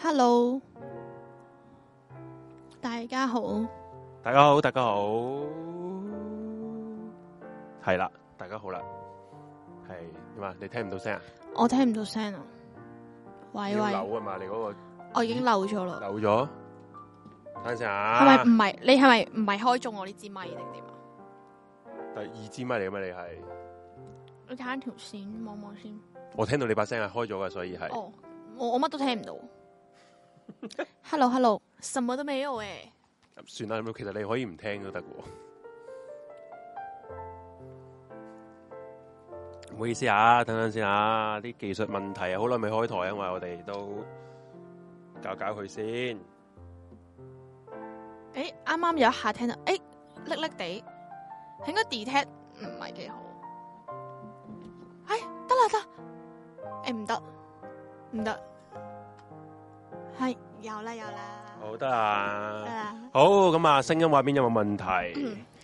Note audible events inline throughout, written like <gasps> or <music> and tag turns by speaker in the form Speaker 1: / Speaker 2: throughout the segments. Speaker 1: Hello，大家好，
Speaker 2: 大家好，大家好，系啦，大家好啦，系点啊？你听唔到声啊？
Speaker 1: 我聽唔到聲啊，喂
Speaker 2: 要
Speaker 1: 喂，
Speaker 2: 扭啊啊嘛，你嗰
Speaker 1: 我已經漏咗啦，
Speaker 2: 個扭咗，等陣先
Speaker 1: 係咪嗯
Speaker 2: 啊
Speaker 1: 唔，係？你係咪唔係開中我呢支咪定點啊？
Speaker 2: 第二支咪嚟嘅咩？你係
Speaker 1: 你睇下條線，望望先。
Speaker 2: 我聽到你把聲係開咗嘅，所以係
Speaker 1: 哦，我我乜都聽唔
Speaker 2: <laughs>
Speaker 1: 到。Hello Hello，什麼都沒有欸誒。
Speaker 2: 算啦。其實你可以唔聽都得嘅喎。唔好意思啊，等等先啊，啲技術問題啊，好耐未開台，因為我哋都搞搞佢先。
Speaker 1: 誒，啱啱有一下聽到，誒，叻叻地，應該 detect 唔係幾好。哎，得啦得啦，誒唔得，唔得，係有啦有啦，
Speaker 2: 好得啊
Speaker 1: 得。啦，
Speaker 2: 好，咁啊，聲音畫面有冇問題？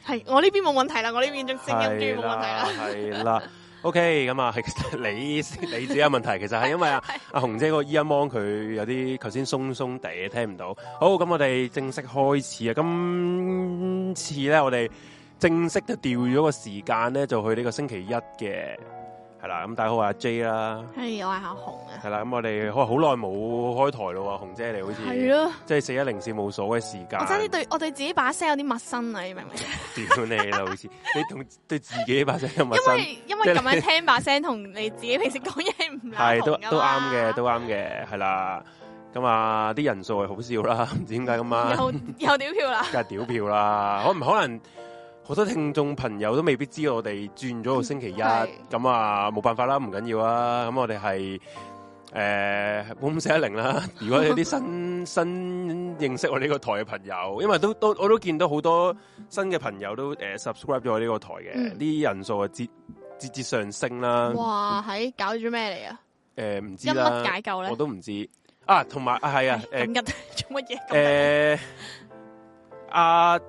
Speaker 1: 係我呢邊冇問題啦，我呢邊仲嗯聲音
Speaker 2: 係
Speaker 1: 終於冇問題啦。
Speaker 2: 係啦。OK，咁啊， <laughs> 其實你先你自己有問題，其實係因
Speaker 1: <laughs>
Speaker 2: 為啊阿紅姐個 ear mon 佢有啲頭先鬆鬆地聽唔到。好，咁我哋正式開始啊！今次咧，我哋正式就調咗個時間咧，就去呢個星期一嘅，係啦。咁大家好，我係阿啊 J 啦，
Speaker 1: 係我係阿紅啊，
Speaker 2: 係啦。咁我哋可能好耐冇開台咯喎，紅姐你好
Speaker 1: 係
Speaker 2: 似
Speaker 1: 咯，
Speaker 2: 即係四一零事務所嘅時間。
Speaker 1: 我真係對我對自己把聲有啲陌生啊，你明唔明？
Speaker 2: <laughs> 屌你啦，好似你同對自己把聲有陌
Speaker 1: 因
Speaker 2: 生，
Speaker 1: 為因為咁樣聽把聲同你自己平時講嘢唔
Speaker 2: 係都
Speaker 1: 同㗎
Speaker 2: 都啱
Speaker 1: 嘛
Speaker 2: 嘅，都啱嘅，係啦。咁啊，啲人數係好少啦，唔知點解咁啊，
Speaker 1: 又又屌票啦。
Speaker 2: 梗係屌票啦。可唔可能好多聽眾朋友都未必知道我哋轉咗到星期一，
Speaker 1: 係
Speaker 2: 咁啊冇辦法啦，唔緊要啊。咁我哋係誒五四一
Speaker 1: <laughs>
Speaker 2: 零啦。如果有啲新新認識我呢個台嘅朋友，因為都都我都見到好多新嘅朋友都誒、呃 subscribe 咗我呢個台嘅，
Speaker 1: 嗯
Speaker 2: 啲、人數啊節節節上升啦。
Speaker 1: 哇！喺搞咗咩嚟啊？
Speaker 2: 誒唔、知
Speaker 1: 因
Speaker 2: 啦
Speaker 1: 乜，解救咧
Speaker 2: 我？都唔知啊。同埋啊，係啊，
Speaker 1: 咁
Speaker 2: 誒、
Speaker 1: 日做乜嘢？咁
Speaker 2: 诶，呃阿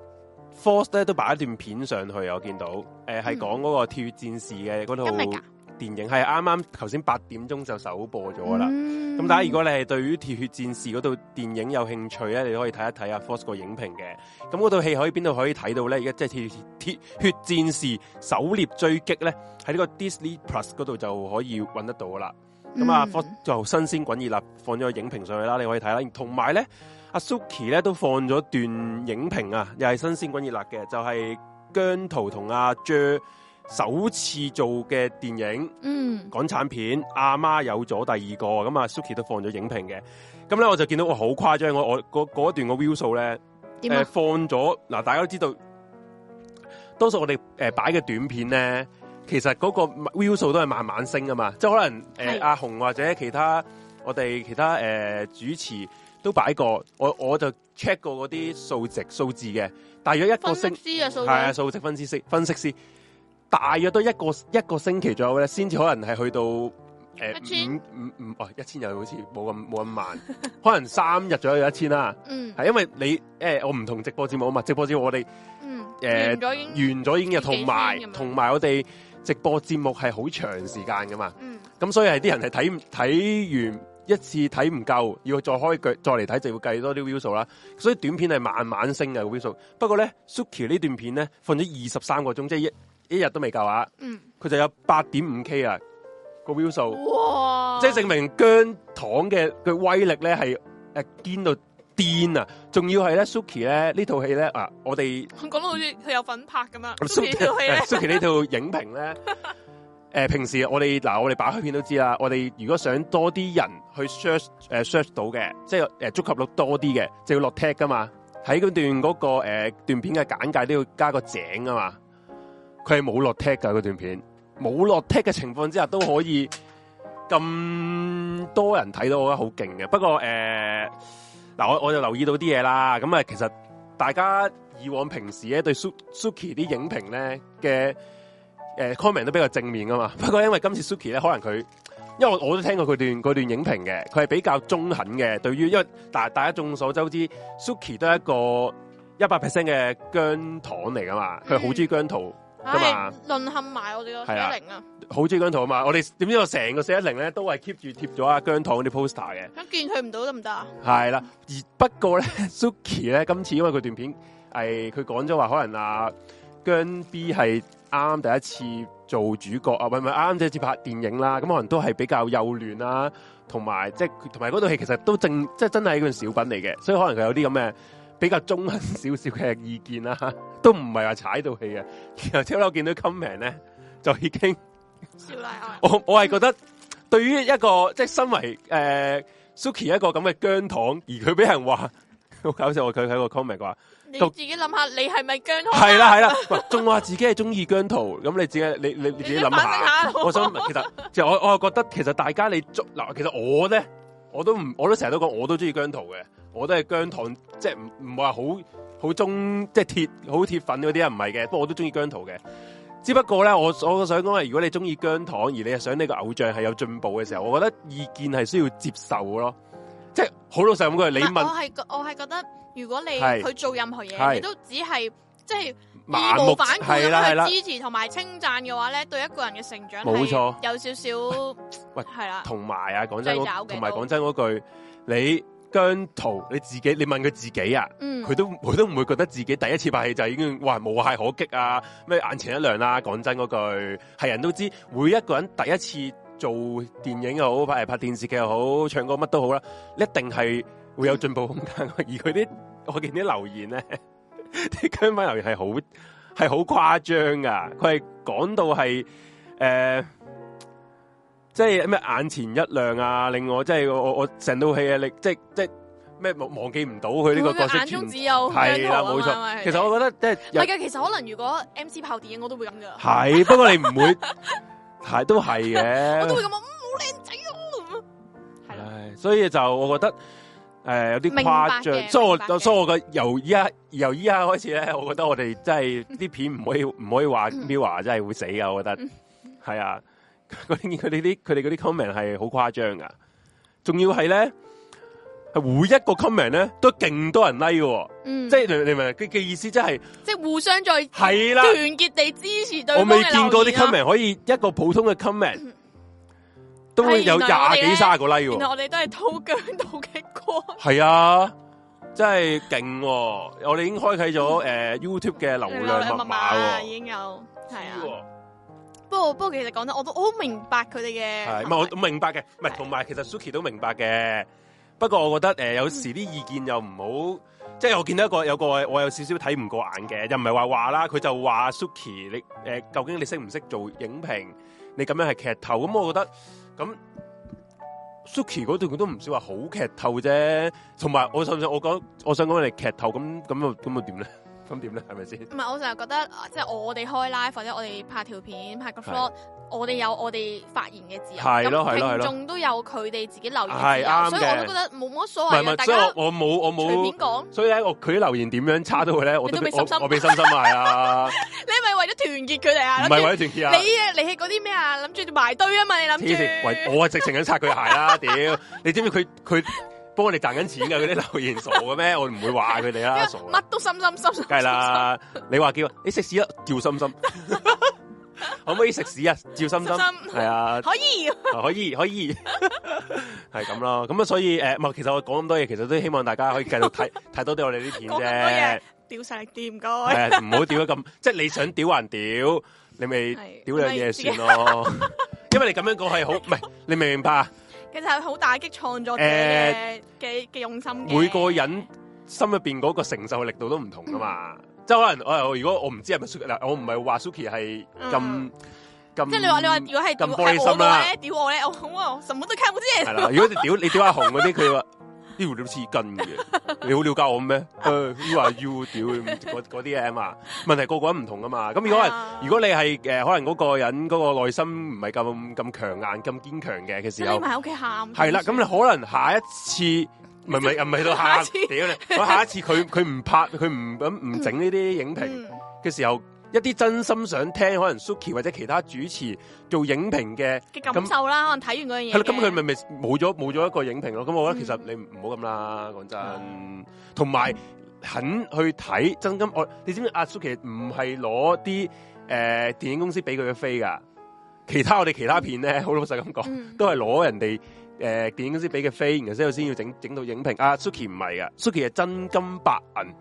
Speaker 2: Force 咧都擺一段片上去，我見到诶係講嗰個《跳躍戰士》嘅嗰套
Speaker 1: 今日㗎
Speaker 2: 電影，係啱啱頭先八點鐘就首播咗啦。
Speaker 1: 咁
Speaker 2: 咁大家如果你係對於《鐵血戰士》嗰套電影有興趣咧，你可以睇一睇阿 Force 個影評嘅。咁嗰套戲可以邊度可以睇到咧？而家即係《鐵血鐵血戰士狩獵追擊》咧，喺呢個 Disney Plus 嗰度就可以揾得到噶啦。咁啊
Speaker 1: 嗯
Speaker 2: ，Force 就新鮮滾熱辣放咗個影評上去啦，你可以睇啦。同埋咧，阿 Suki 咧都放咗段影評啊，又係新鮮滾熱辣嘅，就係、姜濤同阿 J 首次做嘅電影。
Speaker 1: 嗯
Speaker 2: 港產片《阿媽有咗第二個》，咁啊 Suki 都放咗影評嘅。咁咧我就見到哇好誇張，我我嗰嗰一段個 view 數咧，
Speaker 1: 點
Speaker 2: 呃
Speaker 1: 啊？
Speaker 2: 放咗嗱，大家都知道，多數我哋誒擺嘅短片咧，其實嗰個 view 數都係慢慢升噶嘛，即係可能誒、呃
Speaker 1: 係
Speaker 2: 阿紅或者其他我哋其他誒、呃主持都擺過，我我就 check 過嗰啲數值數字嘅，大約一個
Speaker 1: 分
Speaker 2: 星
Speaker 1: 析師嘅數
Speaker 2: 系啊，
Speaker 1: 據
Speaker 2: 數值分析師分析師，大約都一個一個星期左右咧，先至可能係去到诶
Speaker 1: 一千
Speaker 2: 五五五哦，一千又好似冇咁冇咁慢，可能三日左右有一千啦。
Speaker 1: 嗯
Speaker 2: 係因為你诶、我唔同直播節目啊嘛，直播節目我哋
Speaker 1: 嗯，
Speaker 2: 呃
Speaker 1: 完咗已經
Speaker 2: 完咗已經嘅，
Speaker 1: 自己
Speaker 2: 同埋
Speaker 1: friend 咁樣
Speaker 2: 同埋我哋直播節目係好長時間噶嘛，
Speaker 1: 嗯
Speaker 2: 咁所以係啲人係睇唔睇完。一次睇唔夠，要再開腳再嚟睇就要計多啲 view 數啦。所以短片係慢慢升嘅 view 數。不過咧，Suki 呢段片咧放咗二十三個鐘，即係一一日都未夠啊！
Speaker 1: 嗯，
Speaker 2: 佢就有八點五 K 啊個 view 數，
Speaker 1: 哇！
Speaker 2: 即係證明姜糖嘅嘅威力咧係誒堅到癲啊！仲要係咧，Suki 咧呢套戲咧啊，我哋
Speaker 1: 講到好似佢有份拍咁樣，
Speaker 2: Suki
Speaker 1: 呢套戲咧，
Speaker 2: Suki 呢套影評咧，
Speaker 1: <laughs>
Speaker 2: 誒、平時我哋嗱我哋擺開片都知啦，我哋如果想多啲人去 search 誒、search 到嘅，即係誒、觸及率多啲嘅，就要落 tag 噶嘛。喺嗰段嗰、個、誒段片嘅簡介都要加個井啊嘛。佢係冇落 tag 噶嗰段片，冇落 tag 嘅情況之下都可以咁多人睇到，我覺得好勁嘅。不過誒，呃嗱、我我就留意到啲嘢啦。咁啊，其實大家以往平時咧對 Su- Suki 啲影評咧嘅誒 comment 都比較正面噶嘛。 <laughs> 不過因為今次 Suki 咧，可能佢因為我我都聽過佢段佢段影評嘅，佢係比較中肯嘅。對於因為大大家眾所周知，Suki 都係一個一百 percent 嘅姜糖嚟噶嘛，佢好中意姜濤。噶嘛
Speaker 1: 唉，，沦陷埋我哋個四
Speaker 2: 係啊
Speaker 1: 一零啊！
Speaker 2: 好中意姜糖啊嘛。我哋點知我成個四一零咧都係 keep 住貼咗阿姜糖嗰啲 poster 嘅。
Speaker 1: 咁見佢唔到得唔得啊？
Speaker 2: 系啦，而不過咧 <laughs> ，Suki 咧今次因為佢段片係佢講咗話，可能啊姜 B 係啱啱第一次做主角啊，唔係唔係啱啱第一次拍電影啦，咁可能都係比較幼嫩啦，同埋即係同埋嗰套戲其實都正即係真係一段小品嚟嘅，所以可能佢有啲咁嘅比較中肯少少嘅意見啦，都唔係話踩到戲嘅。然後之後呢我見到 comment 咧就已經。
Speaker 1: 少奶啊！
Speaker 2: 我我系觉得對於一個即系身為诶、呃 Suki 一個咁嘅姜糖，而佢俾人話 <laughs> 好搞笑，我佢喺個 comment 話
Speaker 1: 你
Speaker 2: 讀
Speaker 1: 自己諗下，你係咪姜糖？
Speaker 2: 係啦係啦，喂仲話自己係中意姜濤，咁你自己你你你自己諗
Speaker 1: 你反省
Speaker 2: 下。
Speaker 1: 下咯
Speaker 2: 我想問其實其實我我又覺得其實大家你捉嗱，其實我咧我都唔我都成日都講我都中意姜濤嘅，我都係姜糖，即系唔唔話好好中即系鐵好鐵粉嗰啲啊，唔係嘅，不過我都中意姜濤嘅。只不過咧，我我想講係，如果你中意姜糖，而你係想呢個偶像係有進步嘅時候，我覺得意見係需要接受嘅咯。即係好老實咁講，你
Speaker 1: 唔係
Speaker 2: 問
Speaker 1: 我係覺我係覺得，如果你
Speaker 2: 係
Speaker 1: 佢做任何嘢，
Speaker 2: 係
Speaker 1: 你都只係即係
Speaker 2: 盲
Speaker 1: 義
Speaker 2: 目
Speaker 1: 無反顧
Speaker 2: 係啦係
Speaker 1: 咁
Speaker 2: 啦
Speaker 1: 樣，去支持同埋稱讚嘅話咧，對一個人嘅成長
Speaker 2: 冇
Speaker 1: 係
Speaker 2: 錯
Speaker 1: 有少少
Speaker 2: 喂
Speaker 1: 係啦，
Speaker 2: 同埋啊，講真
Speaker 1: 掣肘
Speaker 2: 嗰，
Speaker 1: 嘅
Speaker 2: 同埋
Speaker 1: 都
Speaker 2: 講真嗰句，你姜濤你自己，你問佢自己啊，
Speaker 1: 嗯，
Speaker 2: 佢都佢都唔會覺得自己第一次拍戲就已經哇無懈可擊啊，咩眼前一亮啦、講真嗰句，係人都知，每一個人第一次做電影又好，拍拍電視劇又好，唱歌乜都好啦，一定係會有進步空間。 <laughs> 而佢啲我見啲留言咧， <laughs> 啲姜粉留言係好係好誇張噶，佢係講到係誒。呃即係咩眼前一亮啊！令我即係我我我成套戲啊，你即係即係咩忘忘記唔到佢呢個角色
Speaker 1: 眼
Speaker 2: 存
Speaker 1: 中只有
Speaker 2: 係啦，冇錯。
Speaker 1: 錯
Speaker 2: 其實我覺得即
Speaker 1: 啊唔係
Speaker 2: 係
Speaker 1: 嘅，其實可能如果 MC 炮電影我都會咁噶，
Speaker 2: 係，不過你唔會係都係
Speaker 1: 我都
Speaker 2: 嘅。
Speaker 1: 會咁話，嗯，好靚仔咯咁樣，係啦，
Speaker 2: 唉所以就我覺得誒有啲
Speaker 1: 明白嘅
Speaker 2: 誇
Speaker 1: 明白
Speaker 2: 張，所以我
Speaker 1: 嘅
Speaker 2: 所以我嘅由依家由依家開始咧，我覺得我哋真係啲片唔可以唔可以話
Speaker 1: 嗯
Speaker 2: Mira 真係會死噶，我覺得 <laughs> 係啊。佢哋佢哋啲佢哋嗰啲 comment 係好誇張噶，仲要係咧係每一個 comment 咧都勁多人 like 嘅，
Speaker 1: 嗯，
Speaker 2: 即係你你明唔明？佢嘅意思即係
Speaker 1: 即係互相再團
Speaker 2: 係啦。
Speaker 1: 結地支持對
Speaker 2: 我
Speaker 1: 方
Speaker 2: 未
Speaker 1: 嘅
Speaker 2: 見
Speaker 1: 留
Speaker 2: 過啲
Speaker 1: 言啊
Speaker 2: comment 可以一個普通嘅
Speaker 1: <clears throat>
Speaker 2: comment 都會有廿幾卅個 like
Speaker 1: 原來
Speaker 2: 喎，
Speaker 1: 我哋都係偷姜到嘅
Speaker 2: <laughs>
Speaker 1: 歌，
Speaker 2: 係啊，真係勁喎！我哋已經開啟咗诶 YouTube 嘅流量密碼
Speaker 1: 啦啊已
Speaker 2: 喎，
Speaker 1: 經有係啊
Speaker 2: 知。喎
Speaker 1: 不過不過，其實講真，我都我好明白佢哋嘅
Speaker 2: 係
Speaker 1: 行
Speaker 2: 唔係
Speaker 1: 為。
Speaker 2: 我我明白嘅，唔係
Speaker 1: 係
Speaker 2: 同埋其實 Suki 都明白嘅。不過我覺得诶、呃有時啲意見又唔好，即係我見到一個有個我有少少睇唔過眼嘅，又唔係話話啦，佢就話 Suki 你诶、究竟你識唔識做影評？你咁樣係劇透，咁我覺得咁 Suki 嗰段佢都唔算話好劇透啫。同埋我想唔想我講，我想講你劇透，咁咁又咁又點咧？咁點咧？係咪先？
Speaker 1: 唔係，我成日覺得啊即係我哋開 live 或者我哋拍條片、拍個
Speaker 2: 係
Speaker 1: vlog，我哋有我哋發言嘅自由，
Speaker 2: 係咯係咯係
Speaker 1: 咁
Speaker 2: 咯
Speaker 1: 聽眾都有佢哋自己留言嘅
Speaker 2: 係
Speaker 1: 自
Speaker 2: 啱
Speaker 1: 由，所以
Speaker 2: 嘅
Speaker 1: 我都覺得冇乜所
Speaker 2: 唔
Speaker 1: 謂
Speaker 2: 係唔
Speaker 1: 嘅，
Speaker 2: 係，
Speaker 1: 大
Speaker 2: 所以
Speaker 1: 家
Speaker 2: 我我冇我
Speaker 1: 隨便
Speaker 2: 冇，
Speaker 1: 講，
Speaker 2: 所以咧我佢啲留言點樣差到佢咧，我
Speaker 1: 你都
Speaker 2: 俾
Speaker 1: 俾心心
Speaker 2: 我我俾心心埋
Speaker 1: <laughs>
Speaker 2: 啊！
Speaker 1: 你係咪為咗團結佢哋
Speaker 2: 唔
Speaker 1: 啊？
Speaker 2: 係為咗團結啊！
Speaker 1: 你啊，你係嗰啲咩啊？諗住埋堆啊嘛，你諗
Speaker 2: 黐線，
Speaker 1: 住
Speaker 2: 喂，我啊直情想擦佢鞋啦！屌，你知唔知佢佢幫我哋賺緊錢㗎？嗰啲留言傻嘅咩？我唔會話佢哋啦，傻啊
Speaker 1: 乜都心心心心，
Speaker 2: 梗係啦！你話叫你食屎啊，照心 <laughs> 心，可唔可以食屎啊？照心心，
Speaker 1: 心心
Speaker 2: 係啊
Speaker 1: 心，，可以
Speaker 2: 可以可以，係咁咯。咁啊，所以誒，唔係其實我講咁多嘢，其實都希望大家可以繼
Speaker 1: <laughs>
Speaker 2: 續睇睇多啲我哋啲片
Speaker 1: 講咁多嘢
Speaker 2: 啫。
Speaker 1: 屌晒你掂唔該，
Speaker 2: 係啊唔好屌得咁，即係你想屌還屌，你咪
Speaker 1: 係
Speaker 2: 屌兩嘢算咯。 <laughs> 因為你咁樣講係好，唔係你明唔明白啊？
Speaker 1: 其實係好打擊創作者嘅
Speaker 2: 誒
Speaker 1: 嘅嘅用心嘅。
Speaker 2: 每個人心入邊嗰個承受力度都唔同噶嘛，即係可能我我如果我唔知係咪 Suki 嗱，我唔係話 Suki 係咁
Speaker 1: 嗯
Speaker 2: 咁，
Speaker 1: 即係你話你話如果係屌
Speaker 2: 咁玻璃
Speaker 1: 係
Speaker 2: 心
Speaker 1: 我
Speaker 2: 啦
Speaker 1: 嘅咧，屌我咧，我我什麼都看不
Speaker 2: 係
Speaker 1: 見。
Speaker 2: 啦，如果你屌你屌阿紅嗰啲，佢話呢條屌黐筋嘅，你好了解我咩？ <laughs> 呃誒，you are you 屌嗰嗰啲嘢啊嘛，問題個個人唔同噶嘛，咁如果係
Speaker 1: 係啊
Speaker 2: 如果你係誒可能嗰個人嗰個內心唔係咁咁強硬咁堅強嘅嘅時
Speaker 1: 匿
Speaker 2: 候。
Speaker 1: 埋喺屋企喊。
Speaker 2: 系啦，咁你可能下一次唔係唔係唔係到下
Speaker 1: 下一次
Speaker 2: 屌你，我下一次佢佢唔拍佢唔咁唔整呢啲影評
Speaker 1: 嗯
Speaker 2: 嘅時候，一啲真心想聽可能 Suki 或者其他主持做影評嘅，
Speaker 1: 嘅感受啦，可能睇完嗰樣嘢
Speaker 2: 係
Speaker 1: 嘅。
Speaker 2: 啦，咁佢咪咪冇咗冇咗一個影評咯。咁我覺得其實你唔好咁啦，講真
Speaker 1: 嗯，
Speaker 2: 同埋肯去睇真金我，你知唔知阿 Suki 唔係攞啲诶电影公司俾佢嘅飛㗎。其他我哋其他片咧，好老實咁講，
Speaker 1: 嗯
Speaker 2: 都係攞人哋诶、呃、電影公司俾嘅飛，然後之後先要整整到影評。啊 Suki 唔係㗎 Suki 係真金白銀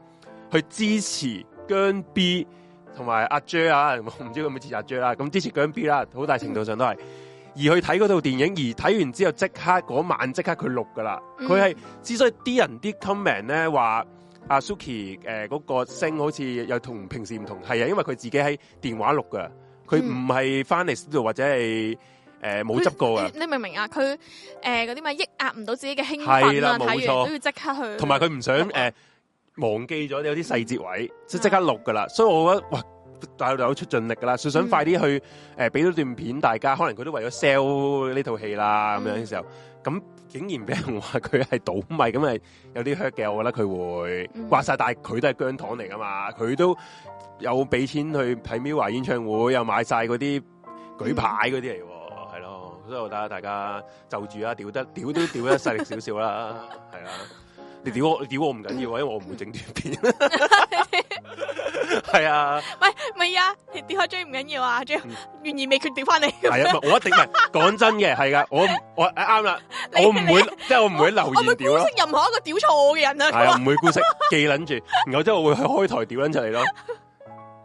Speaker 2: 去支持姜 B 同埋阿 J 啊，我唔知佢有冇支持阿 J 啦，咁支持姜 B 啦，好大程度上都係。而去睇嗰套電影，而睇完之後即刻嗰晚即刻佢錄㗎啦。
Speaker 1: 嗯
Speaker 2: 佢係之所以啲人啲 comment 咧話阿 Suki 誒嗰個聲好似又同平時唔同，係啊，因為佢自己喺電話錄㗎，佢唔係翻嚟 studio 或者係誒冇執過㗎，
Speaker 1: 你你明唔明啊？佢诶嗰啲咪抑壓唔到自己嘅興
Speaker 2: 係
Speaker 1: 奮
Speaker 2: 啦
Speaker 1: 啊，
Speaker 2: 冇
Speaker 1: 睇
Speaker 2: 錯
Speaker 1: 完都要即刻去。
Speaker 2: 同埋佢唔想誒、呃忘記咗有啲細節
Speaker 1: 嗯
Speaker 2: 位，即即刻錄㗎啦。所以我覺得哇，大佬出盡力㗎啦，想想
Speaker 1: 嗯
Speaker 2: 快啲去誒俾到段片大家，可能佢都為咗 sell 呢套戲啦咁
Speaker 1: 嗯
Speaker 2: 樣嘅時候，咁竟然俾人話佢係倒米，咁係有啲 hurt 嘅。我覺得佢會
Speaker 1: 嗯
Speaker 2: 話晒，但係佢都係姜糖嚟㗎嘛，佢都有俾錢去睇 MIRROR 演唱會，又買晒嗰啲
Speaker 1: 嗯
Speaker 2: 舉牌嗰啲嚟喎，係咯。所以我覺得大家就住啦，屌得屌都屌得勢力少少啦， <laughs> 係啦。你屌我，你屌我唔緊要啊，因為我唔會整短片。 <laughs> 係啊，
Speaker 1: 唔係啊，你掉開 J 唔緊要啊，J
Speaker 2: 嗯
Speaker 1: 懸而未決掉翻你。
Speaker 2: 係啊，唔係我一定唔係講真嘅，係噶，我唔我啊啱啦，我唔會即係我唔會留
Speaker 1: 啊我會
Speaker 2: 言屌
Speaker 1: 姑
Speaker 2: 咯
Speaker 1: 息。任何一個屌錯我嘅人啊！
Speaker 2: 系
Speaker 1: 咁
Speaker 2: 啊，
Speaker 1: 啊
Speaker 2: 唔會姑息，記撚住，然後之後我會去開台屌撚出嚟咯。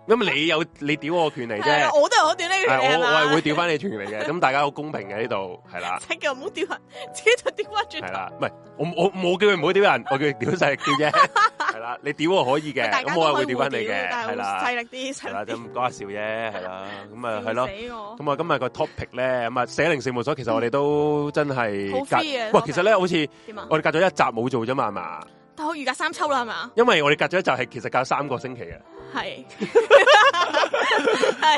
Speaker 2: 咁你有你屌我權利啫，
Speaker 1: 係啊
Speaker 2: 係
Speaker 1: 我都有我屌呢樣嘢
Speaker 2: 我
Speaker 1: 啊嘛
Speaker 2: 我系会屌翻你權利嘅。咁大家好公平嘅呢度，係啦，
Speaker 1: 真嘅唔好屌人，自己就屌翻轉
Speaker 2: <laughs> 係
Speaker 1: 頭。
Speaker 2: 啦，唔係我我冇叫佢唔好屌人，我 <laughs> 叫佢屌細力
Speaker 1: <laughs>
Speaker 2: 屌啫，係啦，你屌我可以嘅，
Speaker 1: 大家
Speaker 2: 咁
Speaker 1: 都
Speaker 2: 我係
Speaker 1: 可
Speaker 2: 會
Speaker 1: 以
Speaker 2: 屌
Speaker 1: 互
Speaker 2: 翻你
Speaker 1: 屌
Speaker 2: 嘅，
Speaker 1: 但
Speaker 2: 係
Speaker 1: 係
Speaker 2: 啦，
Speaker 1: 勢力啲，
Speaker 2: 係啦，
Speaker 1: 勢力
Speaker 2: 就
Speaker 1: 啲。
Speaker 2: 咁講下笑啫，係啦，咁啊係咯。
Speaker 1: 笑死我。
Speaker 2: 咁啊，今日個 topic 咧，咁啊，寫零事務所其實我哋都真係
Speaker 1: 嗯好
Speaker 2: 隔
Speaker 1: free 啊嘅
Speaker 2: 喂，
Speaker 1: topic
Speaker 2: 其實咧，好似
Speaker 1: 點啊？
Speaker 2: 我哋隔咗一集冇做啫嘛，係嘛？
Speaker 1: 但我預隔三秋啦，係嘛？
Speaker 2: 因為我哋隔咗一集係其實隔三個星期嘅。 <laughs>
Speaker 1: 係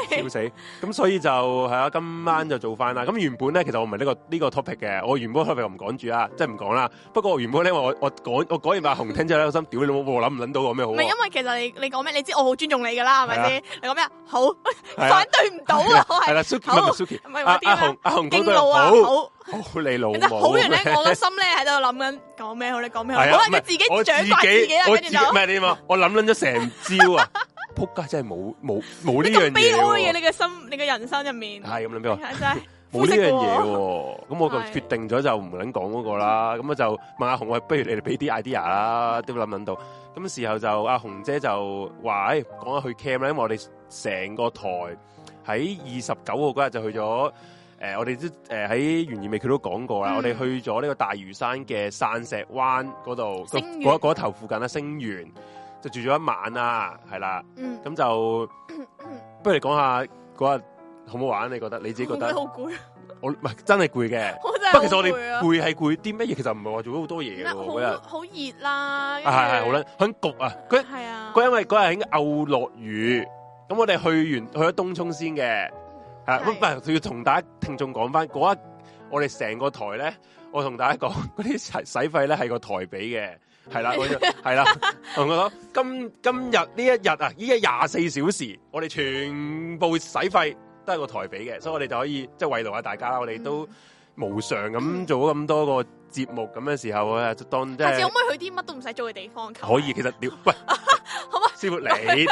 Speaker 2: 笑
Speaker 1: 係
Speaker 2: 死！咁所以就係啊，今晚就做翻啦。咁原本咧，其實我唔係呢個呢、個 topic 嘅，我原本 topic 我唔講住啊，即係唔講啦。不過我原本咧，我我講我講完阿紅聽之後咧，我心屌你老母，我諗唔諗到我咩好
Speaker 1: 唔係？
Speaker 2: 啊
Speaker 1: 因為其實你你講咩？你知我好尊重你㗎啦，係咪先？你講咩啊？好，
Speaker 2: 係啊
Speaker 1: 反對唔到啊！我
Speaker 2: 係
Speaker 1: 係
Speaker 2: 啦，Suki
Speaker 1: 好
Speaker 2: 唔係 Suki，
Speaker 1: 唔係
Speaker 2: 阿
Speaker 1: 話啲
Speaker 2: 阿
Speaker 1: 咩
Speaker 2: 紅阿紅嗰
Speaker 1: 敬
Speaker 2: 句
Speaker 1: 老啊，
Speaker 2: 好
Speaker 1: 好。
Speaker 2: 好你老
Speaker 1: 其實
Speaker 2: 母，
Speaker 1: 好完咧，我個
Speaker 2: 係
Speaker 1: 心咧喺度諗緊講咩好咧，講咩好。
Speaker 2: 啊，
Speaker 1: 可能
Speaker 2: 唔係
Speaker 1: 佢自己
Speaker 2: 我
Speaker 1: 掌摑自己啦，
Speaker 2: 我
Speaker 1: 跟
Speaker 2: 自
Speaker 1: 住
Speaker 2: 己
Speaker 1: 就
Speaker 2: 唔係你嘛？我諗撚咗成招啊！仆街真係冇冇冇呢樣
Speaker 1: 咁悲哀嘅
Speaker 2: 嘢
Speaker 1: 嘢，
Speaker 2: 喎，
Speaker 1: 你嘅心，你嘅人生入面
Speaker 2: 係咁諗俾我。
Speaker 1: 係真係
Speaker 2: 冇呢樣嘢
Speaker 1: 膚色
Speaker 2: 喎，咁我就
Speaker 1: 係
Speaker 2: 決定咗就唔撚講嗰個啦。咁我就問阿紅，喂，不如你哋俾啲 idea 啦，都諗諗到。咁時候就阿紅姐就話：，誒、哎講下去 cam 啦，因為我哋成個台喺二十九號嗰日就去咗。誒、我哋都誒喺懸而未決都講過啦，
Speaker 1: 嗯
Speaker 2: 我哋去咗呢個大嶼山嘅散石灣嗰度，嗰
Speaker 1: 星
Speaker 2: 嗰
Speaker 1: 園
Speaker 2: 嗰頭附近啦，星園就住咗一晚啦，係啦，
Speaker 1: 嗯，
Speaker 2: 咁
Speaker 1: <coughs>
Speaker 2: 就不如你講下嗰日好唔好玩？你覺得你自己覺得
Speaker 1: 我？好攰，
Speaker 2: 我唔係真係攰嘅，
Speaker 1: 嗯我真係啊
Speaker 2: 不過
Speaker 1: 實
Speaker 2: 其實我哋攰係攰啲乜嘢？其實唔係話做咗好多嘢嘅喎，嗰日
Speaker 1: 好好熱啦，
Speaker 2: 啊係係好啦，響焗啊！嗰日
Speaker 1: 係啊，
Speaker 2: 嗰日因為嗰日喺漚落雨，咁我哋去完去咗東涌先嘅，係啦
Speaker 1: 係
Speaker 2: 咁唔係佢要同大家聽眾講翻嗰一我哋成個台咧，我同大家講 <laughs> 嗰啲使使費咧係個台俾嘅。係
Speaker 1: <laughs>
Speaker 2: 啦，我就係啦，同我講今今日呢一日啊，呢一廿四小時，我哋全部使費都係個台俾嘅，所以我哋就可以即係慰勞下大家啦。我哋都無償咁做咗咁多個節目咁嘅時候啊，就當
Speaker 1: 嗯
Speaker 2: 即
Speaker 1: 下次可
Speaker 2: 係
Speaker 1: 唔可以去啲乜都唔使做嘅地方？求
Speaker 2: 可以。其實屌喂，
Speaker 1: 好嘛
Speaker 2: 師傅你哋你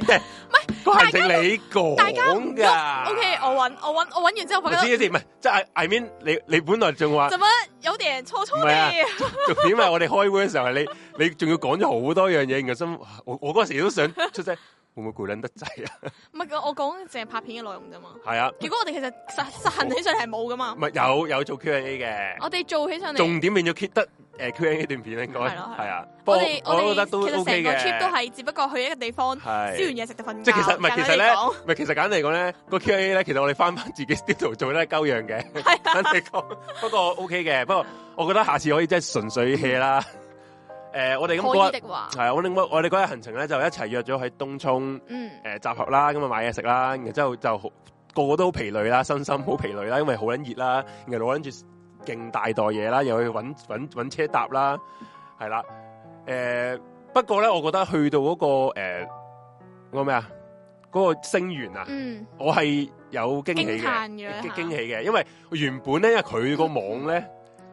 Speaker 2: 哋，唔係個行程你
Speaker 1: 大家唔
Speaker 2: 講㗎。
Speaker 1: O K，我揾我揾我揾完之後，
Speaker 2: 我
Speaker 1: 我覺
Speaker 2: 知
Speaker 1: 得
Speaker 2: 一知，唔係即係 I mean 你你本來仲話
Speaker 1: 怎麼有點粗粗
Speaker 2: 唔係啊
Speaker 1: 地。
Speaker 2: 重點係我哋開會嘅時候係你你仲要講咗好多樣嘢，然後心我我嗰時都想出聲，會唔會攰撚得滯啊？
Speaker 1: 唔係我講淨係拍片嘅內容啫嘛。
Speaker 2: 係啊，
Speaker 1: 如果我哋其實實實行起上嚟係冇噶嘛
Speaker 2: 唔，係有有做 Q&A 嘅，
Speaker 1: 我哋做起上嚟。
Speaker 2: 重點變咗 keep 得誒 Q&A 段片應該
Speaker 1: 係咯係
Speaker 2: 係啊，不
Speaker 1: 我
Speaker 2: 過
Speaker 1: 哋
Speaker 2: 我
Speaker 1: 我
Speaker 2: 覺
Speaker 1: 哋
Speaker 2: 得
Speaker 1: 其
Speaker 2: 都
Speaker 1: 實成
Speaker 2: OK
Speaker 1: 個 trip 都
Speaker 2: 嘅，
Speaker 1: 係，只不過去一個地方燒完
Speaker 2: 係。
Speaker 1: 嘢食就瞓覺。
Speaker 2: 即係其實唔係，其實咧，
Speaker 1: 簡單
Speaker 2: 唔係其實簡單嚟講咧，個 Q&A 咧，其實我哋 <laughs> 翻翻自己 studio 做咧，鳩樣嘅。 <laughs>
Speaker 1: 啊
Speaker 2: 簡單嚟講，不過 OK 嘅。不過我覺得下次可以即係純粹 hea 啦。 <laughs> 誒，我
Speaker 1: 嚟
Speaker 2: 哋咁啊
Speaker 1: 講可
Speaker 2: 嗰日
Speaker 1: 以的話，
Speaker 2: 係我哋嗰我哋嗰日行程咧，就一齊約咗喺東涌
Speaker 1: 嗯，
Speaker 2: 誒集合啦，咁啊買嘢食啦，然後之後就好個個都好疲累啦，身心好疲累啦，因為好撚熱啦，然後攞撚住勁大袋嘢啦，又去揾揾揾車搭啦，係啦，誒、不過咧，我覺得去到嗰、個誒嗰個咩啊，嗰、個星園啊，
Speaker 1: 嗯，
Speaker 2: 我係有驚喜
Speaker 1: 驚
Speaker 2: 嘅，
Speaker 1: 嘆咗一下啊
Speaker 2: 驚喜嘅，因為我原本咧，因為佢個網咧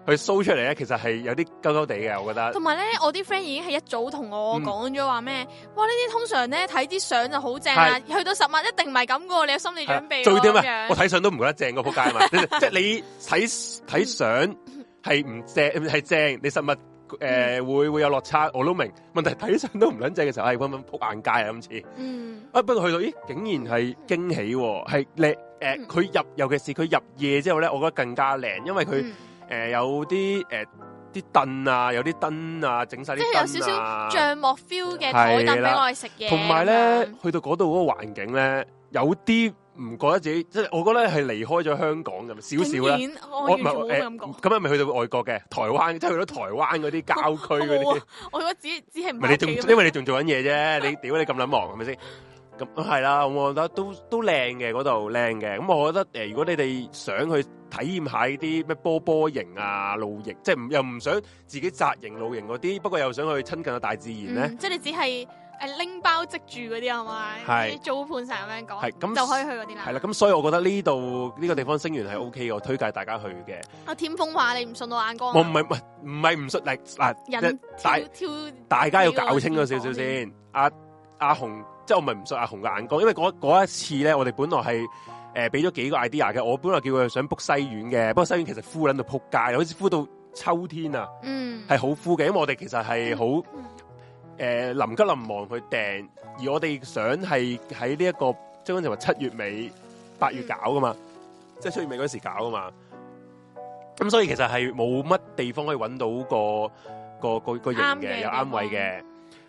Speaker 2: 佢 show 出嚟咧，其實係有啲鳩鳩地嘅，我覺得
Speaker 1: 同埋咧，我啲 friend 已經係一早同
Speaker 2: 嗯
Speaker 1: 我講咗話咩？哇！呢啲通常咧睇啲相就好正啦，去到十萬一定唔係咁噶喎，你有心理準備
Speaker 2: 最
Speaker 1: 咯
Speaker 2: 點
Speaker 1: 咁
Speaker 2: 啊！我
Speaker 1: 樣。
Speaker 2: 睇相都唔覺得正個仆
Speaker 1: <laughs>
Speaker 2: 街嘛，即係即係你睇睇相係唔正係正，你實物诶會會有落差，我都明。問題睇相都唔撚正嘅時候，係搵搵仆眼街啊！今次
Speaker 1: 嗯，
Speaker 2: 啊，不過去到咦，竟然係驚喜喎，係靚诶，
Speaker 1: 嗯
Speaker 2: 佢入尤其是佢入夜之後咧，我覺得更加靚，因為佢。
Speaker 1: 嗯
Speaker 2: 誒、有啲誒啲凳啊，有啲燈啊，整晒啲
Speaker 1: 即係有少
Speaker 2: 燈
Speaker 1: 少
Speaker 2: 啊，
Speaker 1: 帳幕 feel 嘅台凳
Speaker 2: 係
Speaker 1: 俾
Speaker 2: 啦
Speaker 1: 我哋食嘢。啊
Speaker 2: 同埋咧，去到嗰度嗰個環境咧，有啲唔覺得自己，即係我覺得係離開咗香港咁
Speaker 1: 咁樣，
Speaker 2: 少少啦。
Speaker 1: 竟然我完全
Speaker 2: 唔
Speaker 1: 冇
Speaker 2: 係
Speaker 1: 咁講。
Speaker 2: 咁係咪去到外國嘅台灣，即係去到台灣嗰啲郊區
Speaker 1: <laughs>
Speaker 2: 嗰
Speaker 1: 我冇
Speaker 2: 啲
Speaker 1: 啊，我覺得只只係唔
Speaker 2: 唔
Speaker 1: 係
Speaker 2: 係你仲因為你仲做緊嘢啫，你屌你咁撚忙係咪先？咁係啦，咁我覺
Speaker 1: <laughs>
Speaker 2: 得都都靚嘅嗰度靚嘅，咁我覺得誒、呃如果你哋想去體驗下呢啲咩波波型啊露營，即係唔又唔想自己紮營露營嗰啲，不過又想去親近下大自然咧，
Speaker 1: 嗯，即係你只係誒拎包積住嗰啲啊係咪？
Speaker 2: 係
Speaker 1: 你租盤成日咁樣
Speaker 2: 係
Speaker 1: 講，
Speaker 2: 咁
Speaker 1: 就可以去嗰啲啦。
Speaker 2: 係啦，咁所以我覺得呢度呢個地方星源係 O K 嘅，我推介大家去嘅。
Speaker 1: 我天啊風話你唔信我眼光啊，
Speaker 2: 我唔係唔係唔係唔信嗱嗱，
Speaker 1: 人
Speaker 2: 大
Speaker 1: 挑挑
Speaker 2: 大家要搞清楚少少先。阿阿紅，即係我唔係唔信阿紅嘅眼光，因為嗰嗰一次咧，我哋本來係誒俾咗幾個 idea 嘅，我本來叫佢想 book 西苑嘅，不過西苑其實敷撚到撲街，好似敷到秋天啊，
Speaker 1: 嗯
Speaker 2: 係好敷嘅，因為我哋其實係好誒臨急臨忙去訂，而我哋想係喺呢一個即係嗰陣時話七月尾八月搞噶嘛，
Speaker 1: 嗯
Speaker 2: 即係七月尾嗰時搞噶嘛。咁所以其實係冇乜地方可以揾到個個個個型
Speaker 1: 啱嘅
Speaker 2: 嘅，
Speaker 1: 地
Speaker 2: 又
Speaker 1: 方
Speaker 2: 啱位嘅，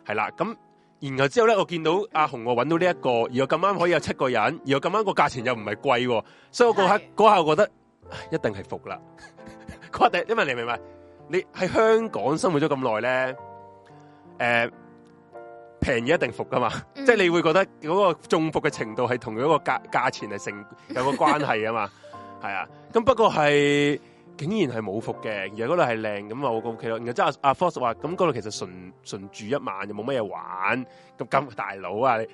Speaker 2: 係啦。咁然後之後咧，我見到阿紅我揾到呢、一個，而我咁啱可以有七個人，而我咁啱個價錢又唔係貴喎，所以我嗰刻
Speaker 1: 係
Speaker 2: 嗰下我覺得唉一定係服啦。 <laughs> 嗰刻第一因為你明唔明？你喺香港生活咗咁耐咧，诶、平嘢一定服噶嘛，
Speaker 1: 嗯
Speaker 2: 即係你會覺得嗰個中伏嘅程度係同佢嗰個價價錢係成有個關係啊嘛， <laughs> 係啊。咁不過係竟然係冇服嘅，而嗰度係靚咁啊，我覺得 OK 咯。然後之後阿 Fox 話咁嗰度其實純純住一晚就冇乜嘢玩，咁
Speaker 1: <laughs>
Speaker 2: 咁大佬啊，你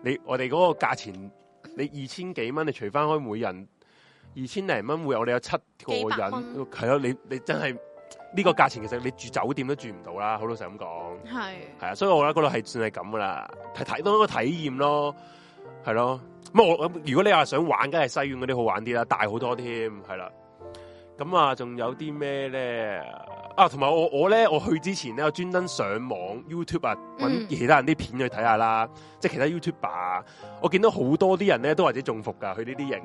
Speaker 2: <laughs> 你你我哋嗰個價錢你二千幾蚊，你除翻開每人二千零蚊，會我哋有七個
Speaker 1: 幾百
Speaker 2: 人
Speaker 1: 蚊，
Speaker 2: 係咯，你你真係呢、個價錢其實你住酒店都住唔到啦，好老實咁講。
Speaker 1: 嗯係
Speaker 2: 系啊，所以我覺得嗰度係算係咁噶啦，睇睇到一個體驗咯，係咯。咁我咁如果你話想玩，梗係西苑嗰啲好玩啲啦，大好多添，係啦。咁啊，仲有啲咩咧？啊，同埋我我咧，我去之前咧，我專登上網 YouTube 啊，
Speaker 1: 嗯
Speaker 2: 揾其他人啲片去睇下啦，即係其他 YouTuber 啊。我見到好多啲人咧都或者中伏噶，去呢啲型。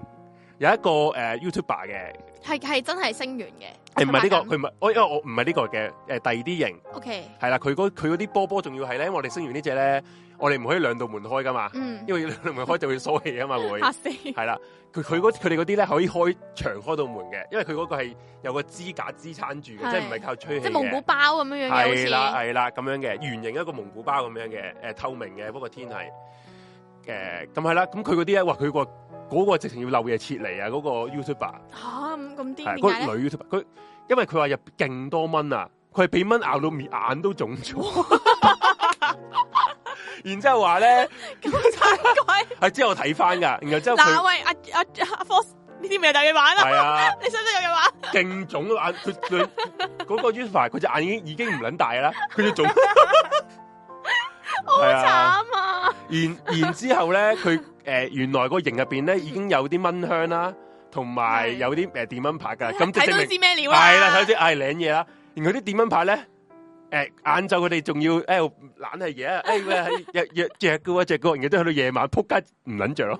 Speaker 2: 有一個誒、呃 YouTuber 嘅，
Speaker 1: 係係真係星源嘅，
Speaker 2: 誒唔係呢個，
Speaker 1: 咁
Speaker 2: 佢唔係我，因為我唔係呢個嘅，誒、呃第二啲型。
Speaker 1: OK，
Speaker 2: 系啦，佢嗰佢嗰啲波波仲要係咧，因為我哋升完呢只咧，我哋唔可以兩道門開噶嘛，
Speaker 1: 嗯，
Speaker 2: 因為兩道門開就會疏氣啊嘛會，
Speaker 1: <laughs> 嚇
Speaker 2: <laughs>
Speaker 1: 死，
Speaker 2: 係啦，佢佢嗰佢哋嗰啲咧可以開長開道門嘅，因為佢嗰個係有個支架支撐住嘅，
Speaker 1: 係
Speaker 2: 即係唔係靠吹氣
Speaker 1: 即係蒙古
Speaker 2: 嘅，
Speaker 1: 包咁樣樣嘅好似
Speaker 2: 係啦係啦咁樣嘅，圓形一個蒙古包咁樣嘅，誒、透明嘅，不過天係誒咁係啦，咁佢嗰啲咧，哇佢個嗰個直情要漏夜撤離啊，嗰、個 YouTuber。
Speaker 1: 嚇咁咁
Speaker 2: 係
Speaker 1: 癲點解
Speaker 2: 嗰
Speaker 1: 咧？
Speaker 2: 個女 YouTube，佢因為佢話入勁多蚊啊，佢係俾蚊咬到面眼都腫咗，
Speaker 1: <laughs>
Speaker 2: 然之後話咧，
Speaker 1: <laughs> 咁奇怪，
Speaker 2: 係之後我睇翻噶，然後之後
Speaker 1: 嗱
Speaker 2: 佢
Speaker 1: 喂阿阿阿 Force 呢啲咪有嘢玩啦？
Speaker 2: 係啊，
Speaker 1: 你想唔想有嘢玩？
Speaker 2: 勁腫眼，佢佢嗰個 YouTuber 佢隻眼已經已經唔撚大啦，佢要腫，
Speaker 1: 好
Speaker 2: 係啊
Speaker 1: 慘啊！
Speaker 2: 然然之後咧，佢誒、呃原來個營入邊咧已經有啲蚊香啦，同埋
Speaker 1: 係
Speaker 2: 有啲誒電蚊拍噶，咁即係
Speaker 1: 睇
Speaker 2: 證
Speaker 1: 到
Speaker 2: 明。
Speaker 1: 知 <laughs> 咩料啦？
Speaker 2: 系啦，睇啲嗌領嘢啦。然後啲電蚊牌咧，诶晏晝佢哋仲要诶懶係嘢啊，诶喂日日着嘅喎着嘅喎，然後都去到夜晚撲街唔撚着咯。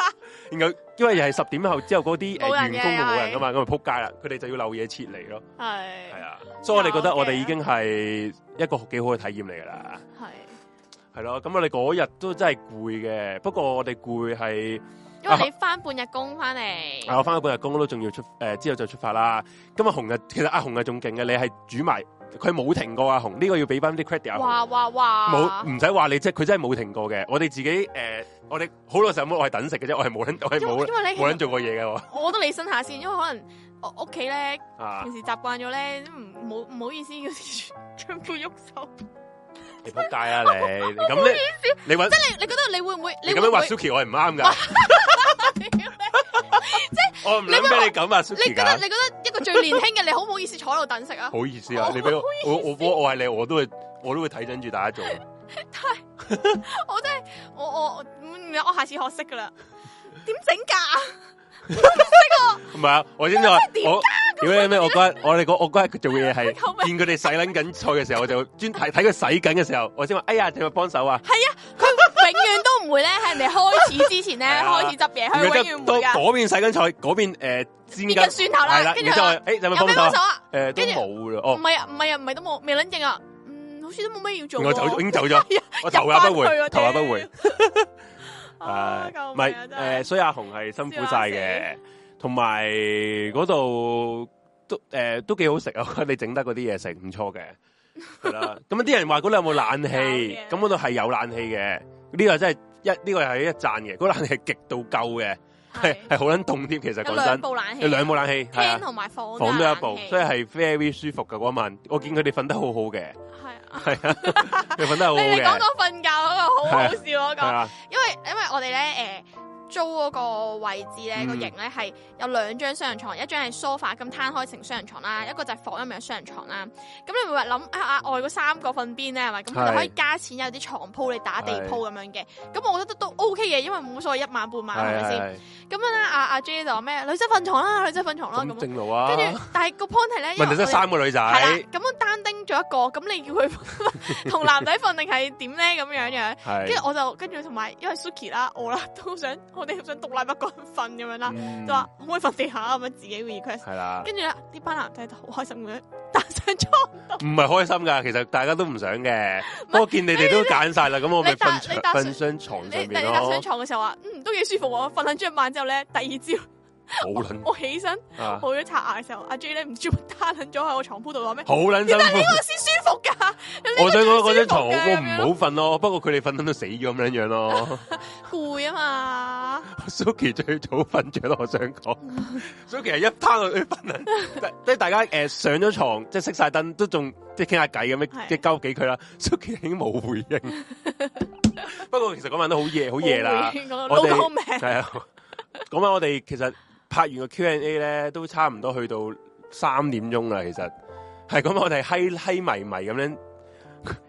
Speaker 2: <laughs> 然後因為又係十點後之後嗰啲
Speaker 1: 冇
Speaker 2: 诶
Speaker 1: 人嘅
Speaker 2: 員工就冇人噶嘛，咁咪撲街啦。佢哋就要漏嘢撤離咯。
Speaker 1: 係
Speaker 2: 係啊，所以我哋覺得我哋
Speaker 1: 有嘅
Speaker 2: 已經係一個幾好嘅體驗嚟㗎啦。
Speaker 1: 係，
Speaker 2: 係咯，咁我哋嗰日都真係攰嘅，不過我哋攰係。
Speaker 1: 因為你翻半日工翻嚟，
Speaker 2: 啊，我翻咗半日工都仲要出，誒、呃之後就出發啦。今日紅日其實阿紅日仲勁嘅，你係煮埋，佢冇停過阿紅，呢、個要俾翻啲 credit 阿紅。
Speaker 1: 哇哇哇！
Speaker 2: 冇唔使話你即係佢真係冇停過嘅。我哋自己誒、我哋好老實咁，我係等食嘅啫，我係冇
Speaker 1: <laughs>
Speaker 2: 撚，我係
Speaker 1: 因為
Speaker 2: 冇
Speaker 1: 因為你
Speaker 2: 冇撚做過嘢嘅我
Speaker 1: 我都理身下先，因為可能我屋企咧
Speaker 2: 啊
Speaker 1: <laughs> 平！時習慣咗咧，唔冇唔好意思要 <laughs> 全部喐手。
Speaker 2: 你仆街
Speaker 1: <laughs>
Speaker 2: 啊你！咁你你揾
Speaker 1: 你你覺得你會唔會？ <laughs>
Speaker 2: 你
Speaker 1: 會
Speaker 2: 咁樣
Speaker 1: 唔會
Speaker 2: 話 Suki 我係唔啱㗎，
Speaker 1: 屌你即係
Speaker 2: 我唔諗俾你咁啊
Speaker 1: 你
Speaker 2: ，Suki
Speaker 1: 覺
Speaker 2: 噶
Speaker 1: 得你，覺得一個最年輕嘅你好唔好意思坐喺度等食啊？
Speaker 2: 好意思啊
Speaker 1: 我，
Speaker 2: 你俾我，我我我我係你，我都會我都會睇緊住大家做。
Speaker 1: 我我我唔我下次學識
Speaker 2: <laughs>
Speaker 1: 噶啦。點整㗎？
Speaker 2: 唔係啊，我先話我屌你咩？我嗰日我哋嗰我嗰日佢做嘅嘢係
Speaker 1: 救命
Speaker 2: 見佢哋洗撚緊菜嘅時候，我就專睇睇佢洗緊嘅時候，我先話哎呀，你咪幫手啊！
Speaker 1: 佢永遠都唔會咧，喺人哋開始之前咧
Speaker 2: 係啊
Speaker 1: 開始執嘢，
Speaker 2: 然後
Speaker 1: 佢
Speaker 2: 即
Speaker 1: 永遠
Speaker 2: 係
Speaker 1: 唔
Speaker 2: 當
Speaker 1: 會㗎。
Speaker 2: 嗰邊洗緊菜，嗰邊誒煎
Speaker 1: 變
Speaker 2: 緊
Speaker 1: 緊蒜頭
Speaker 2: 係
Speaker 1: 啦
Speaker 2: 啦，，
Speaker 1: 跟
Speaker 2: 然
Speaker 1: 住
Speaker 2: 之後
Speaker 1: 話
Speaker 2: 誒你有冇
Speaker 1: 有
Speaker 2: 幫
Speaker 1: 咩
Speaker 2: 手
Speaker 1: 幫
Speaker 2: 啊
Speaker 1: 手？啊？
Speaker 2: 誒都
Speaker 1: 跟住
Speaker 2: 冇啦，
Speaker 1: 唔
Speaker 2: 哦，
Speaker 1: 係啊，唔係啊，唔係都冇，未撚正啊。嗯，好似都冇咩要做喎。
Speaker 2: 我
Speaker 1: <laughs>
Speaker 2: 走已經走咗，我頭也不回，頭也不回。
Speaker 1: 啊
Speaker 2: 係
Speaker 1: 救
Speaker 2: 唔
Speaker 1: 命 <laughs>
Speaker 2: 係
Speaker 1: 啊真
Speaker 2: 誒，
Speaker 1: 係
Speaker 2: 所以阿紅係辛苦晒嘅，同埋嗰度都誒都幾好食啊！ <laughs> 你整得嗰啲嘢食唔錯嘅，係
Speaker 1: <laughs>
Speaker 2: 啦。咁啲人話嗰度有冇冷氣？
Speaker 1: 有嘅
Speaker 2: 咁嗰度係有冷氣嘅，呢個真係一呢個係一讚嘅，嗰個冷氣係極度夠嘅，係
Speaker 1: 係
Speaker 2: 係好撚凍添。其實
Speaker 1: 有
Speaker 2: 講
Speaker 1: 兩
Speaker 2: 真，
Speaker 1: 部冷氣
Speaker 2: 有，兩部冷氣係啊
Speaker 1: 廳。同埋房
Speaker 2: 房都有一部
Speaker 1: 部，，
Speaker 2: 所以係 very 舒服嘅嗰晚。我見佢哋瞓得好好
Speaker 1: <laughs> 係
Speaker 2: 嘅，
Speaker 1: 啊。
Speaker 2: 係啊，佢瞓得好好
Speaker 1: 你哋講
Speaker 2: 嘅，
Speaker 1: 講瞓覺嗰個好好笑嗰
Speaker 2: 係
Speaker 1: 個，
Speaker 2: 啊，
Speaker 1: 因為因為我哋咧誒租嗰個位置咧
Speaker 2: 嗯
Speaker 1: 個型咧係有兩張雙人床，一張係 sofa 咁攤開成雙人床
Speaker 2: 嗯
Speaker 1: 啦，一個就係房入面嘅雙人床啦。咁你咪話諗啊額外嗰三個瞓邊咧係咪？咁佢
Speaker 2: 係
Speaker 1: 哋可以加錢有啲床鋪你打地鋪咁樣嘅。咁我覺得都 OK 嘅，因為冇所謂一晚半晚係咪先？
Speaker 2: 係係
Speaker 1: 咁樣啦，阿阿 J 就話咩女仔瞓床啦，女仔瞓床啦
Speaker 2: 咁
Speaker 1: 哦咁。
Speaker 2: 正路
Speaker 1: 跟
Speaker 2: 啊
Speaker 1: 住。，但係個 point 係咧，因為
Speaker 2: 問題得
Speaker 1: 我哋
Speaker 2: 三個女仔，
Speaker 1: 係啦，咁樣單丁咗一個，咁你要佢 <laughs> 同男仔瞓定係點咧？咁樣樣，跟
Speaker 2: 係
Speaker 1: 住我就跟住同埋，因為 Suki 啦，我啦都好想，我哋好想獨立一個人瞓咁樣啦，
Speaker 2: 嗯啊
Speaker 1: 就話可唔可以瞓地下咁樣自己 request，
Speaker 2: 係啦，
Speaker 1: 跟住咧呢班男仔就好開心咁樣搭上床，
Speaker 2: 唔係開心㗎，其實大家都唔想嘅。不過見你哋都揀晒啦，咁我咪
Speaker 1: 你搭
Speaker 2: 瞓
Speaker 1: 你
Speaker 2: 床
Speaker 1: 搭上
Speaker 2: 瞓張床上
Speaker 1: 你
Speaker 2: 面
Speaker 1: 但係你搭
Speaker 2: 咯
Speaker 1: 上，床嘅時候話，嗯都幾舒服喎，瞓緊咗一晚之後咧，第二朝
Speaker 2: 好撚
Speaker 1: <laughs> 我起身
Speaker 2: 啊，
Speaker 1: 我咗刷牙嘅時候，阿 J 咧唔知攤撚咗喺我床鋪度話咩？
Speaker 2: 好撚辛苦。
Speaker 1: 我先舒服㗎，
Speaker 2: <laughs> 我想講嗰張床，
Speaker 1: 呢個最舒服嘅
Speaker 2: 我唔好瞓咯。不過佢哋瞓到死咗咁樣
Speaker 1: <laughs>
Speaker 2: 樣咯。
Speaker 1: 攰啊嘛。
Speaker 2: Suki 最早瞓着咯，我想講 Suki 係一攤落去
Speaker 1: <laughs>
Speaker 2: 瞓啊，即係大家誒上咗床，即係熄晒燈，都仲即係傾下偈咁樣，
Speaker 1: 係
Speaker 2: 即係鳩幾句啦。Suki 已經冇回
Speaker 1: <laughs>
Speaker 2: 應。不過其實嗰晚都好夜，好夜啦。
Speaker 1: 我
Speaker 2: 我哋
Speaker 1: 老命
Speaker 2: 系啊，咁啊，我哋其實拍完個 Q&A 咧，都差唔多去到三點鐘啦。其實係咁，我
Speaker 1: <laughs>
Speaker 2: 哋閪閪迷迷咁樣。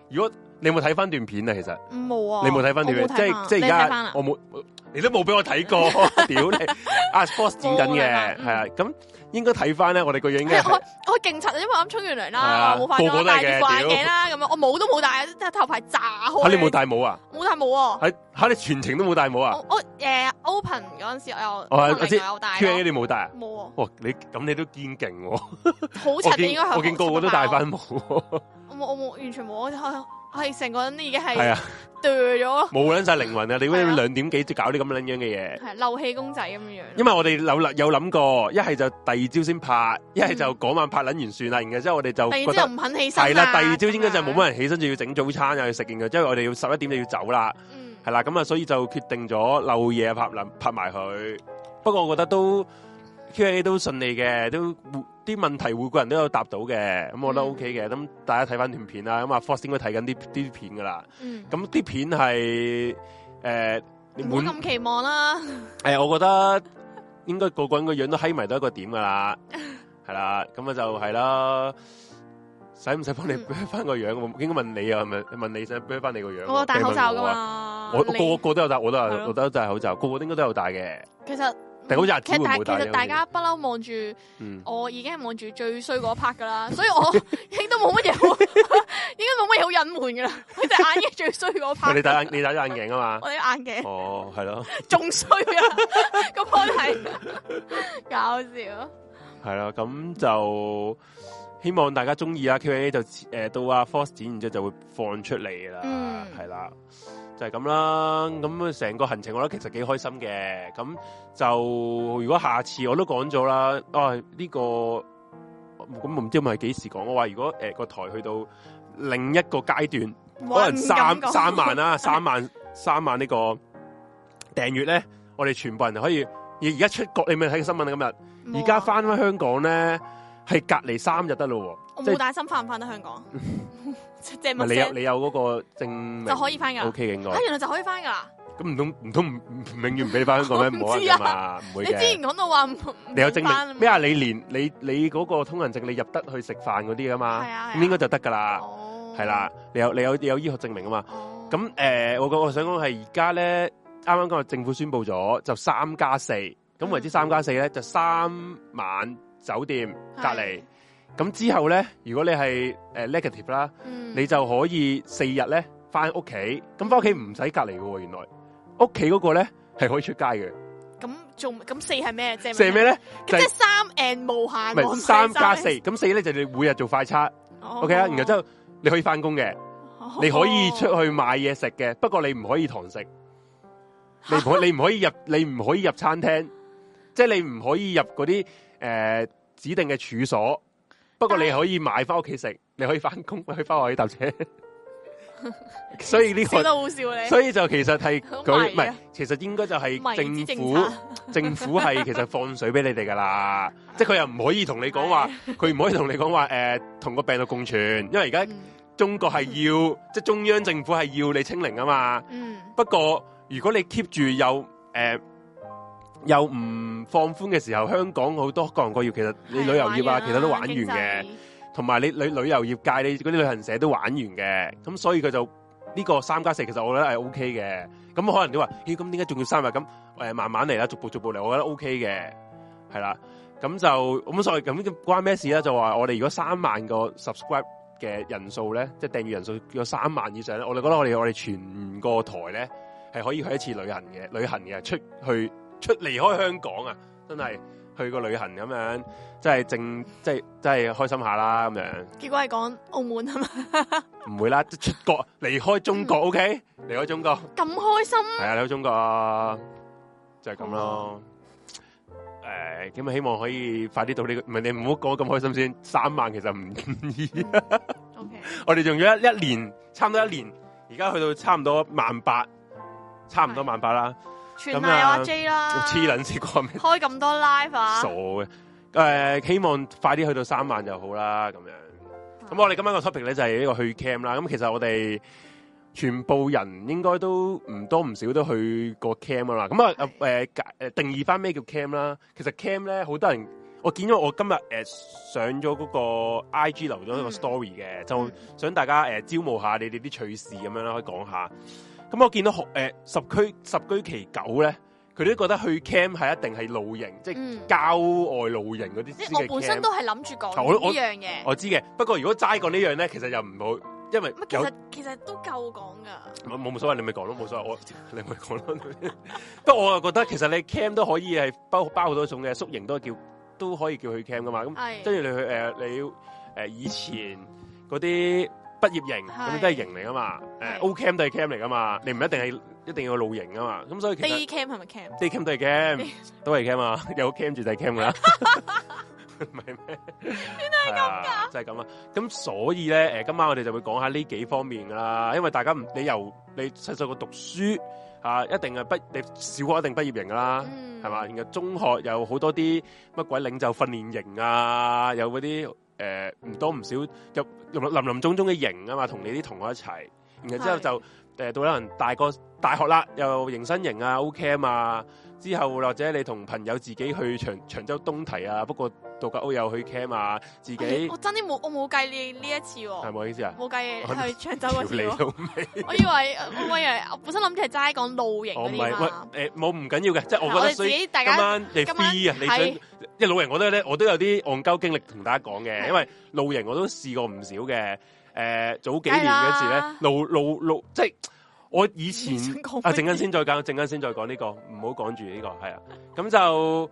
Speaker 2: 如果你有冇睇翻段片啊？其實
Speaker 1: 冇啊，
Speaker 2: 你有冇睇翻
Speaker 1: 我
Speaker 2: 段
Speaker 1: 冇
Speaker 2: 片，
Speaker 1: 睇
Speaker 2: 即係
Speaker 1: 返
Speaker 2: 即係而
Speaker 1: 你睇返啊
Speaker 2: 家
Speaker 1: 啦
Speaker 2: 我冇，你都冇俾我睇
Speaker 1: <laughs>
Speaker 2: 過。屌你，阿 Sports 剪緊
Speaker 1: 冇
Speaker 2: 嘅
Speaker 1: 睇返嗯
Speaker 2: 係啊，咁應該睇翻咧，我哋個樣應該係
Speaker 1: <laughs> 我我勁柒，因為我啱沖完涼
Speaker 2: 係
Speaker 1: 啦，
Speaker 2: 啊
Speaker 1: 我冇化
Speaker 2: 個個
Speaker 1: 妝，
Speaker 2: 都係
Speaker 1: 戴
Speaker 2: 嘅
Speaker 1: 住個眼鏡啦，咁樣我帽都冇戴，即頭髮炸
Speaker 2: 吓
Speaker 1: 開。
Speaker 2: 你冇，戴帽啊？
Speaker 1: 冇戴帽喎。
Speaker 2: 喺吓你全程都冇戴帽啊
Speaker 1: 我我誒 open 嗰陣時，我又
Speaker 2: 我係
Speaker 1: open
Speaker 2: 我知
Speaker 1: 嘅時候有戴咯，
Speaker 2: ？Q&A 你冇戴啊？
Speaker 1: 冇
Speaker 2: 哇！你咁你都堅勁喎！
Speaker 1: 喎，好柒
Speaker 2: 我
Speaker 1: 嘅應該
Speaker 2: 見
Speaker 1: 係
Speaker 2: 我見個個都戴，翻帽喎，
Speaker 1: 我冇我冇完全冇，我係成個人已經
Speaker 2: 係
Speaker 1: 係
Speaker 2: 啊。
Speaker 1: 掉咗咯，
Speaker 2: 冇撚晒靈魂啊！你
Speaker 1: 係
Speaker 2: 會
Speaker 1: 啊
Speaker 2: 兩點幾就搞啲咁撚樣嘅嘢，
Speaker 1: 係漏氣公仔咁樣樣。
Speaker 2: 因為我哋有有諗過，一係就第二朝先拍，一係就嗰晚拍撚完算啦。然後之後我哋就
Speaker 1: 嗯第
Speaker 2: 覺
Speaker 1: 二朝
Speaker 2: 得
Speaker 1: 唔啊肯起身
Speaker 2: 係啦，第二朝應該就冇
Speaker 1: 咁樣。
Speaker 2: 乜人起身，就要整早餐又去食，然後之後我哋要十一點就要走啦，
Speaker 1: 嗯
Speaker 2: 係啦。咁啊，所以就決定咗漏夜拍撚拍埋佢。不過我覺得都 Q&A 都順利嘅，都啲問題每個人都有答到嘅，咁我覺得
Speaker 1: 嗯
Speaker 2: OK 嘅。咁大家睇翻段片啦，咁啊 Fox 應該睇緊啲啲片噶啦。
Speaker 1: 嗯，
Speaker 2: 咁啲片係誒你
Speaker 1: 唔好
Speaker 2: 滿
Speaker 1: 咁期望啦。
Speaker 2: 诶、我覺得應該個個人個樣都閪埋到一個點噶
Speaker 1: <laughs>
Speaker 2: 啦，係啦，咁啊就係啦。使唔使幫你
Speaker 1: 嗯
Speaker 2: blur 翻個樣？我應該問你啊，係咪問你想 blur 翻你個樣？
Speaker 1: 我戴口罩
Speaker 2: 定
Speaker 1: 噶
Speaker 2: 問我啊！
Speaker 1: 嘛，
Speaker 2: 我我
Speaker 1: 你
Speaker 2: 個個都有戴，我都
Speaker 1: 係咯
Speaker 2: 有，我都有戴口罩，個個應該都有戴嘅。
Speaker 1: 其實
Speaker 2: 但好似阿
Speaker 1: 其
Speaker 2: 子
Speaker 1: 實
Speaker 2: 會
Speaker 1: 大其
Speaker 2: 冇戴啊
Speaker 1: 實
Speaker 2: 啫
Speaker 1: 大
Speaker 2: 好
Speaker 1: 家不嬲望住
Speaker 2: 似嗯，
Speaker 1: 我已經係望住最衰嗰 part 噶啦， <laughs> 所以我已經都冇乜嘢好，應該冇乜嘢好隱瞞噶
Speaker 2: <laughs>
Speaker 1: 啦。佢隻眼已經係最衰嗰
Speaker 2: 喂你
Speaker 1: part，
Speaker 2: 戴眼你戴咗眼鏡啊嘛？
Speaker 1: 我哋眼鏡
Speaker 2: 哦，係咯，
Speaker 1: 仲衰 <laughs> 啊！個 point 係搞笑，
Speaker 2: 係啦，咁就希望大家中意啊啦。Q&A 就诶、到阿 Force 展，然之後就會放出嚟啦，
Speaker 1: 嗯
Speaker 2: 係啦、就係咁啦。咁啊，成個行程我覺得其實幾開心嘅。咁就如果下次我都講咗啦，啊呢、個咁我唔知咪幾時講。我話如果诶個、台去到另一個階段，可能三三萬啦，三萬三萬呢個訂閱咧，我哋全部人可以。而而家出國，你咪睇新聞啊今日，而家翻翻香港咧，係隔離三日得咯
Speaker 1: 我
Speaker 2: 喎，即
Speaker 1: 冇
Speaker 2: 係
Speaker 1: 帶心翻唔翻得香
Speaker 2: <laughs>
Speaker 1: 港？啊即係
Speaker 2: 唔係你有
Speaker 1: 乜
Speaker 2: 你有嗰個證明
Speaker 1: 啊就可以翻噶啊哎
Speaker 2: O K 嘅應該
Speaker 1: 啊，原來就可以翻噶啦！
Speaker 2: 咁唔通唔通唔唔永遠唔俾你翻
Speaker 1: <laughs>
Speaker 2: 香港咩？
Speaker 1: 我
Speaker 2: 冇
Speaker 1: 唔知
Speaker 2: 人
Speaker 1: 啊
Speaker 2: 㗎嘛，唔會
Speaker 1: 你之前
Speaker 2: 嘅。
Speaker 1: 講到話唔唔
Speaker 2: 你有證
Speaker 1: 點班啊
Speaker 2: 明
Speaker 1: 嘛
Speaker 2: 咩啊？你連你你嗰個通行證，你入得去食飯嗰啲噶嘛？
Speaker 1: 係啊係啊
Speaker 2: 咁應該就得噶啦，
Speaker 1: 哦，
Speaker 2: 係啦。你有你有你有醫學證明啊嘛。
Speaker 1: 哦，
Speaker 2: 咁诶、呃我我想講係而家咧，啱啱今日政府宣布咗就三加四，咁
Speaker 1: 嗯
Speaker 2: 為之三加四咧就三晚酒店隔離，咁之後咧，如果你係诶 negative 啦，
Speaker 1: 嗯，
Speaker 2: 你就可以四日咧翻屋企，咁翻屋企唔使隔離嘅喎，原來屋企嗰個咧係可以出街嘅，
Speaker 1: 咁仲咁四係咩啫？
Speaker 2: 四係咩咧？
Speaker 1: 咁
Speaker 2: 就
Speaker 1: 即
Speaker 2: 係
Speaker 1: 係三 and 無限
Speaker 2: 唔
Speaker 1: 喎，
Speaker 2: 係三加四，
Speaker 1: 係
Speaker 2: 咁四咧就你每日做快測
Speaker 1: 三
Speaker 2: ，OK 啦，然後之後你可以翻工嘅，
Speaker 1: 後
Speaker 2: 你可以出去買嘢食嘅，不過你唔可
Speaker 1: <laughs>
Speaker 2: 以堂食。你唔可你唔可以入你唔可以入餐廳，即係你唔可以入嗰啲诶指定嘅處所。不過
Speaker 1: 但
Speaker 2: 你可以買翻屋企食，你可以翻工， <laughs> 你可以翻學去
Speaker 1: <laughs>
Speaker 2: 搭車。所以呢、
Speaker 1: 笑
Speaker 2: 個，
Speaker 1: 得好笑你，
Speaker 2: 所以就其實係
Speaker 1: 好迷
Speaker 2: 佢
Speaker 1: 啊
Speaker 2: 唔係，其實應該就係
Speaker 1: 迷之
Speaker 2: 政
Speaker 1: 政
Speaker 2: 府
Speaker 1: 策
Speaker 2: <laughs> 政府係其實放水俾你哋噶啦，即係佢又唔可以同你
Speaker 1: <laughs>
Speaker 2: 講話，佢唔可以同你講話诶，誒同、個病毒共存，因為而家
Speaker 1: 嗯
Speaker 2: 中國係要即係中央政府係要你清零啊嘛。
Speaker 1: 嗯
Speaker 2: 不過如果你 keep 住又诶、呃又唔放寬嘅時候，香港好多各行各業，其實你旅遊業啊，其他都玩完嘅，，同埋你旅旅遊業界，你嗰啲旅行社都玩完嘅，咁所以佢就呢、個三加四，其實我覺得係 O K 嘅。咁可能你話，咦，咁點解仲要三日？咁诶、呃慢慢嚟啦，逐步逐步嚟，我覺得 O K 嘅，係啦。咁就咁所以咁咁關咩事啦？就話我哋如果三萬個 subscribe 嘅人數咧，即係訂閱人數有三萬以上咧，我哋覺得我哋我哋全個台咧係可以去一次旅行嘅，旅行嘅出去出離開香港啊，真係去個旅行咁樣，即係正即係即係開心下啦咁樣。
Speaker 1: 結果係講澳門啊嘛，
Speaker 2: 唔會啦，即係出國離開中國，OK，離開中國
Speaker 1: 咁開心，
Speaker 2: <laughs> 係啊，離開中國啊，就係咁咯。诶，咁啊希望可以快啲到呢、個，唔係你唔好講得咁開心先。三萬其實唔唔易，
Speaker 1: OK，
Speaker 2: 我哋用咗一一年，差唔多一年，而家去到差唔多萬八，差唔多萬八啦。
Speaker 1: 全賴有阿 J 啦，
Speaker 2: 啊黐撚線講咩
Speaker 1: 開咁多 live 啊
Speaker 2: 傻，嘅？诶、希望快啲去到三萬就好啦，咁樣。
Speaker 1: 啊嗯
Speaker 2: 咁我哋今晚個 topic 咧就係呢個去 cam 啦。咁其實我哋全部人應該都唔多唔少都去過 cam 啦。咁啊
Speaker 1: 係
Speaker 2: 誒誒定義翻咩叫 cam 啦。其實 cam 咧好多人，我見咗我今日誒、呃上咗嗰個 IG 留咗一個
Speaker 1: 嗯
Speaker 2: story 嘅，就
Speaker 1: 嗯
Speaker 2: 想大家誒、呃招募下你哋啲趣事咁樣啦，可以講下。咁我見到學誒、呃十區十居其九咧，佢都覺得去 cam 係一定係露營，即係
Speaker 1: 嗯，
Speaker 2: 郊外露營嗰啲
Speaker 1: 即
Speaker 2: 先
Speaker 1: 係我
Speaker 2: 係
Speaker 1: 本
Speaker 2: cam 啊
Speaker 1: 身都係諗住講
Speaker 2: 我我
Speaker 1: 呢樣嘢，
Speaker 2: 我知嘅，不過如果齋講呢樣咧，其實又唔好，因為
Speaker 1: 乜啊其
Speaker 2: 有
Speaker 1: 實其實都夠講噶，
Speaker 2: 冇冇冇所謂，你咪講咯，冇所謂，我 <laughs> 你咪講咯。不過我又覺得其實你 cam 都可以係包包好多種嘅，宿營都叫都可以叫佢 cam 噶嘛。咁
Speaker 1: 係
Speaker 2: 跟住你去誒、呃你要誒、呃以前嗰啲畢業營
Speaker 1: 係
Speaker 2: 咁都係營嚟噶嘛，誒、
Speaker 1: 係
Speaker 2: O cam 都係 cam 嚟噶嘛，你唔一定係一定要露營噶嘛。咁所以其實
Speaker 1: day cam 係咪 cam？
Speaker 2: d cam 都係 <laughs> cam，都係 cam 啊，有 cam 住就係 cam 噶啦，唔係咩？原來係咁噶，就係咁啊。咁所以咧，诶，今晚我哋就會講下呢幾方面㗎啦，因為大家唔你由你細細個讀書啊，一定係畢你小學一定畢業型㗎啦。
Speaker 1: 嗯
Speaker 2: 啊係嘛？然後中學有好多啲乜鬼領袖訓練營啊，有嗰啲誒唔多唔少入入林林種種嘅營啊嘛，同你啲同學一齊。然後之後
Speaker 1: 係
Speaker 2: 就誒、呃到可能大個大學啦，又迎新營啊、OK 啊，之後或者你同朋友自己去長長洲東堤啊，不過度假屋又去 cam 啊，自己
Speaker 1: 我我真啲冇，我冇計你呢一次
Speaker 2: 係
Speaker 1: 喎，
Speaker 2: 咪意思啊？
Speaker 1: 冇計
Speaker 2: 我
Speaker 1: 去長洲
Speaker 2: 條
Speaker 1: 嗰次
Speaker 2: 脷
Speaker 1: 喎。
Speaker 2: 都未，
Speaker 1: 我以為我以為我本身諗住係齋講露營
Speaker 2: 我
Speaker 1: 嗰
Speaker 2: 唔係
Speaker 1: 啲嘛，
Speaker 2: 喂誒冇唔緊要嘅，即係我覺
Speaker 1: 嗱
Speaker 2: 得
Speaker 1: 哋
Speaker 2: 所
Speaker 1: 自
Speaker 2: 以。
Speaker 1: 己大
Speaker 2: 今
Speaker 1: 家
Speaker 2: 晚你
Speaker 1: 今晚
Speaker 2: free 啊！你想
Speaker 1: 係
Speaker 2: 即係露營，我都咧，我都有啲戇鳩經歷同大家講嘅，
Speaker 1: 係
Speaker 2: 因為露營我都試過唔少嘅。誒、早幾
Speaker 1: 梗係
Speaker 2: 年嗰時咧
Speaker 1: 啦，
Speaker 2: 露露露，即係我以前
Speaker 1: 你想講
Speaker 2: 啊，
Speaker 1: 乜嘢
Speaker 2: 陣間先再講，陣間先再講呢、個，唔好講住呢個，係啊。咁就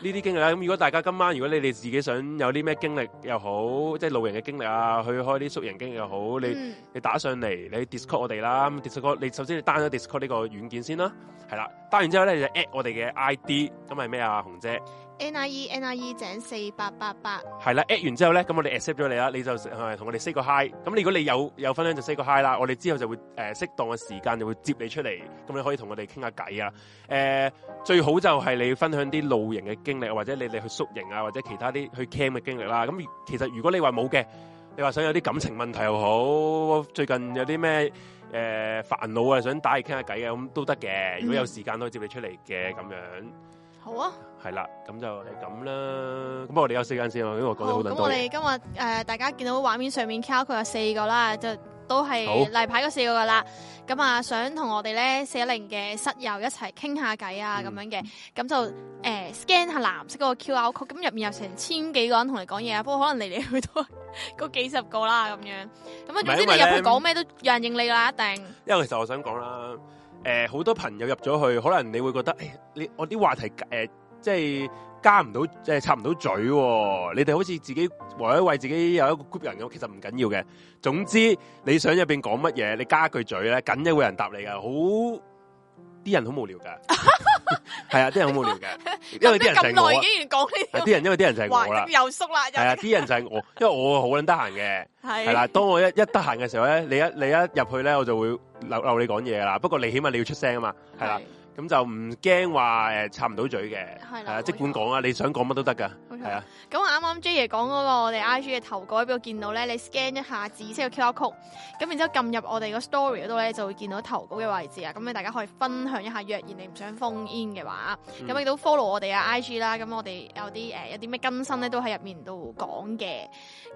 Speaker 2: 呢啲經歷啦。咁如果大家今晚如果你哋自己想有啲咩經歷又好，即係露營嘅經歷啊，去開啲宿營經歷又好，你。
Speaker 1: 嗯
Speaker 2: 你打上嚟，你 Discord 我哋啦。咁 Discord 你首先你 down 咗 Discord 呢個軟件先啦，係啦。down 完之後咧，你就 at 我哋嘅 ID，咁係咩啊？紅姐
Speaker 1: NIE NIE E，井四八八八，
Speaker 2: 係啦，at 完之後咧，咁我哋 accept 咗你啦，你就係同我哋 say 個 hi。咁如果你有有分享就 say 個 hi 啦，我哋之後就會誒、呃、適當嘅時間就會接你出嚟，咁你可以同我哋傾下偈啊。誒、最好就係你分享啲露營嘅經歷，或者你哋去宿營啊，或者其他啲去 cam 嘅經歷啦。咁其實如果你話冇嘅，你話想有啲感情問題又好，最近有啲咩诶烦恼啊，想打嚟傾下偈嘅，咁都得嘅。如果有
Speaker 1: 嗯
Speaker 2: 時間都可以接你出嚟嘅咁樣。
Speaker 1: 好啊，
Speaker 2: 係啦，咁就係咁啦。咁我哋休息間先啊，因為我講咗
Speaker 1: 好
Speaker 2: 好
Speaker 1: 咁
Speaker 2: 撚多
Speaker 1: 我哋
Speaker 2: 嘢。
Speaker 1: 今日诶、呃大家見到畫面上面 QR 佢有四個啦，就都係
Speaker 2: 好
Speaker 1: 例牌嗰四個噶啦。咁啊，想同我哋咧四一零嘅室友一齊傾下偈啊，
Speaker 2: 嗯
Speaker 1: 咁、樣嘅，咁就诶 scan 下藍色嗰個 QR code，咁入面有成千幾個人同你講嘢啊，不過可能嚟嚟去去都 <laughs> 嗰幾十個啦咁樣。咁啊，總
Speaker 2: 唔係
Speaker 1: 之
Speaker 2: 因
Speaker 1: 你
Speaker 2: 為
Speaker 1: 入去
Speaker 2: 呢
Speaker 1: 講咩都有人應你啦，一定。
Speaker 2: 因為其實我想講啦，诶、好多朋友入咗去，可能你會覺得，诶、你我啲話題诶、即係加唔到，即係插唔到嘴、喎。你哋好似自己或者為自己有一個 group 人咁，其實唔緊要嘅。總之你想入边講乜嘢，你加一句嘴咧，緊有會有人答你噶，好啲人好無聊噶，
Speaker 1: <laughs>
Speaker 2: 係啊，啲人好無聊嘅，因為啲人
Speaker 1: 咁
Speaker 2: 就係我
Speaker 1: 耐
Speaker 2: 啊，
Speaker 1: 竟然講呢
Speaker 2: 係啲人因為啲人就係我
Speaker 1: 哇，
Speaker 2: 啦，
Speaker 1: 又縮啦，
Speaker 2: 係啊，啲人就係我，因為我好撚得閒嘅。
Speaker 1: 係
Speaker 2: 系啦，當我一一得閒嘅時候咧，你一你一入去咧，我就會留留你講嘢㗎啦。不過你起碼你要出聲啊嘛，係啦，，咁就唔驚話诶插唔到嘴嘅，
Speaker 1: 係啦
Speaker 2: 係
Speaker 1: 冇
Speaker 2: 啊，
Speaker 1: 錯
Speaker 2: 即管講啊，你想講乜都得噶，
Speaker 1: 冇錯
Speaker 2: 係啊，
Speaker 1: 咁啱啱 J 爺講嗰個我哋 I G 嘅投稿俾我見到咧，你 scan 一下紫色嘅 QR code，咁然之後撳入我哋個 story 嗰度咧，就會見到投稿嘅位置啊。咁你大家可以分享一下，若然你唔想封煙嘅話，
Speaker 2: 嗯
Speaker 1: 咁亦都 follow 我哋嘅 I G 啦。咁我哋有啲誒、呃有啲咩更新咧，都喺入面度講嘅。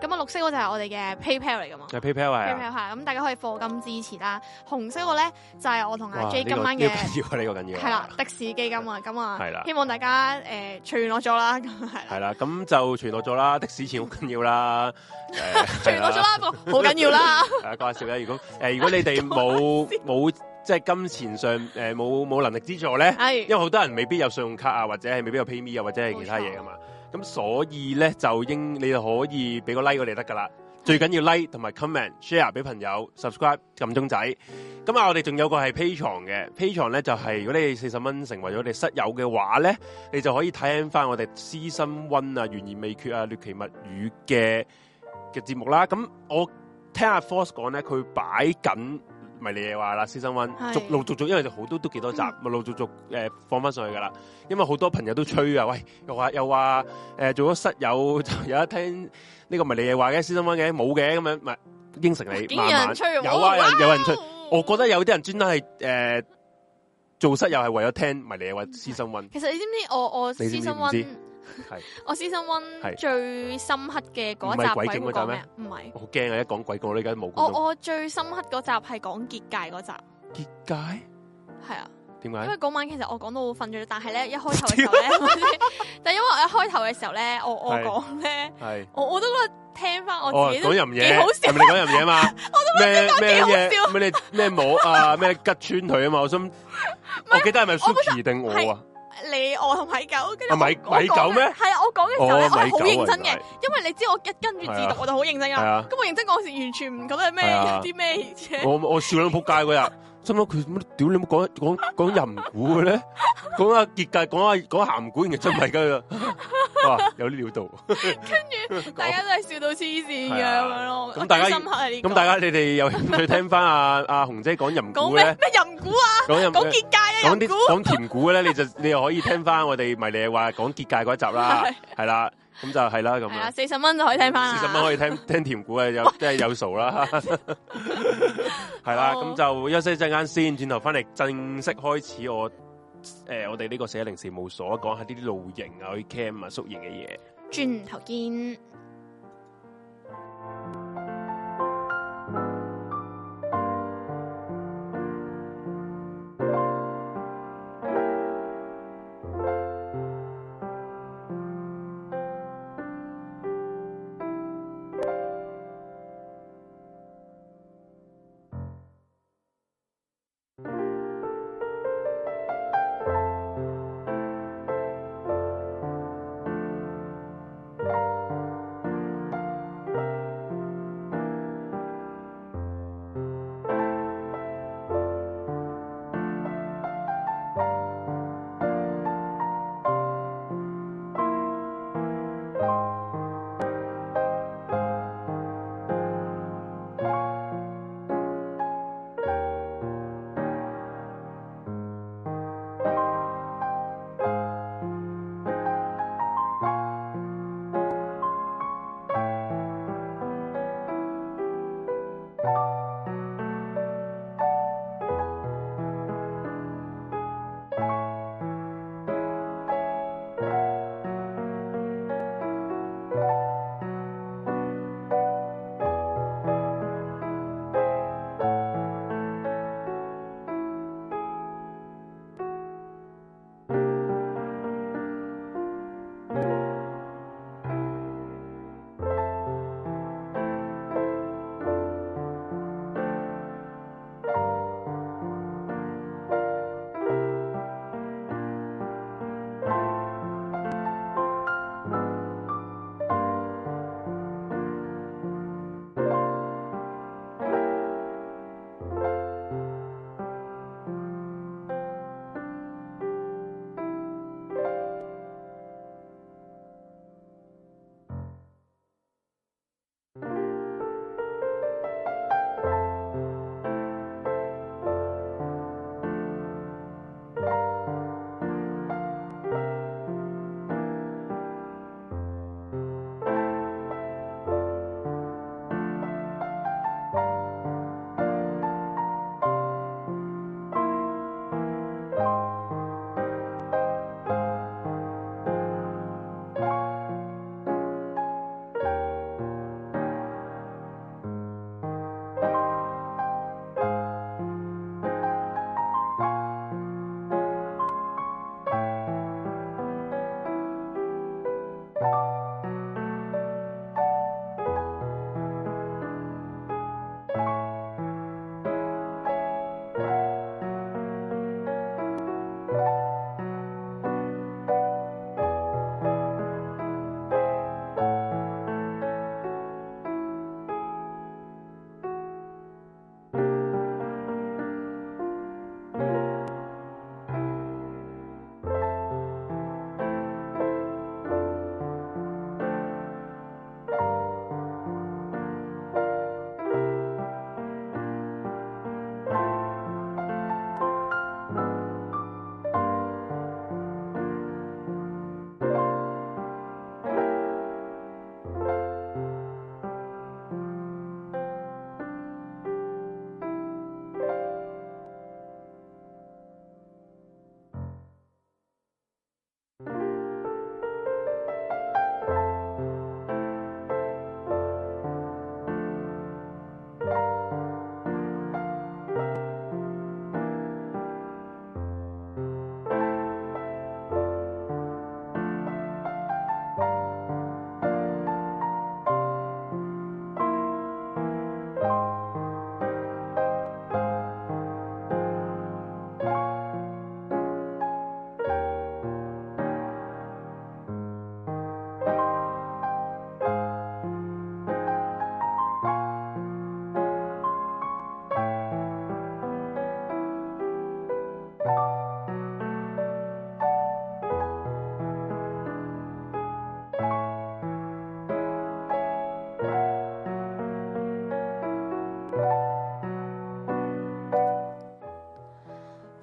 Speaker 1: 咁啊，綠色嗰就係我哋嘅 PayPal 嚟噶嘛。
Speaker 2: 係 PayPal 係
Speaker 1: PayPal
Speaker 2: 啊，
Speaker 1: 係咁，大家可以課金支持啦。紅色嗰個咧就係、我同阿
Speaker 2: 哇，
Speaker 1: J
Speaker 2: 呢個
Speaker 1: 今晚
Speaker 2: 呢
Speaker 1: 嘅
Speaker 2: 個緊要啊，呢個緊要啊，
Speaker 1: 係啦的士基金啊，咁
Speaker 2: 係
Speaker 1: 啊
Speaker 2: 啦，
Speaker 1: 希望大家誒隨緣落咗啦，咁係啦
Speaker 2: 係啦，咁就傳落咗啦，的士錢好緊要啦，
Speaker 1: <laughs>
Speaker 2: 誒
Speaker 1: 除咗咗啦，個好緊要啦，
Speaker 2: <laughs> 誒講下笑啦，啊如果誒如果你哋
Speaker 1: <laughs>
Speaker 2: 冇冇即係金錢上誒冇冇能力資助咧。
Speaker 1: 係
Speaker 2: 因為好多人未必有信用卡啊，或者係未必有 PayMe 啊，或者係其他嘢噶嘛。咁所以咧就應你就可以俾個 like 我哋得噶啦。最緊要 like 同埋 comment share 俾朋友，subscribe 撳鐘仔。咁啊，我哋仲有個係 P 床嘅 P 床咧，就係、如果你四十蚊成為咗我哋室友嘅話咧，你就可以睇翻我哋 Season One 啊、懸而未決啊、獵奇物語嘅嘅節目啦。咁我聽阿 Force 講咧，佢擺緊。迷你嘢話啦，Season One
Speaker 1: 係嗯
Speaker 2: 逐陸續續，因為好多都幾多集，咪陸續續誒放翻上去噶啦。因為好多朋友都吹啊，喂，又話又話誒、做咗室友 <laughs> 就有一聽呢個迷你嘢話嘅 Season One 嘅冇嘅咁樣，咪應承你
Speaker 1: 竟
Speaker 2: 慢
Speaker 1: 然有
Speaker 2: 慢
Speaker 1: 人吹
Speaker 2: 有啊，有人有人吹。
Speaker 1: 哦
Speaker 2: 我覺
Speaker 1: 得
Speaker 2: 得有啲人專登係誒做室友係為咗聽迷你或私生温，
Speaker 1: 其實你知唔知我我
Speaker 2: 你知唔知
Speaker 1: season
Speaker 2: 唔知
Speaker 1: one
Speaker 2: 係
Speaker 1: 我 season
Speaker 2: 係
Speaker 1: one 最深刻嘅嗰
Speaker 2: 唔係
Speaker 1: 一
Speaker 2: 鬼
Speaker 1: 集
Speaker 2: 警
Speaker 1: 鬼
Speaker 2: 嗰
Speaker 1: 故講
Speaker 2: 集咩
Speaker 1: 咩啊？唔係，
Speaker 2: 我好驚啊！一講鬼故，我而家冇
Speaker 1: 我
Speaker 2: 觀眾
Speaker 1: 我最深刻嗰集係講結界嗰集，
Speaker 2: 結界
Speaker 1: 係啊，因
Speaker 2: 點解？
Speaker 1: 為嗰晚其實我講到瞓咗，但係咧一開頭嘅時候咧， <laughs> 但係因為我一開頭嘅時候咧，我我
Speaker 2: 係
Speaker 1: 講咧，
Speaker 2: 係
Speaker 1: 我我都覺得聽翻我
Speaker 2: 哦，
Speaker 1: 自己都
Speaker 2: 講
Speaker 1: 幾
Speaker 2: 任嘢
Speaker 1: 好笑
Speaker 2: 係。咪你講任
Speaker 1: <laughs>
Speaker 2: 嘢嘛？咩
Speaker 1: 幾
Speaker 2: 咩
Speaker 1: 好
Speaker 2: 嘢
Speaker 1: 笑
Speaker 2: 咩你咩摸啊咩吉穿佢啊嘛！我想我記得係咪 Suki 定我啊？
Speaker 1: 你我同米狗，跟住
Speaker 2: 啊米
Speaker 1: 我
Speaker 2: 米狗咩
Speaker 1: 系啊，我講嘅時
Speaker 2: 哦
Speaker 1: 候咧，我
Speaker 2: 米
Speaker 1: 係
Speaker 2: 狗
Speaker 1: 好
Speaker 2: 啊
Speaker 1: 認真
Speaker 2: 原
Speaker 1: 嘅
Speaker 2: 來，
Speaker 1: 因為你知我一跟住
Speaker 2: 係
Speaker 1: 自
Speaker 2: 啊
Speaker 1: 讀，我就好認真
Speaker 2: 係
Speaker 1: 噶啦。
Speaker 2: 啊！
Speaker 1: 咁我認真講，我完全唔覺得係咩
Speaker 2: 係啊
Speaker 1: 有啲咩嘢。
Speaker 2: 我我笑到仆街嗰日，心諗佢乜屌你冇講講講淫股嘅咧， <laughs> 講下結界，講下講鹹股，然後真係 <laughs> 㗎，哇有啲料到。
Speaker 1: 大家都係笑到黐線嘅
Speaker 2: 係啊
Speaker 1: 咁樣咯。
Speaker 2: 咁
Speaker 1: 我
Speaker 2: 大家
Speaker 1: 最深刻係呢個。
Speaker 2: 咁大家你哋有興趣聽翻阿阿紅姐講淫
Speaker 1: 講
Speaker 2: 股
Speaker 1: 咩
Speaker 2: 咧，
Speaker 1: 咩淫股啊，
Speaker 2: 講淫
Speaker 1: 講結界啊，
Speaker 2: 講
Speaker 1: 淫
Speaker 2: 啲
Speaker 1: 股。
Speaker 2: 講甜股咧，你就 <laughs> 你又可以聽翻我哋迷你話講結界嗰一
Speaker 1: <laughs>
Speaker 2: 集啦，係啦，咁就係啦咁
Speaker 1: 係啦，啊
Speaker 2: 樣。
Speaker 1: 四十蚊就可以聽翻啦。
Speaker 2: 四十蚊可
Speaker 1: <laughs>
Speaker 2: 以聽聽甜股啊，有即係有數啦，係啦，
Speaker 1: 哦
Speaker 2: 咁就休息一陣間先，轉頭翻嚟正式開始我誒我哋呢個四一零事務所講下啲露營啊、去 cam 啊、宿營嘅嘢。
Speaker 1: 轉頭見。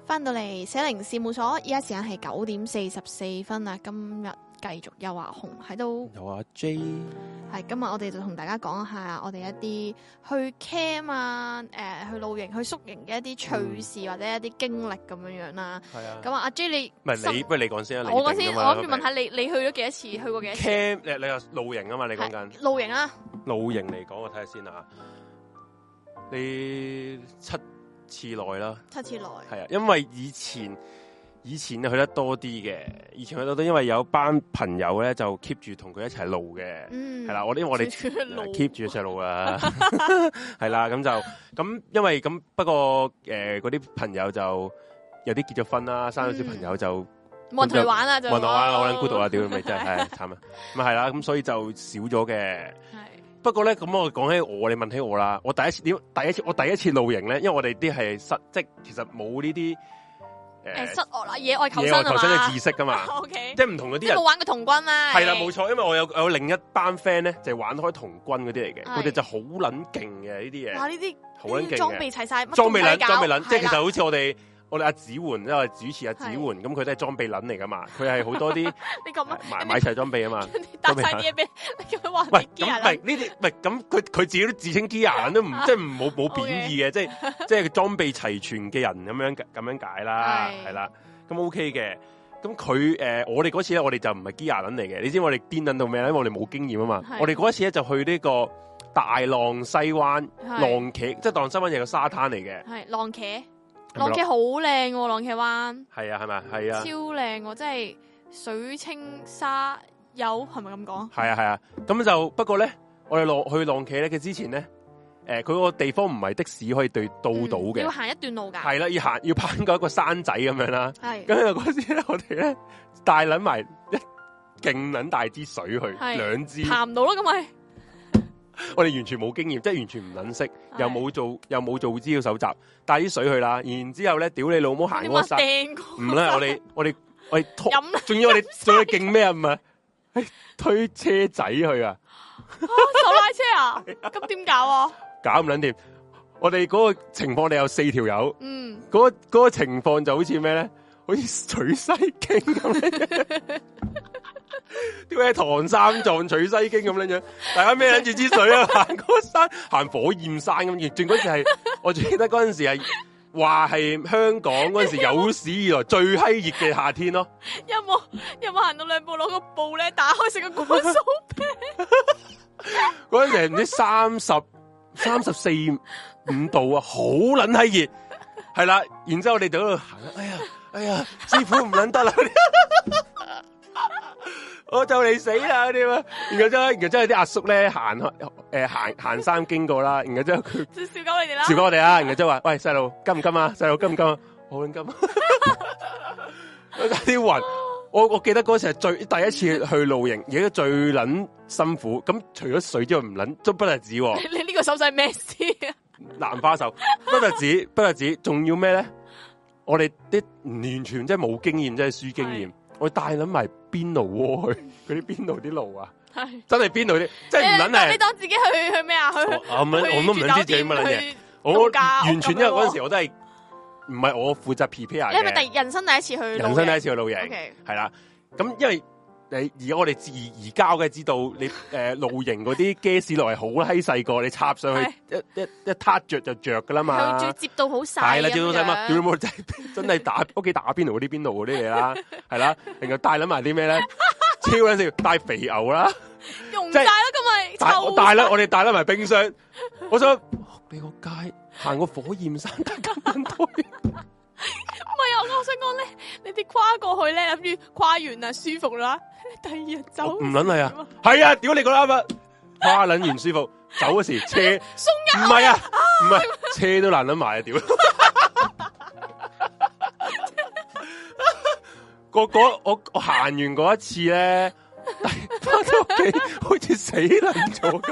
Speaker 1: 翻到嚟寫靈事務所，依家時間係九點四十四分啦。今日繼續有阿紅喺度，
Speaker 2: 有阿 J，
Speaker 1: 係今日我哋就同大家講一下我哋一啲去 camp 啊，誒、去露營、去宿營嘅一啲趣事或者一啲經歷咁樣樣啦。
Speaker 2: 係啊，
Speaker 1: 咁啊，阿 J 你
Speaker 2: 唔係你，不如你講先啊，你
Speaker 1: 我嗰
Speaker 2: 定
Speaker 1: 先，
Speaker 2: 㗎
Speaker 1: 我
Speaker 2: 嘛
Speaker 1: 諗住問下你，你去咗幾多次？去過幾多次？
Speaker 2: camp，你你話露營啊嘛？你講緊
Speaker 1: 係露營啊，
Speaker 2: 露營嚟講，我睇下先啊，你七次內啦。
Speaker 1: 七次內。
Speaker 2: 系啊，因為以前以前去得多啲嘅，以前去得多，因為有班朋友咧就 keep 住同佢一齊路嘅，
Speaker 1: 嗯，<laughs>
Speaker 2: 係啦、我因為我哋
Speaker 1: 住住路
Speaker 2: keep 住一齊
Speaker 1: <laughs>
Speaker 2: 路啊，係啦，咁就咁，因為咁不過诶嗰啲朋友就有啲結咗婚啦，生咗小朋友就
Speaker 1: 冇人同你玩啊，就
Speaker 2: 混我玩，我撚孤獨啊，屌咪真係唉慘啊，咁係啦，咁所以就少咗嘅。
Speaker 1: 係
Speaker 2: 不過咧，咁我講起我，你問起我啦，我第一次點？第一次我第一次露營咧，因為我哋啲係室，即其實冇呢啲
Speaker 1: 誒
Speaker 2: 誒
Speaker 1: 室外啦，野外求
Speaker 2: 野
Speaker 1: 生
Speaker 2: 外
Speaker 1: 啊
Speaker 2: 求生
Speaker 1: <laughs>
Speaker 2: 嘅知識噶
Speaker 1: 嘛
Speaker 2: 嘛，
Speaker 1: O K，
Speaker 2: 即係唔同嗰
Speaker 1: 即
Speaker 2: 啲
Speaker 1: 係
Speaker 2: 人
Speaker 1: 冇玩過童軍啦。
Speaker 2: 係啦，冇錯，因為我有有另一班 friend 咧，就係玩開童軍嗰啲嚟嘅，
Speaker 1: 係
Speaker 2: 佢哋就好撚勁嘅呢啲
Speaker 1: 哇！
Speaker 2: 嘢，
Speaker 1: 呢啲
Speaker 2: 好撚
Speaker 1: 呢
Speaker 2: 勁
Speaker 1: 啲裝
Speaker 2: 嘅
Speaker 1: 備，齊晒，乜
Speaker 2: 裝備
Speaker 1: 都
Speaker 2: 撚
Speaker 1: 唔使搞
Speaker 2: 裝備撚，即
Speaker 1: 係
Speaker 2: 係其
Speaker 1: 啦
Speaker 2: 實好似我哋我哋阿子桓，因為我主持阿子
Speaker 1: 係
Speaker 2: 桓，咁佢都係裝備撚嚟噶嘛，佢係好多啲
Speaker 1: 你 <laughs> 咁啊，
Speaker 2: 買
Speaker 1: 人
Speaker 2: 買
Speaker 1: 哋
Speaker 2: 齊裝備啊嘛。
Speaker 1: <laughs> 你搭晒啲嘢俾 <laughs> 你，你咁樣話
Speaker 2: 喂，
Speaker 1: 你機
Speaker 2: 咁
Speaker 1: 械
Speaker 2: 咪
Speaker 1: 人，
Speaker 2: 呢啲咪咁佢佢自己都自稱 gear
Speaker 1: <laughs>
Speaker 2: 人都唔即係唔冇冇貶義嘅，即係即係裝備齊全嘅人咁樣咁樣解啦，
Speaker 1: 係
Speaker 2: 係啦，咁 OK 嘅。咁佢誒我哋嗰次咧，我哋就唔係 gear 人嚟嘅，你知我哋癲撚到咩咧？因為我哋冇經驗啊嘛
Speaker 1: 係。
Speaker 2: 我哋嗰次咧就去呢個大浪西灣
Speaker 1: 係
Speaker 2: 浪茄，即係浪西灣有個沙灘嚟嘅，
Speaker 1: 係浪茄，
Speaker 2: 係咪
Speaker 1: 浪茄好靚喎，浪茄灣
Speaker 2: 係啊，係咪？係啊
Speaker 1: 超，靚喎，即係水清沙幼，係咪咁講？
Speaker 2: 係啊，係啊。咁就不過咧，我哋浪去浪茄咧，佢之前咧，誒佢個地方唔係的士可以對到到
Speaker 1: 嗯
Speaker 2: 嘅
Speaker 1: 要。行一段路㗎，
Speaker 2: 系啦，要行要攀過一個山仔咁
Speaker 1: <laughs>
Speaker 2: 樣啦。
Speaker 1: 係
Speaker 2: 咁啊嗰時咧，我哋咧帶撚埋一勁撚大支水去，
Speaker 1: 係
Speaker 2: 兩支，
Speaker 1: 行唔到咯，咁咪
Speaker 2: 我哋完全冇經驗，即係完全唔撚識，
Speaker 1: 係
Speaker 2: 又冇做又冇做資料搜集，帶啲水去啦。然之後咧，屌你老母行
Speaker 1: 點
Speaker 2: 嗰
Speaker 1: 話
Speaker 2: 個山，
Speaker 1: 掟過
Speaker 2: 唔
Speaker 1: <laughs>
Speaker 2: 啦，我哋我哋我哋拖，
Speaker 1: 飲啦，
Speaker 2: <laughs> 仲要我哋仲要勁咩啊？唔係推車仔去啊，
Speaker 1: 手拉車
Speaker 2: <laughs>
Speaker 1: 啊，咁點搞啊？
Speaker 2: 搞唔撚掂。我哋嗰個情況，你有四條友。
Speaker 1: 嗯，
Speaker 2: 嗰、個嗰個情況就好似咩咧？好似取西經咁樣，點解唐三藏取西經咁樣樣？大家孭撚住支水啊，行嗰山，行火焰山咁樣。仲嗰時係，我最記得嗰陣時係話係香港嗰陣時有史以來最閪熱嘅夏天咯。
Speaker 1: 有冇有冇行到兩步攞個布咧打開成個果酥
Speaker 2: 嗰陣時係唔知三 <laughs> 十三十四五度啊，好撚閪熱，係啦。然之後我哋就喺度行啦，哎呀哎呀，師傅唔撚得啦，我就嚟死啦嗰啲啊。然後之後，然後之後有啲阿叔咧行開誒行行山經過啦，然後之後佢
Speaker 1: 就笑鳩你哋啦
Speaker 2: 照，顧我哋啊啦，然後之後話：喂細路金唔金啊？細路金唔金啊？好撚金，有啲暈。我我記得嗰時係最第一次去露營，而家最撚辛苦。咁除咗水之外唔撚都不得止喎，
Speaker 1: 你你呢個手勢咩事啊？
Speaker 2: 蘭花手不得止，不得止，仲要咩咧？我哋啲完全即係冇經驗，即係輸經驗
Speaker 1: 係。
Speaker 2: 我帶撚埋邊爐鍋去，嗰啲邊爐啲爐啊，
Speaker 1: 係。
Speaker 2: 真係邊爐啲，即係唔撚
Speaker 1: 你你
Speaker 2: 係。
Speaker 1: 當自己去去咩啊？去
Speaker 2: 我我唔撚我都唔撚知自己乜撚嘢。
Speaker 1: 嘢。
Speaker 2: 我
Speaker 1: 度假
Speaker 2: 完全因為
Speaker 1: 咁樣喎
Speaker 2: 嗰陣時我都係唔係我負責 prepare
Speaker 1: 你係咪
Speaker 2: 嘅，
Speaker 1: 第人生第一次去？
Speaker 2: 人生第一
Speaker 1: 次。
Speaker 2: 次去露
Speaker 1: O
Speaker 2: 營，
Speaker 1: K，
Speaker 2: 係啦。咁因為你而家我哋自而家嘅知道，你誒、呃露營嗰啲 gas 落係好閪細個，你插上去一一一撻着就着噶啦嘛
Speaker 1: 佢。仲要接到好細。
Speaker 2: 係啦，
Speaker 1: 接
Speaker 2: 朝早嘛，屌你冇真係真係打屋企打邊爐嗰啲邊爐嗰啲嘢啦，係啦，然後帶撚埋啲
Speaker 1: <laughs>
Speaker 2: 咩咧？超撚笑，帶肥牛啦。
Speaker 1: 用
Speaker 2: 即
Speaker 1: 晒
Speaker 2: 係
Speaker 1: 啦，咁咪
Speaker 2: 大
Speaker 1: 臭
Speaker 2: 大啦，我哋大啦埋冰箱。我想你個街行個火焰山得咁多嘢，
Speaker 1: 唔係啊！我想講咧，你哋跨過去咧，諗住跨完啦，舒服啦， <laughs> 第二日
Speaker 2: 我
Speaker 1: 走
Speaker 2: 唔撚係啊，係啊，屌你個啱啊，跨撚完舒服，走嗰時車
Speaker 1: 鬆
Speaker 2: 唔係啊，唔係車都難撚埋啊，屌！個個我我行完嗰一次咧，翻到屋企好似死撚咗咁，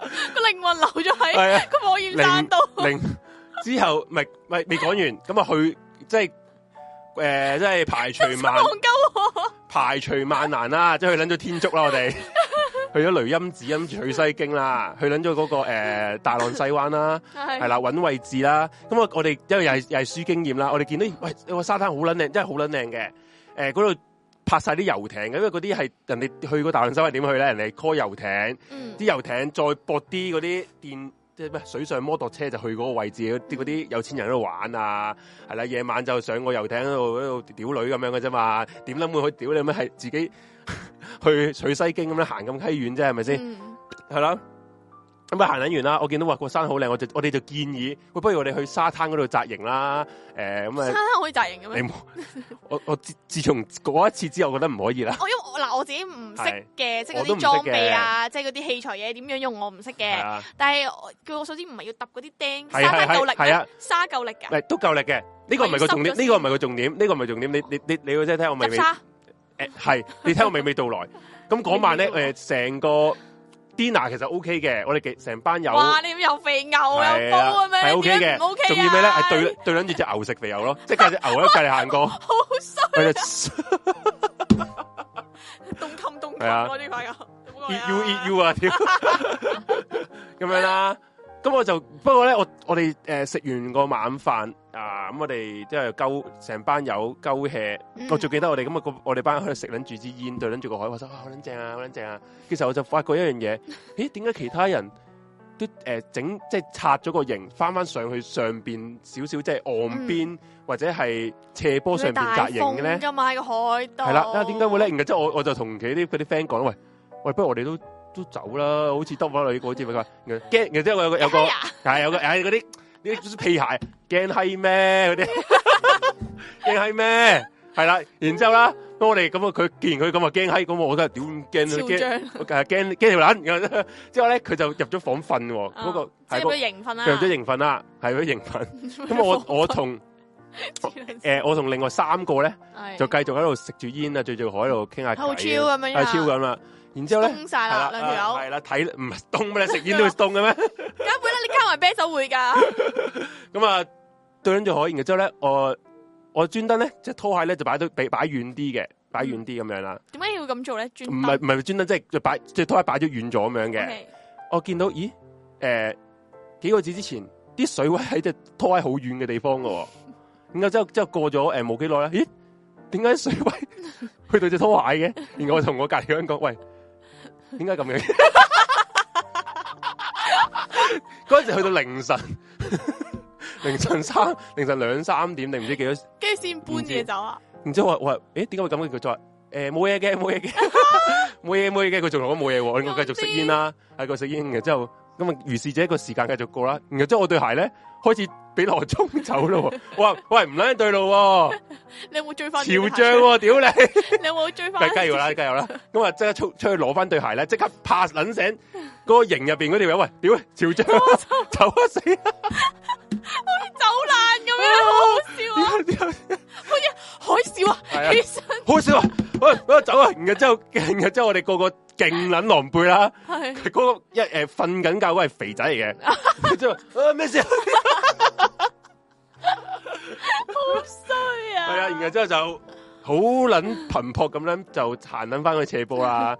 Speaker 1: 一個靈魂留咗
Speaker 2: 係啊
Speaker 1: 喺個火焰山度。 <laughs>
Speaker 2: 零零之後咪咪未講完，咁啊去即係诶，即係排除萬
Speaker 1: 戇鳩我，
Speaker 2: 排除萬難啦，即係去撚咗天竺啦，我哋去去咗雷音寺，跟住去西京啦，去撚咗嗰個誒大浪西灣啦。
Speaker 1: 係
Speaker 2: 係啦，揾位置啦。咁我我哋因為又係又係輸經驗啦，我哋見到喂個沙灘好撚靚，真係好撚靚嘅。誒嗰度拍晒啲遊艇嘅，因為嗰啲係人哋去過大浪西灣點去咧？人哋 call 遊艇，
Speaker 1: 嗯
Speaker 2: 啲遊艇再駁啲嗰啲電即係咩水上摩托車就去嗰個位置，啲嗰啲有錢人喺度玩啊，係啦，夜晚就上個遊艇喺度喺度屌女咁樣嘅啫嘛。點諗會去屌你咩？係自己去取西經咁樣行咁溪遠啫，係咪先？
Speaker 1: 嗯
Speaker 2: 係啦。咁啊行緊完啦，我見到話個山好靚，我就我哋就建議，喂，不如我哋去沙灘嗰度紮營啦。誒咁
Speaker 1: 沙
Speaker 2: 啊，
Speaker 1: 灘可以紮營嘅
Speaker 2: 你
Speaker 1: 咩？
Speaker 2: 冇我我自自從嗰一次之後，覺得唔可以啦。
Speaker 1: 我因為我嗱我自己唔識嘅，即係嗰
Speaker 2: 我
Speaker 1: 啲
Speaker 2: 都唔識
Speaker 1: 裝備啊，即係嗰啲器材嘢點樣用我唔識
Speaker 2: 係
Speaker 1: 嘅。
Speaker 2: 啊，
Speaker 1: 但係我據我所知唔係要揼嗰啲釘，
Speaker 2: 係
Speaker 1: 沙
Speaker 2: 係係
Speaker 1: 灘夠力
Speaker 2: 係啊
Speaker 1: 㗎，沙夠力㗎，
Speaker 2: 嚟都夠力嘅。呢個唔係個重點，
Speaker 1: 我要濕咗
Speaker 2: 呢個唔係個重點，呢個唔係重點。你你你你要真係聽我娓
Speaker 1: 揼
Speaker 2: 娓
Speaker 1: 沙
Speaker 2: 誒係，你聽我娓娓道來。咁嗰晚咧，誒成個 dinner 其實 OK 嘅，我哋幾成班友
Speaker 1: 哇！你又肥牛又
Speaker 2: 係啊
Speaker 1: 煲咁樣，
Speaker 2: 係 OK
Speaker 1: 點
Speaker 2: 嘅
Speaker 1: 解唔 OK 啊？
Speaker 2: 仲要咩咧？係對對撚住只牛食肥牛咯，即係隻牛喺隔
Speaker 1: <laughs>
Speaker 2: 離行過，
Speaker 1: 好衰，
Speaker 2: 佢就。
Speaker 1: 凍冚凍冚
Speaker 2: 係啊
Speaker 1: 嗰啲朋友，
Speaker 2: 要要要要啊！屌， <laughs> 咁樣啦。咁我就不過咧，我我哋誒食完個晚飯啊，咁我哋即係鳩成班友鳩 hea。
Speaker 1: 嗯
Speaker 2: 我最記得我哋咁啊，個我哋班喺度食撚住支煙，對撚住個海，我心啊好撚正啊，好撚正啊。其實我就發覺一樣嘢，咦？點解其他人都誒整即係拆咗個營，翻翻上去上邊少少，即係岸邊或者係斜坡上邊紮營嘅咧？
Speaker 1: 噶嘛喺個海度。
Speaker 2: 系啦，啊點解會咧？？然後之後我我就同佢啲佢啲 friend 講，喂喂，不如我哋都都走啦，好似得翻女嗰節佢話然後驚，然後之後有個有個 <laughs>
Speaker 1: 哎呀
Speaker 2: 係有個係嗰啲啲屁鞋驚閪咩嗰啲驚閪咩係啦，然之後啦，咁我哋咁啊，佢既然佢咁啊驚閪，咁我梗係屌
Speaker 1: 超
Speaker 2: 驚驚
Speaker 1: 張，
Speaker 2: 我梗係驚驚條撚，然後之後咧佢就入咗房瞓喎，
Speaker 1: Ờ,
Speaker 2: 嗰個
Speaker 1: 啊即係
Speaker 2: 係
Speaker 1: 佢
Speaker 2: 個
Speaker 1: 營訓啦。
Speaker 2: 佢入咗營瞓啦，係咗營瞓。咁
Speaker 1: <laughs>
Speaker 2: 我我同誒我同另外三個咧。
Speaker 1: 係
Speaker 2: 就繼續喺度食住煙啊，聚住海喺度傾下偈，
Speaker 1: 好超咁樣
Speaker 2: 係超咁啦。然之後咧，
Speaker 1: 封晒
Speaker 2: 係
Speaker 1: 啦
Speaker 2: 啦，啊
Speaker 1: 兩條
Speaker 2: 係
Speaker 1: 友，
Speaker 2: 啦，睇唔係凍咩？食煙都會凍嘅咩？ <laughs>
Speaker 1: 梗會啦！你加埋啤酒會㗎，
Speaker 2: 咁啊，對緊住海，然之後咧，我我專登咧，即係拖鞋咧就擺到俾擺遠啲嘅，擺
Speaker 1: 嗯
Speaker 2: 遠啲咁樣啦。
Speaker 1: 點解要咁做咧？專
Speaker 2: 唔係唔係專登，即係就擺即係拖鞋擺咗遠咗咁樣嘅。
Speaker 1: 嘅，
Speaker 2: 我見到咦呃誒幾個字之前啲水位喺只拖鞋好遠嘅地方嘅喎，然後之後之後過咗誒呃冇幾耐啦，咦點解水位 <laughs> 去到只拖鞋嘅？然後我同我隔離嗰個人講，喂點解咁樣？ <laughs> 嗰陣時去到凌晨， <laughs> 凌晨三凌晨兩三點定唔知幾多？
Speaker 1: 跟住先搬嘢走啊！
Speaker 2: 然之後我話我話誒點解會咁嘅？佢就話誒冇嘢嘅冇嘢嘅冇嘢冇嘢嘅，佢仲同我冇嘢喎。我我繼續食煙啦，係佢食煙嘅之後，咁啊如是者個時間繼續過啦。然後之後我對鞋咧開始俾羅鐘走咯喎。我話喂唔撚對路喎，
Speaker 1: 你有冇追翻？
Speaker 2: 潮漲喎，屌你！
Speaker 1: <laughs>
Speaker 2: <laughs>
Speaker 1: 你有冇追 <laughs> 翻？
Speaker 2: 梗梗要啦，梗要啦。咁啊即刻出出去攞翻對鞋咧，即刻拍撚醒嗰個營入邊嗰條友，喂屌潮漲啊， <laughs> 走啊死啊！
Speaker 1: 走爛咁樣，
Speaker 2: <laughs>
Speaker 1: 好好笑啊！
Speaker 2: 點解
Speaker 1: 海嘯啊，
Speaker 2: 係啊
Speaker 1: 起身
Speaker 2: 好笑啊！喂喂走啊！然後之 <laughs> 後然後之後我哋個個勁撚狼狽啦。
Speaker 1: 係
Speaker 2: 佢 <laughs> 嗰個一誒瞓緊覺嗰個係肥仔嚟嘅，
Speaker 1: <laughs>
Speaker 2: 佢就啊咩事啊？
Speaker 1: 好衰啊！
Speaker 2: 係啊，然後之後就好撚頻撲咁樣就行撚翻去斜
Speaker 1: <laughs>
Speaker 2: 坡啦。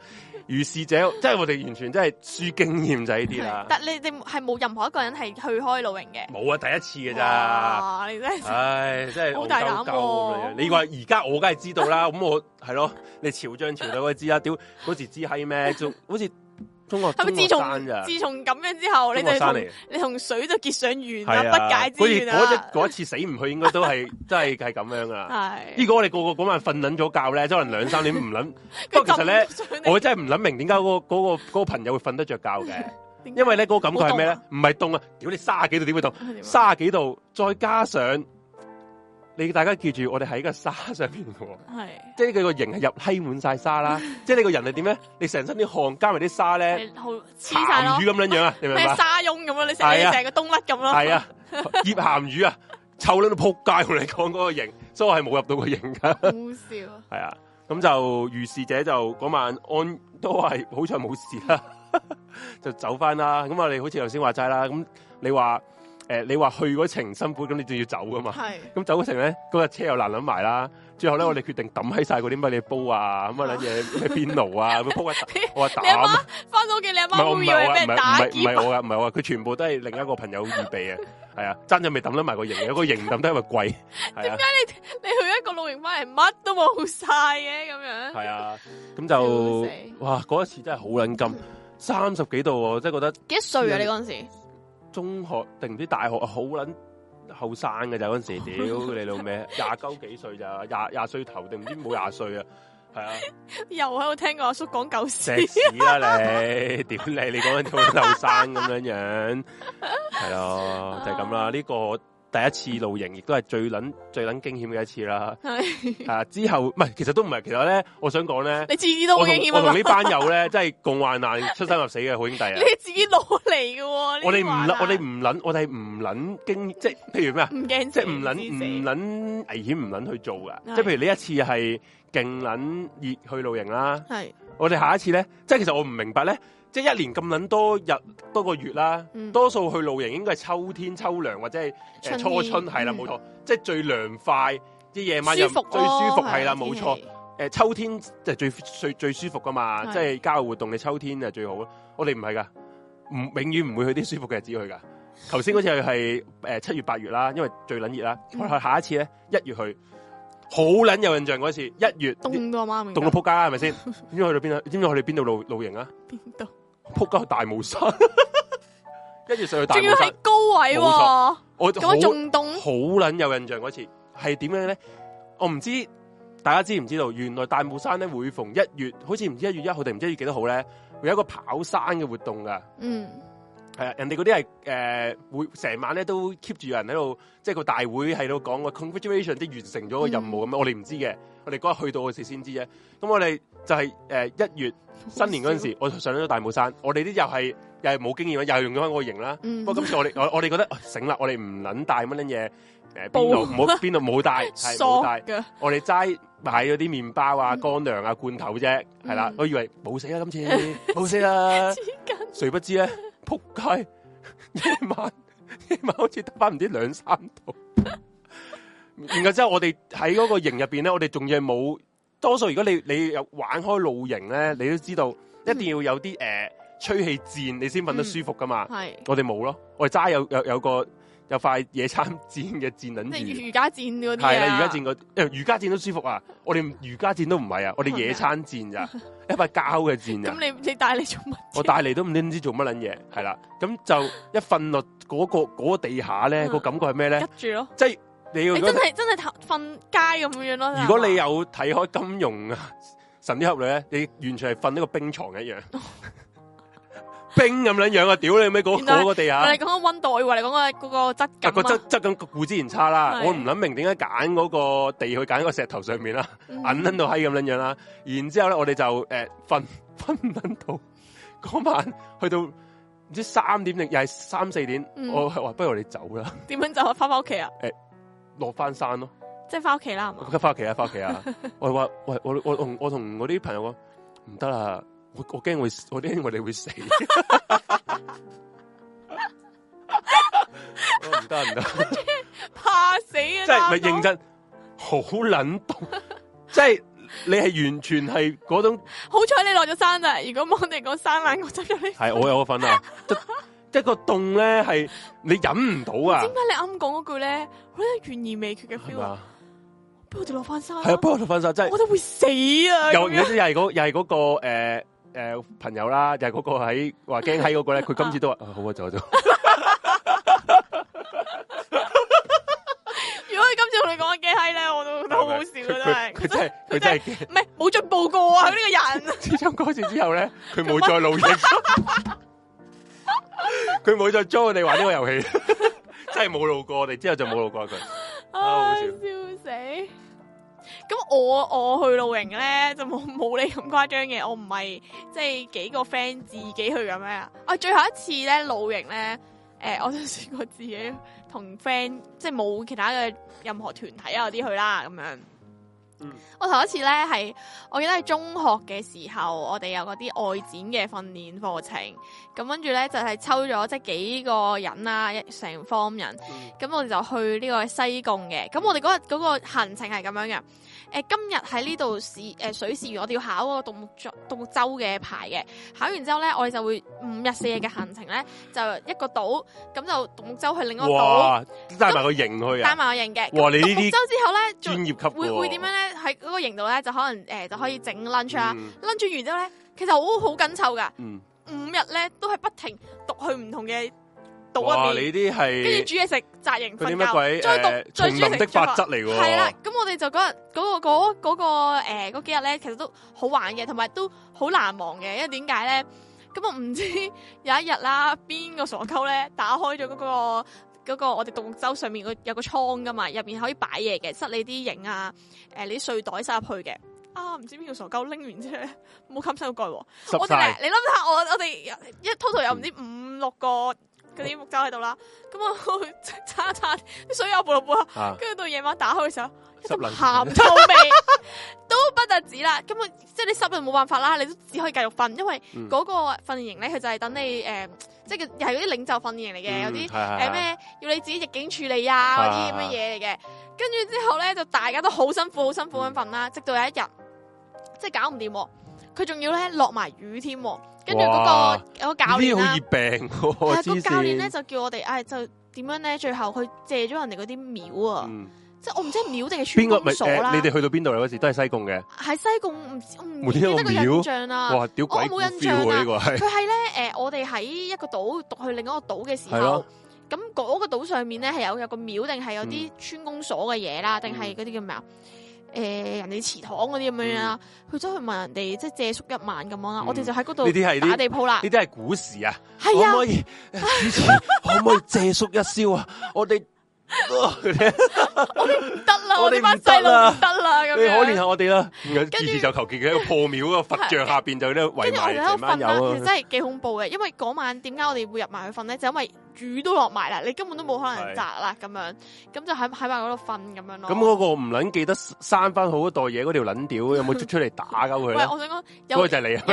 Speaker 2: 如是者，即係我哋完全真係輸經驗就係呢
Speaker 1: <laughs>
Speaker 2: 啲啦，
Speaker 1: 但你哋係冇任何一個人係去開露營嘅。
Speaker 2: 冇啊，第一次嘅咋。啊
Speaker 1: 哇！你真係
Speaker 2: 唉，真係
Speaker 1: 好大膽喎
Speaker 2: 戇鳩鳩咁樣你話而家我梗係知道啦，咁我係咯，你潮漲潮到我知啦。屌嗰時知閪咩？仲好似中國
Speaker 1: 係咪
Speaker 2: 中
Speaker 1: 自
Speaker 2: 學生
Speaker 1: 從
Speaker 2: 咋？
Speaker 1: 自從咁樣之後，你
Speaker 2: 中學
Speaker 1: 哋
Speaker 2: 生
Speaker 1: 同
Speaker 2: 嚟。
Speaker 1: 你同水就結上緣
Speaker 2: 係啊
Speaker 1: 啦，不解之緣
Speaker 2: 嗰次
Speaker 1: 啦。
Speaker 2: 嗰一次死唔去，應該都係真係係咁樣啊噶。
Speaker 1: 係
Speaker 2: 呢個我哋個個嗰晚瞓撚咗覺咧，即係可能兩三點唔撚。
Speaker 1: <laughs>
Speaker 2: 不過其實咧，
Speaker 1: 咧
Speaker 2: 我真係唔撚明點解嗰個嗰個嗰個朋友會瞓得着覺
Speaker 1: <laughs>
Speaker 2: 嘅，
Speaker 1: 因
Speaker 2: 因為咧嗰個感覺係咩咧？唔係凍啊！屌你卅幾度點會凍？
Speaker 1: 啊
Speaker 2: 卅幾度再加上你大家記住，我哋喺個沙上邊嘅
Speaker 1: <laughs>
Speaker 2: 喎。
Speaker 1: 係
Speaker 2: 即係佢個型係入閪滿晒
Speaker 1: <laughs>
Speaker 2: 沙啦，即係你個人係點咧？你成身啲汗加埋啲沙咧，
Speaker 1: 係好黐晒
Speaker 2: 鹹魚
Speaker 1: 咯，
Speaker 2: 咁樣樣
Speaker 1: <laughs>
Speaker 2: 啊！你明唔明
Speaker 1: 咩
Speaker 2: 白？
Speaker 1: 沙翁咁咯，你成
Speaker 2: 係
Speaker 1: 你
Speaker 2: 啊
Speaker 1: 成個冬甩咁咯。
Speaker 2: 系啊，腌咸鱼啊，臭撚到扑街，同你講嗰個型，所以我係冇入到個型噶。
Speaker 1: 好笑啊！
Speaker 2: 係啊，咁就如是者就嗰晚安都係好彩 <laughs> 冇事啦，就走翻啦。咁我哋好似頭先話齋啦，咁你話诶、你話去嗰程辛苦，咁你就要走噶嘛。 <laughs>
Speaker 1: 係
Speaker 2: 咁走嗰程咧，嗰架車又難諗埋啦。最後咧，我哋決定抌喺晒嗰啲乜嘢煲啊，乜撚嘢咩邊爐
Speaker 1: <laughs>
Speaker 2: 啊，咁鋪一打我話
Speaker 1: 你阿
Speaker 2: 膽
Speaker 1: 媽翻到屋企，你阿
Speaker 2: 唔係
Speaker 1: 媽
Speaker 2: 我
Speaker 1: 會
Speaker 2: 唔
Speaker 1: 以
Speaker 2: 係我
Speaker 1: 為
Speaker 2: 啊
Speaker 1: 俾
Speaker 2: 唔
Speaker 1: 人
Speaker 2: 係
Speaker 1: 打
Speaker 2: 唔係唔
Speaker 1: 劫
Speaker 2: 係我啊，唔係我啊，佢全部都係另一個朋友預備啊，係啊，爭咗未抌得埋個型嘅，有個型抌得因為
Speaker 1: <laughs>
Speaker 2: 貴，係啊，
Speaker 1: 你去一個露營翻嚟，乜都冇晒嘅咁 <laughs> 樣。
Speaker 2: 係啊，咁
Speaker 1: 笑
Speaker 2: 就
Speaker 1: 死
Speaker 2: 哇嗰一次真係好撚金，三十幾度我真係覺得
Speaker 1: 幾多歲啊？你嗰陣時
Speaker 2: 中學定唔知大學好撚後生嘅咋嗰陣時，屌你老味，廿鳩幾歲咋，廿廿歲頭定唔知冇廿歲啊，係啊。
Speaker 1: 又喺度聽個阿叔講舊事，
Speaker 2: 石屎啦你， <laughs> 屌你！你講緊做後生咁樣樣，係咯，就係咁啦。呢、個第一次露營，亦都係最撚最撚驚險嘅一次啦。
Speaker 1: 係
Speaker 2: 啊，之後唔係，其實都唔係，其實咧，我想講咧，
Speaker 1: 你自己都
Speaker 2: 我
Speaker 1: 好
Speaker 2: 同
Speaker 1: 驚險
Speaker 2: 我
Speaker 1: 啊嘛
Speaker 2: 同呢！ <laughs> 班友咧，真係共患難、出生入死嘅好兄弟啊！
Speaker 1: 你自己攞嚟嘅喎，呢啲
Speaker 2: 我哋唔
Speaker 1: 玩
Speaker 2: 撚
Speaker 1: 啊
Speaker 2: 我哋唔撚，我哋唔撚經，即係譬如咩啊？
Speaker 1: 唔驚死，
Speaker 2: 即係唔撚
Speaker 1: 知死
Speaker 2: 唔撚危險，唔撚去做噶。
Speaker 1: 係
Speaker 2: 即係譬如呢一次係勁撚熱去露營啦。
Speaker 1: 係
Speaker 2: 我哋下一次咧，即係其實我唔明白咧，即係一年咁撚多日多個月啦，
Speaker 1: 嗯
Speaker 2: 多數去露營應該係秋天秋涼或者係誒
Speaker 1: 春
Speaker 2: 初
Speaker 1: 天
Speaker 2: 春係啦，
Speaker 1: 嗯
Speaker 2: 冇錯，即係最涼快，啲夜晚又
Speaker 1: 舒服咯
Speaker 2: 最舒服
Speaker 1: 係
Speaker 2: 係
Speaker 1: 啊
Speaker 2: 啦，冇
Speaker 1: 天
Speaker 2: 錯。
Speaker 1: 氣
Speaker 2: 誒、秋天就最最最舒服噶嘛，
Speaker 1: 係
Speaker 2: 即係郊外活動你秋天就最好咯。我哋唔係噶，唔永遠唔會去啲舒服嘅日子去噶。頭先嗰次係誒七月八月啦，因為最撚熱啦。
Speaker 1: 嗯
Speaker 2: 我哋下一次咧一月去，好撚有印象嗰次一月
Speaker 1: 凍到阿媽明白，
Speaker 2: 凍到仆街啦，係咪先？知唔知去到邊啊？知唔知我哋邊度露露營啊？
Speaker 1: 邊度？
Speaker 2: 仆街去大
Speaker 1: <laughs>
Speaker 2: 帽山，一月上去大
Speaker 1: 仲
Speaker 2: 帽
Speaker 1: 要喺
Speaker 2: 山，
Speaker 1: 高位
Speaker 2: 冇
Speaker 1: 喎，
Speaker 2: 我
Speaker 1: 咁
Speaker 2: 好
Speaker 1: 樣仲凍。
Speaker 2: 好撚有印象嗰次係點樣咧？我唔知大家知唔知道，原來大帽山咧每逢一月，好似唔知一月一號定唔知一月幾多號咧，會有一個跑山嘅活動噶。
Speaker 1: 嗯，
Speaker 2: 係啊，人哋嗰啲係誒會成晚咧都 keep 住有人喺度，即係個大會喺度講個 congratulation，即係完成咗個
Speaker 1: 嗯
Speaker 2: 任務咁樣。我哋唔知嘅，我哋嗰日去到嗰時先知啫。咁我哋就係誒一月新年嗰
Speaker 1: 好
Speaker 2: 陣
Speaker 1: 笑，
Speaker 2: 時，我上咗大帽山，我哋啲又係又係冇經驗啦，又係用咗我個型啦。
Speaker 1: 嗯
Speaker 2: 不過今次我哋我我哋覺得哎醒啦，我哋唔撚帶乜撚嘢誒
Speaker 1: 啊
Speaker 2: 邊度，
Speaker 1: <laughs>
Speaker 2: 唔好邊度冇帶，係
Speaker 1: 索
Speaker 2: 冇啊帶。
Speaker 1: 嘅，
Speaker 2: 我哋齋買咗啲麵包啊、
Speaker 1: 嗯
Speaker 2: 乾糧啊、罐頭啫，係啦
Speaker 1: 嗯。
Speaker 2: 我以為冇死啦，啊今
Speaker 1: <laughs>
Speaker 2: 次冇死啦
Speaker 1: 黐。筋
Speaker 2: 誰不知咧，仆街！ <laughs> 夜晚 <laughs> 夜晚好似得翻唔知兩三度。然後之後我哋喺嗰個營入邊咧，我哋仲要係冇多數。如果你你有玩開露營咧，你都知道一定要有啲诶、呃吹氣墊，你先
Speaker 1: 嗯
Speaker 2: 瞓得舒服噶嘛。
Speaker 1: 係
Speaker 2: 我哋冇咯，我哋齋有有有個有塊野餐墊嘅墊撚
Speaker 1: 即係
Speaker 2: 住。
Speaker 1: 瑜伽墊嗰啲啊
Speaker 2: 系啦，瑜伽
Speaker 1: 墊
Speaker 2: 墊個誒瑜伽墊都舒服啊！我哋瑜伽墊都唔係啊，我哋野餐墊咋，一塊膠嘅墊咋。
Speaker 1: 哦啊咁你你帶嚟做乜啫？
Speaker 2: 我帶嚟都唔知唔知做乜撚嘢，係啦。咁就一瞓落嗰個嗰個地下咧，
Speaker 1: 嗯
Speaker 2: 個感覺係咩咧？
Speaker 1: 吉住咯，
Speaker 2: 即係你要
Speaker 1: 你
Speaker 2: 如果
Speaker 1: 真係啊真係瞓街咁樣咯。
Speaker 2: 如果你啊有睇開金融啊、 <laughs> 神雕俠侶咧，你完全係瞓呢個冰床
Speaker 1: <laughs>
Speaker 2: 一樣，冰咁撚樣啊！屌你咩嗰
Speaker 1: 原來
Speaker 2: 嗰個地下
Speaker 1: 我。哋講緊温度，我以為你講緊嗰個質
Speaker 2: 啊
Speaker 1: 感
Speaker 2: 個質
Speaker 1: 啊。
Speaker 2: 質感固之然差啦，
Speaker 1: 係
Speaker 2: 我唔諗明點解揀嗰個地去揀個石頭上面啦。
Speaker 1: 嗯
Speaker 2: 揞撚到閪咁撚樣啦。然之後咧，我哋就誒瞓 <laughs> 瞓撚到嗰晚去到唔知三點定又係三四點，
Speaker 1: 嗯
Speaker 2: 我係話不如我哋走啦，
Speaker 1: 點樣就翻返屋企啊？
Speaker 2: 落翻山咯，
Speaker 1: 即係翻屋企啦，係嘛？
Speaker 2: 咁翻屋企啊，翻屋企
Speaker 1: <laughs>
Speaker 2: 啊。我係話喂，我我同我同我啲朋友講唔得啦，我我驚會我驚我哋會死。 <laughs> 我話唔得唔得，
Speaker 1: 怕死啊！
Speaker 2: 即係咪
Speaker 1: 大佬
Speaker 2: 認？真好撚凍， <laughs> 即係你係完全係嗰種
Speaker 1: 好彩你落咗山咋，如果冇我哋個山難，我真係你。
Speaker 2: 系我有份啊！即即個凍咧係你忍唔到啊
Speaker 1: 點，解你啱講嗰句咧，好有懸而未決嘅
Speaker 2: 係
Speaker 1: feel 啊！
Speaker 2: 嘛？
Speaker 1: 不如我哋落翻山啦，
Speaker 2: 係啊，不過分手真
Speaker 1: 我
Speaker 2: 係
Speaker 1: 都會死啊！
Speaker 2: 又
Speaker 1: 咁
Speaker 2: 又
Speaker 1: 樣
Speaker 2: 係嗰又係嗰個诶诶朋友啦，又係嗰個喺話驚喺嗰個咧，佢今次都話啊好啊走啊走，
Speaker 1: 如果佢今次同你講嘅閪咧，我都覺得好好笑
Speaker 2: 佢
Speaker 1: 啊！
Speaker 2: 佢
Speaker 1: 真係，
Speaker 2: 佢真係佢真係驚。
Speaker 1: 唔係冇進步過啊！呢個人
Speaker 2: 自從嗰次之後咧，佢冇再 <laughs> 露營，佢冇再 join 我哋玩呢個遊戲， <laughs> 真係冇露過我哋，之後就冇露過佢。啊好
Speaker 1: 唉，
Speaker 2: 笑
Speaker 1: 啊笑死！咁我我去露營咧就冇冇你咁誇張嘅，我唔係即係幾個 friend 自己去咁樣啊！啊，最後一次咧露營咧，誒、我都試過自己同 friend 即係冇其他嘅任何團體啊嗰啲去啦咁樣。
Speaker 2: 嗯
Speaker 1: 我頭一次咧係，我記得係中學嘅時候，我哋有嗰啲外展嘅訓練課程，咁跟住咧就係、抽咗即係幾個人啦，一成方人，
Speaker 2: 嗯
Speaker 1: 咁我哋就去呢個西貢嘅。咁我哋嗰日嗰個行程係咁樣嘅。誒、今日喺呢度試誒水試完，我哋要考嗰個獨木舟獨木舟嘅牌嘅。考完之後咧，我哋就會五日四夜嘅行程咧，就一個島，咁就獨木舟去另一個島，
Speaker 2: 哇，帶埋個型去
Speaker 1: 帶
Speaker 2: 啊！
Speaker 1: 埋我型嘅。
Speaker 2: 哇，你呢
Speaker 1: 獨木舟
Speaker 2: 啲
Speaker 1: 之後咧，就
Speaker 2: 專業級嘅
Speaker 1: 會
Speaker 2: 喎
Speaker 1: 會點樣？咧？喺嗰個營度咧，就可能誒、呃就可以整 lunch 啦。
Speaker 2: 嗯
Speaker 1: lunch 完之後咧，其實我好緊湊噶，
Speaker 2: 嗯，
Speaker 1: 五日咧都係不停讀去唔同嘅島
Speaker 2: 哇，
Speaker 1: 入
Speaker 2: 你
Speaker 1: 嗯面，
Speaker 2: 呢啲
Speaker 1: 跟住
Speaker 2: 係
Speaker 1: 煮嘢食、紮營、
Speaker 2: 嗰啲
Speaker 1: 瞓
Speaker 2: 乜
Speaker 1: 覺，
Speaker 2: 鬼
Speaker 1: 再讀、
Speaker 2: 誒
Speaker 1: 再
Speaker 2: 叢
Speaker 1: 煮嘢
Speaker 2: 林
Speaker 1: 食、
Speaker 2: 的法則嚟喎？
Speaker 1: 係啦，咁我哋就嗰日嗰個嗰嗰個誒嗰幾日咧，其實都好玩嘅，同埋都好難忘嘅，因為點解咧？咁我唔知有一日啦，邊個傻鳩咧打開咗嗰、個。嗰個我哋獨木舟上面個有個倉噶嘛，入面可以擺嘢嘅，塞你啲影啊，誒、你啲睡袋塞入去嘅。啊，唔知邊個傻鳩拎完之後呢冇冚收個蓋喎。我
Speaker 2: 濕
Speaker 1: 哋咧
Speaker 2: 晒，，
Speaker 1: 你諗下，我我哋一 total 有唔知五六個嗰啲木舟喺度啦，咁我 <laughs> 擦一擦啲水有布落布
Speaker 2: 啊
Speaker 1: 跟住到夜晚打開嘅時候，一陣
Speaker 2: 濕
Speaker 1: 鹹
Speaker 2: 撚
Speaker 1: 臭味 <laughs> 都不特止啦。咁啊，即係你濕到冇辦法啦，你都只可以繼續瞓，因為
Speaker 2: 嗯
Speaker 1: 嗰個訓練營咧，佢就係等你誒、呃即係又係嗰啲領袖訓練營
Speaker 2: 嗯
Speaker 1: 嚟嘅，有啲誒
Speaker 2: 誒？
Speaker 1: 咩要你自己逆境處理啊嗰啲咁嘅嘢嚟嘅。跟住之後咧，就大家都好辛苦，好辛
Speaker 2: 嗯
Speaker 1: 苦咁瞓啦。直到有一日，即係搞唔掂喎，佢仲要咧落埋雨添喎。跟住嗰
Speaker 2: 哇
Speaker 1: 個有個教練
Speaker 2: 呢啲好
Speaker 1: 啦
Speaker 2: 易，病
Speaker 1: 係
Speaker 2: 喎，
Speaker 1: 啊個
Speaker 2: 黐
Speaker 1: 教練咧
Speaker 2: 線。
Speaker 1: 就叫我哋，唉、就點樣咧？最後佢借咗人哋嗰啲廟啊。
Speaker 2: 嗯
Speaker 1: 即系我唔知係廟定係村
Speaker 2: 邊個咪
Speaker 1: 公所啦。
Speaker 2: 誒？你哋去到邊度嚟嗰時都係西貢嘅。
Speaker 1: 喺西貢唔知我唔
Speaker 2: 冇
Speaker 1: 記
Speaker 2: 聽
Speaker 1: 得
Speaker 2: 過
Speaker 1: 個印象啦。
Speaker 2: 哇！屌
Speaker 1: 啊我
Speaker 2: 鬼
Speaker 1: 冇
Speaker 2: 故
Speaker 1: 印象
Speaker 2: feel 喎
Speaker 1: 啊
Speaker 2: 呢個係
Speaker 1: 佢係咧诶，誒我哋喺一個島讀去另一個島嘅時候
Speaker 2: 係咯，
Speaker 1: 咁嗰個島上面咧係有有個廟定係有啲村公所嘅嘢啦，定係嗰啲叫咩啊？诶、人哋祠堂嗰啲咁樣樣啦，佢走去問人哋即係借宿一晚咁樣啦，
Speaker 2: 嗯
Speaker 1: 我哋就喺嗰
Speaker 2: 呢
Speaker 1: 度
Speaker 2: 啲係
Speaker 1: 打
Speaker 2: 啲
Speaker 1: 地鋪啦
Speaker 2: 呢啲，係古時啊。
Speaker 1: 係
Speaker 2: 可唔可
Speaker 1: 啊，
Speaker 2: 以呃主持可唔可以借宿一宵啊？
Speaker 1: <laughs>
Speaker 2: 我哋
Speaker 1: 唔
Speaker 2: 你
Speaker 1: 得啦，我
Speaker 2: 我哋
Speaker 1: 哋班
Speaker 2: 唔得
Speaker 1: 細路
Speaker 2: 啦
Speaker 1: 唔得啦咁
Speaker 2: 可憐
Speaker 1: 樣。
Speaker 2: 下我哋啦。
Speaker 1: 跟住
Speaker 2: 於是就求其喺個破廟個佛像下邊就咧
Speaker 1: 跟住
Speaker 2: 圍
Speaker 1: 我
Speaker 2: 埋
Speaker 1: 哋喺
Speaker 2: 成
Speaker 1: 度瞓
Speaker 2: 班友
Speaker 1: 啦，其實
Speaker 2: 啊。
Speaker 1: 真係幾恐怖嘅，因為嗰晚點解我哋會入埋去瞓咧？就因為雨都落埋啦，你根本都冇可能
Speaker 2: 係
Speaker 1: 摘啦咁樣，咁就喺喺埋嗰度瞓咁樣咯。
Speaker 2: 咁嗰個唔撚記得生翻好嗰袋嘢嗰條撚屌有冇出出嚟打鳩佢
Speaker 1: 喂，
Speaker 2: 咧？
Speaker 1: 我想講
Speaker 2: 嗰個
Speaker 1: 有
Speaker 2: 就係你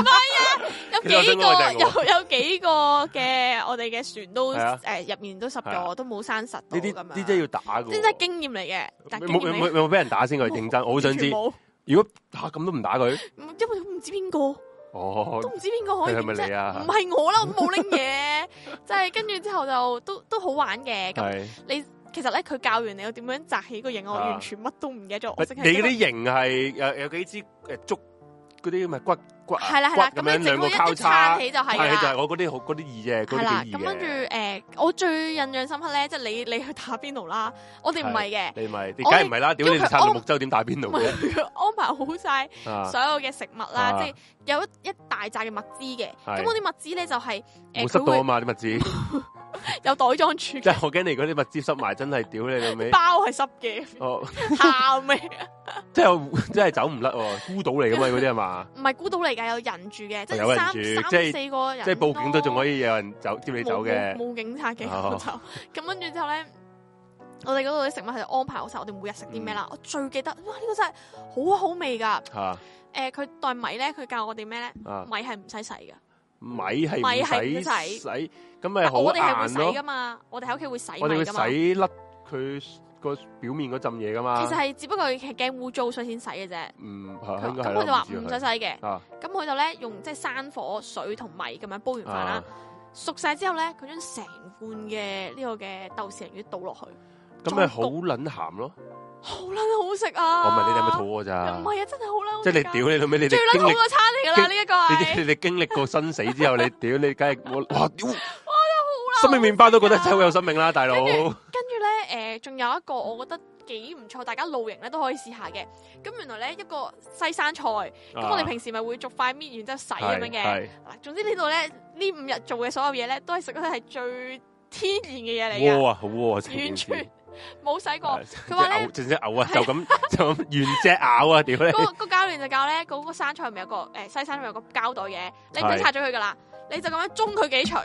Speaker 1: 有幾
Speaker 2: 其實我想講嘅就係
Speaker 1: 個有有幾個嘅我哋嘅船都
Speaker 2: 係啊
Speaker 1: 誒入面都濕
Speaker 2: 係
Speaker 1: 咗，都冇生實到
Speaker 2: 呢啲
Speaker 1: 咁樣。
Speaker 2: 呢啲真係要打嘅喎。
Speaker 1: 呢啲真係經驗嚟嘅，但係經
Speaker 2: 冇冇
Speaker 1: 驗
Speaker 2: 冇
Speaker 1: 嚟嘅
Speaker 2: 冇俾人打先佢認真，我好想知
Speaker 1: 完全。冇，
Speaker 2: 如果吓咁都唔打佢，
Speaker 1: 唔因為唔知邊個。
Speaker 2: 哦
Speaker 1: 都，唔知邊個可以
Speaker 2: 你係
Speaker 1: 點
Speaker 2: 咪你
Speaker 1: 啫？
Speaker 2: 啊
Speaker 1: 唔係我啦，我冇拎嘢，即係跟住之後就都都好玩嘅。咁
Speaker 2: 係
Speaker 1: 其實咧，佢教完你我點樣扎起個型，我
Speaker 2: 啊
Speaker 1: 完全乜都唔記得咗。我淨
Speaker 2: 你
Speaker 1: 係
Speaker 2: 嗰啲型係有有幾支誒竹嗰啲咪骨骨啊
Speaker 1: 係啦係啦，
Speaker 2: 骨
Speaker 1: 咁
Speaker 2: 咁樣
Speaker 1: 你
Speaker 2: 兩
Speaker 1: 整
Speaker 2: 個
Speaker 1: 個一
Speaker 2: 交
Speaker 1: 撐
Speaker 2: 叉。
Speaker 1: 起就係
Speaker 2: 係就係
Speaker 1: 啦。
Speaker 2: 我嗰啲好嗰啲易嘅，
Speaker 1: 係
Speaker 2: 嗰啲
Speaker 1: 啦，
Speaker 2: 幾易
Speaker 1: 咁
Speaker 2: 嘅。
Speaker 1: 跟住誒，我最印象深刻咧，即係你你去打邊爐啦，我哋唔係嘅，
Speaker 2: 你咪，你
Speaker 1: 我
Speaker 2: 梗
Speaker 1: 哋
Speaker 2: 係唔係啦？屌
Speaker 1: 因
Speaker 2: 你
Speaker 1: 為佢
Speaker 2: 哋撐到木舟點打邊
Speaker 1: 唔
Speaker 2: 爐
Speaker 1: 係佢安排好晒
Speaker 2: 嘅？啊
Speaker 1: 所有嘅食物啦，
Speaker 2: 啊
Speaker 1: 即係有一一大扎嘅物資嘅。
Speaker 2: 係
Speaker 1: 咁嗰啲物資咧就係誒
Speaker 2: 冇
Speaker 1: 佢
Speaker 2: 濕到啊
Speaker 1: 會
Speaker 2: 嘛啲物資，
Speaker 1: 有袋裝
Speaker 2: <laughs>
Speaker 1: 住
Speaker 2: 即係我驚你嗰啲物資濕埋，真係屌你老
Speaker 1: <laughs>
Speaker 2: 味。
Speaker 1: 包係濕嘅，
Speaker 2: 哦，
Speaker 1: 鹹味。
Speaker 2: 即係真係走唔甩喎，孤島
Speaker 1: <laughs>
Speaker 2: 嚟噶嘛啊嗰啲係嘛？
Speaker 1: 唔係孤島嚟㗎，有人住嘅，即
Speaker 2: 有
Speaker 1: 係三
Speaker 2: 人住
Speaker 1: 三
Speaker 2: 即係
Speaker 1: 四個人咯，
Speaker 2: 即係報警都仲可
Speaker 1: 以
Speaker 2: 以有人走接你走嘅。
Speaker 1: 冇警察嘅
Speaker 2: 哦
Speaker 1: 我就咁跟住之後咧，我哋嗰度啲食物係安排好晒，我哋每日食啲咩
Speaker 2: 嗯
Speaker 1: 啦。我最記得哇，呢個真係好好味㗎！
Speaker 2: 吓啊
Speaker 1: 誒，佢袋米咧，佢教我哋咩咧？
Speaker 2: 啊！
Speaker 1: 米係唔使洗㗎，
Speaker 2: 米係
Speaker 1: 米係
Speaker 2: 唔
Speaker 1: 唔使啊
Speaker 2: 使洗，咁咪好
Speaker 1: 我哋係會
Speaker 2: 硬
Speaker 1: 洗
Speaker 2: 咯。
Speaker 1: 㗎嘛，我哋喺屋企會洗米
Speaker 2: 我哋會
Speaker 1: 㗎嘛。
Speaker 2: 洗啊甩佢個表面嗰浸嘢噶嘛。
Speaker 1: 其實係只不過係驚污糟所以先洗嘅啫。
Speaker 2: 嗯，
Speaker 1: 咁
Speaker 2: 係應該係啦
Speaker 1: 佢就話
Speaker 2: 知
Speaker 1: 唔
Speaker 2: 佢
Speaker 1: 使洗嘅，
Speaker 2: 啊
Speaker 1: 咁佢就咧用即係山火水同米咁樣煲完飯啦
Speaker 2: 啊。。
Speaker 1: 熟晒之後咧，佢將成罐嘅呢個嘅豆豉鯪魚倒落去，
Speaker 2: 咁咪好撚鹹咯！
Speaker 1: 好撚好食啊！
Speaker 2: 我問你哋係咪肚餓咋
Speaker 1: 唔？係啊，真係好撚好食
Speaker 2: 即
Speaker 1: 啊！
Speaker 2: 係你屌你老味，你
Speaker 1: 最
Speaker 2: 哋
Speaker 1: 撚
Speaker 2: 經
Speaker 1: 好
Speaker 2: 歷
Speaker 1: 個餐嚟㗎啦，呢一個係
Speaker 2: <laughs> 你你哋經歷過生死之後，你屌你梗係
Speaker 1: <laughs>
Speaker 2: 我哇屌！
Speaker 1: 好
Speaker 2: 生
Speaker 1: 啦。
Speaker 2: 命麵包都覺得真係好有生命啦，大佬。
Speaker 1: 跟住
Speaker 2: <laughs>
Speaker 1: 咧，誒仲有一個我覺得幾唔錯，大家露營咧都可以試下嘅。咁原來咧一個西山菜，咁
Speaker 2: 啊
Speaker 1: 我哋平時咪會逐塊搣完之後洗咁樣嘅。
Speaker 2: 嘅。
Speaker 1: 嗱，總之呢度咧呢五日做嘅所有嘢咧，都係食得係最天然嘅嘢嚟
Speaker 2: 哇好喎，成
Speaker 1: 㗎，完
Speaker 2: 件事
Speaker 1: 全冇洗過。
Speaker 2: 係
Speaker 1: 佢話呢
Speaker 2: 直接嘔，直接嘔啊！就咁就咁原隻咬啊！屌你，
Speaker 1: 嗰個教練就教咧，嗰、個生菜咪有個誒、西生菜咪有個膠袋嘅，你唔使
Speaker 2: 係
Speaker 1: 拆咗佢噶啦，你就咁樣中佢幾錘，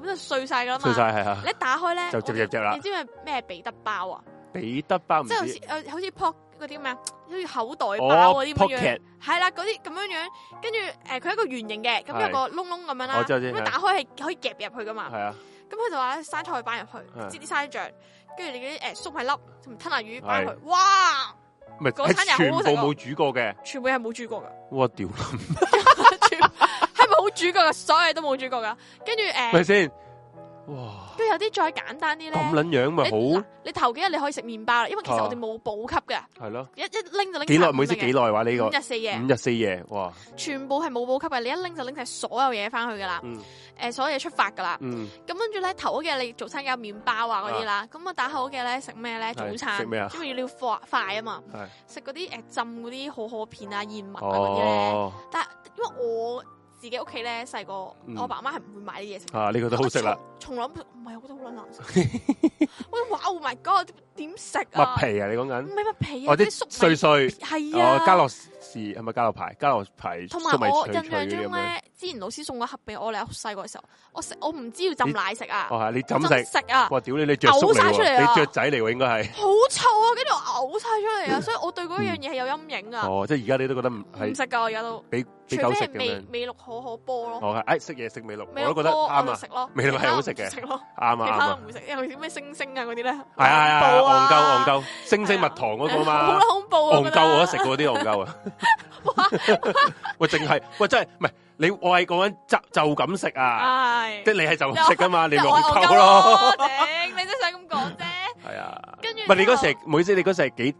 Speaker 1: 咁就碎晒噶啦
Speaker 2: 碎
Speaker 1: 嘛。
Speaker 2: 晒係啊
Speaker 1: 你！一打開咧，
Speaker 2: 就
Speaker 1: 我
Speaker 2: 直接隻啦
Speaker 1: 你知唔知咩彼得包啊？
Speaker 2: 彼得包唔
Speaker 1: 即係好似呃
Speaker 2: 知哦
Speaker 1: 誒、好似 pork 嗰啲咩啊，好似口袋包嗰啲咁樣
Speaker 2: pocket
Speaker 1: 樣，係啦，嗰啲咁樣樣，跟住誒佢係一個圓形嘅，咁
Speaker 2: 係
Speaker 1: 有個窿窿咁樣
Speaker 2: 我
Speaker 1: 啦，
Speaker 2: 知我
Speaker 1: 咁
Speaker 2: 知
Speaker 1: 樣
Speaker 2: 係
Speaker 1: 打開係可以夾入去噶嘛
Speaker 2: 系，啊，
Speaker 1: 咁佢就話生菜擺入
Speaker 2: 係
Speaker 1: 去，擠啲生醬，跟住你嗰啲誒粟米粒同埋吞拿魚擺入去
Speaker 2: 係，
Speaker 1: 哇！
Speaker 2: 唔系
Speaker 1: 嗰餐又好好食
Speaker 2: 全部冇煮過嘅，
Speaker 1: 全部係冇煮過噶，
Speaker 2: 哇屌，
Speaker 1: <laughs> 全係咪好煮過噶？所有嘢都冇煮過噶，跟住
Speaker 2: 咪
Speaker 1: 誒，
Speaker 2: 先，哇
Speaker 1: 跟住有啲再簡單啲咧，
Speaker 2: 咁撚樣咪
Speaker 1: 你
Speaker 2: 好
Speaker 1: 嗱你頭幾日你可以食麵包啦，因為其實
Speaker 2: 啊
Speaker 1: 我哋冇補給嘅，
Speaker 2: 係咯，
Speaker 1: 一一拎就拎
Speaker 2: 幾耐
Speaker 1: 晒
Speaker 2: 唔好意思，
Speaker 1: 五日嘅
Speaker 2: 幾耐話呢個
Speaker 1: 五日四夜，
Speaker 2: 五日四夜，哇，
Speaker 1: 全部係冇補給嘅，你一拎就拎晒所有嘢翻去噶啦，
Speaker 2: 嗯
Speaker 1: 誒所有嘢出發噶啦，
Speaker 2: 嗯，
Speaker 1: 咁跟住咧頭嗰幾日你早餐有麵包啊嗰啲啦，咁啊打後嗰幾日咧食咩咧
Speaker 2: 係
Speaker 1: 早餐
Speaker 2: 食咩啊
Speaker 1: 因為要快快啊嘛
Speaker 2: 係，
Speaker 1: 食嗰啲誒浸嗰啲可可片啊燕麥啊嗰啲咧，
Speaker 2: 哦，
Speaker 1: 但係因為我自己屋企咧細個，
Speaker 2: 嗯
Speaker 1: 我爸媽係唔會買呢啲嘢食。
Speaker 2: 啊呢個都好食啦，
Speaker 1: 我從！從來都唔係，我覺得好撚難
Speaker 2: <laughs>
Speaker 1: 食。我話 Oh my God，點食啊
Speaker 2: 麥？皮啊，你講緊
Speaker 1: 唔，係乜皮啊，
Speaker 2: 哦
Speaker 1: 啲粟
Speaker 2: 啲碎
Speaker 1: 米
Speaker 2: 碎，
Speaker 1: 係
Speaker 2: 哦
Speaker 1: 啊，
Speaker 2: 加落士係咪加落排？加落排
Speaker 1: 同
Speaker 2: 粟米
Speaker 1: 埋我印
Speaker 2: 脆
Speaker 1: 象
Speaker 2: 脆嗰啲
Speaker 1: 中
Speaker 2: 咁樣，
Speaker 1: 咧，之前老師送個盒俾我咧，我細個嘅時候，我食我唔知要浸奶食啊，
Speaker 2: 哦係你
Speaker 1: 浸
Speaker 2: 枕食。
Speaker 1: 食啊，
Speaker 2: 哇！屌你，你着
Speaker 1: 嘔
Speaker 2: 叔
Speaker 1: 晒
Speaker 2: 嚟
Speaker 1: 出嚟
Speaker 2: 喎，
Speaker 1: 啊
Speaker 2: 你雀仔嚟喎，應該係。
Speaker 1: 好臭啊，跟住我嘔晒出嚟啊，所以我對嗰樣嘢係有陰影啊，
Speaker 2: 哦，即係而家你都覺得唔
Speaker 1: 唔
Speaker 2: 係
Speaker 1: 食噶，我而家都，
Speaker 2: 俾
Speaker 1: 除
Speaker 2: 俾
Speaker 1: 非
Speaker 2: 狗食
Speaker 1: 係
Speaker 2: 咁
Speaker 1: 味
Speaker 2: 樣。
Speaker 1: 味綠可可波咯，
Speaker 2: 我係哎誒食嘢食美祿，
Speaker 1: 味
Speaker 2: 我
Speaker 1: 綠可
Speaker 2: 都覺得
Speaker 1: 我
Speaker 2: 啱
Speaker 1: 就
Speaker 2: 啊，
Speaker 1: 食咯，
Speaker 2: 味綠係好食
Speaker 1: 其他
Speaker 2: 嘅
Speaker 1: 唔食咯，
Speaker 2: 啱
Speaker 1: 其他
Speaker 2: 啊，啱啊，
Speaker 1: 唔會食，因為啲咩星星啊嗰啲咧，
Speaker 2: 係啊係啊，
Speaker 1: 恐怖
Speaker 2: 戇鳩戇
Speaker 1: 啊
Speaker 2: 鳩，星星蜜糖嗰
Speaker 1: <laughs>
Speaker 2: 個
Speaker 1: 好
Speaker 2: 嘛
Speaker 1: 啦，恐怖啊，
Speaker 2: 戇鳩我都食
Speaker 1: 覺得
Speaker 2: 過啲戇
Speaker 1: <laughs>
Speaker 2: 鳩啊。 <laughs> 喂，淨係喂真係唔係你我係講緊就就咁食啊，
Speaker 1: 係
Speaker 2: 即係你
Speaker 1: <laughs>
Speaker 2: 係就咁食噶嘛，你咪
Speaker 1: 就我
Speaker 2: 戇
Speaker 1: 係戇
Speaker 2: 鳩
Speaker 1: 鳩
Speaker 2: 咯，
Speaker 1: 咯，頂你真係想咁講啫，
Speaker 2: 係啊。
Speaker 1: 跟住
Speaker 2: 唔係你嗰
Speaker 1: 之
Speaker 2: 時
Speaker 1: 後
Speaker 2: 係，唔好意思，你嗰時係幾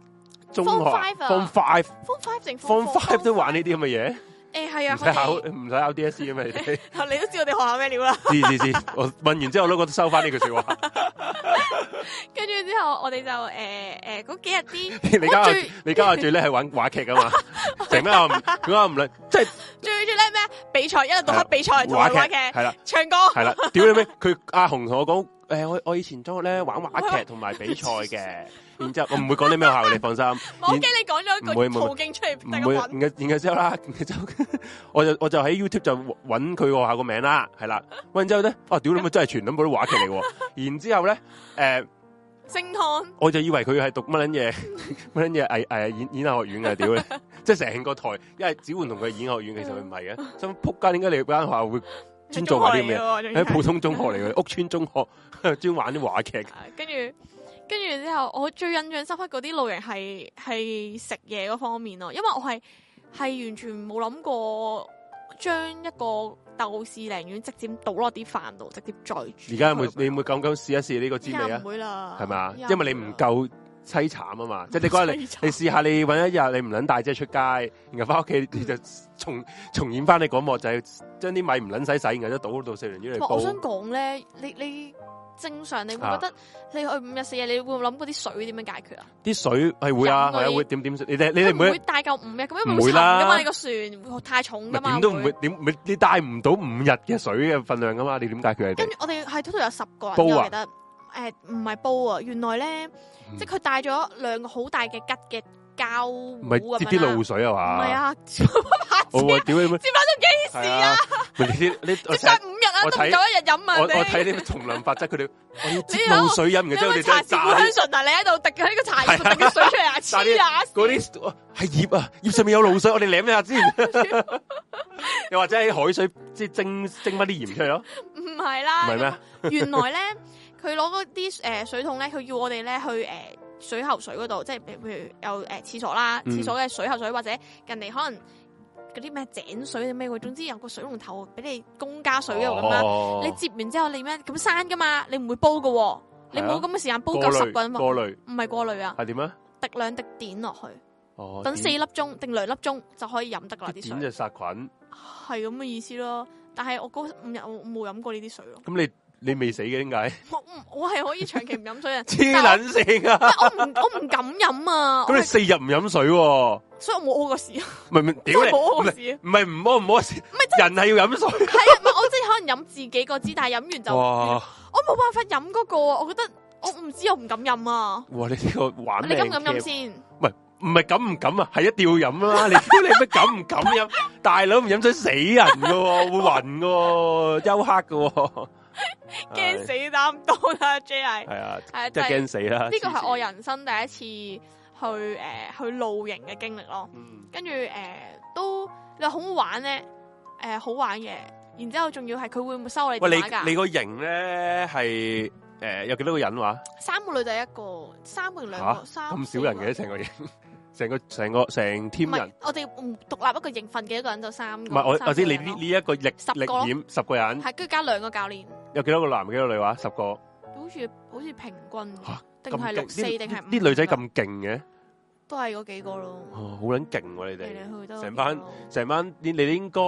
Speaker 2: 中學
Speaker 1: Form five 啊
Speaker 2: Form Five
Speaker 1: Form Five 定
Speaker 2: Form
Speaker 1: four-
Speaker 2: Five 都玩
Speaker 1: Form
Speaker 2: 呢啲咁嘅嘢，
Speaker 1: five？誒係啊，
Speaker 2: 唔使考
Speaker 1: 我哋
Speaker 2: 唔使考 DSE 啊嘛，你哋。
Speaker 1: 你都知我哋學校咩料啦。
Speaker 2: 知知知，我問完之後我都覺得收翻呢句
Speaker 1: <laughs>
Speaker 2: 说話。
Speaker 1: 跟住之後，我哋就誒誒嗰幾日啲
Speaker 2: 你家下
Speaker 1: 我最
Speaker 2: 你家下最叻係玩 <laughs> 話劇噶嘛？成咩我唔點解我唔叻？即係
Speaker 1: 最最叻咩？比賽一路
Speaker 2: 啊
Speaker 1: 到黑比賽同埋話劇、
Speaker 2: 係啦
Speaker 1: 唱歌，
Speaker 2: 係啦，屌你咩？佢阿紅同我講诶，誒我我以前中學咧玩話劇同埋比賽嘅，然之后我唔會講啲咩學校，你
Speaker 1: <laughs>
Speaker 2: 放心。
Speaker 1: 我驚你講咗一個
Speaker 2: 唔會唔會
Speaker 1: 途徑出嚟，
Speaker 2: 唔
Speaker 1: 大家
Speaker 2: 會，
Speaker 1: 揾
Speaker 2: 然後然後之後啦，然後之後我就我就喺 YouTube 就揾佢個學校個名啦，係啦，揾之後咧，哦，屌你咪真係全諗部啲話劇嚟喎，然之後咧，誒，
Speaker 1: 星湯
Speaker 2: 我就以為佢係讀乜撚嘢乜撚嘢藝誒演演藝學院嘅，屌你！ <laughs> 即係成個台，因為子桓同佢演藝學院，其實佢
Speaker 1: 嗯
Speaker 2: 唔係嘅。咁撲街點解你間學校會專做埋啲咁
Speaker 1: 嘅
Speaker 2: 嘅喺普通中學嚟嘅，屋村中學專玩啲話劇。
Speaker 1: 啊跟住跟住之後，我最印象深刻嗰啲露營係係食嘢嗰方面咯，因為我係係完全冇諗過將一個豆豉鯪魚直接倒落啲飯度，直接再煮。
Speaker 2: 而家有冇你會咁咁試一試呢個滋
Speaker 1: 依家
Speaker 2: 味啊
Speaker 1: 唔？會啦，
Speaker 2: 係咪啊？
Speaker 1: 依家
Speaker 2: 因為你
Speaker 1: 會
Speaker 2: 唔
Speaker 1: 啦
Speaker 2: 夠凄慘啊嘛，即
Speaker 1: <laughs>
Speaker 2: 係你嗰日你你試下你揾一日你唔撚帶遮出街，然後翻屋企你就重重演翻你嗰幕，就係將啲米唔撚使洗，然後都倒到四文魚嚟
Speaker 1: 哇我想
Speaker 2: 煲。
Speaker 1: 講咧，你你正常你會覺
Speaker 2: 啊
Speaker 1: 得你去五日四夜，你會唔會諗嗰啲水點樣解決啊？
Speaker 2: 啲水係會啊，
Speaker 1: 飲嗰啲
Speaker 2: 係啊會點點水，你哋你
Speaker 1: 你
Speaker 2: 哋
Speaker 1: 唔
Speaker 2: 每一
Speaker 1: 會帶夠五日咁樣會
Speaker 2: 唔
Speaker 1: 沉
Speaker 2: 會
Speaker 1: 噶嘛？
Speaker 2: 啦
Speaker 1: 你個船會太重噶
Speaker 2: 咪
Speaker 1: 嘛？
Speaker 2: 點都
Speaker 1: 啊
Speaker 2: 唔
Speaker 1: 會
Speaker 2: 會。點，咪你帶唔到五日嘅水嘅份量噶嘛？你點解決你
Speaker 1: 跟
Speaker 2: 哋？
Speaker 1: 住我哋係 total 有十個人
Speaker 2: 煲
Speaker 1: 嘅，
Speaker 2: 啊
Speaker 1: 我記得誒唔係煲啊，原來咧
Speaker 2: 嗯
Speaker 1: 即係佢帶咗兩個好大嘅吉嘅膠
Speaker 2: 唔
Speaker 1: 壺
Speaker 2: 係
Speaker 1: 咁
Speaker 2: 接
Speaker 1: 樣
Speaker 2: 啲
Speaker 1: 啦
Speaker 2: 露水啊
Speaker 1: 唔係
Speaker 2: 嘛？
Speaker 1: 啊， <laughs> 接
Speaker 2: <laughs> 我話屌你
Speaker 1: 翻
Speaker 2: 咩？
Speaker 1: 到幾時
Speaker 2: 係
Speaker 1: 啊？，
Speaker 2: 咪你啲你我
Speaker 1: 接
Speaker 2: 成
Speaker 1: 上
Speaker 2: 日
Speaker 1: 五日啦，
Speaker 2: 我
Speaker 1: 都唔
Speaker 2: 睇
Speaker 1: 夠一日飲啊！
Speaker 2: 我
Speaker 1: 你
Speaker 2: 我睇啲叢林法則，佢哋我要接
Speaker 1: 你有
Speaker 2: 露水飲，然之後你
Speaker 1: 你
Speaker 2: 真
Speaker 1: 茶
Speaker 2: 係
Speaker 1: 樹
Speaker 2: 炸啲
Speaker 1: 香醇啊！你喺度滴喺個茶葉度
Speaker 2: 係啊
Speaker 1: 滴啲水出嚟啊！
Speaker 2: 炸啲
Speaker 1: 黐啊！
Speaker 2: 嗰啲哇係葉啊，葉上面有露水，我哋舐一下先。 <laughs> 又或者喺海水即係蒸蒸翻啲鹽出嚟咯，
Speaker 1: 唔係
Speaker 2: 唔
Speaker 1: 啦，
Speaker 2: 係咩？
Speaker 1: 原來咧，佢攞嗰啲誒水桶咧，佢要我哋咧去誒、呃水喉水嗰度，即係譬如有誒、呃、廁所啦，
Speaker 2: 嗯
Speaker 1: 廁所嘅水喉水或者人哋可能嗰啲咩井水定咩喎，總之有個水龍頭俾你公家水嗰度咁樣，
Speaker 2: 哦
Speaker 1: 你接完之後你咩咁生噶嘛，你唔會煲噶、喎，你冇咁嘅時間煲夠
Speaker 2: 過
Speaker 1: 十
Speaker 2: 濾
Speaker 1: 個人喎，
Speaker 2: 過濾
Speaker 1: 唔係過濾啊，
Speaker 2: 係點啊？
Speaker 1: 滴兩滴碘落去，
Speaker 2: 哦，
Speaker 1: 等四
Speaker 2: 點
Speaker 1: 粒鐘定兩粒鐘就可以飲得㗎啦啲
Speaker 2: 點
Speaker 1: 水，
Speaker 2: 就殺菌。
Speaker 1: 係咁嘅意思咯。但係我嗰五日我冇飲過呢啲水咯，
Speaker 2: 咁你你未死嘅點解？，
Speaker 1: 我嗯我我係可以長期唔飲水嘅人
Speaker 2: 黐撚線啊！
Speaker 1: 我唔我唔敢飲啊，我
Speaker 2: 咁你
Speaker 1: 係
Speaker 2: 四日唔飲水喎，
Speaker 1: 所以我冇屙過屎，
Speaker 2: 唔係唔係
Speaker 1: <laughs>
Speaker 2: 屌
Speaker 1: 真係啊
Speaker 2: 你，
Speaker 1: 冇屙
Speaker 2: 唔
Speaker 1: 過
Speaker 2: 係
Speaker 1: 屎。
Speaker 2: 唔係唔屙唔屙，人係要飲水。
Speaker 1: 係啊，唔係我即係可能飲自己個支，但係飲完就
Speaker 2: 哇
Speaker 1: 我冇辦法飲嗰個啊，我覺得我唔知我唔敢飲啊。
Speaker 2: 哇！你呢個玩
Speaker 1: 你
Speaker 2: 命
Speaker 1: 敢唔敢飲
Speaker 2: game
Speaker 1: 先？
Speaker 2: 唔係敢唔敢啊，係一定要飲啦！ <laughs> 你屌你咩敢唔敢飲？大佬唔飲水死人噶喎，會暈噶喎，休克噶喎，
Speaker 1: <laughs> 驚死膽唔到啦，J <laughs> 係
Speaker 2: 係啊，
Speaker 1: 係啊，
Speaker 2: 真係
Speaker 1: 係
Speaker 2: 驚死啦！
Speaker 1: 呢個係
Speaker 2: 黐線
Speaker 1: 我人生第一次去诶、去露營嘅經歷咯。
Speaker 2: 嗯，
Speaker 1: 跟住誒都你話好好玩咧，誒、好玩嘅。然之後仲要係佢會唔會收你
Speaker 2: 喂，
Speaker 1: 電話
Speaker 2: 你
Speaker 1: 㗎？
Speaker 2: 你个型咧係诶有幾多個人話
Speaker 1: 三個女仔一個，三個定兩個，三
Speaker 2: 咁少人嘅
Speaker 1: 四
Speaker 2: 成個型， <laughs> 成個成個成
Speaker 1: 個
Speaker 2: team
Speaker 1: 唔係
Speaker 2: 人，，
Speaker 1: 我哋唔獨立一個營訓嘅一個人就三
Speaker 2: 唔
Speaker 1: 個。
Speaker 2: 係我我知你
Speaker 1: 三個人
Speaker 2: 呢
Speaker 1: 咯
Speaker 2: 呢一個歷
Speaker 1: 十個
Speaker 2: 歷演十個人，
Speaker 1: 係跟住加兩個教練，
Speaker 2: 有幾多個男幾多個女話？十個
Speaker 1: 好似好似平均
Speaker 2: 嚇
Speaker 1: 定係
Speaker 2: 咁
Speaker 1: 六
Speaker 2: 勁
Speaker 1: 四定係
Speaker 2: 呢
Speaker 1: 五
Speaker 2: 呢女仔
Speaker 1: 樣
Speaker 2: 咁勁嘅，
Speaker 1: 都係嗰幾個咯，
Speaker 2: 哦好撚勁喎你
Speaker 1: 嚟
Speaker 2: 哋。
Speaker 1: 嚟去都
Speaker 2: 成班成晚你你應該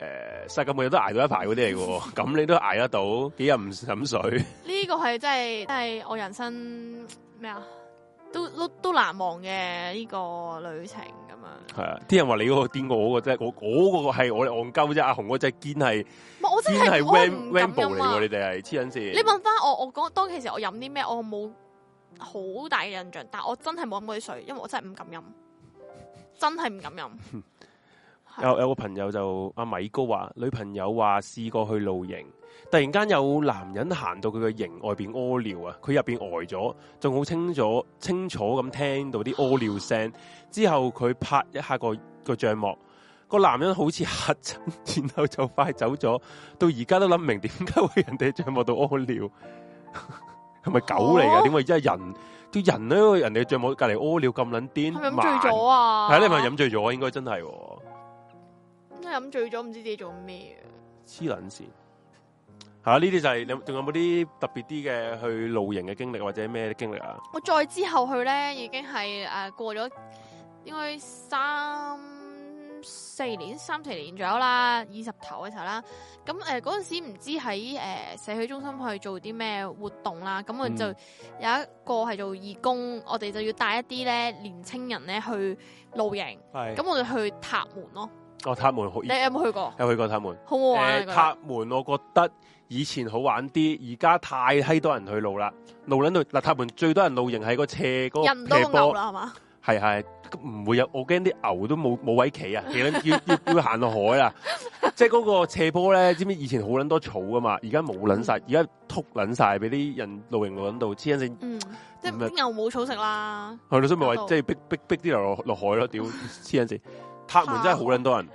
Speaker 2: 诶、呃世界末日都捱到一排嗰啲嚟嘅
Speaker 1: <laughs>
Speaker 2: 喎，咁你都捱得到幾日唔飲水，
Speaker 1: 呢個係真係真係我人生咩啊，都都都難忘嘅呢個旅程咁樣。
Speaker 2: 係啊！啲人話你嗰個癲過我嗰個啫，我我嗰個係我哋戇鳩啫，阿紅嗰只堅係
Speaker 1: 唔係我真係
Speaker 2: 堅係
Speaker 1: 我
Speaker 2: Ram
Speaker 1: 唔敢
Speaker 2: Rambo
Speaker 1: 飲
Speaker 2: 嚟
Speaker 1: 啊
Speaker 2: 喎，！你哋係黐撚線。
Speaker 1: 你問翻我，我講當其時我飲啲咩，我冇好大嘅印象，但我真係冇飲過啲水，因為我真係唔敢飲，真係唔敢飲。係啊
Speaker 2: 有有個朋友就阿米高話，女朋友話試過去露營，突然間有男人行到佢嘅營外邊屙尿啊，佢入邊呆咗，仲好清楚清楚咁聽到啲屙尿聲。之後佢拍一下個個帳幕，個男人好似嚇親，然後就快走咗。到而家都諗唔明點解會人哋帳幕度屙尿，係咪狗嚟
Speaker 1: 哦
Speaker 2: 㗎？點解而家人啲人咧，人哋帳幕隔離屙尿咁撚癲，
Speaker 1: 係咪飲
Speaker 2: 慢
Speaker 1: 醉咗啊？
Speaker 2: 係啊你咪飲醉咗，應該真係喎。
Speaker 1: 飲飲醉咗，唔知自己做咩啊。
Speaker 2: 黐撚線吓，呢啲就係你有仲有冇啲特別啲嘅去露營嘅經歷或者咩經歷啊？
Speaker 1: 我再之後去咧，已經係誒、呃、過咗應該三四年、三四年左右啦，二十頭嘅時候啦。咁誒嗰陣時唔知喺誒、呃社區中心去做啲咩活動啦，咁我
Speaker 2: 嗯
Speaker 1: 就有一個係做義工，我哋就要帶一啲咧年青人咧去露營，
Speaker 2: 係
Speaker 1: 咁
Speaker 2: 咁，
Speaker 1: 我哋去塔門咯。
Speaker 2: 哦塔門好
Speaker 1: 你有冇去過？
Speaker 2: 有去過塔門。
Speaker 1: 好唔好玩啊？你覺
Speaker 2: 誒
Speaker 1: 得
Speaker 2: 塔門我覺得以前好玩啲，而家太閪多人去露啦，露撚到嗱塔門最多人露營係個斜嗰
Speaker 1: 人
Speaker 2: 個
Speaker 1: 多
Speaker 2: 斜
Speaker 1: 過牛
Speaker 2: 坡，
Speaker 1: 啦，係嘛？
Speaker 2: 係係唔會有，我驚啲牛都冇冇位企
Speaker 1: <laughs>
Speaker 2: 啊，幾撚要要要行落海啊！即係嗰個斜坡咧，知唔知以前好撚多草噶嘛？而家冇撚晒，而家秃撚晒俾啲人露營露撚到黐撚線。
Speaker 1: 嗯，即係
Speaker 2: 咁啊
Speaker 1: 啲牛冇草食啦。
Speaker 2: 系咯，所以咪
Speaker 1: 嗰度
Speaker 2: 話即係逼逼逼啲人落落海咯，
Speaker 1: <laughs>
Speaker 2: 屌黐撚線！塔門真係好撚多人，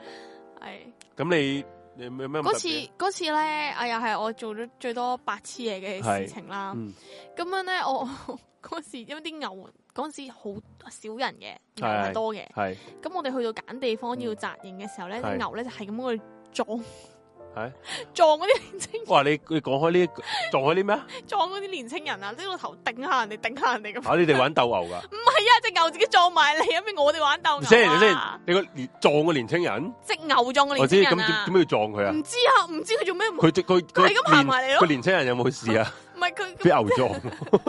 Speaker 1: 係。
Speaker 2: 咁你你有咩咁
Speaker 1: 嗰
Speaker 2: 特
Speaker 1: 次
Speaker 2: 別
Speaker 1: 嗰次咧，啊又係我做咗最多白痴嘢嘅事情啦。
Speaker 2: 嗯
Speaker 1: 咁樣咧，我 <laughs> 嗰時因為啲牛嗰陣時好少人嘅，牛
Speaker 2: 係
Speaker 1: 係多嘅。
Speaker 2: 係嗯
Speaker 1: 咁我哋去到揀地方要紮營嘅時候咧，啲
Speaker 2: 係
Speaker 1: 牛咧就係咁去撞
Speaker 2: 係
Speaker 1: <laughs> 撞嗰啲年青
Speaker 2: 哇！你你講開呢撞開啲咩啊？
Speaker 1: 撞嗰啲年青人啊，即係個頭頂下人哋，頂下人哋咁。
Speaker 2: 嚇！你啊哋玩鬥牛
Speaker 1: <laughs>
Speaker 2: 噶？
Speaker 1: 唔係啊，只牛自己撞埋你，因為我哋玩鬥
Speaker 2: 先你
Speaker 1: 牛
Speaker 2: 先
Speaker 1: 啊，，
Speaker 2: 你個年撞個年青人，
Speaker 1: 只牛撞個
Speaker 2: 我
Speaker 1: 年
Speaker 2: 知
Speaker 1: 青
Speaker 2: 咁
Speaker 1: 人
Speaker 2: 點
Speaker 1: 啊
Speaker 2: 點。解要撞佢啊？
Speaker 1: 唔知啊，唔知佢做咩，唔
Speaker 2: 佢佢
Speaker 1: 佢係咁行埋嚟
Speaker 2: 個
Speaker 1: 咯。
Speaker 2: 年青人有冇事
Speaker 1: <laughs>
Speaker 2: 啊？
Speaker 1: 唔係佢佢，
Speaker 2: 俾牛撞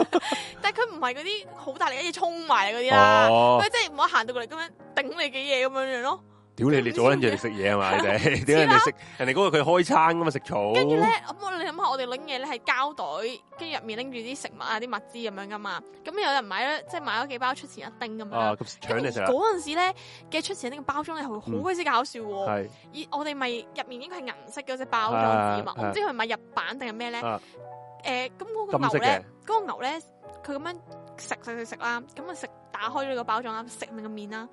Speaker 1: 但係佢唔係嗰啲好大力一嘢衝埋嚟嗰啲啦。
Speaker 2: 哦！
Speaker 1: 佢即系唔好行到過嚟咁樣頂你幾嘢咁樣樣咯。
Speaker 2: 屌你！你阻撚住人哋食嘢啊係嘛？
Speaker 1: <laughs>
Speaker 2: 你哋屌人哋食人哋嗰個佢開餐噶嘛食草，
Speaker 1: 跟住咧，咁我哋諗下，我哋拎嘢咧係膠袋，跟住入面拎住啲食物啊、啲物資咁樣噶嘛。咁有人買咧，即係買咗幾包出前一丁咁樣
Speaker 2: 啊
Speaker 1: 啦。
Speaker 2: 咁搶
Speaker 1: 跟住
Speaker 2: 你食啦，
Speaker 1: 嗰陣時咧嘅出前一丁嘅包裝咧係好鬼死搞笑喎。
Speaker 2: 係
Speaker 1: 而我哋咪入面應該係銀色嗰只包裝紙嘛
Speaker 2: 啊，
Speaker 1: 我唔知佢係咪日版定係咩咧
Speaker 2: 啊？
Speaker 1: 誒，咁嗰個
Speaker 2: 金色
Speaker 1: 牛
Speaker 2: 嘅
Speaker 1: 咧，嗰個牛咧，佢咁樣食食食食啦，咁啊食打開咗個包裝啦，食咪個面啦，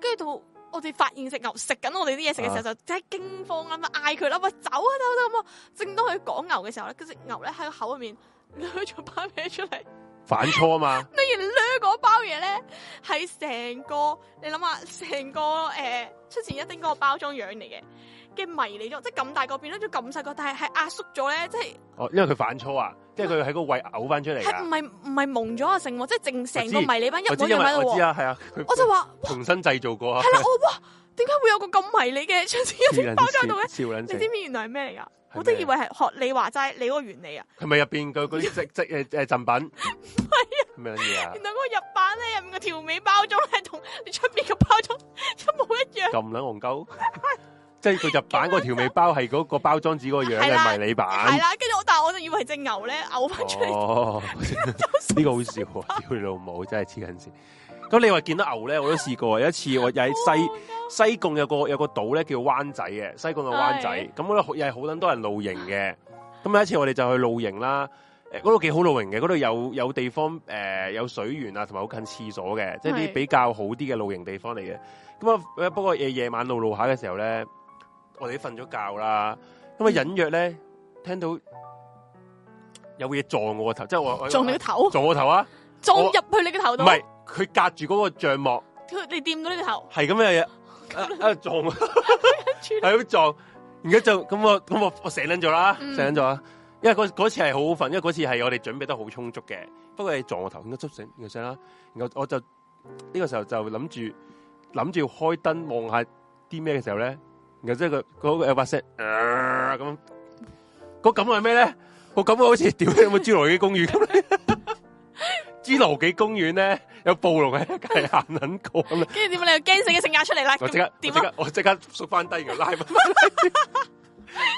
Speaker 1: 跟住到我哋發現只牛食緊我哋啲嘢食嘅時候，
Speaker 2: 啊
Speaker 1: 就即係驚慌啦，咁嗌佢啦，喂走啊走啊走啊咁啊！正當佢講牛嘅時候咧，嗰只牛咧喺個口入面掠咗包嘢出嚟，
Speaker 2: 反錯啊嘛！
Speaker 1: 跟住掠嗰包嘢咧係成個你諗下，成個誒、呃出前一丁嗰個包裝樣嚟嘅。嘅迷你咗，即係咁大個變咗咗咁細個，但係係壓縮咗咧，即係
Speaker 2: 哦，因為佢反粗啊，即係佢喺個胃嘔翻出嚟
Speaker 1: 係唔
Speaker 2: 㗎。
Speaker 1: 係唔係蒙咗啊成喎，即係成成個
Speaker 2: 啊我知
Speaker 1: 迷你班一模
Speaker 2: 我
Speaker 1: 一
Speaker 2: 知，
Speaker 1: 樣
Speaker 2: 因為
Speaker 1: 喺度
Speaker 2: 我知
Speaker 1: 喎。
Speaker 2: 啊，係啊，佢
Speaker 1: 我就話
Speaker 2: 重新製造過啊。
Speaker 1: 係啦，我哇，點解會有個咁迷你嘅 <laughs> 出前一
Speaker 2: 黐
Speaker 1: 丁
Speaker 2: 撚
Speaker 1: 包裝度
Speaker 2: 線
Speaker 1: 咧？
Speaker 2: 笑撚
Speaker 1: 你知
Speaker 2: 死，
Speaker 1: 唔知原來係咩嚟㗎？我都
Speaker 2: 咩
Speaker 1: 以為係學你話齋你嗰個原理啊，
Speaker 2: 係咪入邊佢嗰啲即即誒誒贈品？係啊，咩撚嘢啊
Speaker 1: 原？來嗰個日版咧入面個條尾包裝咧同你出面個包裝 <laughs> 一模一樣，
Speaker 2: 咁撚戇鳩，即係個日版嗰條尾包係嗰個包裝紙嗰個樣
Speaker 1: 係啦
Speaker 2: 係迷你
Speaker 1: 係
Speaker 2: 版。
Speaker 1: 啦。跟住我，但係我就以為只牛咧
Speaker 2: <laughs>
Speaker 1: 嘔翻出嚟，
Speaker 2: 哦，呢個好笑喎！屌你老母，真係黐緊線。咁你話見到牛咧，我都試過。有一次我又喺
Speaker 1: Oh
Speaker 2: 西西貢有個有個島咧叫灣仔嘅，西貢嘅灣仔
Speaker 1: 係
Speaker 2: 咁咧又係好撚多人露營嘅。咁有一次我哋就去露營啦，誒嗰度幾好露營嘅，嗰度有有地方誒、呃有水源啊，同埋好近廁所嘅，即係
Speaker 1: 係
Speaker 2: 啲比較好啲嘅露營地方嚟嘅。咁啊，誒不過夜夜晚露露下嘅時候咧，我哋都瞓咗覺啦，咁
Speaker 1: 嗯
Speaker 2: 啊隱約咧聽到有嘢撞我個頭，即係我我
Speaker 1: 撞你個頭，
Speaker 2: 撞我頭啊！
Speaker 1: 撞入去你個頭
Speaker 2: 唔
Speaker 1: 度，
Speaker 2: 係佢隔住嗰個帳幕
Speaker 1: 佢你掂到你個頭，
Speaker 2: 係咁樣嘢，啊啊撞我。
Speaker 1: 跟住
Speaker 2: 係咁撞，然家就咁我咁我我醒撚咗啦，
Speaker 1: 嗯
Speaker 2: 醒撚咗啦。因為嗰嗰次係好好瞓，因為嗰次係我哋準備得好充足嘅。不過係撞我頭，應該執醒，然醒啦。然後我就呢、個時候就諗住諗住開燈望下啲咩嘅時候咧，然後即係個嗰個有把聲啊咁，個感覺係咩咧？個感覺好似屌你 <laughs> 有冇侏羅紀公園咁 <laughs> 咧？侏羅紀公園咧有暴龍喺隔離行撚過咁樣
Speaker 1: 跟住點啊？你又驚死嘅性格出嚟啦，
Speaker 2: 我即刻
Speaker 1: 咁
Speaker 2: 我
Speaker 1: 點
Speaker 2: 即
Speaker 1: 啊？
Speaker 2: 刻我即刻縮翻低，然後拉翻，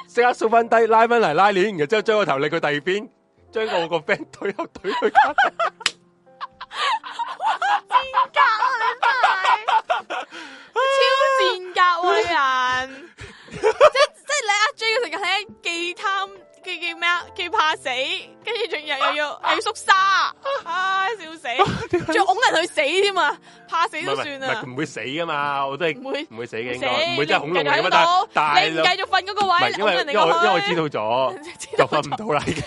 Speaker 2: 即刻縮翻低，拉翻嚟拉鏈，然後之後將個頭擰去第二邊，將我個 friend 推後推去隔離。
Speaker 1: 賤格啊！你真係超賤格喎！你人，即即係你阿 J 嘅性格係既貪既既咩啊？既怕死，跟住仲又又要又要縮沙，啊笑死！仲拱人去死添啊！怕死
Speaker 2: 唔
Speaker 1: 都
Speaker 2: 係唔係
Speaker 1: 算
Speaker 2: 唔係
Speaker 1: 啦，
Speaker 2: 佢唔會死噶嘛，我都係
Speaker 1: 唔會
Speaker 2: 唔會死嘅，應
Speaker 1: 死
Speaker 2: 該唔會真係恐龍嚟
Speaker 1: 你
Speaker 2: 噶
Speaker 1: 唔繼
Speaker 2: 嘛，
Speaker 1: 續
Speaker 2: 但
Speaker 1: 瞓
Speaker 2: 係
Speaker 1: 你唔繼續瞓嗰個
Speaker 2: 唔係
Speaker 1: 位，
Speaker 2: 因為因為因為我知道
Speaker 1: <laughs>
Speaker 2: 咗。 <laughs>
Speaker 1: 道
Speaker 2: 就瞓唔到啦，已經。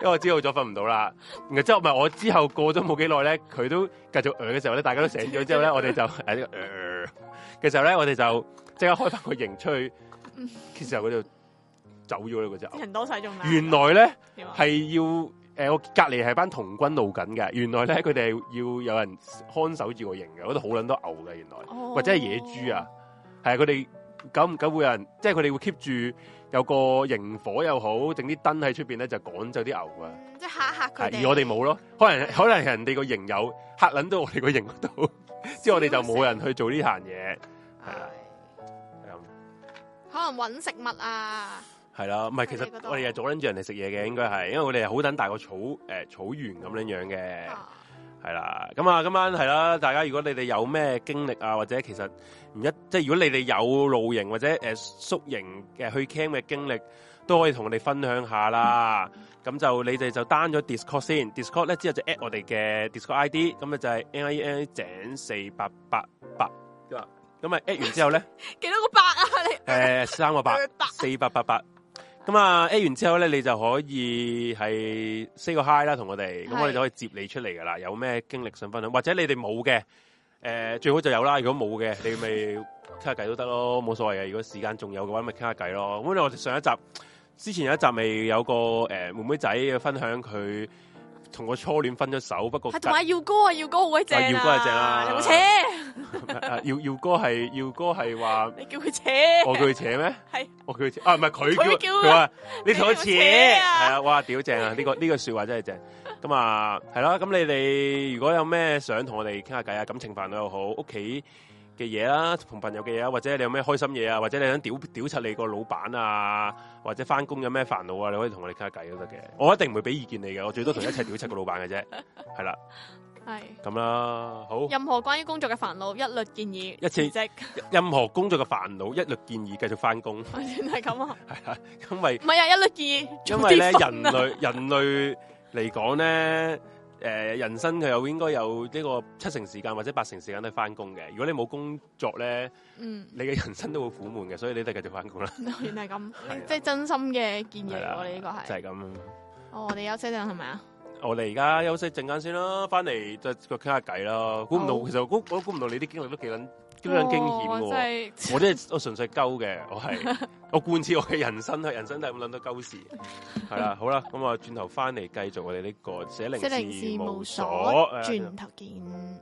Speaker 2: 因為我知道咗瞓唔到啦，然後之後唔係我之後過咗冇幾耐咧，佢都繼續呃嘅時候咧，大家都醒咗之後咧，我哋就喺呢個呃嘅時候咧，我哋就即刻開翻個營出去，其實佢就走咗啦嗰隻牛。
Speaker 1: 人多勢眾啦。
Speaker 2: 原來咧
Speaker 1: 點啊
Speaker 2: 係要诶、呃我隔離係班童軍路緊嘅，原來咧佢哋係要有人看守住個營嘅，嗰度好撚多牛嘅原來。或者係野豬啊，係啊佢哋久唔久會有人，即係佢哋會 keep 住有個營火又好，整啲燈喺出邊咧就趕走啲牛啊。
Speaker 1: 哦，即係嚇嚇佢
Speaker 2: 係
Speaker 1: 哋。
Speaker 2: 而我哋冇咯，可能可能人哋個營有嚇撚到我哋個營嗰度， <laughs> 之後我哋就冇人去做呢行嘢。係啦係
Speaker 1: 可能揾食物啊，
Speaker 2: 咁係啦，唔係其
Speaker 1: 你
Speaker 2: 實
Speaker 1: 覺得
Speaker 2: 我哋係阻撚住人哋食嘢嘅，應該係，因為我哋係好撚大個草誒、呃草原咁樣樣嘅。
Speaker 1: 啊
Speaker 2: 系啦，咁啊，今晚係啦，大家如果你哋有咩經歷啊，或者其實唔一，即係如果你哋有露營或者诶、呃宿營嘅去 camp 嘅經歷，都可以同我哋分享下啦。咁就你哋就 down 咗 Discord 先，Discord 咧之後就 at 我哋嘅 Discord ID，咁啊就係 N I E N I 井四八八八，咁啊 at 完之後咧。
Speaker 1: 幾多個百啊你？
Speaker 2: 诶，三個八，四八八八。咁啊，A 完之後咧，你就可以係 say 個 hi 啦，同我哋，咁
Speaker 1: 係
Speaker 2: 我哋就可以接你出嚟噶啦。有咩經歷想分享，或者你哋冇嘅，诶、最好就有啦。如果冇嘅，你咪傾下偈都得咯，冇所謂嘅。如果時間仲有嘅話，咪傾下偈咯。咁我哋上一集之前有一集咪有個诶、呃妹妹仔分享佢同個初戀分咗手，不過
Speaker 1: 係同埋耀哥啊，耀哥好鬼正啊！
Speaker 2: 啊耀哥係正啊
Speaker 1: 有冇扯？
Speaker 2: <laughs> 啊耀耀哥係耀哥係話。
Speaker 1: 你叫佢扯，
Speaker 2: <laughs> 我叫佢扯咩？
Speaker 1: 係
Speaker 2: 我叫佢扯啊，唔係佢
Speaker 1: 佢
Speaker 2: 叫
Speaker 1: 叫
Speaker 2: 佢話你同我扯，
Speaker 1: 你同我
Speaker 2: 係
Speaker 1: 扯啊
Speaker 2: 啊，哇，屌正啊！呢個呢個说話真係正。咁啊，係啦，咁你哋如果有咩想同我哋傾下偈啊，感情煩惱又好，屋企嘅嘢啦，同朋友嘅嘢啊，或者你有咩開心嘢啊，或者你想屌屌柒你個老闆啊，或者翻工有咩煩惱啊，你可以同我哋傾下偈都得嘅。我一定唔會俾意見你嘅，我最多同你一齊屌柒個老闆嘅
Speaker 1: <laughs>
Speaker 2: 啫。係啦，
Speaker 1: 係
Speaker 2: 咁啦，好，
Speaker 1: 任何關於工作嘅煩惱，一律建議
Speaker 2: 一次
Speaker 1: 辭職， <laughs>
Speaker 2: 任何工作嘅煩惱，一律建議繼續翻工，
Speaker 1: 原來咁啊！
Speaker 2: 係啦，因為。
Speaker 1: 唔係啊，一律建議早
Speaker 2: 因
Speaker 1: 啲瞓啊。 <laughs>
Speaker 2: 為咧人類人類嚟講咧，诶、人生佢有應該有呢個七成時間或者八成時間都係翻工嘅。如果你冇工作咧，
Speaker 1: 嗯，
Speaker 2: 你嘅人生都會苦悶嘅，所以你都係繼續翻工啦。
Speaker 1: 原來咁
Speaker 2: 啊，
Speaker 1: 即係真心嘅建議
Speaker 2: 係
Speaker 1: 嚟
Speaker 2: 啦
Speaker 1: 喎，你呢個
Speaker 2: 就
Speaker 1: 係。
Speaker 2: 係咁。
Speaker 1: 哦，我哋休息陣係咪啊？
Speaker 2: 我哋而家休息陣間先啦，翻嚟再再傾下偈啦。估唔到
Speaker 1: 好
Speaker 2: 其實我估我估唔到你啲經歷都幾撚幾撚驚險
Speaker 1: 哦
Speaker 2: 嘅
Speaker 1: 真
Speaker 2: 喎。
Speaker 1: 係
Speaker 2: 我真係我純粹鳩嘅，我係 <laughs> 我貫徹我嘅人生，人生都係咁諗到
Speaker 1: <laughs>
Speaker 2: 鳩事。係啦，好啦，咁啊我轉頭翻嚟繼續我哋呢、個寫零
Speaker 1: 即零事
Speaker 2: 事
Speaker 1: 務
Speaker 2: 務所
Speaker 1: 所，
Speaker 2: 誒啊
Speaker 1: 轉頭見。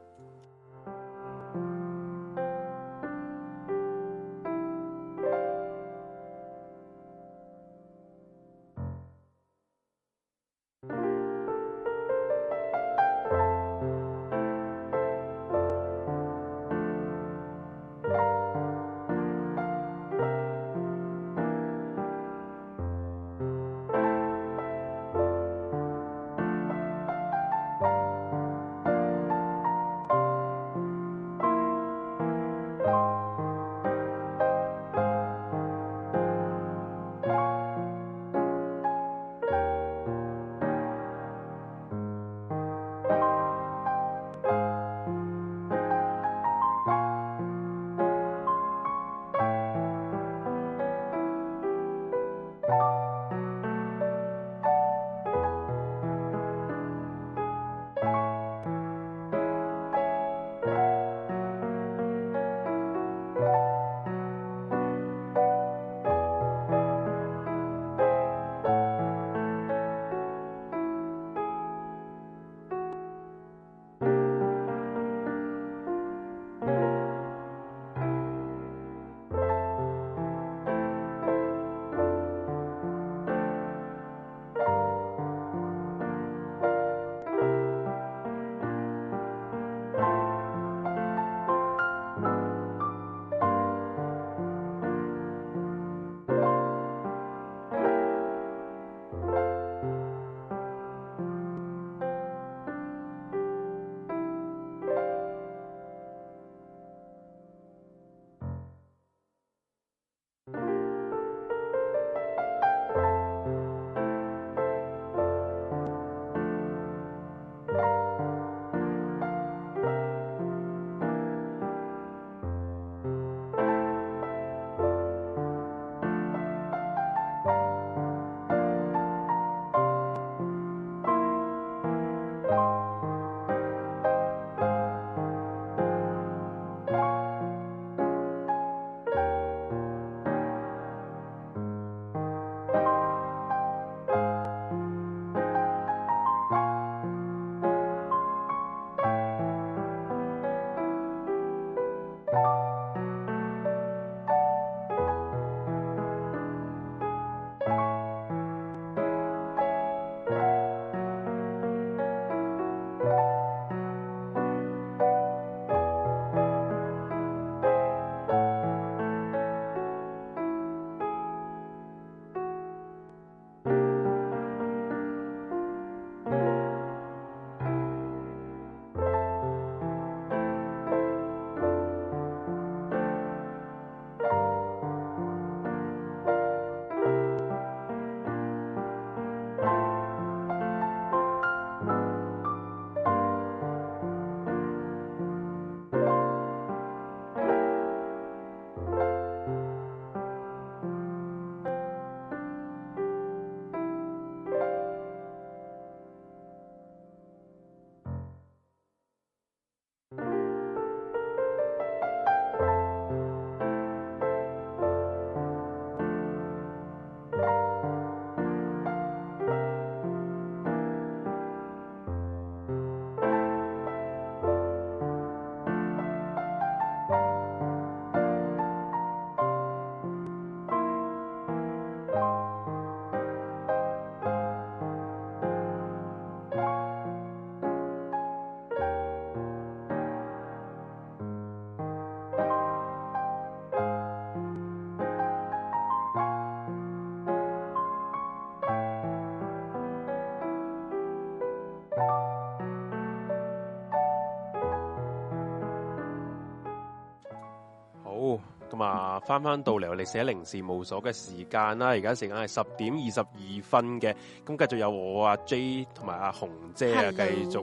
Speaker 1: 嗯
Speaker 2: 嘛，翻翻啊到嚟我哋寫零事務所嘅時間啦，而家時間係十點二十二分嘅，咁繼續有我阿 J 同埋阿紅姐啊，繼續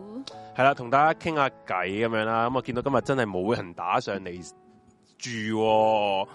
Speaker 2: 係啦，同大家傾下偈咁樣啦，咁我見到今日真係冇人打上嚟住、喎，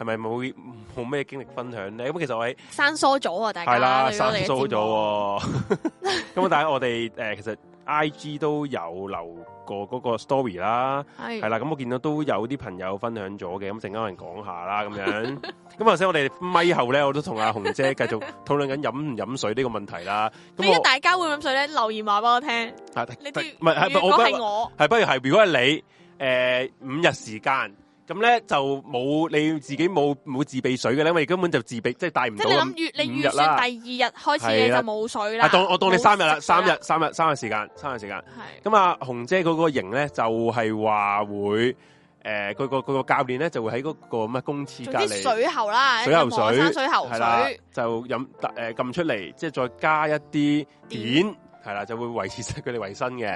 Speaker 2: 係咪冇冇咩經歷分享咧？咁其實我喺
Speaker 1: 生疏咗啊！大家
Speaker 2: 係啦，
Speaker 1: 對於我
Speaker 2: 生
Speaker 1: 哋嘅
Speaker 2: 疏咗
Speaker 1: 節目
Speaker 2: 喎。咁啊但係我哋誒其實 I G 都有留過嗰個 story 啦。
Speaker 1: <laughs> 係
Speaker 2: 系啦，咁我見到都有啲朋友分享咗嘅，咁陣間有人講
Speaker 1: <laughs>
Speaker 2: 下啦，咁樣。咁頭先我哋咪後咧，我都同阿紅姐繼續討論緊飲唔飲水呢個問題啦。
Speaker 1: 咁
Speaker 2: 咁
Speaker 1: 啊大家會唔會飲水咧？留言話俾我聽。
Speaker 2: 我啊
Speaker 1: 你
Speaker 2: 唔
Speaker 1: 哋
Speaker 2: 係係
Speaker 1: 如
Speaker 2: 我
Speaker 1: 果係
Speaker 2: 不
Speaker 1: 我，
Speaker 2: 係不如係如果係你诶五日時間，咁咧就冇你自己冇冇自備水嘅咧，因為根本就自備即係帶唔
Speaker 1: 即
Speaker 2: 到
Speaker 1: 係你諗預你
Speaker 2: 五
Speaker 1: 預
Speaker 2: 日啦
Speaker 1: 算第二日開始
Speaker 2: 係
Speaker 1: 你
Speaker 2: 啦
Speaker 1: 就冇水啦。
Speaker 2: 啊，當我當你三日啦，
Speaker 1: 冇食
Speaker 2: 三
Speaker 1: 水
Speaker 2: 日
Speaker 1: 啦
Speaker 2: 三日三日時間，三日時間。
Speaker 1: 係
Speaker 2: 咁啊，紅姐嗰個型咧就係、話會诶，佢、個佢個教練咧就會喺嗰個咩公廁隔
Speaker 1: 總之
Speaker 2: 離。
Speaker 1: 水喉啦，
Speaker 2: 水喉
Speaker 1: 任何
Speaker 2: 水
Speaker 1: 山水喉
Speaker 2: 係啦
Speaker 1: 水，
Speaker 2: 就飲誒撳出嚟，即係再加一啲碘，係啦，就會維持晒佢哋維生嘅。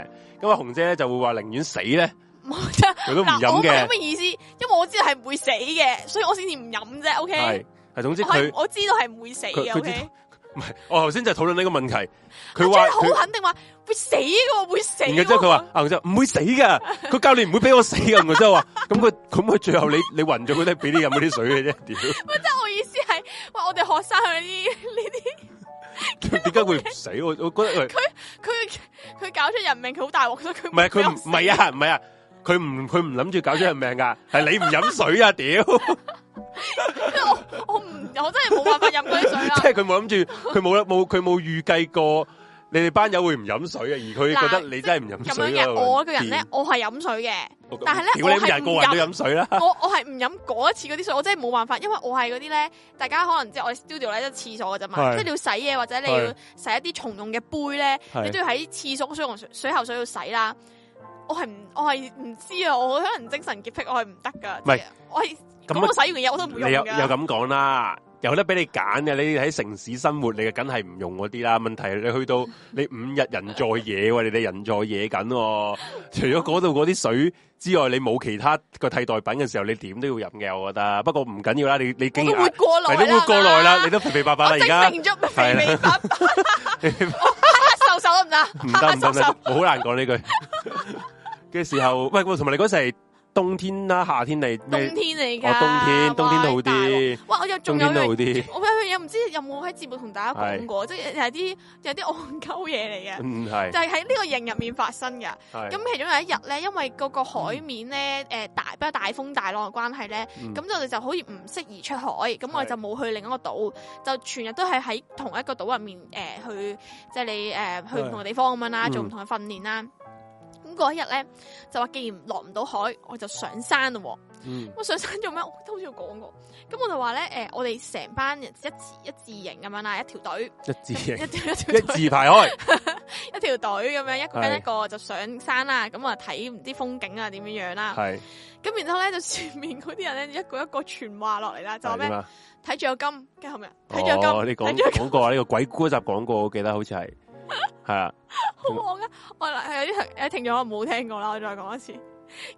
Speaker 2: 咁啊，紅姐咧就會話寧願死咧，
Speaker 1: 冇得。
Speaker 2: 佢都唔
Speaker 1: 嗱，
Speaker 2: 飲
Speaker 1: 我明咁
Speaker 2: 嘅，
Speaker 1: 嘅意思，因為我知道係唔會死嘅，所以我先至唔飲啫。O
Speaker 2: 係
Speaker 1: K，
Speaker 2: 係總之
Speaker 1: 我
Speaker 2: 佢
Speaker 1: 係我知道係唔會死
Speaker 2: 佢
Speaker 1: 嘅。
Speaker 2: 佢
Speaker 1: O
Speaker 2: 知
Speaker 1: K，
Speaker 2: 唔係，我頭先就討論呢個問題，佢
Speaker 1: 佢
Speaker 2: 話
Speaker 1: 真係好
Speaker 2: 佢，
Speaker 1: 肯定話會死嘅喎，會死嘅喎。
Speaker 2: 然後之後佢話啊，紅姐唔會死噶，佢教練唔會俾我死噶，然後之後話咁佢咁佢最後你你暈咗佢都係俾你飲嗰啲水嘅啫，
Speaker 1: <laughs>
Speaker 2: <laughs> 屌
Speaker 1: 即係我意思係，哇！我哋學生佢啲呢啲。
Speaker 2: 點解會唔死？我我覺得喂
Speaker 1: 佢佢搞出人命，佢好大鑊，所以佢
Speaker 2: 唔係佢唔
Speaker 1: 有
Speaker 2: 唔係啊，唔係啊，佢唔佢唔諗住搞出人命噶，係你唔飲水啊，屌！
Speaker 1: 我唔我真係冇辦法飲嗰啲水啦
Speaker 2: <laughs> 即。係佢冇諗住，佢冇冇佢冇預計過你哋班友會唔飲水啊，而佢覺得你真係唔飲
Speaker 1: 咁樣
Speaker 2: 水啊
Speaker 1: 嘅我個人咧，我係飲水
Speaker 2: <laughs>
Speaker 1: 嘅，
Speaker 2: 我
Speaker 1: 但係咧
Speaker 2: 屌你
Speaker 1: 我係
Speaker 2: 日個人都飲水啦，
Speaker 1: 我我係唔飲嗰一次嗰啲水，我真係冇辦法，因為我係嗰啲咧，大家可能即係我哋 studio 咧，即係廁所嘅啫嘛，
Speaker 2: 係
Speaker 1: 即係你要洗嘢或者你要
Speaker 2: 係
Speaker 1: 洗一啲重用嘅杯咧，你都
Speaker 2: 係
Speaker 1: 要喺廁所水同水水喉水度洗啦。我係唔我係唔知啊，我可能精神潔癖，我係唔得噶。
Speaker 2: 唔係
Speaker 1: 即係我係咁
Speaker 2: 咁啊
Speaker 1: 我洗完嘢我都唔
Speaker 2: 你
Speaker 1: 用
Speaker 2: 又又
Speaker 1: 㗎。
Speaker 2: 咁講啦。有得俾你揀嘅，你喺城市生活，你就梗係唔用嗰啲啦。問題係你去到
Speaker 1: <laughs>
Speaker 2: 你五日人在野喎，你哋人在野緊喎。 <laughs> 除咗嗰度嗰啲水之外，你冇其他個替代品嘅時候，你點都要飲嘅，我覺得。不過唔緊要啦，你你
Speaker 1: 我
Speaker 2: 經
Speaker 1: 都活
Speaker 2: 驗啊
Speaker 1: 過來
Speaker 2: 你都
Speaker 1: 啦
Speaker 2: 活過來啦，你都肥肥白白啦，
Speaker 1: 我
Speaker 2: 而家
Speaker 1: 證明咗肥美白白，瘦瘦得唔得？
Speaker 2: 唔得唔得
Speaker 1: 瘦 <laughs>
Speaker 2: 唔得，
Speaker 1: 瘦
Speaker 2: 好難講呢句 <laughs> 嘅時候，喂，同埋你嗰時係冬天啦，夏天你
Speaker 1: 冬
Speaker 2: 咩？
Speaker 1: 天嚟
Speaker 2: 哦
Speaker 1: 噶，
Speaker 2: 冬天冬天都好
Speaker 1: 哇大鑊
Speaker 2: 啲，
Speaker 1: 哇！我又仲
Speaker 2: 冬
Speaker 1: 有
Speaker 2: 天都好
Speaker 1: 樣，
Speaker 2: 啲，
Speaker 1: 我有樣嘢唔知有冇喺節目同大家講過，即係有啲有啲戇鳩嘢嚟嘅，
Speaker 2: 嗯係
Speaker 1: 就係喺呢個營入面發生㗎。
Speaker 2: 係
Speaker 1: 咁其中有一日咧，因為嗰個海面咧，誒大比較大風大浪嘅關係咧，
Speaker 2: 嗯
Speaker 1: 咁我哋就好似唔適宜出海，咁我哋
Speaker 2: 係
Speaker 1: 就冇去另一個島，就全日都係喺同一個島入面誒、呃去，即係你誒、呃去唔同嘅地方咁樣啦，
Speaker 2: 嗯
Speaker 1: 做唔同嘅訓練啦。咁嗰一日咧，就話既然落唔到海，我就上山咯喎。
Speaker 2: 嗯
Speaker 1: 我上山做咩？我都好似有講過。咁我就話咧，誒、我哋成班人一字一字型咁樣啦，一條隊，
Speaker 2: 一字
Speaker 1: <laughs> 一
Speaker 2: <laughs> 一
Speaker 1: 條一條隊，
Speaker 2: 字排開，
Speaker 1: 一條隊咁樣，一個跟
Speaker 2: 係
Speaker 1: 一個就上山啦。咁啊睇唔知風景 <laughs> 啊點樣樣啦。
Speaker 2: 係
Speaker 1: 咁然後咧就前面嗰啲人咧一個一個傳話落嚟啦，就話咩
Speaker 2: 係點啊
Speaker 1: 睇住有金，跟住後面啊睇住有金，
Speaker 2: 哦，你講
Speaker 1: 睇住有金
Speaker 2: 講過啊呢個鬼故嗰集講過，我記得好似係係啊，
Speaker 1: <laughs> 好戇啊！我嗱有啲聽有啲聽眾可能冇聽過啦，我再講一次。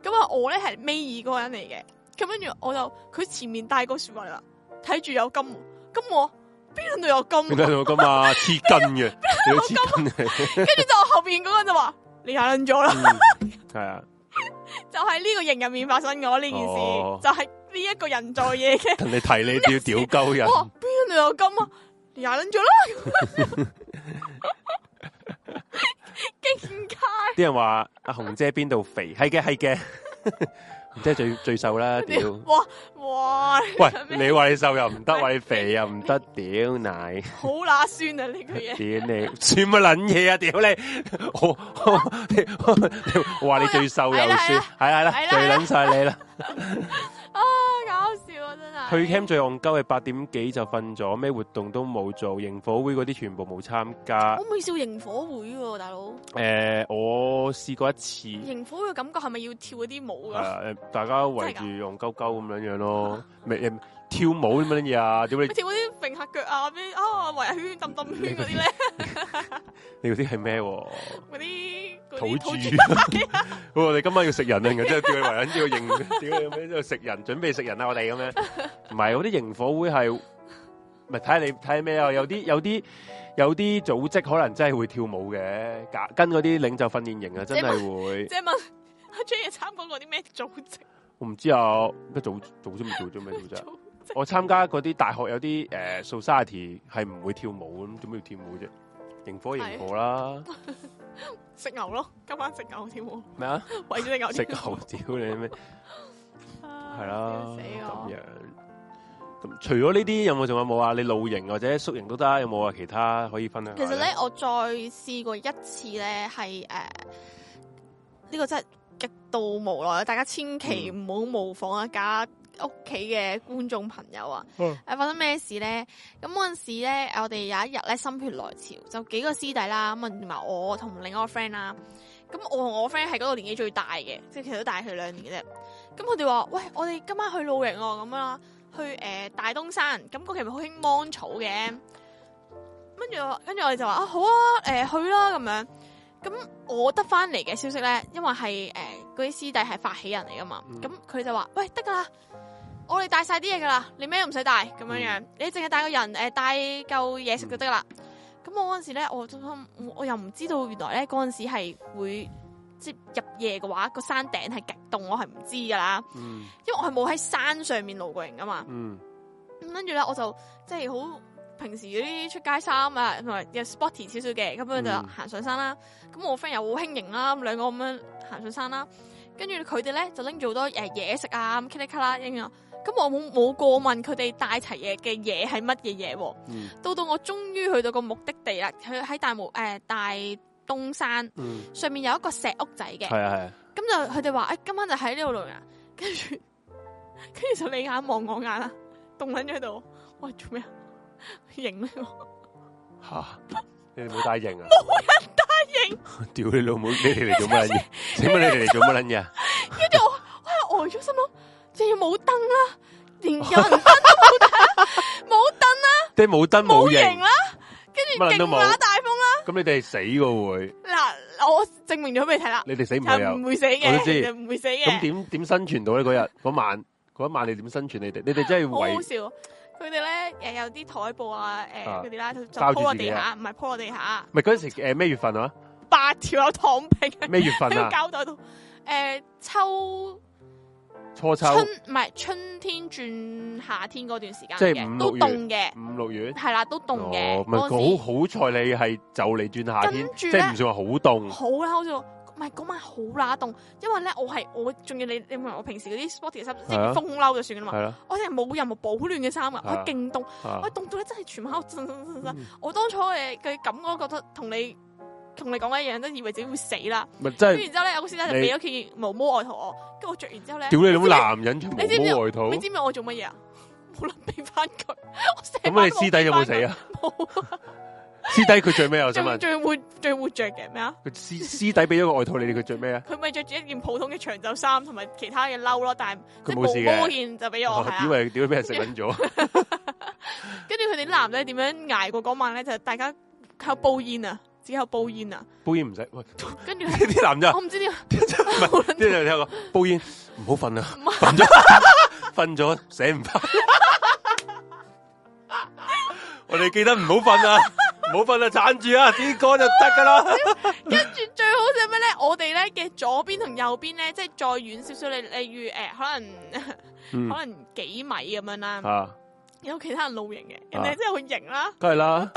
Speaker 1: 咁啊，我咧係尾二嗰個人嚟嘅，咁跟住我就佢前面帶個説話嚟啦，睇住有金喎，咁我邊度有金
Speaker 2: 點
Speaker 1: 喎？
Speaker 2: 解 <laughs> 我咁啊黐筋嘅，你都黐筋嘅，
Speaker 1: 跟住就後邊嗰個就話你下撚
Speaker 2: <laughs>
Speaker 1: 咗啦，
Speaker 2: 嗯係啊，
Speaker 1: 就喺呢個營入面發生咗呢件事，
Speaker 2: 哦
Speaker 1: 就係呢一個人做嘢
Speaker 2: <laughs>
Speaker 1: 嘅，
Speaker 2: 人哋提你都要屌鳩人，
Speaker 1: 哇邊度有金啊？你下撚咗啦，
Speaker 2: <laughs>
Speaker 1: <laughs> 勁卡
Speaker 2: 啲人話阿紅姐邊度肥，係嘅係嘅，
Speaker 1: <laughs>
Speaker 2: 紅姐最最瘦啦，屌！
Speaker 1: 哇哇，
Speaker 2: 喂，
Speaker 1: 咩
Speaker 2: 你話你瘦又唔得，
Speaker 1: 喂
Speaker 2: 話你肥又唔得，屌奶，
Speaker 1: 好乸酸啊呢句嘢 <laughs>
Speaker 2: 屌！你，算乜撚嘢啊，屌你！我我我話你最瘦又
Speaker 1: 係
Speaker 2: 算
Speaker 1: 啦，
Speaker 2: 係
Speaker 1: 係
Speaker 2: 啦係啦，
Speaker 1: 啦
Speaker 2: 最撚晒你啦！
Speaker 1: 啊，搞笑啊真係。
Speaker 2: 去 cam 最戇鳩係八點幾就瞓咗，咩活動都冇做，營火會嗰啲全部冇參加
Speaker 1: 我。未試過營火會喎，大佬。
Speaker 2: 誒，我試過一次，
Speaker 1: 營火會嘅感覺係咪要跳嗰啲舞
Speaker 2: 係
Speaker 1: 噶？
Speaker 2: 啊誒，大家圍住戇鳩鳩咁樣樣咯，咪誒跳舞啲乜嘢啊？屌你
Speaker 1: 咪！跳嗰啲揈下腳啊，咩
Speaker 2: <laughs>
Speaker 1: 啊圍下圈、氹氹圈嗰啲咧，
Speaker 2: 你嗰啲係咩喎？
Speaker 1: 嗰啲嗰嗰啲
Speaker 2: 土
Speaker 1: 土
Speaker 2: 著
Speaker 1: 著
Speaker 2: <laughs> 喂我哋今晚要食人啊，然後即係叫佢為緊要認， <laughs> 屌你咩度食人，準備食人啊！我哋咁樣，唔係嗰啲營火會係，咪睇下你睇下咩啊？有啲有啲有啲組織可能真係會跳舞嘅，假跟嗰啲領袖訓練營啊，真係會。
Speaker 1: 即系问阿 J 嘢参加過啲咩組織？
Speaker 2: 我唔知啊，咩組組織咪組織咩組織
Speaker 1: <laughs>
Speaker 2: 啊？
Speaker 1: 組
Speaker 2: 我參加嗰啲大學有啲誒、呃 society 係唔會跳舞咁，做咩要跳舞啫？營火營火啦，
Speaker 1: 食牛咯，今晚食牛添
Speaker 2: <laughs>
Speaker 1: 喎，
Speaker 2: 咩啊？
Speaker 1: 為咗只牛
Speaker 2: 食
Speaker 1: 添喎
Speaker 2: 牛屌你咩？
Speaker 1: 系
Speaker 2: 系啦，
Speaker 1: 死
Speaker 2: 咁
Speaker 1: 我！
Speaker 2: 樣。咁除咗呢啲，有冇仲有冇啊？你露營或者宿營都得，有冇啊？其他可以分享下？
Speaker 1: 其實咧，我呃再試過一次咧，係诶呢個真係極度無奈，大家千祈唔好模仿啊！家屋企嘅觀眾朋友啊，
Speaker 2: 嗯
Speaker 1: 誒、發生咩事咧？咁嗰陣時咧，我哋有一日咧心血來潮，就幾個師弟啦，咁啊同埋我同另一個 friend 啦。咁我同我 friend 係嗰個年紀最大嘅，即係其實都大佢兩年嘅啫。咁佢哋話：喂，我哋今晚去露營喎、啊咁樣啦，去誒、呃大東山。咁嗰期咪好興芒草嘅。跟住我，跟住我哋就話啊，好啊，誒、去啦咁樣。咁我得翻嚟嘅消息咧，因為係誒嗰啲師弟係發起人嚟噶嘛，
Speaker 2: 嗯
Speaker 1: 咁佢、就話：喂，得噶啦，我哋帶晒啲嘢噶啦，你咩都唔使帶咁樣樣，你淨係帶個人誒、呃、帶夠嘢食就得啦。咁我嗰陣時咧，我真心我我又唔知道原來咧嗰陣時係會即係入夜嘅話，個山頂係極凍，我係唔知噶啦，
Speaker 2: 嗯
Speaker 1: 因為我係冇喺山上面露過營噶嘛。
Speaker 2: 嗯
Speaker 1: 咁跟住咧，我就即係好平時嗰啲出街衫啊，同埋有 sporty 少少嘅，咁樣
Speaker 2: 嗯
Speaker 1: 就行上山啦。咁、我 friend 又好輕盈啦，咁兩個咁樣行上山啦。跟住佢哋咧就拎住好多誒嘢食啊，咁噼里咔啦拎啊。咁我冇冇過問佢哋帶齊嘢嘅嘢係乜嘢嘢喎？
Speaker 2: 嗯
Speaker 1: 到到我終於去到個目的地啦，佢喺大霧誒、呃大東山
Speaker 2: 嗯，
Speaker 1: 上面有一個石屋仔嘅。
Speaker 2: 係啊係啊，
Speaker 1: 咁就佢哋話：，誒、今晚就喺呢度露營啊，跟住 <laughs> 跟住就你眼望我眼啦，凍撚咗喺度。喂，做咩啊？型咩？ <laughs>
Speaker 2: 吓你哋冇帶營啊？冇人帶營。 <laughs> 屌你老母！你哋嚟
Speaker 1: <laughs>
Speaker 2: 做乜撚嘢？請問你哋嚟做乜撚嘢啊？
Speaker 1: 跟住我，我係呆咗心諗，仲要冇燈啦，連有人燈都冇打，冇燈
Speaker 2: 即係冇燈
Speaker 1: 冇
Speaker 2: 冇
Speaker 1: 營
Speaker 2: 營，
Speaker 1: 啦，跟住
Speaker 2: 乜撚都
Speaker 1: 勁
Speaker 2: 冇
Speaker 1: 打大風啦。
Speaker 2: 咁你哋係死嘅會，
Speaker 1: 嗱，我證明咗俾你睇啦，
Speaker 2: 你哋死唔會
Speaker 1: 就
Speaker 2: 有？
Speaker 1: 唔會死
Speaker 2: 我都知
Speaker 1: 嘅，就唔會死
Speaker 2: 咁
Speaker 1: 嘅，
Speaker 2: 點點生存到咧？嗰日嗰晚嗰一晚你點生存？你哋你哋真係
Speaker 1: 好好
Speaker 2: 圍
Speaker 1: 笑。佢哋咧誒有啲台布啊誒
Speaker 2: 啊
Speaker 1: 嗰啲啦，就就
Speaker 2: 包住
Speaker 1: 鋪落
Speaker 2: 自
Speaker 1: 地
Speaker 2: 己啊
Speaker 1: 下，唔係鋪落地下，
Speaker 2: 咪嗰陣時誒咩月份啊？
Speaker 1: 八條友躺平。
Speaker 2: 咩月份
Speaker 1: 喺
Speaker 2: 啊
Speaker 1: 個？膠袋度。诶、秋
Speaker 2: 初秋
Speaker 1: <laughs> 春唔係春天轉夏天嗰段時間
Speaker 2: 即係
Speaker 1: 嘅
Speaker 2: 五
Speaker 1: 都
Speaker 2: 六月
Speaker 1: 凍嘅，
Speaker 2: 五六月。
Speaker 1: 係啦，都凍嘅。
Speaker 2: 哦咪
Speaker 1: 嗰陣時
Speaker 2: 好好彩你係就嚟轉夏天
Speaker 1: 跟，住
Speaker 2: 即
Speaker 1: 呢啊
Speaker 2: 係唔算話好凍。
Speaker 1: 好啦，好似我唔係嗰晚好乸凍，因為咧我係我仲要你你明唔明我平時嗰啲 sporty 衫，即
Speaker 2: 係啊
Speaker 1: 係風褸就算啦嘛，
Speaker 2: 係啦，
Speaker 1: 我哋係冇任何保暖嘅衫噶，
Speaker 2: 係
Speaker 1: 我
Speaker 2: 啊
Speaker 1: 勁凍，
Speaker 2: 啊
Speaker 1: 我凍到咧真係全晚喺度震震震震震
Speaker 2: 嗯
Speaker 1: 我當初嘅嘅感覺覺得同你同你講嘅一樣，都以為自己會死啦。
Speaker 2: 咪
Speaker 1: 跟
Speaker 2: 真
Speaker 1: 住
Speaker 2: 係
Speaker 1: 然之後咧，有個師姐就
Speaker 2: 你
Speaker 1: 俾咗件毛毛外套我，跟住我着完之後咧，
Speaker 2: 屌你老
Speaker 1: 知
Speaker 2: 母
Speaker 1: 唔知
Speaker 2: 男人穿毛
Speaker 1: 你知唔知
Speaker 2: 毛外套，
Speaker 1: 你
Speaker 2: 咁
Speaker 1: 知唔知我做乜嘢啊？ <laughs> 冇谂俾翻佢， <laughs> 我成
Speaker 2: 你
Speaker 1: 晚都
Speaker 2: 師弟有冇死
Speaker 1: 俾
Speaker 2: 啊？
Speaker 1: 返佢？
Speaker 2: <laughs>
Speaker 1: 冇啊，
Speaker 2: 師弟佢着咩啊？我想
Speaker 1: 最
Speaker 2: 問，
Speaker 1: 最活最活着嘅咩啊？
Speaker 2: 佢師師弟俾咗個外套你，哋佢着咩啊？
Speaker 1: 佢咪着住一件普通嘅長袖衫同埋其他嘅褸咯，但係即
Speaker 2: 佢
Speaker 1: 係
Speaker 2: 冇事
Speaker 1: 毛毛嗰
Speaker 2: 嘅，
Speaker 1: 件就俾我
Speaker 2: 哦
Speaker 1: 係
Speaker 2: 以
Speaker 1: 啊。
Speaker 2: 為屌俾人食撚咗，
Speaker 1: <laughs> 跟住佢哋啲男仔點樣捱過嗰晚咧？就大家靠煲煙啊，只靠煲煙啊。
Speaker 2: 煲煙唔使。喂， <laughs>
Speaker 1: 跟住
Speaker 2: 啲男
Speaker 1: <laughs>
Speaker 2: 仔
Speaker 1: 我唔知點解，
Speaker 2: 唔係，啲人聽過煲煙唔好瞓啊，
Speaker 1: <laughs>
Speaker 2: 瞓咗瞓咗醒唔翻。我哋記得唔好瞓啊，唔好瞓啊，撐住啊，啲歌就得噶啦。
Speaker 1: 跟住最好就係咩咧？我哋咧嘅左邊同右邊咧，即係再遠少少，你例如誒可能 <laughs>
Speaker 2: 嗯
Speaker 1: 可能幾米咁樣啦，
Speaker 2: 啊，
Speaker 1: 有其他人露營嘅，人哋真係好型啦。
Speaker 2: 梗係啦，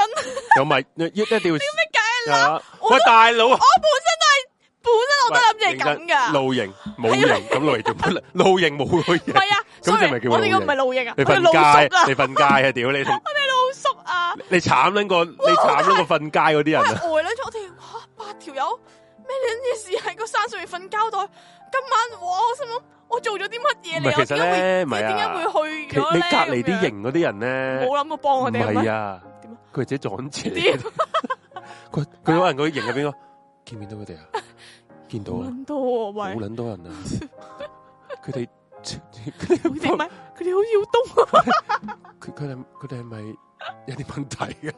Speaker 2: 有咪一一定
Speaker 1: 梗
Speaker 2: 要
Speaker 1: 係啦。
Speaker 2: 啊
Speaker 1: 我
Speaker 2: 喂，大佬啊！
Speaker 1: 我本身都係本身我都諗住係咁
Speaker 2: 認真
Speaker 1: 噶，
Speaker 2: 露營冇營，咁露營
Speaker 1: <laughs>
Speaker 2: 做乜？露營冇露
Speaker 1: 唔
Speaker 2: 營，
Speaker 1: 係啊，
Speaker 2: 咁
Speaker 1: sorry，
Speaker 2: 就咪叫
Speaker 1: 我哋
Speaker 2: 露營
Speaker 1: 個唔係露營啊，
Speaker 2: 你
Speaker 1: 我哋
Speaker 2: 瞓
Speaker 1: 露
Speaker 2: 街
Speaker 1: 宿啊，，
Speaker 2: 你瞓街啊！屌你同，
Speaker 1: 露宿啊，
Speaker 2: 你慘撚過，你慘撚過瞓街嗰啲人
Speaker 1: 呆撚
Speaker 2: 啊！
Speaker 1: 咗我哋嚇八條友咩撚嘢事喺個山上面瞓膠袋，今晚哇我心諗我做咗啲乜嘢
Speaker 2: 唔
Speaker 1: 嚟啊？
Speaker 2: 係其實
Speaker 1: 點解會
Speaker 2: 咧唔係啊
Speaker 1: 點解會
Speaker 2: 其
Speaker 1: 去咗
Speaker 2: 你
Speaker 1: 咧？
Speaker 2: 隔離啲
Speaker 1: 咁樣
Speaker 2: 營嗰啲人咧，
Speaker 1: 冇諗過幫
Speaker 2: 唔
Speaker 1: 我哋啊
Speaker 2: 係
Speaker 1: 嘛，
Speaker 2: 啊
Speaker 1: 點啊，
Speaker 2: 佢係自己撞邪。
Speaker 1: 點
Speaker 2: <laughs> 佢佢可能佢營入邊個見唔見到佢哋啊？見到啊，
Speaker 1: 咁多
Speaker 2: 好
Speaker 1: 喎喂，
Speaker 2: 撚多人啊！佢哋 <laughs>
Speaker 1: 佢哋咪佢哋好似好凍啊，
Speaker 2: 佢佢哋佢哋係咪有啲問題啊？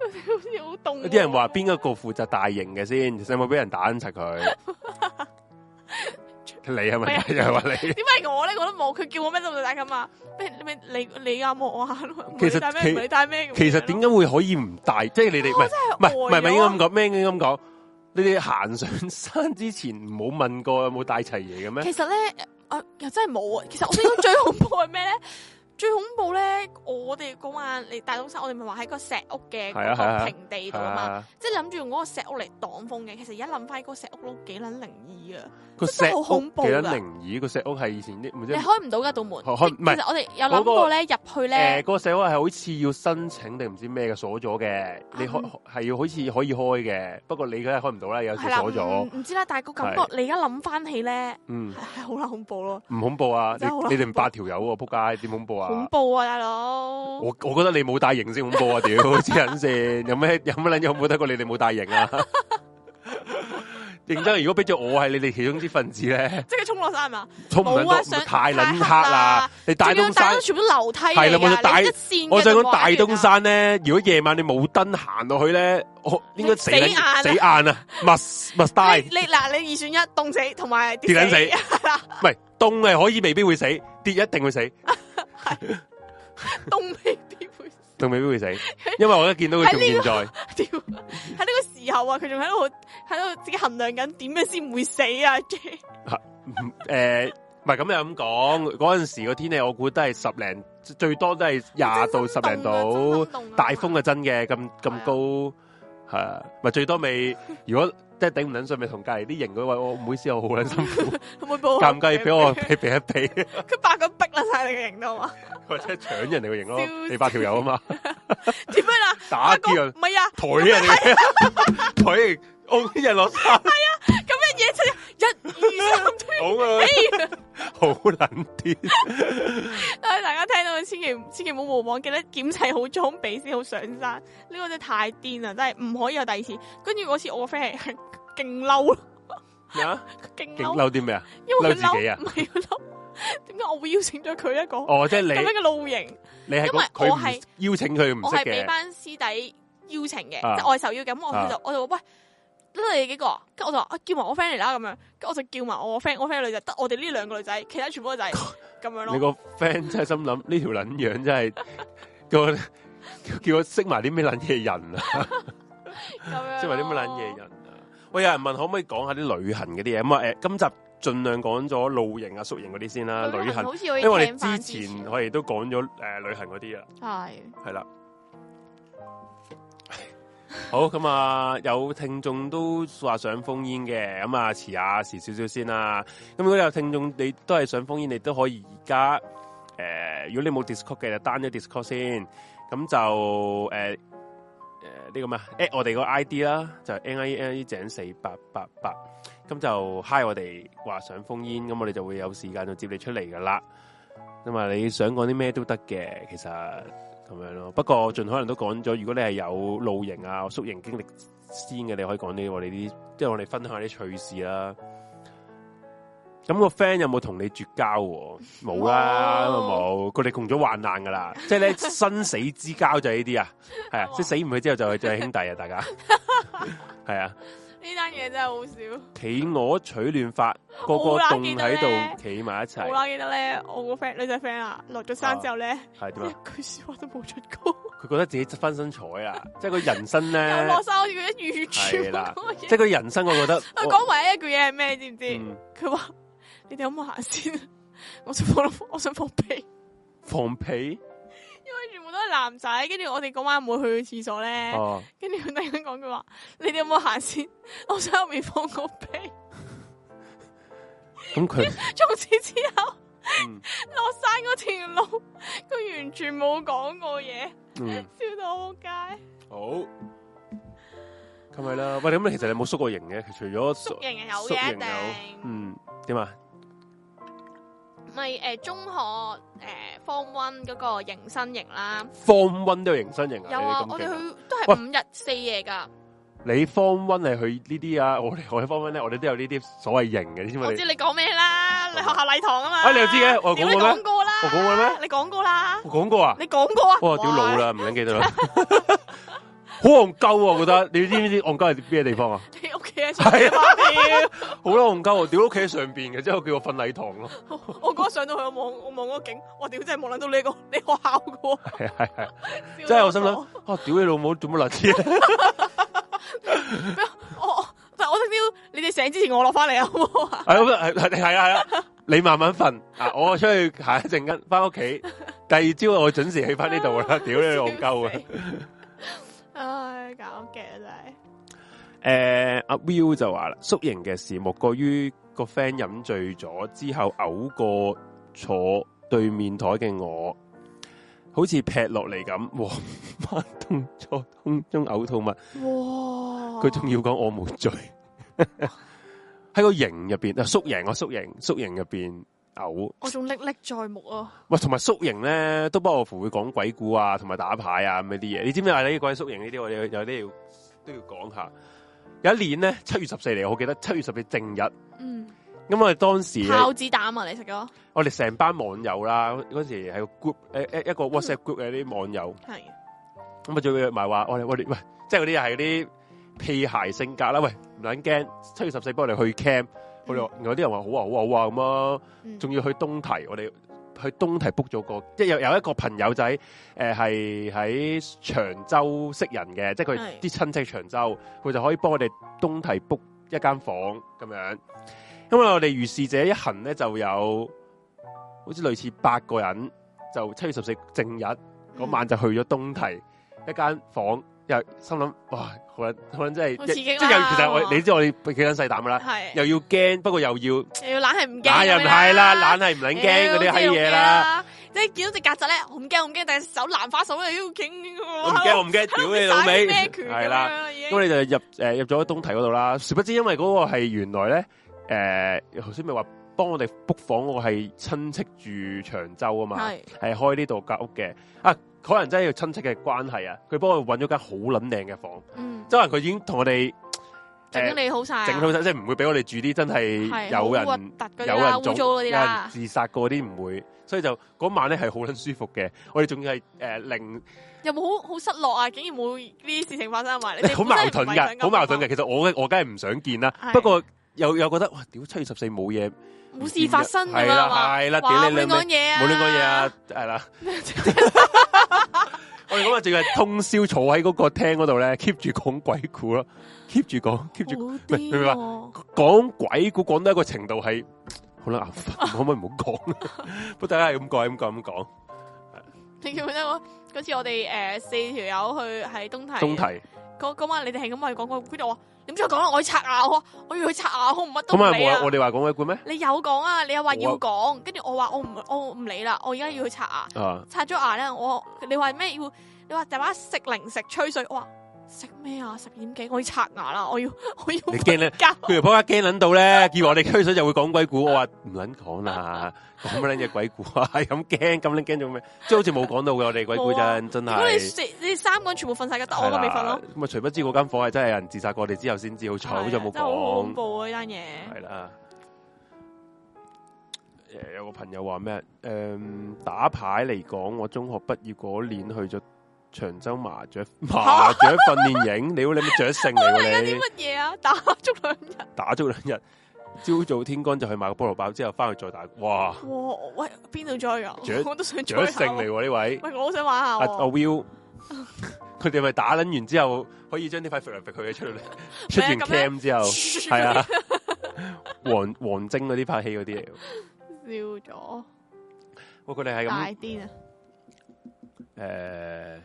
Speaker 1: 好似好凍喎。
Speaker 2: 有 <laughs> 啲人話邊一個負責大型嘅先，有冇俾人打柒佢？你係咪
Speaker 1: 係啊
Speaker 2: 又係話你？
Speaker 1: 點解係我咧？我都冇，佢叫我咩都冇帶咁啊！咩咩你你啊我啊，
Speaker 2: 其
Speaker 1: 其實
Speaker 2: 實
Speaker 1: 帶咩？
Speaker 2: 其
Speaker 1: 唔理帶咩？
Speaker 2: 其實點解會可以唔大？即係你哋唔係唔係唔係唔係應該咁
Speaker 1: 咁？
Speaker 2: 講咩？應該咁講，你哋行上山之前唔好問過有冇帶齊嘢嘅咩？
Speaker 1: 其實咧，啊又真係冇啊！其實我哋最恐怖係咩咧？最恐怖咧，我哋嗰晚嚟大東山，我哋咪話喺個石屋嘅
Speaker 2: 係啊
Speaker 1: 嗰
Speaker 2: 係啊
Speaker 1: 個平地度啊嘛，
Speaker 2: 啊
Speaker 1: 即係諗住用嗰個石屋嚟擋風嘅。其實而家諗翻嗰個石屋都幾撚靈異啊！
Speaker 2: 個
Speaker 1: 真係
Speaker 2: 石
Speaker 1: 好
Speaker 2: 屋
Speaker 1: 恐
Speaker 2: 幾
Speaker 1: 怖㗎啊
Speaker 2: 撚靈異，個石屋係以前啲唔知
Speaker 1: 你開唔到噶道門，
Speaker 2: 開開
Speaker 1: 即
Speaker 2: 唔係
Speaker 1: 其實我哋有
Speaker 2: 嗰
Speaker 1: 諗
Speaker 2: 個
Speaker 1: 過咧入去
Speaker 2: 誒
Speaker 1: 咧，
Speaker 2: 個石屋係好似要申請定唔知咩嘅鎖咗嘅，
Speaker 1: 嗯
Speaker 2: 你開係要好似可以開嘅，不過你梗係開唔到啦，有時
Speaker 1: 係啦，
Speaker 2: 鎖
Speaker 1: 唔
Speaker 2: 咗，
Speaker 1: 唔知啦。但係個感覺，你而家諗翻起咧，
Speaker 2: 嗯
Speaker 1: 係。係好撚恐怖咯，
Speaker 2: 唔恐怖啊！
Speaker 1: 嗯
Speaker 2: 你
Speaker 1: 真係好恐
Speaker 2: 你哋
Speaker 1: 怖
Speaker 2: 八條友喎，仆街點恐怖
Speaker 1: 恐
Speaker 2: 啊！
Speaker 1: 怖啊，大佬！
Speaker 2: 我我覺得你冇大型先恐怖啊！
Speaker 1: <laughs>
Speaker 2: 屌黐撚線，有咩有乜撚嘢恐怖得過你哋冇大型啊？ <laughs> 認真，如果俾咗我係你哋其中之分子咧，
Speaker 1: 即係佢衝落山係嘛？
Speaker 2: 衝唔撚
Speaker 1: 冇啊
Speaker 2: 到，
Speaker 1: 想
Speaker 2: 太撚
Speaker 1: 太
Speaker 2: 黑
Speaker 1: 黑
Speaker 2: 啦
Speaker 1: 啦！
Speaker 2: 你大
Speaker 1: 仲要
Speaker 2: 東山，
Speaker 1: 全部都樓梯嚟㗎
Speaker 2: 係啦冇錯大
Speaker 1: 你一線嘅
Speaker 2: 我想講大
Speaker 1: 就冇
Speaker 2: 東
Speaker 1: 啊
Speaker 2: 山咧，如果夜晚你冇燈行落去咧，我應該死撚
Speaker 1: 死硬啊
Speaker 2: 死硬啊！must
Speaker 1: <laughs>
Speaker 2: must die，
Speaker 1: 你你嗱，你二選一凍死同埋
Speaker 2: 跌撚
Speaker 1: 死，
Speaker 2: 死，唔係凍係可以未必會死，跌一定會死，
Speaker 1: <laughs> <laughs> 凍未必會死。
Speaker 2: 凍未必會死，因為我一見到佢
Speaker 1: 喺
Speaker 2: 仲
Speaker 1: 呢
Speaker 2: 健
Speaker 1: 個
Speaker 2: 在。 <laughs>
Speaker 1: 屌！喺呢個時候啊，佢仲喺度喺度自己衡量緊點樣先唔會死啊！J
Speaker 2: 诶、唔係咁又咁講，嗰阵时個天氣我估都係十零，最多都係廿到十零
Speaker 1: 啊
Speaker 2: 度，大風啊嘅真嘅，咁
Speaker 1: 係
Speaker 2: 咁
Speaker 1: 啊
Speaker 2: 高系，啊咪最多咪如果即係頂唔撚順，咪同隔離啲型嗰位，我唔好意思，我好撚
Speaker 1: <laughs>
Speaker 2: 辛苦，
Speaker 1: 有冇報
Speaker 2: 尷尬俾我避避一避，
Speaker 1: <laughs> 佢白咁逼啦晒你嘅型度啊嘛！
Speaker 2: 或者搶人哋個型咯
Speaker 1: 笑，死
Speaker 2: 你八條友啊
Speaker 1: <laughs>
Speaker 2: 嘛，
Speaker 1: 點樣啊？
Speaker 2: 打
Speaker 1: 我
Speaker 2: 啲
Speaker 1: 講
Speaker 2: 人
Speaker 1: 唔係啊！
Speaker 2: 抬人 <laughs> 哋個，抬人㧬啲人落山，
Speaker 1: <laughs> 咁樣嘢真係一二三推
Speaker 2: 㧬啊，好撚啲，
Speaker 1: 唉， <laughs> 大家聽到千祈千祈唔好無望，記得檢齊好裝備先好上山。呢、個真係太癲啦，真係唔可以有第二次。跟住嗰次我個 friend 係勁嬲咯，
Speaker 2: 咩啊？
Speaker 1: 勁
Speaker 2: 勁
Speaker 1: 嬲，
Speaker 2: 嬲啲咩啊？
Speaker 1: 因為佢
Speaker 2: 嬲自己啊
Speaker 1: 嬲，唔係佢嬲。 <laughs> 點解我會邀請咗佢一個咁
Speaker 2: 哦，即係你
Speaker 1: 樣。嘅露營？
Speaker 2: 你
Speaker 1: 因為
Speaker 2: 係嗰
Speaker 1: 我
Speaker 2: 佢唔
Speaker 1: 係
Speaker 2: 邀請佢唔
Speaker 1: 我
Speaker 2: 識
Speaker 1: 係俾
Speaker 2: 嘅，
Speaker 1: 班師弟邀請嘅，
Speaker 2: 啊
Speaker 1: 即係我係受邀嘅。咁我
Speaker 2: 啊
Speaker 1: 佢就我就話喂，得你哋幾個啊？跟住我就話啊叫埋我 friend 嚟啦咁樣。跟住我就叫埋我 friend，我 friend 嘅女仔得我哋呢兩個女仔，其他全部都係仔咁
Speaker 2: <laughs>
Speaker 1: 樣
Speaker 2: 你
Speaker 1: 咯。
Speaker 2: 個 friend 真係心諗呢條撚樣真係 <laughs> 個叫我識埋啲咩撚嘢人啊，
Speaker 1: 咁樣
Speaker 2: 識埋啲咩撚嘢人啊？喂，有人問可唔可以講下啲旅行嗰啲嘢？咁啊誒，今集盡量講咗露營啊、宿營嗰啲先啦，旅行，
Speaker 1: 好似可以
Speaker 2: 因為我哋
Speaker 1: 聽返
Speaker 2: 之前我哋都講咗誒旅行嗰啲啊，
Speaker 1: 係。
Speaker 2: 係啦。好咁啊，有聽眾都話想封煙嘅，咁啊遲下遲少少先啦。咁如果有聽眾你都係想封煙，你都可以而家誒，如果你冇 Discord 嘅，就 down 咗 Discord 先。咁就誒誒呢個咩啊 at 我哋個 ID 啦，就 N I N I 井四八八八。咁就 hi 我哋話想封煙，咁我哋就會有時間就接你出嚟噶啦。咁啊，你想講啲咩都得嘅，其實咁樣咯。不過盡可能都講咗，如果你係有露營啊、宿營經歷先嘅，你可以講啲我哋啲，即係我哋分享下啲趣事啦。咁、個 friend 有冇同你絕交喎？冇啦，啊
Speaker 1: 冇
Speaker 2: 冇。佢哋共咗患難噶啦，即係咧生死之交就係呢啲啊，係啊，即係死唔去之後就係就係兄弟啊，大家係啊。
Speaker 1: 呢單嘢真係好少，
Speaker 2: 企鵝取暖法，個個
Speaker 1: 好啦
Speaker 2: 凍喺
Speaker 1: 記得咧
Speaker 2: 度企埋一齊
Speaker 1: 好，啦，記得咧，我個 friend 女仔 friend 啊，落咗山之後咧，
Speaker 2: 係點啊？
Speaker 1: 一句说話都冇出過，
Speaker 2: 佢覺得自己執翻身材
Speaker 1: <laughs>
Speaker 2: 啊，即係佢人生
Speaker 1: 又
Speaker 2: 咧
Speaker 1: 落，山好似佢一完全
Speaker 2: 係啦
Speaker 1: 冇講
Speaker 2: 即係
Speaker 1: 嘢。
Speaker 2: 佢人生，
Speaker 1: <laughs>
Speaker 2: 我覺得
Speaker 1: 佢
Speaker 2: 我
Speaker 1: 講唯一一句嘢係咩？你知唔
Speaker 2: 嗯
Speaker 1: 知？佢話：你哋可唔可以行先？ <laughs> 我想放，我想放屁。
Speaker 2: 放屁
Speaker 1: 因為全部都係男仔，跟住我哋嗰晚冇去廁所咧，
Speaker 2: 哦，
Speaker 1: 跟住佢突然間講佢話：你哋有冇行先？ <laughs> 我想喺入面放個屁。
Speaker 2: 咁佢
Speaker 1: 從此之後，
Speaker 2: 嗯
Speaker 1: <laughs> 落山嗰條路，佢完全冇講過嘢，
Speaker 2: 嗯
Speaker 1: 笑到我仆街。
Speaker 2: 好，咁咪啦。喂，咁你其實你有冇縮過型嘅？除咗
Speaker 1: 宿
Speaker 2: 縮
Speaker 1: 營係有
Speaker 2: 宿
Speaker 1: 嘅，
Speaker 2: 營
Speaker 1: 一定
Speaker 2: 嗯點啊？
Speaker 1: 咪誒中學誒 form one 嗰個迎新營啦，
Speaker 2: 方 one 都有型身型啊？
Speaker 1: 有啊，
Speaker 2: 你
Speaker 1: 我
Speaker 2: 咁
Speaker 1: 哋
Speaker 2: 勁啊
Speaker 1: 去都係五日四夜㗎，
Speaker 2: 你方 one 係去呢啲啊？我哋我喺方 one 咧，我哋都有呢啲所謂型嘅，你知唔
Speaker 1: 我
Speaker 2: 知
Speaker 1: 知
Speaker 2: 你？
Speaker 1: 你講咩啦，你學校禮堂啊嘛，
Speaker 2: 啊你又知嘅我講過
Speaker 1: 屌
Speaker 2: 咩
Speaker 1: 你講過啦，
Speaker 2: 我講過咩？
Speaker 1: 你講過啦，
Speaker 2: 我講過啊？
Speaker 1: à? 你講過啊，
Speaker 2: 哇！屌老，啦，唔撚記得啦。 <laughs> 好戇鳩啊！我覺得你知唔知戇鳩係邊嘅地方啊？
Speaker 1: 你屋企喺前
Speaker 2: 係
Speaker 1: 面
Speaker 2: 啊
Speaker 1: 啊屌！
Speaker 2: 好啦，戇鳩啊！屌屋企喺上邊嘅，之後叫我瞓禮堂咯。
Speaker 1: 我我嗰日上到去，我望我望嗰個景，我屌真係冇諗到呢個你學校嘅喎，
Speaker 2: 係啊係係，
Speaker 1: 笑
Speaker 2: 真係
Speaker 1: 到
Speaker 2: 我心諗，啊屌你老母做乜撚嘢？ <laughs>
Speaker 1: 我，我但係我聽朝你哋醒之前我落翻嚟啊，好唔好啊？
Speaker 2: 係咁係係係啊係啊！你慢慢瞓啊！我出去行一陣間，翻屋企。第二朝我準時起翻呢度啦！屌你戇鳩啊！
Speaker 1: 唉，搞嘅真係，
Speaker 2: 诶、呃阿 Will 就話啦，宿營嘅事莫過於個 friend 飲醉咗之後嘔過坐對面台嘅我，好似劈落嚟咁， <laughs> 黃斑通坐空中嘔吐物，
Speaker 1: 哦哇！
Speaker 2: 佢仲要講我冇醉， <laughs> 喺個營入边啊，宿營啊，宿營宿營入边嘔，
Speaker 1: 我仲歷歷在目啊！
Speaker 2: 喂，同埋宿營咧都不外乎會講鬼故啊，同埋打牌啊咁呢啲嘢，你知唔知啊？呢鬼宿營呢啲我哋有有啲要都要講下。有一年咧，七月十四嚟，我記得七月十四正日。
Speaker 1: 嗯，
Speaker 2: 咁我哋當時
Speaker 1: 炮子膽啊，你食咗
Speaker 2: 我哋成班網友啦，嗰時係個 group 誒一一個 WhatsApp group 嘅啲網友，
Speaker 1: 係
Speaker 2: 咁啊仲約埋話我哋我哋喂，即係嗰啲係啲屁孩性格啦，喂唔撚驚，七月十四幫我哋去 camp，我哋話有啲人話好啊好啊好啊咁咯，
Speaker 1: 嗯
Speaker 2: 仲要去東堤，我哋去東堤 book 咗個，即係有有一個朋友仔誒係喺長洲識人嘅，即係佢
Speaker 1: 係
Speaker 2: 啲親戚長洲，佢就可以幫我哋東堤 book 一間房咁樣。因為我哋如是者一行咧就有好似類似八個人，就七月十四正日
Speaker 1: Ừ.
Speaker 2: 嗰
Speaker 1: 嗯
Speaker 2: 晚就去咗東堤一間房，又心諗哇，好撚好撚真係
Speaker 1: 好
Speaker 2: 即
Speaker 1: 刺激啦啊
Speaker 2: 即係又其實我
Speaker 1: 哇
Speaker 2: 你知我哋幾撚細膽噶啦，
Speaker 1: 係
Speaker 2: 又要驚，不過又要
Speaker 1: 又要懶係唔驚
Speaker 2: 懶
Speaker 1: 咁
Speaker 2: 又
Speaker 1: 樣，
Speaker 2: 唔係啦，懶係唔撚驚嗰啲
Speaker 1: 屌
Speaker 2: 閪嘢啦，，
Speaker 1: 真係好驚即係見到只曱甴咧，我唔驚，我唔驚，但係手蘭花手咧，要勁
Speaker 2: 我唔驚我唔驚，屌你老味，
Speaker 1: 咩拳
Speaker 2: 係
Speaker 1: 咁
Speaker 2: 啦。
Speaker 1: 樣已經
Speaker 2: 咁你就入诶、入咗東堤嗰度啦。殊不知因為嗰個係原來咧诶，誒頭先咪話幫我哋 book 房嗰個係親戚住長洲啊嘛，
Speaker 1: 係
Speaker 2: 係開呢度隔屋嘅啊。可能真係要親戚嘅關係啊，佢幫我揾咗間好撚靚嘅房，
Speaker 1: 嗯，
Speaker 2: 即係可能佢已經同我哋
Speaker 1: 整理好晒，
Speaker 2: 整好晒，即係唔會俾我哋住啲真係
Speaker 1: 係
Speaker 2: 有
Speaker 1: 好核
Speaker 2: 人
Speaker 1: 突嗰啲
Speaker 2: 有
Speaker 1: 啦
Speaker 2: 人
Speaker 1: 污
Speaker 2: 中
Speaker 1: 糟嗰啲
Speaker 2: 有人
Speaker 1: 啦，
Speaker 2: 自殺過嗰啲唔會，所以就嗰晚咧係好撚舒服嘅。我哋仲要係誒零
Speaker 1: 有冇好好失落啊？竟然冇呢啲事情發生埋，你哋
Speaker 2: <laughs> 好矛盾噶，好矛盾
Speaker 1: 嘅，
Speaker 2: 嘅。其實我我梗係唔想見啦，
Speaker 1: 係
Speaker 2: 不過又又覺得哇，屌七月十四冇嘢，
Speaker 1: 冇事發生咁
Speaker 2: 係
Speaker 1: 樣
Speaker 2: 啦
Speaker 1: 嘛？
Speaker 2: 係啦，
Speaker 1: 哇！
Speaker 2: 屌
Speaker 1: 冇亂
Speaker 2: 你兩
Speaker 1: 講
Speaker 2: 味，
Speaker 1: 嘢啊！
Speaker 2: 冇亂講嘢啊，係
Speaker 1: <laughs>
Speaker 2: 啦。我哋嗰日仲要係通宵坐喺嗰個廳嗰度咧，keep 住講鬼故咯，keep 住講，keep 住
Speaker 1: 好
Speaker 2: 喂你明
Speaker 1: 啲
Speaker 2: 白
Speaker 1: 喎！
Speaker 2: 講鬼故講到一個程度係好
Speaker 1: <laughs>
Speaker 2: 啦，眼瞓，可唔可以唔好講？不過大家係咁講，咁講，咁講。
Speaker 1: 你記唔記得我嗰次我哋诶四條友去喺東堤
Speaker 2: 東堤
Speaker 1: 嗰嗰晚你哋係咁話講講，跟住我話你唔知我講啦，我去刷牙，我話我要去刷牙，我唔乜都
Speaker 2: 咁
Speaker 1: 唔
Speaker 2: 啊
Speaker 1: 理
Speaker 2: 冇我
Speaker 1: 啊！
Speaker 2: 哋話講鬼故咩？
Speaker 1: 你有講啊？你又話要
Speaker 2: 冇啊
Speaker 1: 講，跟住我話我唔我唔理啦，我而家要去刷牙。
Speaker 2: 啊，
Speaker 1: 刷咗牙咧，我你話咩要？你話大把食零食吹水，我話食咩啊？十二點幾我要刷牙啦，我要 <laughs> 我要
Speaker 2: 你驚咧
Speaker 1: 瞓覺
Speaker 2: 佢哋仆街驚撚到咧，叫我哋吹水就會講鬼故，我話唔撚講啦，講乜撚嘢鬼故啊？係咁驚，咁撚驚做咩？即係好似冇講到嘅，我哋鬼故
Speaker 1: 冇啊
Speaker 2: 真真
Speaker 1: 如果你
Speaker 2: 係。
Speaker 1: 四你三個人全部瞓晒嘅，得我個未瞓咯。。
Speaker 2: 咁啊，除不知嗰間房係真係有人自殺過我哋之後先知，好彩好在冇
Speaker 1: 係啊真係好恐
Speaker 2: 講。
Speaker 1: 怖啊！呢單嘢
Speaker 2: 係啦。誒有個朋友話咩？誒、嗯打牌嚟講，我中學畢業嗰年去咗長洲麻
Speaker 1: <laughs>
Speaker 2: 雀麻雀訓練營，你好你咪雀聖嚟喎你
Speaker 1: 啲。乜嘢啊？打足兩日，
Speaker 2: 打足兩日， <laughs> 朝早天光就去買個菠蘿包，之後翻去再打。
Speaker 1: <laughs>
Speaker 2: 哇，
Speaker 1: 哇！喂，邊度追啊
Speaker 2: 雀？
Speaker 1: <laughs> 我都想追
Speaker 2: 掌
Speaker 1: 下
Speaker 2: 勝
Speaker 1: 喎。
Speaker 2: 嚟喎呢位
Speaker 1: 喂，我好想玩下
Speaker 2: 阿阿
Speaker 1: 喎。
Speaker 2: Will，佢哋咪打撚完之後，可以將呢塊肥嚟肥去嘅出嚟，出
Speaker 1: <laughs>
Speaker 2: 完
Speaker 1: 啊咁樣
Speaker 2: cam 之後，係啊， <laughs> 王王晶嗰啲拍戲嗰啲嚟喎。
Speaker 1: 笑咗，
Speaker 2: 哇，佢哋係
Speaker 1: 大
Speaker 2: 咁
Speaker 1: 癲啊！
Speaker 2: 誒，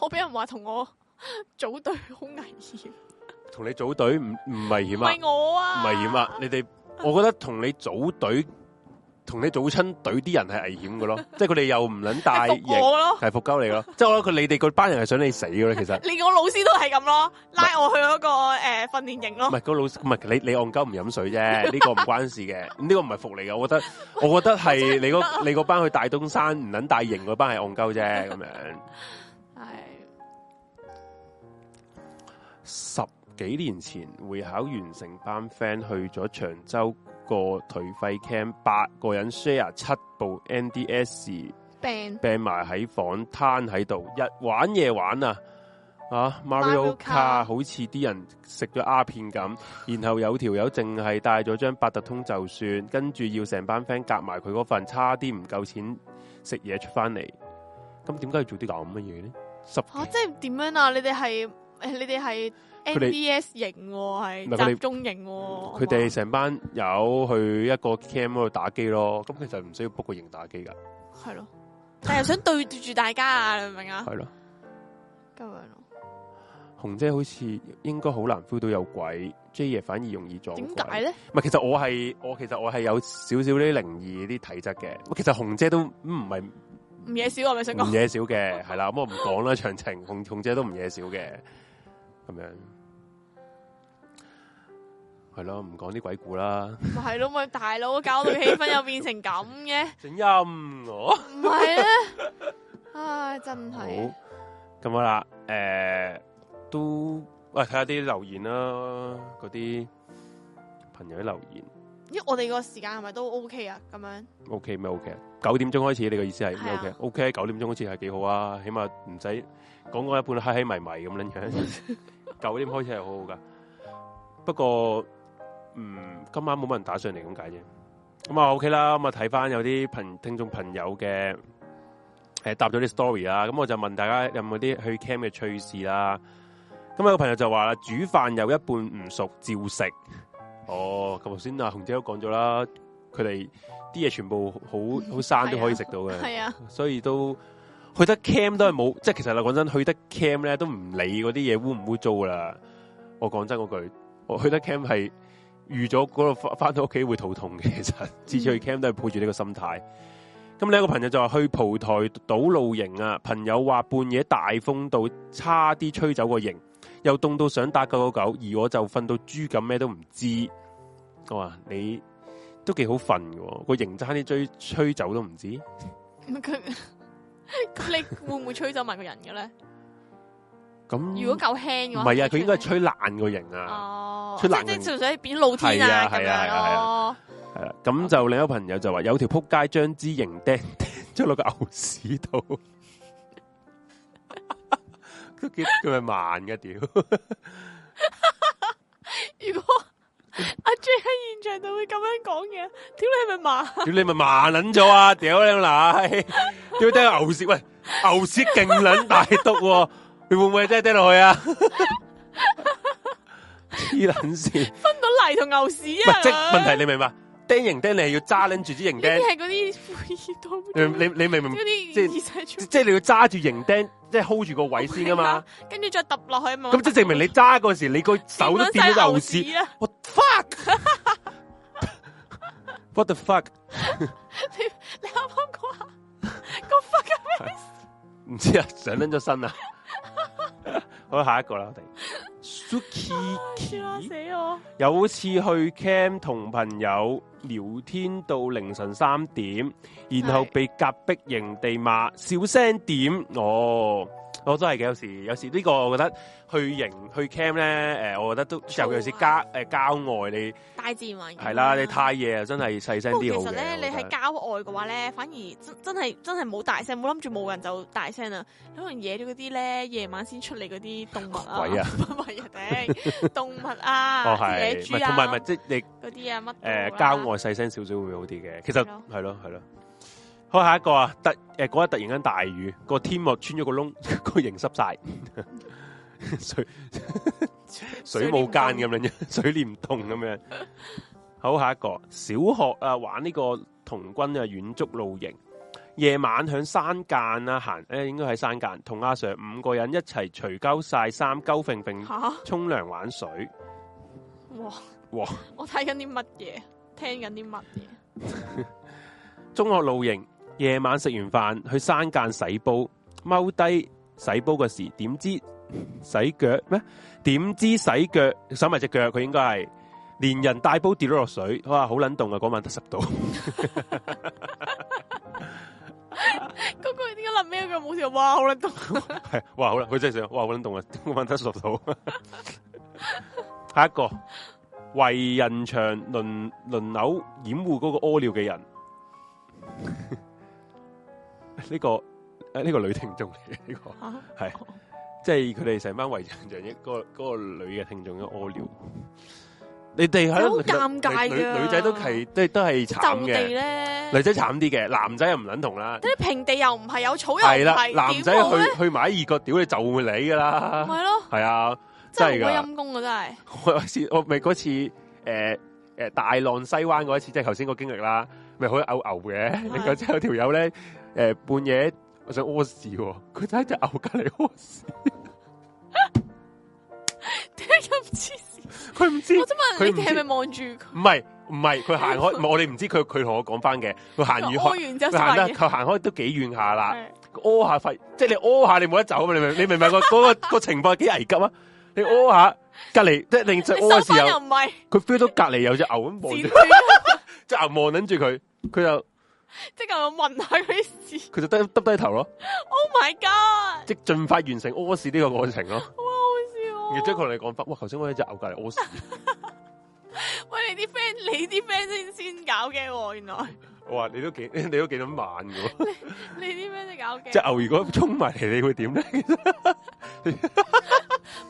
Speaker 1: 我俾人話同我組隊好危險，
Speaker 2: 同你組隊唔唔危
Speaker 1: 唔
Speaker 2: 險啊
Speaker 1: 係，我啊，
Speaker 2: 唔危險啊！你哋，我覺得同你組隊，同你組親隊啲人係危險嘅咯，即係佢哋又唔撚大
Speaker 1: <laughs> 係服啊
Speaker 2: 型。
Speaker 1: 我咯。
Speaker 2: 系仆鳩你咯，即系我覺得佢你哋嗰班人係想你死嘅咧，
Speaker 1: <laughs>
Speaker 2: 其實
Speaker 1: 連我老師都係咁咯，拉我去嗰、個诶训练营
Speaker 2: 唔係
Speaker 1: 咯。
Speaker 2: 嗰個老師，唔係你你戇鳩唔飲水啫，呢、個唔關事嘅，呢、個唔係服你嘅，我覺得我覺得係你嗰你嗰班去大東山唔撚大型嗰班係戇鳩啫，咁樣
Speaker 1: 系
Speaker 2: 十幾年前會考完成班 friend 去咗長洲個頹廢 camp，八個人 share 七部 NDS
Speaker 1: 病
Speaker 2: 病埋喺房攤喺度，日玩夜玩啊！啊 Mario
Speaker 1: Mario Kart
Speaker 2: Kart 好似啲人食咗鴉片咁，然後有條友淨係帶咗張八達通就算，跟住要成班 friend 夾埋佢嗰份，差啲唔夠錢食嘢出翻嚟。咁點解要做啲咁嘅嘢呢？十
Speaker 1: 吓、即係點樣啊？你哋係诶，你哋係
Speaker 2: 佢哋
Speaker 1: NDS 型喎，
Speaker 2: 唔係
Speaker 1: 係
Speaker 2: 佢哋
Speaker 1: 集中型喎。
Speaker 2: 佢哋成班友去一個 cam 嗰度打機咯，咁其實唔需要 book 個營打機㗎，
Speaker 1: 系咯，但係又想對住大家啊，你明唔明啊？
Speaker 2: 係咯。
Speaker 1: 咁樣咯，
Speaker 2: 紅姐好似應該好難 feel 到有鬼，J 爺反而容易撞鬼。
Speaker 1: 點解咧？
Speaker 2: 唔係，其實我係我其實我係有少少啲靈異啲體質嘅。其實紅姐都嗯唔係
Speaker 1: 唔嘢少我咪想
Speaker 2: 唔
Speaker 1: 講，
Speaker 2: 嘢少嘅，係啦。咁我唔講啦，詳情紅紅姐都唔嘢少嘅，咁樣係咯，唔講啲鬼故啦。
Speaker 1: 咪係咯，咪大佬搞到氣氛又變成咁嘅，
Speaker 2: 整音我
Speaker 1: 唔係
Speaker 2: <laughs>
Speaker 1: 咧，唉，真
Speaker 2: 好
Speaker 1: 係啊
Speaker 2: 咁好啦，誒、都喂睇下啲留言啦，嗰啲朋友啲留言。
Speaker 1: 因為我哋個時間係咪都 OK 啊？咁樣
Speaker 2: O K 咩 O K？九啊點鐘開始，你嘅意思係咩
Speaker 1: 係啊
Speaker 2: O K？O K 九點鐘好似係幾好啊，起碼唔使講講一半嗨嗨迷迷咁樣 <laughs> 樣。九點開始係好好噶，不過嗯今晚冇乜人打上嚟咁解啫。咁啊 O K 啦，咁啊睇翻有啲朋聽眾朋友嘅誒呃答咗啲 story 啦，咁我就問大家有冇啲去 cam 嘅趣事啦。咁有個朋友就話啦，煮飯有一半唔熟照食。哦，咁頭先阿紅姐都講咗啦，佢哋啲嘢全部好好生都可以食到嘅。
Speaker 1: 係啊，
Speaker 2: 所以都去得 cam 都係冇，即係其實啦，講真，去得 cam 咧都唔理嗰啲嘢污唔污糟噶啦。我講真嗰句，我去得 cam 係預咗嗰度翻翻到屋企會肚痛嘅。 <laughs> 其實次
Speaker 1: 嗯
Speaker 2: 次去 cam 都係抱住呢個心態。咁你有個朋友就話去蒲台島露營啊，朋友話半夜大風度差啲吹走個營，又凍到想打九九九，而我就瞓到豬咁咩都唔知。我話你都幾好瞓嘅喎，個營差啲追吹走都唔知。
Speaker 1: 咁佢 <laughs> 咁你會唔會吹走埋個人嘅咧？
Speaker 2: 咁
Speaker 1: 如果夠輕嘅
Speaker 2: 嗯唔
Speaker 1: 話，
Speaker 2: 係啊，佢應該係吹爛個型啊，
Speaker 1: 哦，
Speaker 2: 出
Speaker 1: 即
Speaker 2: 難
Speaker 1: 係即係純粹變露天啊咁
Speaker 2: 係啊
Speaker 1: 樣
Speaker 2: 係啊係啊係
Speaker 1: 咯。
Speaker 2: 係啦。咁就另一個朋友就話有條撲街將支型釘 <laughs> 釘咗落個牛屎度， <laughs> 佢幾佢咪慢嘅屌，
Speaker 1: 如果哦阿 J 喺現場就會咁樣講嘢，屌你係咪麻？
Speaker 2: 屌你咪慢撚咗啊！屌你個奶，屌釘牛屎喂，牛屎勁撚大篤喎，你會唔會真係釘落去啊？ <laughs> 黐撚線， <laughs> 唔
Speaker 1: 分到泥同牛屎啊！
Speaker 2: 係即係問題，你明嘛？釘型釘你係要揸撚住支型
Speaker 1: 呢啲
Speaker 2: 釘，
Speaker 1: 係嗰
Speaker 2: <laughs>
Speaker 1: 啲灰
Speaker 2: 嗯你
Speaker 1: 耳
Speaker 2: 你你明唔明
Speaker 1: 嗰？啲
Speaker 2: 即係
Speaker 1: 耳仔出
Speaker 2: 即，即系你要揸住型釘，即係 hold 住個位先噶啊
Speaker 1: 哦
Speaker 2: 嘛。
Speaker 1: 跟住再揼落去嘛。
Speaker 2: 咁即係證明你揸嗰時，你個手都掂咗牛
Speaker 1: 屎
Speaker 2: 屎。
Speaker 1: 啦！
Speaker 2: 我 fuck！What the fuck？
Speaker 1: 你你啱啱講下個 fuck 係咩
Speaker 2: 唔知啊，上撚咗身啊！好，下一個啦，我哋 Suki
Speaker 1: 死我！
Speaker 2: 有次去 cam 同朋友聊天到凌晨三點，然後
Speaker 1: 係
Speaker 2: 被隔壁營地罵小聲點，哦，我都係嘅。有時有時呢個我覺得去營去 cam 咧，誒、我覺得都
Speaker 1: 嘈啊
Speaker 2: 尤其是郊誒、郊外你
Speaker 1: 大自然環境
Speaker 2: 係啦，你太夜啊，真係細聲
Speaker 1: 不過其
Speaker 2: 啲好
Speaker 1: 實
Speaker 2: 嘅。
Speaker 1: 咧，你
Speaker 2: 我覺
Speaker 1: 喺
Speaker 2: 得
Speaker 1: 郊外嘅話咧，反而真真係真係冇大聲，冇諗住冇人就大聲啦。可能惹咗嗰啲咧，夜晚先出嚟嗰啲動物啊，
Speaker 2: 鬼啊
Speaker 1: 唔係啊，頂動物啊，
Speaker 2: 哦
Speaker 1: 野
Speaker 2: 係，唔
Speaker 1: 豬
Speaker 2: 係
Speaker 1: 啊，
Speaker 2: 同埋唔係即係你誒、
Speaker 1: 嗰啲啊乜都
Speaker 2: 呃
Speaker 1: 啦
Speaker 2: 郊外細聲少少會好啲嘅。其
Speaker 1: 係
Speaker 2: 實
Speaker 1: 咯
Speaker 2: 係咯係咯。好下一個啊，突誒嗰日突然間大雨，個天幕穿咗個窿， <laughs> 個營濕晒。 <laughs> 所以 <laughs> 水舞間咁樣樣， <laughs> 水簾洞咁樣。好，下一個小學啊，玩呢個童軍啊，遠足露營，夜晚響山間啊行，诶、應該喺山間，同阿 Sir 五個人一齊除鳩晒衫，鳩揈揈，
Speaker 1: 吓
Speaker 2: 沖涼玩水。
Speaker 1: 哇
Speaker 2: 哇！
Speaker 1: 我睇緊啲乜嘢，聽緊啲乜嘢？
Speaker 2: 中學露營，夜晚食完飯去山間洗煲，踎低洗煲嘅時，點知洗腳咩？點知洗腳洗埋只腳，佢應該係連人大煲跌咗落水，哇！好撚凍啊！嗰晚得十度。
Speaker 1: 嗰個點解諗起一句冇事？哇，好撚凍！
Speaker 2: 系， <laughs> 哇，好啦，佢真係想，哇，好撚凍啊， <laughs> 搵得熟到。 <laughs> 下一個為人牆輪輪流掩護嗰個屙尿嘅人， <laughs> 呢、個诶呢、個女聽眾嚟嘅呢個
Speaker 1: 嚇
Speaker 2: 係即係佢哋成班圍場嗰個嗰個女嘅聽眾嘅屙尿。你哋喺度
Speaker 1: 好尷尬
Speaker 2: 女女
Speaker 1: 㗎
Speaker 2: 女仔都係都都係慘
Speaker 1: 就地
Speaker 2: 嘅，
Speaker 1: 咧，
Speaker 2: 女仔慘啲嘅，男仔又唔撚同啦。
Speaker 1: 啲平地又唔係有草又
Speaker 2: 係
Speaker 1: 唔
Speaker 2: 啦，
Speaker 1: 係，
Speaker 2: 男仔
Speaker 1: 點好咧
Speaker 2: 去去埋異國，屌你就會理㗎啦。
Speaker 1: 咪咯，
Speaker 2: 係啊，
Speaker 1: 真係
Speaker 2: 真係
Speaker 1: 好鬼
Speaker 2: 㗎。
Speaker 1: 陰公啊！真
Speaker 2: <laughs>
Speaker 1: 係
Speaker 2: 我有一次我咪嗰次誒誒、呃大浪西灣嗰一次，即係頭先個經歷啦，咪好嘔牛嘅。
Speaker 1: 係
Speaker 2: 另外之後有條友咧誒半夜我想屙屎喎，佢就喺只牛隔離屙屎，
Speaker 1: 點解咁黐線？
Speaker 2: 佢唔知
Speaker 1: 我想問
Speaker 2: 佢唔
Speaker 1: 你哋係咪望住佢？
Speaker 2: 唔係唔係佢行
Speaker 1: <laughs>
Speaker 2: 開，唔係我哋唔知佢佢同我講翻嘅，佢行遠
Speaker 1: 屙
Speaker 2: 開，
Speaker 1: 完之後先
Speaker 2: 佢行
Speaker 1: 發
Speaker 2: 得
Speaker 1: 現
Speaker 2: 佢行開都幾遠下啦。
Speaker 1: 係
Speaker 2: 屙下肺，即係你屙下你冇得走啊嘛！你明你
Speaker 1: <laughs>
Speaker 2: 明唔明個嗰個個情況係幾危急啊？你屙下隔離即係另一隻
Speaker 1: 你
Speaker 2: 屙
Speaker 1: 收
Speaker 2: 嘅
Speaker 1: 翻
Speaker 2: 時
Speaker 1: 又
Speaker 2: 候，
Speaker 1: 唔係
Speaker 2: 佢 feel 到隔離有隻牛咁望
Speaker 1: 剪
Speaker 2: 住
Speaker 1: 斷，啊，
Speaker 2: 隻牛望緊住佢，佢就
Speaker 1: 即係咁問下佢啲事。
Speaker 2: 佢就耷耷低頭咯，
Speaker 1: Oh my god！
Speaker 2: 即係盡快完成屙屎呢個過程咯。
Speaker 1: 好好笑
Speaker 2: 然
Speaker 1: 啊
Speaker 2: 後！即係佢同你講翻，哇！頭先我喺隻牛隔離屙屎，
Speaker 1: 喂，你啲 friend，你啲 friend 先先搞嘅喎，原來
Speaker 2: 我話你都幾 <laughs> 你都幾咁慢
Speaker 1: <laughs>
Speaker 2: 嘅喎。
Speaker 1: 你啲 friend 先搞嘅
Speaker 2: 隻。牛如果衝埋嚟，你會點咧？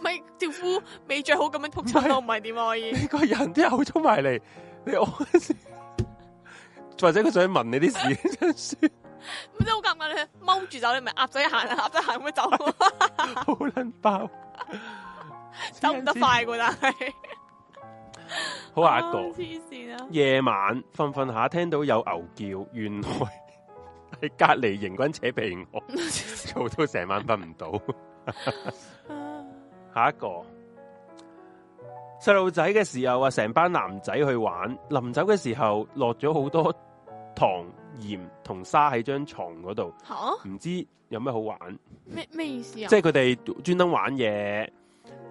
Speaker 1: 咪條褲未着好咁樣撲親我，唔係點啊可以？
Speaker 2: 你個人啲牛衝埋嚟，你屙屎，或者佢想問你啲屎，真係
Speaker 1: 咁真係好尷尬，你踎住走，你咪鴨仔行啊， <laughs> 鴨仔行
Speaker 2: <laughs>
Speaker 1: 咁樣走啊，
Speaker 2: 好撚爆，
Speaker 1: 走唔得快噶，但係
Speaker 2: 好下一個
Speaker 1: <laughs> 啊黐線啊！
Speaker 2: 夜晚瞓瞓下，聽到有牛叫，原來係隔離營軍扯鼻
Speaker 1: <laughs>
Speaker 2: 我，嘈到成晚瞓唔到。
Speaker 1: 啊
Speaker 2: 下一個細路仔嘅時候啊，成班男仔去玩，臨走嘅時候落咗好多糖鹽同沙喺張床嗰度，
Speaker 1: 吓
Speaker 2: 唔知有咩好玩，
Speaker 1: 咩咩意思啊？
Speaker 2: 即係佢哋專登玩嘢，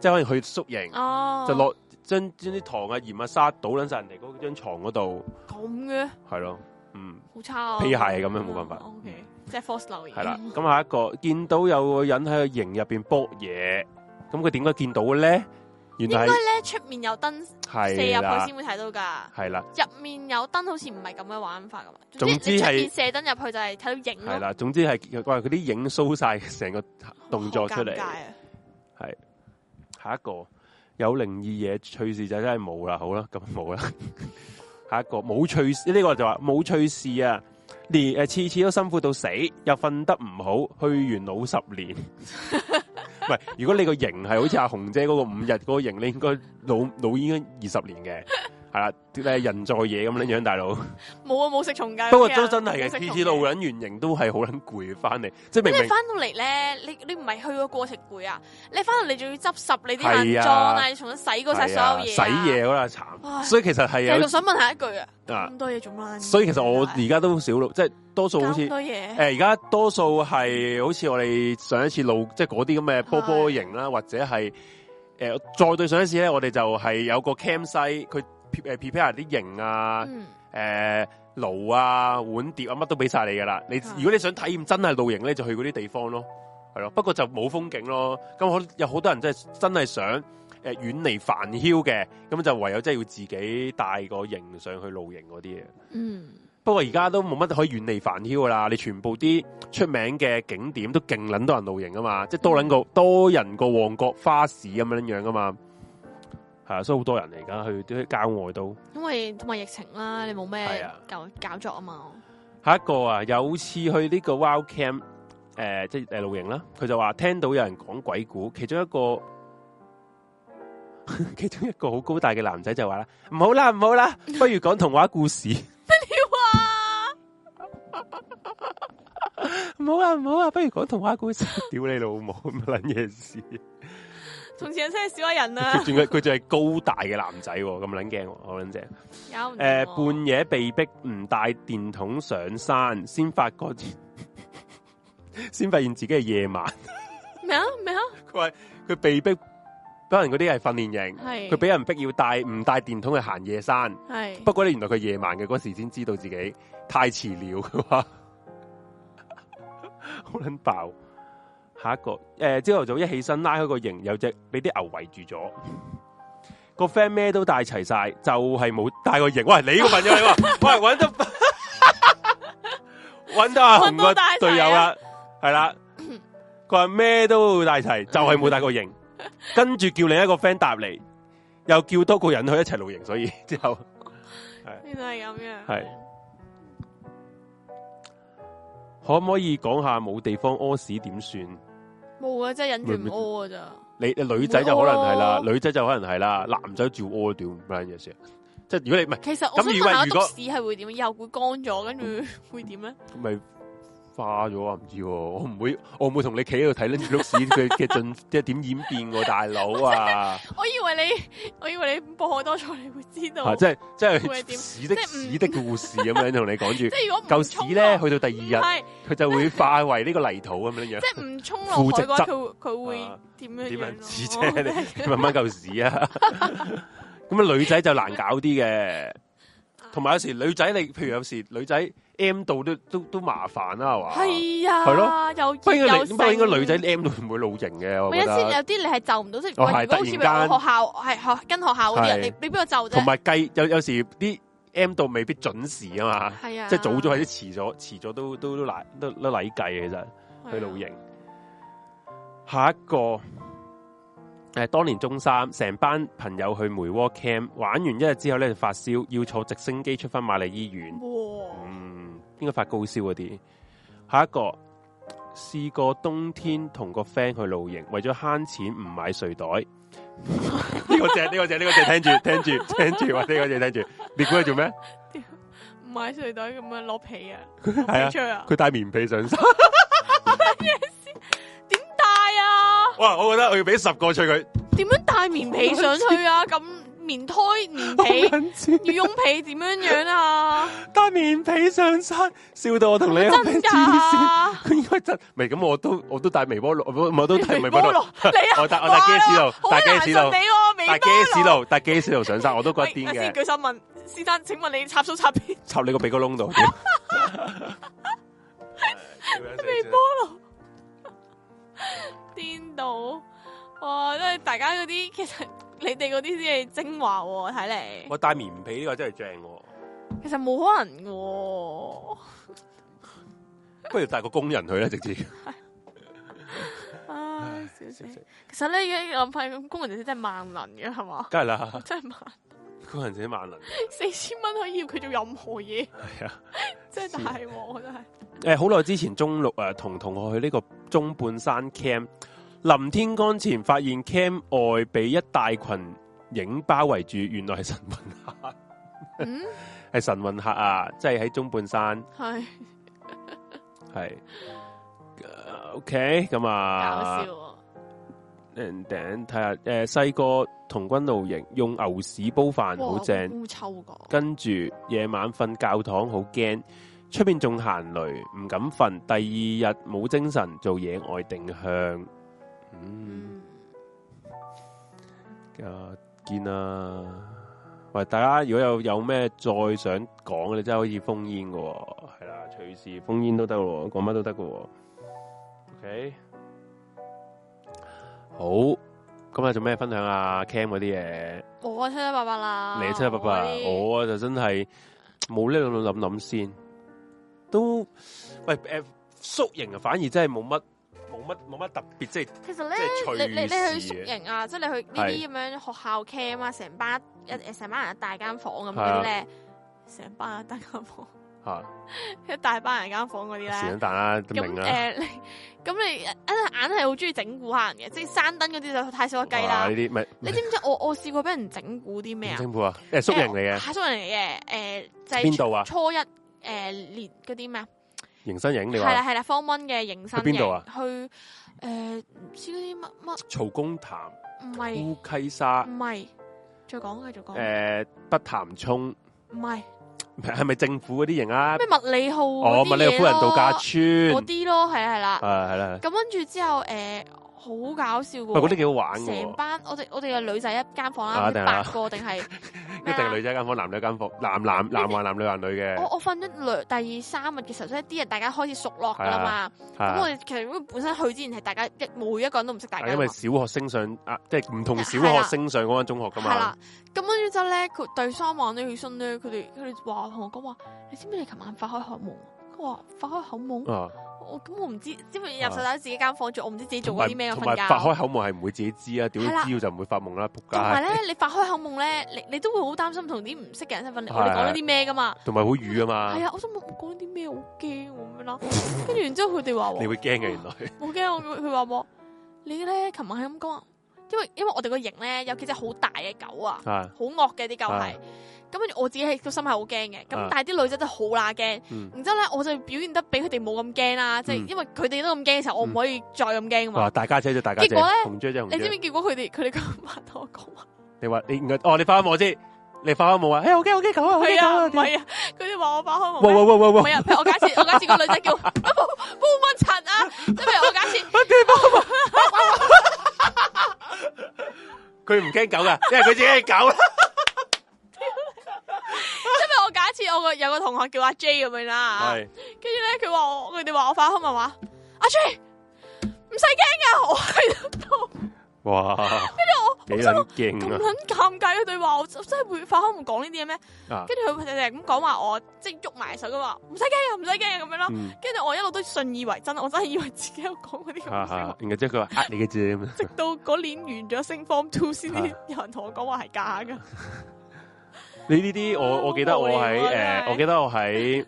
Speaker 2: 即係可能去宿營、
Speaker 1: 哦，
Speaker 2: 就落將將啲糖啊、鹽啊、沙倒撚晒人哋嗰張床嗰度，
Speaker 1: 咁嘅，
Speaker 2: 係咯，嗯。
Speaker 1: 好差啊！
Speaker 2: 屁鞋係咁樣冇辦法
Speaker 1: O K，即係 force 留言
Speaker 2: 系啦，咁下一個見到有個人喺個營入边搏嘢，咁佢點解見到嘅咧？原
Speaker 1: 應該
Speaker 2: 來係
Speaker 1: 咧出面有燈射
Speaker 2: 係
Speaker 1: 入去
Speaker 2: 啦
Speaker 1: 先，會睇到㗎。
Speaker 2: 係啦，
Speaker 1: 入面有燈好似唔係咁嘅玩法噶嘛，
Speaker 2: 總之
Speaker 1: 你出
Speaker 2: 係
Speaker 1: 面射燈入去就係睇到影
Speaker 2: 係
Speaker 1: 咯，
Speaker 2: 啦，總之係哇，佢啲影 show 晒成個動作出嚟
Speaker 1: 好尷尬。啊
Speaker 2: 下一個有靈異嘢趣事就真係冇啦，好啦，咁冇啦。 <laughs> 下一個冇趣事，呢、個就話冇趣事啊，連诶次次都辛苦到死，又瞓得唔好，去完老十
Speaker 1: <laughs>
Speaker 2: 年。喂，如果你個型係好似阿紅姐嗰個五日嗰個型，你應該老老已經二十年嘅，係啦，你係人在嘢咁樣樣，大
Speaker 1: <laughs>
Speaker 2: 佬。
Speaker 1: 冇啊，冇食蟲㗎。
Speaker 2: 不過
Speaker 1: 屋企
Speaker 2: 都
Speaker 1: 人
Speaker 2: 真係嘅，
Speaker 1: 冇食蟲
Speaker 2: 次次老撚完型都係好撚攰翻嚟，即係明
Speaker 1: 因為
Speaker 2: 明
Speaker 1: 翻到嚟咧，你你唔係去個過程攰啊，你翻到嚟仲要執拾你啲
Speaker 2: 係啊
Speaker 1: 行裝啊，你重新洗過晒所
Speaker 2: 係啊
Speaker 1: 有嘢
Speaker 2: 洗
Speaker 1: 啊。
Speaker 2: 嘢嗰啦
Speaker 1: 唉
Speaker 2: 慘，所以其實係
Speaker 1: 繼續
Speaker 2: 有
Speaker 1: 想問下一句啊，
Speaker 2: 啊。
Speaker 1: 咁多嘢做乜？
Speaker 2: 所以其實我而家都少錄，即係多數好似
Speaker 1: 咁
Speaker 2: 誒
Speaker 1: 多嘢，
Speaker 2: 而家多數係好似我哋上一次錄即係嗰啲咁嘅波波型啦，或者係誒、呃再對上一次咧，我哋就係有個 cam 西佢誒 prepare 啲型啊，誒、
Speaker 1: 嗯，
Speaker 2: 爐啊、碗碟啊，乜都俾晒你噶啦。你
Speaker 1: 係
Speaker 2: 如果你想體驗真係露營咧，就去嗰啲地方咯，係咯。不過就冇風景咯。咁好有好多人真係真係想誒、呃、遠離煩囂嘅，咁就唯有真係要自己帶個型上去露營嗰啲嘢。
Speaker 1: 嗯，
Speaker 2: 不過而家都冇乜可以遠離煩囂噶啦，你全部啲出名嘅景點都勁撚多人露營啊嘛，即係多撚過多人過旺角花市咁樣樣噶嘛，係啊，所以好多人嚟噶去啲郊外都。
Speaker 1: 因為同埋疫情啦，你冇
Speaker 2: 係
Speaker 1: 咩
Speaker 2: 啊
Speaker 1: 搞搞作啊 <laughs> 嘛。
Speaker 2: 下一個啊，有次去呢個 Wild Camp，誒、即係誒露營啦，佢就話聽到有人講鬼故，其中一個 <laughs> 其中一個好高大嘅男仔就話啦：唔好啦，唔好啦，不如講童話故事。
Speaker 1: 哇！
Speaker 2: 唔好啊，唔好啊，不如講童話故事。 <laughs> 屌你老母，乜撚嘢事？
Speaker 1: 從前真係少咗人啊
Speaker 2: <laughs> 佢，仲係佢仲係高大嘅男仔喎，咁撚驚喎我撚正。
Speaker 1: 有唔
Speaker 2: 誒、
Speaker 1: 同喎
Speaker 2: 半夜被逼唔帶電筒上山，先發覺 <laughs> 先發現自己係夜晚。
Speaker 1: 咩啊咩啊，
Speaker 2: 佢話佢被逼，可能嗰啲係訓練營，
Speaker 1: 係
Speaker 2: 佢俾人逼要帶唔帶電筒去行夜山。
Speaker 1: 係
Speaker 2: 不過咧，原來佢夜晚嘅嗰時先知道自己太遲了，佢話 <laughs> 好撚爆。下一個誒，朝、頭早一起身拉開個營，有隻俾啲牛圍住咗。個 friend 咩都帶齊晒，就係冇帶個營。喂，你個朋友
Speaker 1: <laughs>
Speaker 2: 你話，喂，揾得 <laughs> 揾到阿紅
Speaker 1: 揾到
Speaker 2: 個
Speaker 1: 帶齊啊
Speaker 2: 隊友啦，係啦。佢話咩都會帶齊，就係冇帶個型。跟住叫另一個 friend 搭嚟，又叫多個人去一齊露營，所以之後
Speaker 1: 原來係咁樣。
Speaker 2: 係可唔可以講下冇地方屙屎點算？
Speaker 1: 冇啊，真係忍住唔屙㗎咋。
Speaker 2: 你你女仔就可能係啦，
Speaker 1: 唔會
Speaker 2: 女仔就可能係啦，男仔照屙屌唔關嘢事。即係如果你唔係
Speaker 1: 其實我想
Speaker 2: 咁如
Speaker 1: 問
Speaker 2: 果
Speaker 1: 下，
Speaker 2: 如果嗯
Speaker 1: 篤屎係會點？又會乾咗，跟住 <laughs> 會點咧？
Speaker 2: 咪化咗啊？唔知喎，我唔會，我唔會同你企喺度睇拎住碌屎佢嘅進， <laughs> 即係點演變喎，大佬啊！
Speaker 1: <laughs> 我以為你， <laughs> 我以為你播我多彩，你會知道
Speaker 2: <laughs> 啊，。即係即
Speaker 1: 會係
Speaker 2: 係
Speaker 1: 點
Speaker 2: 屎的
Speaker 1: 即係唔
Speaker 2: 屎的故事咁樣同你講
Speaker 1: <laughs>
Speaker 2: 住
Speaker 1: 即，係如果唔沖
Speaker 2: 嚿屎咧
Speaker 1: 落
Speaker 2: 去到第二日，
Speaker 1: 係
Speaker 2: 佢就會化為呢個泥土咁樣樣。
Speaker 1: 即係唔沖落海嘅話，
Speaker 2: 腐殖質
Speaker 1: 佢會佢
Speaker 2: 啊
Speaker 1: 會點樣
Speaker 2: 點
Speaker 1: 樣
Speaker 2: 樣
Speaker 1: 咯？
Speaker 2: 屎
Speaker 1: <laughs>
Speaker 2: 啫？你你慢慢嚿屎啊！ <laughs> 咁啊，女仔就難搞啲嘅，同埋有時女仔你，譬如有時女仔 M 到都都都麻煩啦，係嘛？
Speaker 1: <laughs> 係啊，
Speaker 2: 係
Speaker 1: 咯，又
Speaker 2: 不過應該
Speaker 1: 又
Speaker 2: 女，不過應該女仔
Speaker 1: 剩
Speaker 2: M 到唔會露型嘅，我
Speaker 1: 咪
Speaker 2: 覺
Speaker 1: 有先
Speaker 2: 得。
Speaker 1: 有啲你係就唔到，即係
Speaker 2: 哦
Speaker 1: 喂
Speaker 2: 係
Speaker 1: 如果好似
Speaker 2: 突然間
Speaker 1: 譬如學校係學跟學校嗰啲
Speaker 2: 係
Speaker 1: 人，你你邊個就
Speaker 2: 同
Speaker 1: 啫？
Speaker 2: 埋計有有時啲 M 到未必準時啊嘛，
Speaker 1: 係啊，
Speaker 2: 即係早咗或者遲咗，遲咗都都都禮都都禮計嘅其實。
Speaker 1: 啊
Speaker 2: 去露營。下一個，誒、當年中三，成班朋友去梅窩 camp，玩完一日之後咧就發燒，要坐直升機出翻瑪麗醫院。
Speaker 1: 哇！
Speaker 2: 嗯，應該發高燒嗰啲。下一個，試過冬天同個 friend 去露營，為咗慳錢唔買睡袋。呢個正，呢個正，呢個正，聽住，聽住，聽住，或者呢個正，聽住。你估佢做咩？
Speaker 1: 唔買睡袋咁樣攞被啊，
Speaker 2: 係啊
Speaker 1: 出，去啊？
Speaker 2: 佢帶棉被上身。
Speaker 1: 點帶啊？
Speaker 2: 哇，我覺得我要俾十個吹佢。
Speaker 1: 點樣帶棉被上去啊？ <laughs> 咁棉胎、棉被、羽絨被點樣樣啊？
Speaker 2: 戴棉被上身，笑 <laughs> 到我同你一個
Speaker 1: 真 <laughs>
Speaker 2: friend 黐線。
Speaker 1: 㗎？
Speaker 2: 佢應該真，唔係咁我都我都戴微波爐，我我都戴微波
Speaker 1: 菠
Speaker 2: 爐， <laughs>
Speaker 1: 蘿，你啊，
Speaker 2: 我戴我戴機士
Speaker 1: 佬，
Speaker 2: 爐，戴機士爐，
Speaker 1: 你
Speaker 2: 戴機士爐，戴機士爐 <laughs> 上身，我都覺得癲
Speaker 1: 先
Speaker 2: 嘅，
Speaker 1: 舉手問先生，請問你插數插邊？
Speaker 2: 插你個鼻哥窿度。 <laughs> 微波
Speaker 1: <laughs> 癲到哇！即係大家嗰啲，其實你哋嗰啲先係精華喎，睇嚟
Speaker 2: 我戴棉被呢個真係正喎，
Speaker 1: 其實冇可能喎。
Speaker 2: 不如帶個工人去啦，直 <laughs> 接。
Speaker 1: 唉，小姐，其實咧，而家諗翻咁，工人姐真係萬能嘅，係嘛？ <laughs>
Speaker 2: 梗係啦，
Speaker 1: 真係萬
Speaker 2: 工人自己萬能。
Speaker 1: 四千蚊可以要佢做任何嘢，
Speaker 2: 係啊，
Speaker 1: <laughs> 真係大鑊，真係。
Speaker 2: 誒好耐之前中六啊，同同學去呢個中半山 cam，臨天光前發現 cam 外被一大群影包圍住，原來係神魂 <laughs> 客，
Speaker 1: 嗯，
Speaker 2: 係神魂客啊！即係喺中半山，
Speaker 1: 係
Speaker 2: 係、呃 OK 咁
Speaker 1: 搞
Speaker 2: 啊
Speaker 1: 笑，啊！
Speaker 2: 頂頂睇下誒細個童軍露營用牛屎煲飯好正，
Speaker 1: 污臭個。
Speaker 2: 跟住夜晚瞓教堂好驚，出邊仲行雷，唔敢瞓。第二日冇精神，做野外定向。嗯，
Speaker 1: 嗯
Speaker 2: 啊，見啦。喂，大家如果有有咩再想講，你真係可以封煙嘅喎、係啦，隨時封煙都得喎，講乜都得嘅喎。OK，好，今日做咩分享啊？Cam 嗰啲嘢。
Speaker 1: 我啊七七八八啦，
Speaker 2: 你七七八八，我啊就真係冇呢度諗諗先，都喂誒宿營啊，反而真係冇乜冇乜冇乜特別，即係
Speaker 1: 其實咧
Speaker 2: 即係，趣
Speaker 1: 你你你
Speaker 2: 事
Speaker 1: 去宿營啊，即係你去呢啲咁樣學校 cam 啊，成班一成班人一大間房咁嗰
Speaker 2: 啊
Speaker 1: 啲咧，成班人一大間房， <laughs>
Speaker 2: 嚇
Speaker 1: 一大班人間房嗰啲
Speaker 2: 是
Speaker 1: 咧。
Speaker 2: 但啦，啊都
Speaker 1: 咁
Speaker 2: 明
Speaker 1: 誒、
Speaker 2: 啊啦。
Speaker 1: 你 <laughs> 咁你硬係好中意整蠱下人嘅，即係山燈嗰啲就太少得計
Speaker 2: 哇
Speaker 1: 啦
Speaker 2: 呢。啲咪
Speaker 1: 你知唔知我我試過俾人整蠱啲咩啊？呃
Speaker 2: 政府啊？誒宿營嚟嘅
Speaker 1: 係宿營嚟嘅，誒、就係
Speaker 2: 邊度啊？
Speaker 1: 初一誒、連嗰啲咩啊？
Speaker 2: 營生營你
Speaker 1: 係啦
Speaker 2: 話
Speaker 1: 係啦，form one 嘅迎新
Speaker 2: 去邊度啊
Speaker 1: 營去誒唔知嗰啲乜乜
Speaker 2: 曹公潭、
Speaker 1: 唔係
Speaker 2: 烏溪沙、
Speaker 1: 唔係，再講繼續講，
Speaker 2: 啊誒北潭涌， <laughs>
Speaker 1: 唔係
Speaker 2: 係咪政府嗰啲營啊？
Speaker 1: 咩物理號
Speaker 2: 哦，
Speaker 1: 嗰啲
Speaker 2: 咪你去
Speaker 1: 嘢
Speaker 2: 夫人度假
Speaker 1: 咯，
Speaker 2: 村，
Speaker 1: 嗰啲咯，係啦係啦。
Speaker 2: 啊係啦，
Speaker 1: 咁跟住之後誒，好搞笑
Speaker 2: 喂嗰啲
Speaker 1: 嘅，
Speaker 2: 幾好玩嘅
Speaker 1: 成
Speaker 2: 喎，
Speaker 1: 班我哋我哋嘅女仔一間房
Speaker 2: 啊
Speaker 1: 啦，唔
Speaker 2: 定
Speaker 1: 知
Speaker 2: 係
Speaker 1: 八個定
Speaker 2: <laughs>
Speaker 1: 係
Speaker 2: 一
Speaker 1: 咩
Speaker 2: 定係
Speaker 1: 啊
Speaker 2: 女？仔間房，男仔間房，男男男還男女還女嘅。
Speaker 1: 我我瞓咗兩第三日嘅時候，所以啲人大家開始熟絡噶啦嘛。
Speaker 2: 係啊
Speaker 1: 咁我哋其實本身去之前係大家一每一個人都唔識大家㗎
Speaker 2: 係啊
Speaker 1: 嘛
Speaker 2: 因為。小學升上啊，即係唔同小
Speaker 1: 係
Speaker 2: 學
Speaker 1: 啦
Speaker 2: 升上嗰間中學噶
Speaker 1: 係
Speaker 2: 嘛
Speaker 1: 啦，，咁跟住之後咧，佢對三晚咧起身咧，佢哋佢哋話同我講話，你知唔知你琴晚發開學夢？咁哇發開口夢，
Speaker 2: 啊，
Speaker 1: 我咁我唔知，知唔知入晒喺自己間房住，我唔知自己做
Speaker 2: 同
Speaker 1: 過
Speaker 2: 埋
Speaker 1: 啲咩嘅
Speaker 2: 同
Speaker 1: 瞓
Speaker 2: 埋
Speaker 1: 覺。
Speaker 2: 發開口夢係唔會自己知啊，屌
Speaker 1: 係啦
Speaker 2: 知道就唔會發夢啦，仆
Speaker 1: 同埋
Speaker 2: 街，
Speaker 1: 咧，你發開口夢咧，你你都會好擔心同啲唔識嘅人身份，
Speaker 2: 係
Speaker 1: 我哋講咗啲咩噶嘛？
Speaker 2: 同埋好瘀啊嘛
Speaker 1: 係，啊，我心諗我講啲咩好驚咁樣啦。跟住然之後佢哋話
Speaker 2: 你
Speaker 1: 我
Speaker 2: 會驚
Speaker 1: <laughs>
Speaker 2: 嘅原來，
Speaker 1: 我驚我，佢話我你咧，琴晚係咁講啊，因為因為我哋個營咧有幾隻好大嘅狗啊，
Speaker 2: 啊，
Speaker 1: 好惡嘅啲狗係
Speaker 2: 啊。
Speaker 1: 咁跟住我自己係個心係好驚嘅，咁
Speaker 2: 啊
Speaker 1: 但係啲女仔真係好乸驚。
Speaker 2: 嗯，
Speaker 1: 然之後咧，我就表現得比佢哋冇咁驚啦，即係
Speaker 2: 嗯
Speaker 1: 因為佢哋都咁驚嘅時候，我唔可以再咁驚啊嘛
Speaker 2: 哇，。大家姐就大家姐
Speaker 1: 結果呢，
Speaker 2: 紅姐就紅
Speaker 1: 你知唔
Speaker 2: 姐
Speaker 1: 知，結果佢哋佢哋今晚同我講話，
Speaker 2: 你話你哦，你發開夢先，你發
Speaker 1: <laughs>
Speaker 2: 開夢啊，哎，我驚我驚狗啊，我
Speaker 1: 係
Speaker 2: 驚狗
Speaker 1: 啊，
Speaker 2: 啊
Speaker 1: 唔係啊，佢哋話我把開
Speaker 2: 喂
Speaker 1: 門咩。
Speaker 2: <laughs> 喂喂喂
Speaker 1: 唔
Speaker 2: 喂，
Speaker 1: 係啊，譬如我假設我假設個女仔叫 <laughs> 煲煲乜柒啊，即係譬如我
Speaker 2: <laughs>
Speaker 1: 假設
Speaker 2: 佢唔驚狗噶，因為佢自己係狗。
Speaker 1: 即係譬如我假設我個有個同學叫阿 J 咁樣啦，
Speaker 2: 係
Speaker 1: 跟住咧佢話我佢哋話我發開文話阿 J 唔使驚啊，我係
Speaker 2: 哇，幾撚
Speaker 1: 咁
Speaker 2: 勁
Speaker 1: 撚尷尬，啊佢哋話我真係會發開文講呢啲嘢咩？
Speaker 2: 啊！啊，
Speaker 1: 跟住佢哋哋咁講話我即係喐埋手咁話唔使驚啊，唔使驚啊咁樣咯。
Speaker 2: 嗯，
Speaker 1: 跟住我一路都信以為真，我真係以為自己有講嗰啲咁嘅
Speaker 2: 嚇嚇，
Speaker 1: 笑話
Speaker 2: 然後即係佢話呃你嘅啫咁樣。
Speaker 1: 直到嗰年完咗升 form two 先至
Speaker 2: 啊
Speaker 1: 有人同我講話係假噶。
Speaker 2: 你呢啲我我記得我喺
Speaker 1: 好無聊啊真
Speaker 2: 誒，
Speaker 1: 係
Speaker 2: 我記得
Speaker 1: <laughs>
Speaker 2: 我喺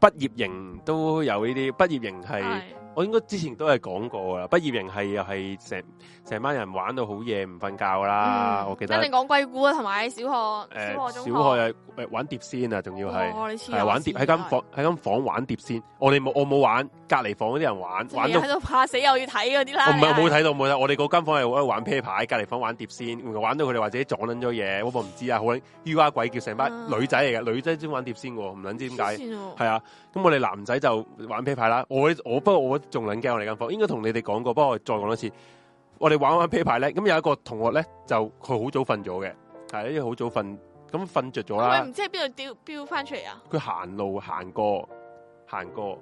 Speaker 2: 畢業營都有呢啲，畢業營係
Speaker 1: 係
Speaker 2: 我應該之前都係講過噶啦。畢業營係又係成成班人玩到好夜唔瞓覺啦，
Speaker 1: 嗯
Speaker 2: 啊我記
Speaker 1: 一
Speaker 2: 得呃
Speaker 1: 定講鬼故啊，同埋小學、小學、中
Speaker 2: 小
Speaker 1: 學，哦
Speaker 2: 學誒玩碟仙啊，仲要係。
Speaker 1: 哇你黐啊
Speaker 2: 系玩碟喺間房喺間房玩碟仙，我哋冇我冇玩，隔離房嗰啲人玩，玩
Speaker 1: 玩
Speaker 2: 到
Speaker 1: 喺度怕死又要睇嗰啲啦。
Speaker 2: 哦我唔係我冇
Speaker 1: 睇，
Speaker 2: 睇到冇睇，我哋嗰間房係喺度玩啤牌，隔離房玩碟仙，玩到佢哋或者撞撚咗嘢，我唔知啊，好撚 U R 鬼叫成班
Speaker 1: 啊
Speaker 2: 女仔嚟嘅，女仔先玩碟仙喎，唔撚知點解。
Speaker 1: 點
Speaker 2: 係啊，咁我哋男仔就玩啤牌啦。我我不過我仲撚驚我哋間房，應該同你哋講過，不過我再講多次。我哋玩玩啤牌咧，咁有一個同學咧就佢好早瞓咗嘅，係因為好早瞓，咁瞓着咗
Speaker 1: 佢
Speaker 2: 啦。
Speaker 1: 唔知喺邊度掉飆翻出嚟啊？
Speaker 2: 佢行路行過行過，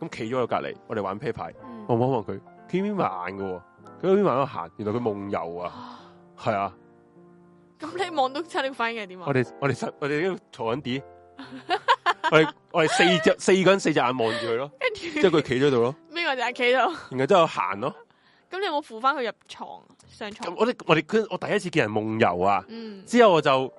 Speaker 2: 咁企咗喺我隔離，我哋玩啤牌。
Speaker 1: 嗯
Speaker 2: 我望一望佢，佢偏偏埋眼嘅喎，佢偏偏慢慢行，原來佢夢遊啊，係啊，
Speaker 1: 咁你望到差你反應係點啊
Speaker 2: 我？哋我哋實我哋喺度坐緊碟，我哋我哋四隻四個人四隻眼望住佢咯，
Speaker 1: 跟
Speaker 2: 即係
Speaker 1: 住
Speaker 2: 佢企咗度咯，
Speaker 1: <laughs> 邊個就係企喺度？
Speaker 2: 然後之後行咯，
Speaker 1: 咁你有冇扶翻佢入床啊上
Speaker 2: 咁
Speaker 1: 床？
Speaker 2: 我哋我哋佢我第一次見人夢遊啊，
Speaker 1: 嗯
Speaker 2: 之後我就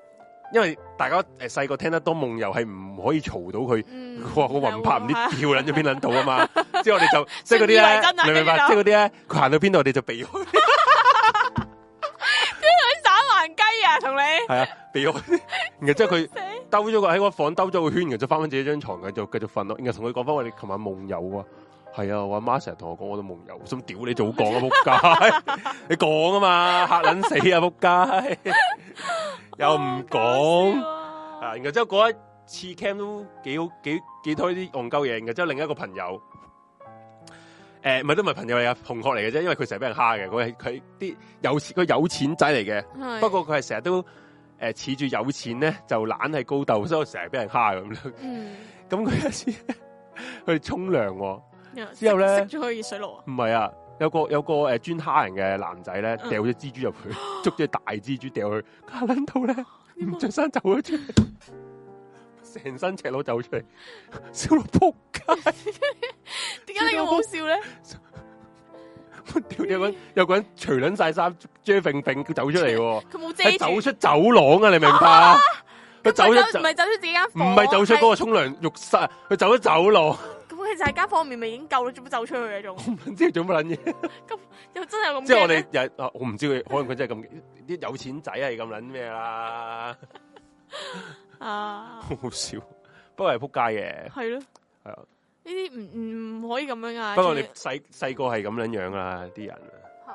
Speaker 2: 因為大家誒細個聽得多夢遊係唔可以嘈到佢。
Speaker 1: 嗯，
Speaker 2: <laughs> 哇！個魂魄唔知
Speaker 1: <laughs> 係啊
Speaker 2: 跳撚咗邊撚度啊嘛，之後我
Speaker 1: <laughs>
Speaker 2: 哋就即係嗰
Speaker 1: 信
Speaker 2: 啲
Speaker 1: 以為真啊
Speaker 2: 咧，明唔明白？
Speaker 1: 跟
Speaker 2: 即係
Speaker 1: 住
Speaker 2: 嗰啲咧，佢行到邊度我哋就避開，
Speaker 1: 打橫雞啊，同你
Speaker 2: 係啊，避開。然後之後佢
Speaker 1: 死
Speaker 2: 兜咗個喺個房兜咗個圈，然後就翻返自己張床，繼續繼續瞓咯。然後同佢講翻我哋琴晚夢遊啊，係啊，我阿媽成日同我講我都夢遊，我心屌你早講啊仆街， <laughs> 你講啊嘛，嚇撚死啊仆街， <laughs> 又唔講
Speaker 1: 講，
Speaker 2: 啊。然後之後嗰一次 cam 都幾好幾幾多啲戇鳩嘢，然後之後另一個朋友。誒唔係都唔係朋友嚟噶，同學嚟嘅啫，因為佢成日俾人蝦嘅，佢係佢啲有錢佢有錢仔嚟嘅，
Speaker 1: 係
Speaker 2: 啊不過佢係成日都诶恃住有錢咧，就懶係高斗，所以我成日俾人蝦咁樣。 <laughs>
Speaker 1: 嗯，
Speaker 2: 咁佢有一次 <laughs> 佢哋沖涼喎，
Speaker 1: 之
Speaker 2: 之後呢
Speaker 1: 熄咗佢熱水爐啊，
Speaker 2: 唔係啊，有個有個诶专虾人嘅男仔咧，
Speaker 1: 嗯
Speaker 2: 掉隻蜘蛛入
Speaker 1: <gasps>
Speaker 2: 去，捉咗隻大蜘蛛掉去，佢撚到咧
Speaker 1: 啊
Speaker 2: 唔着衫走咗出嚟，成身赤裸走出嚟，笑到仆街。
Speaker 1: 點解你咁好笑咧？
Speaker 2: 屌有個人有個人除撚晒衫，遮揈揈走出嚟喎，
Speaker 1: 佢冇遮
Speaker 2: 係
Speaker 1: 住，
Speaker 2: 走出走廊啊！你明唔明
Speaker 1: <laughs>
Speaker 2: 白啊？佢走
Speaker 1: 唔
Speaker 2: 咗
Speaker 1: 係走
Speaker 2: 走
Speaker 1: 唔係走出自己間
Speaker 2: 唔
Speaker 1: 房，
Speaker 2: 係走出嗰個沖涼浴室啊，佢走咗走廊，
Speaker 1: 咁其實係間房面明已經夠啦，做乜走出去嘅仲？
Speaker 2: <laughs> 唔知佢做乜撚嘢。
Speaker 1: 又真係咁驚咩。
Speaker 2: 即係我哋又啊我唔知佢，可能佢真係咁啲有錢仔係咁撚咩啦， <laughs>
Speaker 1: 啊，
Speaker 2: 好好笑。不過係撲街
Speaker 1: 係咯，
Speaker 2: 嘅，係啊。
Speaker 1: 呢啲唔唔可以咁樣啊。
Speaker 2: 不過你
Speaker 1: 仲
Speaker 2: 細細個係咁撚樣啦，啲人啊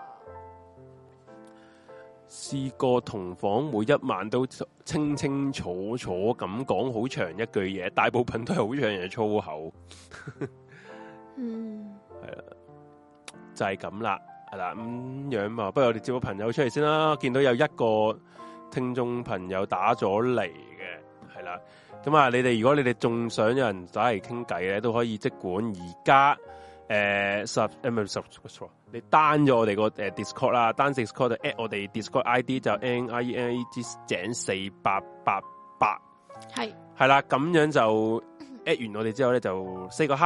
Speaker 2: 試過同房每一晚都清清楚楚咁講好長一句嘢，大部分都係好長嘅粗口，
Speaker 1: 要嗯，
Speaker 2: 就係咁啦。係啦，咁樣啊。不如我哋接個朋友出嚟先啦。見到有一個聽眾朋友打咗嚟嘅，係啦。咁啊，你哋如果你哋仲想有人打嚟傾偈咧，都可以即管而家誒十誒唔係十，你 down 咗我哋個誒 Discord 啦，down Discord 就 at 我哋 Discord ID 就 n i e n e 之井四八八八。
Speaker 1: 係
Speaker 2: 系啦，咁樣就誒、 at 完我哋之後咧就 say 個 hi，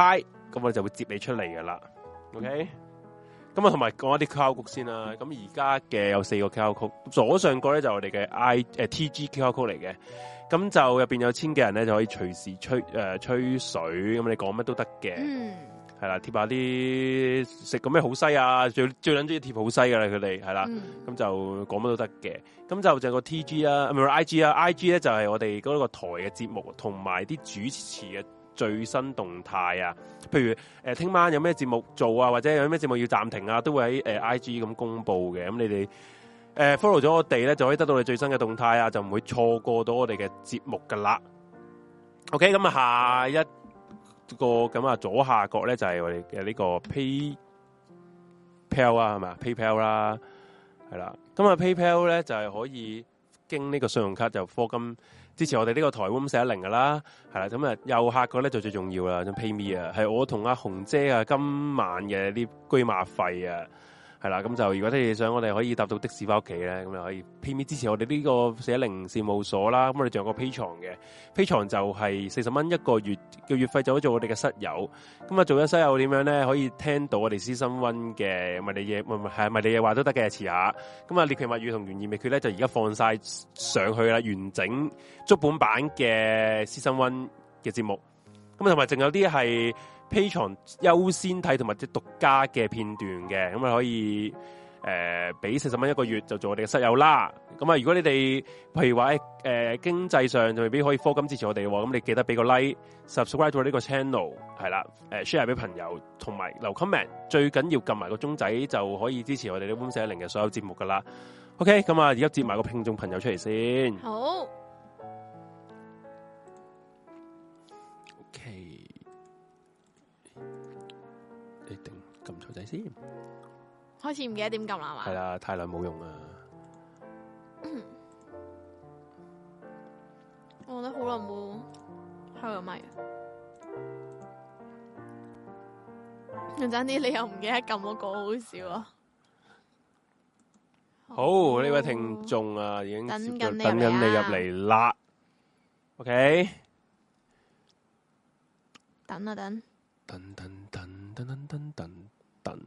Speaker 2: 咁我哋就會接你出嚟噶啦。OK，咁啊同埋講一啲 QR code 先啦。咁而家嘅有四個 QR code，左上角咧就係我哋嘅 I 誒、TG QR code 嚟嘅。咁就入邊有千幾人咧就可以隨時吹誒、呃吹水，咁你講乜都得嘅。
Speaker 1: 嗯，
Speaker 2: 系啦，貼下啲食個咩好西啊，最最捻中意貼好西噶啦，佢哋係啦，咁、
Speaker 1: 嗯
Speaker 2: 就講乜都得嘅。咁就就個 T G 啦，唔係 I G 啦，I G 咧就係我哋嗰個台嘅節目，同埋啲主持嘅最新動態啊。譬如诶，听、聽晚有咩節目做啊，或者有咩節目要暫停啊，都會喺诶、I G 咁公佈嘅。咁你哋诶、呃 follow 咗我哋咧，就可以得到你最新嘅動態啊，就唔會錯過到我哋嘅節目噶啦。OK，咁啊，下一個咁啊，左下角咧就係我哋嘅呢個 PayPal 啊，係嘛 PayPal 啦，係啦。咁啊 PayPal 咧就係可以經呢個信用卡就科金支持我哋呢個台灣四一零噶啦，係啦。咁啊右下角咧就最重要啦，就 PayMe 啊，係我同阿紅姐啊今晚嘅啲居馬費啊。係啦，咁就如果你哋想我哋可以搭到的士翻屋企咧，咁就可以 PayMe 支持我哋呢個四一零事務所啦。咁我哋仲有個 Pay 床嘅。非常就係四十蚊一個月嘅月費，就可以做我哋嘅室友。咁啊，做咗室友點樣咧？可以聽到我哋私心溫嘅迷你嘢，唔係係迷你嘢話都得嘅，遲下。咁啊，獵奇物語同懸疑秘訣咧，就而家放晒上去啦，完整足本版嘅私心溫嘅節目。咁啊，同埋仲有啲係 P 床優先睇同埋啲獨家嘅片段嘅，咁啊可以。誒俾四十蚊一個月就做我哋嘅室友啦，咁啊如果你哋譬如話誒、呃、經濟上就未必可以科金支持我哋喎，咁你記得俾個 like、subscribe 咗呢個 channel 係啦，誒、share 俾朋友，同埋留 comment，最緊要撳埋個鐘仔就可以支持我哋呢本寫零嘅所有節目噶啦。OK，咁啊而家接埋個聽眾朋友出嚟先。
Speaker 1: 好，
Speaker 2: OK，你定撳錯仔先，啊係
Speaker 1: 開始唔記得點撳啦嘛。
Speaker 2: 啦，太耐冇用啦。
Speaker 1: 我覺得好耐冇開個咪。仲爭啲，你又唔記得撳嗰個，好笑啊！
Speaker 2: 好，呢位聽眾啊，已經
Speaker 1: 等
Speaker 2: 接
Speaker 1: 緊
Speaker 2: 到
Speaker 1: 你入
Speaker 2: 等
Speaker 1: 嚟
Speaker 2: 緊你入
Speaker 1: 啊
Speaker 2: 嚟啦。OK。
Speaker 1: 等啊等，
Speaker 2: 噔噔噔噔噔噔噔噔，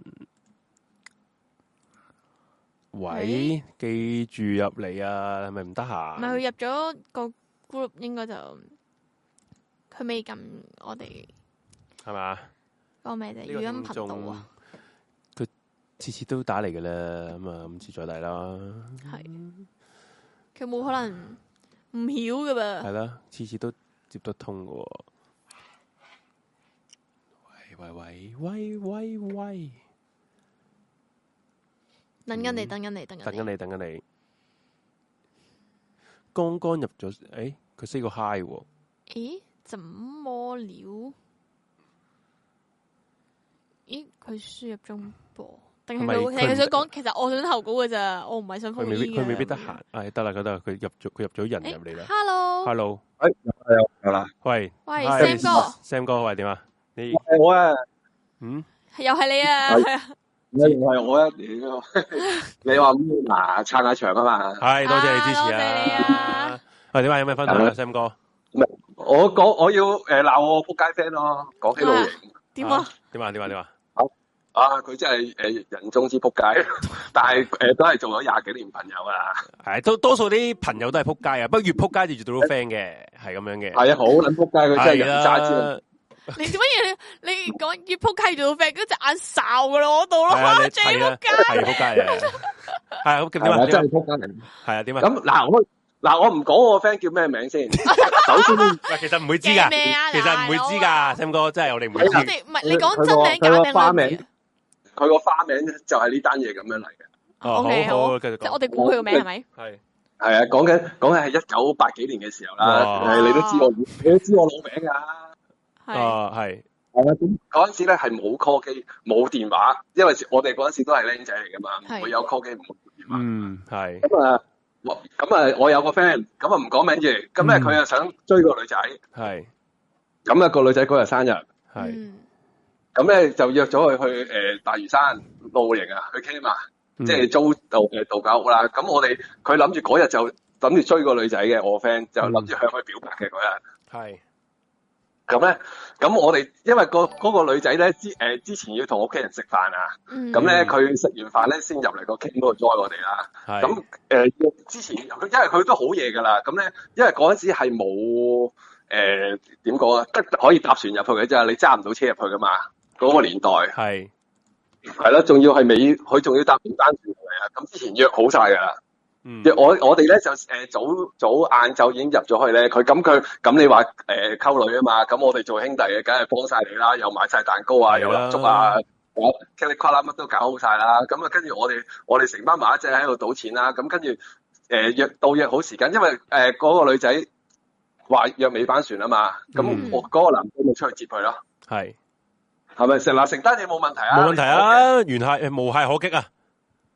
Speaker 2: 喂
Speaker 1: 喂，
Speaker 2: 記住入嚟啊，係咪唔得
Speaker 1: 唔係
Speaker 2: 閒？
Speaker 1: 佢入咗個 group，應該就佢未撳我哋
Speaker 2: 係嘛？
Speaker 1: 嗰個咩啫
Speaker 2: 呢
Speaker 1: 語
Speaker 2: 個
Speaker 1: 音
Speaker 2: 聽
Speaker 1: 頻道啊，
Speaker 2: 眾，佢次次都打嚟嘅啦，咁啊，唔次再嚟啦，
Speaker 1: 係佢冇可能唔曉噶
Speaker 2: 係
Speaker 1: 噃。
Speaker 2: 啦，次次都接得通嘅喎。喂喂喂喂喂喂，
Speaker 1: 等緊你，
Speaker 2: 嗯
Speaker 1: 等緊你，等
Speaker 2: 等
Speaker 1: 緊
Speaker 2: 緊
Speaker 1: 你。
Speaker 2: 你，等緊你，剛剛入咗，誒，佢 say 個 hi 喎。
Speaker 1: 咦？怎麼了？咦？佢輸入中播，定係
Speaker 2: 係咪
Speaker 1: 佢
Speaker 2: 佢
Speaker 1: 佢
Speaker 2: 唔
Speaker 1: 想講？其實我想投稿嘅咋，我唔係想
Speaker 2: 佢
Speaker 1: 封
Speaker 2: 未
Speaker 1: 煙
Speaker 2: 必佢未必
Speaker 1: 㗎
Speaker 2: 得閒，唉得啦，佢得啦，佢入咗佢入咗人入嚟
Speaker 1: 誒
Speaker 2: 啦。
Speaker 1: ，Hello，
Speaker 2: Hello，
Speaker 3: 哎，有有有啦！
Speaker 2: 喂
Speaker 1: 喂
Speaker 2: 嗨
Speaker 1: ，Sam 哥
Speaker 2: ，Sam 哥，喂點啊？你
Speaker 3: 喂我啊，
Speaker 2: 嗯，
Speaker 1: 又係你啊，
Speaker 3: 係
Speaker 1: 係啊
Speaker 3: 你唔係我啊，屌 <laughs> 你話咩嗱撐下場啊嘛？
Speaker 2: 係多謝你支持
Speaker 1: 啊多謝你啊
Speaker 2: 啊！喂點啊？有咩分享啊
Speaker 3: 係
Speaker 2: ，Sam 哥？
Speaker 3: 我講我要誒鬧我仆街 friend 咯，講起露營
Speaker 2: Ờ,
Speaker 1: 點啊？？
Speaker 2: 點啊？點啊？點啊？
Speaker 3: 啊，佢真係誒人中之仆街， <laughs> 但係誒都係做咗廿幾年朋友啊，
Speaker 2: <laughs> 係多多數啲朋友都係撲街啊，不過越撲街就越做到 friend 嘅，係咁樣嘅。
Speaker 3: 係啊，好撚仆街，佢真係
Speaker 2: 係啊
Speaker 3: 人渣之類。
Speaker 2: 啦，
Speaker 1: 你做乜嘢？你你講越扑街做到 friend，嗰隻眼哨噶啦，我度
Speaker 2: 係啊，
Speaker 1: 咯，
Speaker 2: 你
Speaker 1: 最
Speaker 2: 係
Speaker 1: 仆
Speaker 2: 啊，
Speaker 1: 街。
Speaker 2: 係撲街嚟嘅。係咁點
Speaker 3: 係
Speaker 2: 啊？
Speaker 3: 啊，
Speaker 2: 點
Speaker 3: 真
Speaker 2: 啊
Speaker 3: 係仆街嚟。
Speaker 2: 係啊？點啊？
Speaker 3: 咁嗱，我嗱我唔講我 friend 叫咩名先。首先呢
Speaker 2: 喂，其實唔會知㗎，
Speaker 1: 驚咩啊
Speaker 2: 其實唔會知
Speaker 1: 大佬
Speaker 2: 㗎，Sam 哥真係我哋唔會
Speaker 1: 我
Speaker 2: 知
Speaker 3: 係啊
Speaker 2: 嘅。
Speaker 1: 哋唔係你講真名假名
Speaker 3: 佢個花
Speaker 1: 啦
Speaker 3: 名，佢個花名就係呢單嘢咁樣嚟嘅。
Speaker 2: 哦，好
Speaker 1: OK，好
Speaker 2: 好，繼續
Speaker 1: 即係
Speaker 2: 講
Speaker 1: 我。哋估佢個名係咪？
Speaker 2: 係
Speaker 3: 係啊，講緊講緊係一九八幾年嘅時候啦，
Speaker 2: 哇
Speaker 3: 誒你都知我，你都知我老名啊㗎。
Speaker 1: 係
Speaker 2: 哦，係
Speaker 3: 係啊，咁嗰陣時咧係冇 call 機，冇電話，因為我哋嗰陣時都係僆仔嚟噶嘛，
Speaker 1: 係
Speaker 3: 唔會有 call 機，唔會有電話。
Speaker 2: 嗯係。
Speaker 3: 咁啊，我咁啊，我有個 friend，咁啊唔講名住，咁咧
Speaker 2: 嗯
Speaker 3: 佢又想追個女仔，
Speaker 2: 系
Speaker 3: 咁啊個女仔嗰日生日，
Speaker 2: 系，
Speaker 1: 嗯
Speaker 3: 咁咧就約咗佢去誒大嶼山露營啊，去 camp 啊，
Speaker 2: 嗯
Speaker 3: 即係租度誒度假屋啦。咁我哋佢諗住嗰日就諗住追個女仔嘅，我 friend 就諗住向佢表白嘅嗰日。
Speaker 2: 系
Speaker 3: 咁咧，咁我哋因為個嗰、個女仔咧之誒之前要同屋企人食飯啊，
Speaker 1: 嗯
Speaker 3: 咁咧
Speaker 2: 嗯
Speaker 3: 佢食完飯咧先入嚟個 K 嗰度 join 我哋啦。
Speaker 2: 係
Speaker 3: 咁誒、呃之前因為佢都好夜㗎啦，咁咧因為嗰陣時係冇誒點講啊，得可以搭船入去嘅啫，你揸唔到車入去㗎嘛。嗰、個年代
Speaker 2: 係
Speaker 3: 係啦，仲要係美，佢仲要搭電單船入嚟啊！咁之前約好晒㗎啦。
Speaker 2: 嗯
Speaker 3: 我我哋咧就誒、呃早早晏晝已經入咗去咧，佢咁佢咁你話誒溝女啊嘛，咁我哋做兄弟啊嘅，梗係幫晒你啦，又買晒蛋糕
Speaker 2: 係
Speaker 3: 啊，
Speaker 2: 啦
Speaker 3: 又蠟燭啊，我噼里啪啦乜都搞好晒啦，咁啊跟住我哋我哋成班麻雀喺度賭錢啦，咁跟住誒約到約好時間，因為呃誒嗰、個女仔話約尾班船啊嘛，咁
Speaker 2: 嗯
Speaker 3: 我嗰、個男仔咪出去接佢咯，
Speaker 2: 係
Speaker 3: 係咪成嗱成單嘢冇問題啊？
Speaker 2: 冇問題啊，原係無懈可擊啊，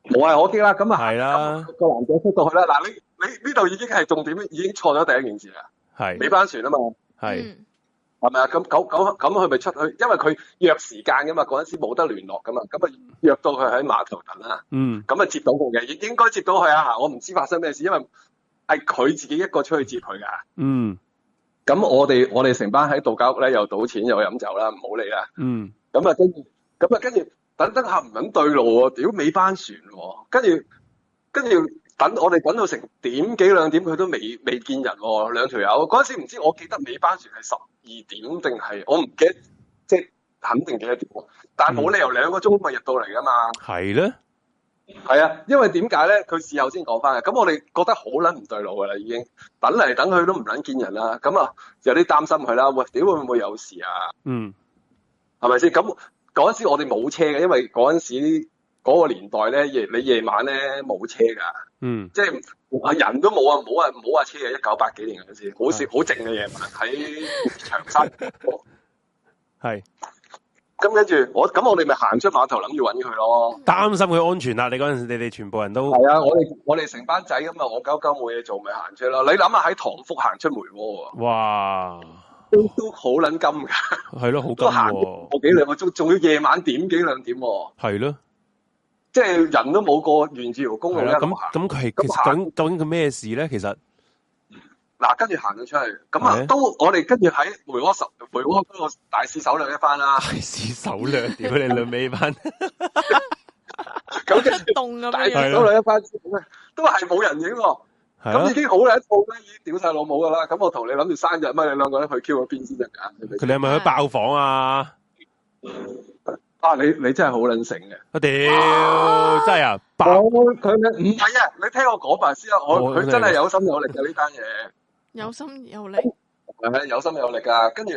Speaker 3: 你冇，冇係可擊啦，咁啊
Speaker 2: 係啦，
Speaker 3: 個男仔出到去啦，嗱你你呢度已經係重點，已經錯咗第一件事啦。尾
Speaker 2: 係
Speaker 3: 班船啊嘛，
Speaker 2: 係
Speaker 1: 嗯
Speaker 3: 係咪啊？咁咁咁咁佢咪出去，因為佢約時間噶嘛，嗰陣時冇得聯絡噶嘛，咁啊約到佢喺碼頭等啦，
Speaker 2: 嗯
Speaker 3: 咁啊接到佢嘅，應應該接到佢啊！我唔知發生咩事，因為係佢自己一個出去接佢噶。
Speaker 2: 嗯
Speaker 3: 咁我哋我哋成班喺度假屋咧，又賭錢又飲酒啦，唔好理啦。
Speaker 2: 嗯
Speaker 3: 咁啊跟住，咁啊跟住等等下唔肯對路喎，屌尾班船喎，跟住跟住等我哋等到成點幾兩點佢都未未見人喎，兩條友嗰陣時唔知我記得尾班船係十二點定係我唔記得，即係肯定幾多點喎，但係冇理由兩個鐘咪入到嚟噶嘛，
Speaker 2: 係咧，
Speaker 3: 係啊，因為點解咧？佢事後先講翻嘅，咁我哋覺得好撚唔對路噶啦已經，等嚟等去都唔撚見人啦，咁啊有啲擔心佢啦，喂屌會唔會有事啊？
Speaker 2: 嗯
Speaker 3: 係咪先？咁嗰陣時我哋冇車嘅，因為嗰陣時嗰個年代咧，夜你夜晚咧冇車㗎，
Speaker 2: 嗯
Speaker 3: 即係啊人都冇啊，冇啊冇啊車嘅，一九八幾年嗰陣時，好少好靜嘅夜晚喺長沙。 <laughs>
Speaker 2: 係
Speaker 3: 咁跟住我咁我哋咪行出碼頭諗住揾佢咯。
Speaker 2: 擔心佢安全啦，你嗰陣時你哋全部人都
Speaker 3: 係啊，我哋我哋成班仔咁啊，我鳩鳩冇嘢做咪行出咯。你諗下喺塘福行出梅窩喎，
Speaker 2: 哇，
Speaker 3: 都都好撚金㗎，
Speaker 2: 係咯，好金
Speaker 3: 都行
Speaker 2: 喎，
Speaker 3: 個幾兩個鐘，仲要夜晚點幾兩點喎，
Speaker 2: 係咯。
Speaker 3: 即係人都冇過沿住條公路
Speaker 2: 係
Speaker 3: 一
Speaker 2: 啦，
Speaker 3: 路
Speaker 2: 咁
Speaker 3: 行。
Speaker 2: 咁佢係
Speaker 3: 咁
Speaker 2: 其實究
Speaker 3: 行
Speaker 2: 竟究竟佢咩事咧？其實
Speaker 3: 嗱，跟住行咗出去，咁
Speaker 2: 係
Speaker 3: 啊，都我哋跟住喺梅窩十梅窩嗰個大市手量一
Speaker 2: <laughs>
Speaker 3: 番啦，
Speaker 2: 大師手量，屌你兩尾班，
Speaker 3: 咁跟
Speaker 1: 出
Speaker 3: 住
Speaker 1: 動咁
Speaker 3: 大
Speaker 1: 樣
Speaker 3: 市，手量一番之後咧，都係冇人影喎，
Speaker 2: 係
Speaker 3: <laughs> 咁
Speaker 2: 啊
Speaker 3: 已，經好啦，一套咧已經屌晒老母噶啦，咁我同你諗住生日乜，你兩個咧去 Q 嗰邊先得㗎，係咪
Speaker 2: 佢哋係咪去爆房啊？
Speaker 3: 啊，你你真係好撚醒嘅，
Speaker 2: 我屌，真係啊，爆
Speaker 3: 我佢咧唔係啊，你聽我講埋先啊，我
Speaker 2: 我
Speaker 3: 佢真係有心有力嘅呢單嘢。
Speaker 1: 有心有力，
Speaker 3: 係有心有力噶，跟住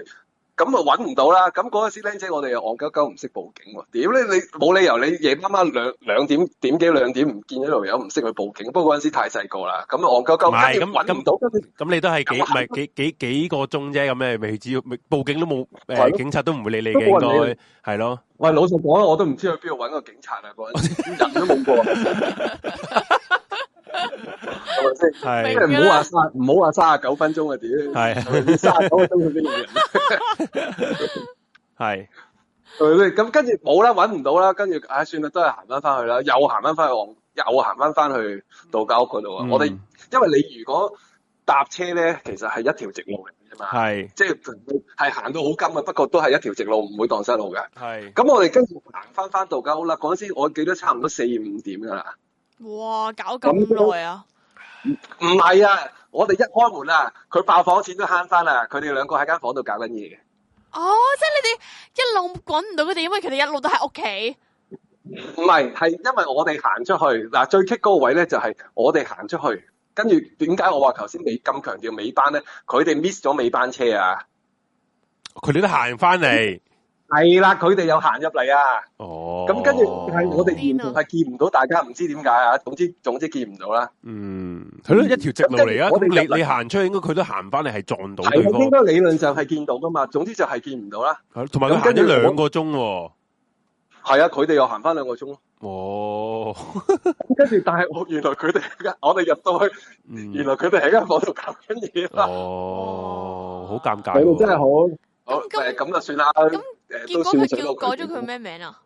Speaker 3: 咁啊揾唔到啦。咁嗰陣時僆仔，我哋又戇鳩鳩唔識報警喎。屌你，你冇理由你夜媽媽兩兩點點幾兩點唔見咗條友，唔識去報警。不過嗰陣時太細個啦，咁啊戇鳩
Speaker 2: 唔係
Speaker 3: 鳩，跟住
Speaker 2: 咁
Speaker 3: 揾唔到，跟
Speaker 2: <laughs>
Speaker 3: 住
Speaker 2: 咁你都係幾唔
Speaker 3: 咁行
Speaker 2: 係幾幾幾個鐘啫？咁你咪只要咪報警都冇，
Speaker 3: 係
Speaker 2: 誒
Speaker 3: 咯
Speaker 2: 警察都唔會理你
Speaker 3: 都
Speaker 2: 嘅，
Speaker 3: 冇人理
Speaker 2: 應該係咯。
Speaker 3: 喂老實講，我都唔知去邊度揾個警察啊！嗰陣時人都冇過，
Speaker 2: 係
Speaker 3: 係咪先？即係唔好話卅唔好話卅九分鐘啊！屌，
Speaker 2: 係
Speaker 3: 卅九分鐘去邊度人？
Speaker 2: 係
Speaker 3: 對對，咁跟住冇啦，揾唔到啦，跟住唉，算啦，都係行翻翻去啦，又行翻翻去昂，又行翻翻去度假屋嗰度啊！
Speaker 2: 嗯
Speaker 3: 我哋因為你如果搭車咧，其實係一條直路嚟嘅啫嘛，
Speaker 2: 係
Speaker 3: 即係係行到好金啊，不過都係一條直路，唔會蕩失路嘅。
Speaker 2: 係
Speaker 3: 咁我哋跟住行翻翻度假屋啦，嗰陣時我記得差唔多四五點噶啦。
Speaker 1: 哇，搞咁耐啊！
Speaker 3: 唔係啊，我哋一開門啊，佢爆房錢都慳翻啦，佢哋兩個喺間房度搞緊嘢嘅。
Speaker 1: 哦，即係你哋一路搵唔到佢哋，因為佢哋一路都喺屋企。
Speaker 3: 唔係，係因為我哋行出去嗱，最棘嗰個位咧就係我哋行出去，跟住點解我話頭先你咁強調尾班咧？佢哋 miss 咗尾班車啊！
Speaker 2: 佢哋都行翻嚟。
Speaker 3: 係啦，佢哋又行入嚟啊！
Speaker 2: 哦，
Speaker 3: 咁跟住係我
Speaker 1: 癲
Speaker 3: 哋
Speaker 1: 啊
Speaker 3: 係見唔到大家，唔知點解啊！總之總之見唔到啦。
Speaker 2: 嗯係咯，一條直路嚟啊。
Speaker 3: 咁跟住我
Speaker 2: 咁
Speaker 3: 哋入
Speaker 2: 你
Speaker 3: 嚟
Speaker 2: 你行出去，應該佢都行翻嚟，係撞到
Speaker 3: 係
Speaker 2: 對
Speaker 3: 啊
Speaker 2: 方
Speaker 3: 應。該理論上係見到噶嘛，總之就係見唔到啦。
Speaker 2: 係咯同埋佢行
Speaker 3: 咁跟
Speaker 2: 咗
Speaker 3: 住我
Speaker 2: 兩個鐘喎。
Speaker 3: 係啊，佢哋又行翻兩個鐘咯。
Speaker 2: 哦，
Speaker 3: 跟住，但係我原來佢哋喺間我哋入到去，原
Speaker 2: 嗯，
Speaker 3: 來佢哋喺間房度搞緊嘢啊啦。
Speaker 2: 哦，好尷尬
Speaker 3: 係
Speaker 2: 喎，
Speaker 3: 咯真係好。好
Speaker 1: 咁
Speaker 3: 誒咁就算啦。
Speaker 1: 咁
Speaker 3: 誒
Speaker 1: 結
Speaker 3: 都
Speaker 1: 果
Speaker 3: 算
Speaker 1: 佢
Speaker 3: 水
Speaker 1: 叫
Speaker 3: 到
Speaker 1: 改
Speaker 3: 渠
Speaker 1: 咗
Speaker 3: 成
Speaker 1: 佢咩名啊？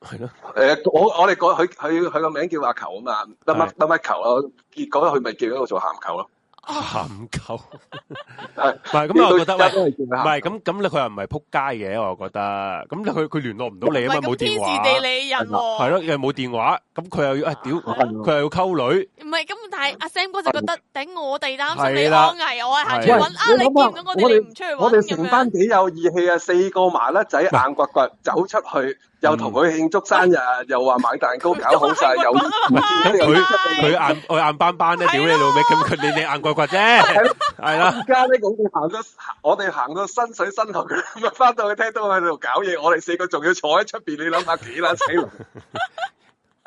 Speaker 2: 係咯，
Speaker 3: 诶、我我哋改佢佢佢個名叫阿球啊嘛，乜乜乜乜球咯，結果佢咪叫咗我做鹹球咯。
Speaker 2: 咸狗，唔
Speaker 3: 係
Speaker 2: 系咁，我覺得喂，唔
Speaker 3: 喂，唔
Speaker 2: 係咁咁，你佢又唔係扑街嘅，我覺得，咁你佢佢联络唔到你啊嘛，冇
Speaker 1: 咁天
Speaker 2: 電
Speaker 1: 時
Speaker 2: 話，
Speaker 1: 地利人
Speaker 2: 係
Speaker 1: 喎，
Speaker 2: 咯，又冇電話，咁佢又要啊屌，
Speaker 1: 係
Speaker 3: 咯
Speaker 2: 佢又要溝女，
Speaker 1: 唔係咁，但係阿 Sam 哥就覺得頂我哋擔心
Speaker 2: 係
Speaker 1: 你
Speaker 2: 啦
Speaker 1: 安危，我係行出去
Speaker 2: 係
Speaker 1: 揾啊！你
Speaker 3: 你諗下
Speaker 1: 見到我哋，你唔出去
Speaker 3: 我
Speaker 1: 揾
Speaker 3: 哋成
Speaker 1: 咁樣
Speaker 3: 班。幾有義氣啊！四個麻甩仔硬掘掘走出去，又同佢慶祝生日，又話買蛋糕
Speaker 2: <laughs>
Speaker 3: 搞好晒，又
Speaker 2: 唔係佢
Speaker 3: 有
Speaker 1: 係
Speaker 2: 佢硬我硬邦邦咧，屌你老味，咁佢你你硬骨骨啫，係啦。
Speaker 3: <laughs> 而家咧，我哋行咗，我哋行到身水身頭咁啊！ <laughs> 翻到去聽到佢喺度搞嘢，我哋四個仲要坐喺出邊，你諗下幾撚死人？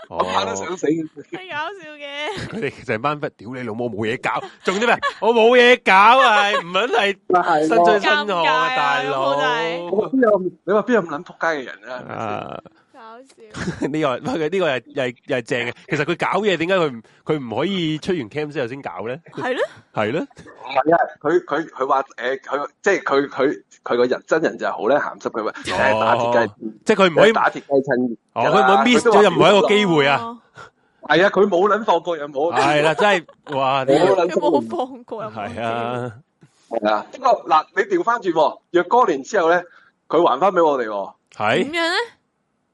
Speaker 3: 我怕都想死。
Speaker 1: 係搞笑
Speaker 2: <laughs>
Speaker 1: 嘅，
Speaker 2: 佢哋成班不屌你老母冇嘢搞，仲啲咩？我冇嘢搞啊，唔撚係
Speaker 3: 係
Speaker 2: 身水
Speaker 3: 咯，
Speaker 2: 身汗啊，大佬
Speaker 1: 尷尬啊老母。仔
Speaker 3: 我邊有你話邊有咁撚撲街嘅人啊？
Speaker 2: 啊，
Speaker 1: 搞笑。
Speaker 2: 呢個呢個呢個又又又係正嘅。其實佢搞嘢點解佢唔佢唔可以出完 cam 之後先搞咧？
Speaker 1: 係咯，
Speaker 2: 係咧，
Speaker 3: 唔係啊，佢佢佢話誒，佢即係佢佢佢個人真人就係好咧鹹濕，佢話誒打鐵雞
Speaker 2: 即係佢哦唔可以
Speaker 3: 打鐵雞親。
Speaker 2: 哦，佢唔可以 miss 咗任何一個機會啊！
Speaker 1: 哦！
Speaker 3: 係啊，佢冇撚放過有冇？
Speaker 2: 係啦，真係哇！呢
Speaker 3: 冇
Speaker 2: 個
Speaker 1: 有
Speaker 3: 撚放過
Speaker 1: 冇放過有冇
Speaker 2: 係啊，
Speaker 3: 係啊，不過嗱，你調翻轉喎，若干年之後咧，佢還翻俾我哋喎。
Speaker 1: 機會？
Speaker 2: 係
Speaker 1: 點樣咧？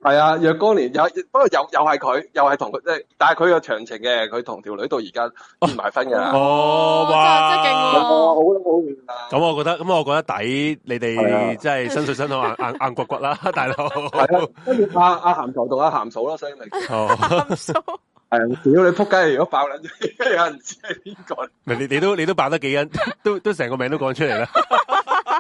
Speaker 3: 係啊，若干年有，不過又又係佢，又係同佢，即係但係佢有長情嘅，佢同條女到而家結埋婚㗎啦。
Speaker 2: 哦
Speaker 1: 真係真係勁喎
Speaker 2: 哇！
Speaker 3: 哦，好啦，好遠啊！
Speaker 2: 咁我覺得咁我覺得抵，你
Speaker 3: 係啊
Speaker 2: 哋真係身水身汗硬硬硬骨骨 <laughs> 啦，大佬。
Speaker 3: 係啊，跟住阿阿鹹頭同阿鹹嫂啦，所以咪係
Speaker 2: 哦
Speaker 1: 含數
Speaker 3: 啊屌你仆街！如果爆撚咗， <laughs> 有人知係邊個？
Speaker 2: 咪你你都你都扮得幾人，都都成個名都講出嚟
Speaker 1: <laughs>
Speaker 2: 啦。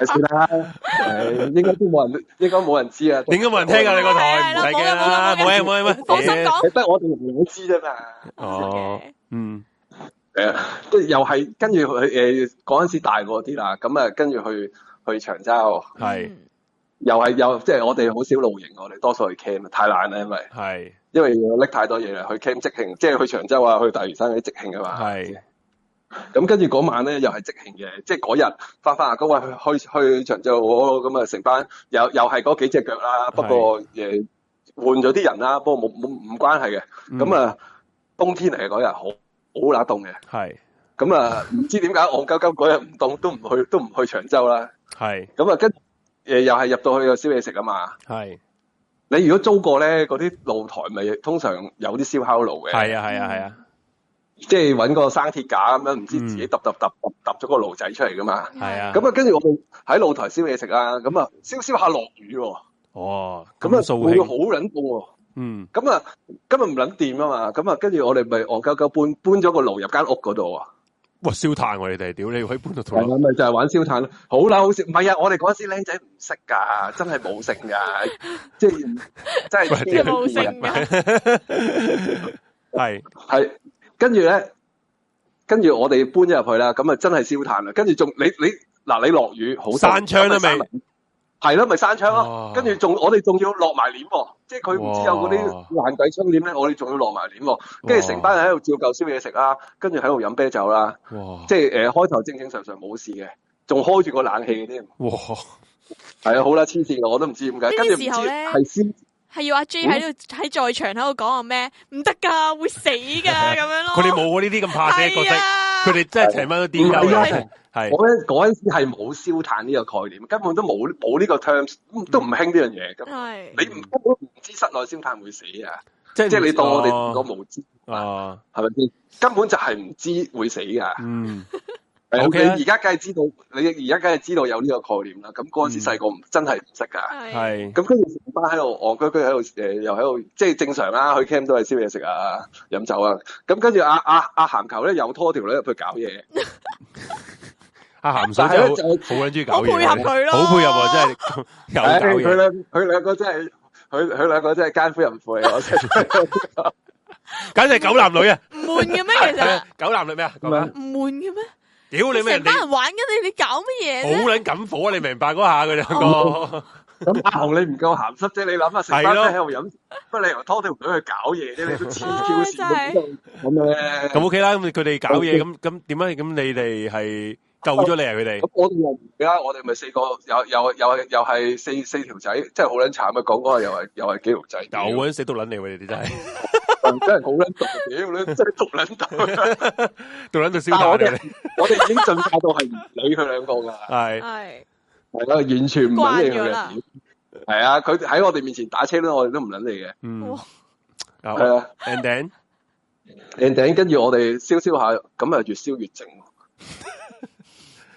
Speaker 3: 算啦，誒應該都冇人，應該冇人知啊。
Speaker 2: 點解冇人聽啊？你個台
Speaker 1: 係
Speaker 2: 唔
Speaker 1: 啦
Speaker 2: 使驚啦，
Speaker 1: 冇
Speaker 2: 冇
Speaker 1: 嘅
Speaker 2: 嘢冇嘢冇嘢。
Speaker 1: 放心講。
Speaker 3: 你得我哋兩個知啫嘛。
Speaker 2: 哦，嗯，
Speaker 3: 誒，跟住又係跟住佢誒嗰陣時大個啲啦，咁啊跟住去去長洲，
Speaker 2: 係
Speaker 1: 嗯
Speaker 3: 又係又即係我哋好少露營，我哋多數去 camp，太啊懶啦，因為。
Speaker 2: 係
Speaker 3: 因為要拎太多嘢啦，去 camp 即興，即係去長洲啊，去大嶼山嗰啲即興啊嘛。
Speaker 2: 係
Speaker 3: 咁跟住嗰晚咧又係即興嘅，即係嗰日翻翻啊，嗰位去去去長洲我咁啊，成班又又係嗰幾隻腳啦，不過誒換咗啲人啦，不過冇冇唔關係嘅。
Speaker 2: 嗯
Speaker 3: 咁啊，冬天嚟嘅嗰日好好乸凍嘅，
Speaker 2: 係
Speaker 3: 咁啊唔知點解戇鳩鳩嗰日唔凍都唔去都唔去長洲啦。
Speaker 2: 係
Speaker 3: 咁啊跟誒又係入到去個燒嘢食啊嘛。
Speaker 2: 係
Speaker 3: 你如果租過咧，嗰啲露台咪通常有啲燒烤爐嘅。
Speaker 2: 係啊係啊係啊
Speaker 3: 即係揾個生鐵架咁樣，唔知
Speaker 2: 嗯
Speaker 3: 自己揼揼揼揼揼咗個爐仔出嚟噶嘛。
Speaker 2: 係啊。
Speaker 3: 咁啊，跟住我哋喺露台燒嘢食啊，咁啊燒燒下落雨喎，
Speaker 2: 哦，
Speaker 3: 咁啊
Speaker 2: 咁掃
Speaker 3: 會好
Speaker 2: 興，
Speaker 3: 撚凍喎。
Speaker 2: 嗯
Speaker 3: 咁啊，今日唔撚掂啊嘛，咁啊，跟住我哋咪戇鳩鳩搬搬咗個爐入間屋嗰度啊，
Speaker 2: 哇燒炭喎你哋，屌你喺搬到
Speaker 3: 係
Speaker 2: 同
Speaker 3: 啊咪就係玩燒炭咯，好啦，好笑，唔係啊，我哋嗰陣時僆仔唔識㗎，真係冇性㗎，即係真係
Speaker 2: 喂
Speaker 1: 真係
Speaker 3: 黐
Speaker 1: 冇
Speaker 3: 人
Speaker 1: 性㗎，
Speaker 2: <laughs> 係
Speaker 3: 係，跟住咧，跟住我哋搬咗入去啦，咁啊真係燒炭啦，跟住仲你你嗱你落雨好凍
Speaker 2: 閂窗啦
Speaker 3: 咁咪閂
Speaker 2: 未哦
Speaker 3: 埋？係咯，咪閂窗咯
Speaker 2: 哇，
Speaker 3: 跟住仲我哋仲要落埋簾喎，即係佢唔知有嗰啲爛鬼窗簾咧，我哋仲要落埋簾喎，跟住成班人喺度照舊燒嘢食啦，跟住喺度飲啤酒啦，
Speaker 2: 哇
Speaker 3: 即係誒呃開頭正正常常冇事嘅，仲開住個冷氣添，
Speaker 2: 哇
Speaker 3: 係啊，好啦，黐線嘅我都唔知點解，跟住唔知
Speaker 1: 呢啲時候咧
Speaker 3: 係燒
Speaker 1: 係要阿 J 喺度喺在場喺度講話咩？唔得㗎，會死㗎咁樣咯。
Speaker 2: 佢哋冇我呢啲咁怕死嘅角色
Speaker 1: 係，啊
Speaker 2: 佢哋真係成班都癲
Speaker 3: 唔係
Speaker 2: 鳩
Speaker 3: 啊
Speaker 2: 嘅，係
Speaker 3: 我咧嗰陣時係冇燒炭呢個概念，根本都冇冇呢個 terms，都唔興呢樣嘢。咁
Speaker 1: 係
Speaker 3: 你唔根本唔知室內燒炭會死啊！
Speaker 2: 即
Speaker 3: 即係你當我哋
Speaker 2: 哦
Speaker 3: 個無知
Speaker 2: 哦
Speaker 3: 係咪先？根本就係唔知會死噶。
Speaker 2: 嗯，
Speaker 3: 係啊
Speaker 2: OK 啊
Speaker 3: 你而家梗係知道，你而家梗係知道有呢個概念啦。咁嗰
Speaker 2: 嗯
Speaker 3: 陣時細個唔真係唔識㗎。
Speaker 1: 係
Speaker 2: 係
Speaker 3: 咁跟住成班喺度戇居居喺度誒，又喺度即係正常啦。去 camp 都係燒嘢食啊、飲酒啊。咁跟住阿阿阿鹹球咧又拖條女入去搞嘢。
Speaker 2: 阿咸水真係好好撚中意搞嘢，
Speaker 1: 好配合佢咯
Speaker 2: 好配合啊，真係有搞
Speaker 3: 唉哎佢
Speaker 2: 嘢。
Speaker 3: 兩佢兩個真係佢佢兩個真係奸夫淫婦嚟，我
Speaker 2: <laughs>
Speaker 3: 真係
Speaker 2: 簡直係狗男女啊！
Speaker 1: 唔悶嘅咩？其
Speaker 2: 係
Speaker 1: 實
Speaker 2: 啊狗男女咩啊？講
Speaker 3: 唔
Speaker 2: 啊
Speaker 3: 係
Speaker 1: 唔悶嘅咩？
Speaker 2: 屌你咩？
Speaker 1: 成
Speaker 2: 你
Speaker 1: 班人玩緊你，你搞乜嘢
Speaker 2: 好
Speaker 1: 啫？
Speaker 2: 撚緊火啊！你明白嗰下佢兩個
Speaker 3: 咁阿紅你唔夠鹹濕啫，你諗下成班
Speaker 2: 係咯
Speaker 3: 仔喺度飲，不過你又拖條女去搞嘢啫，你都
Speaker 1: <laughs>
Speaker 3: 黐 Q 線
Speaker 1: 唉真
Speaker 3: 咁咁樣咧。
Speaker 2: 咁 OK 啦。咁佢哋搞嘢
Speaker 3: OK
Speaker 2: 咁咁點解？咁你哋係救咗你啊？佢哋
Speaker 3: 咁我哋又而家我哋咪四個又又又係又係四四條仔，真係好撚慘啊！講嗰個又係又係幾條仔，
Speaker 2: <laughs> 有撚死到撚你喎！你哋真係
Speaker 3: 度真係好撚毒，啊屌你真係毒撚到。
Speaker 2: <laughs> 到捻到烧
Speaker 3: 但係
Speaker 2: 炭
Speaker 3: 我
Speaker 2: 嚟
Speaker 3: 哋，我哋已經進化到係唔理佢兩個㗎啦，
Speaker 2: 系
Speaker 1: 係
Speaker 3: 係啦，完全唔撚理
Speaker 1: 慣咗
Speaker 3: 佢
Speaker 1: 啦
Speaker 3: 嘅。係啊，佢喺我哋面前打車咧，我哋都唔撚理嘅。
Speaker 2: 嗯
Speaker 1: 哇，
Speaker 2: 啊
Speaker 3: 係啊
Speaker 2: and then
Speaker 3: ，and then 跟住我哋燒燒下，咁啊越燒越靜喎。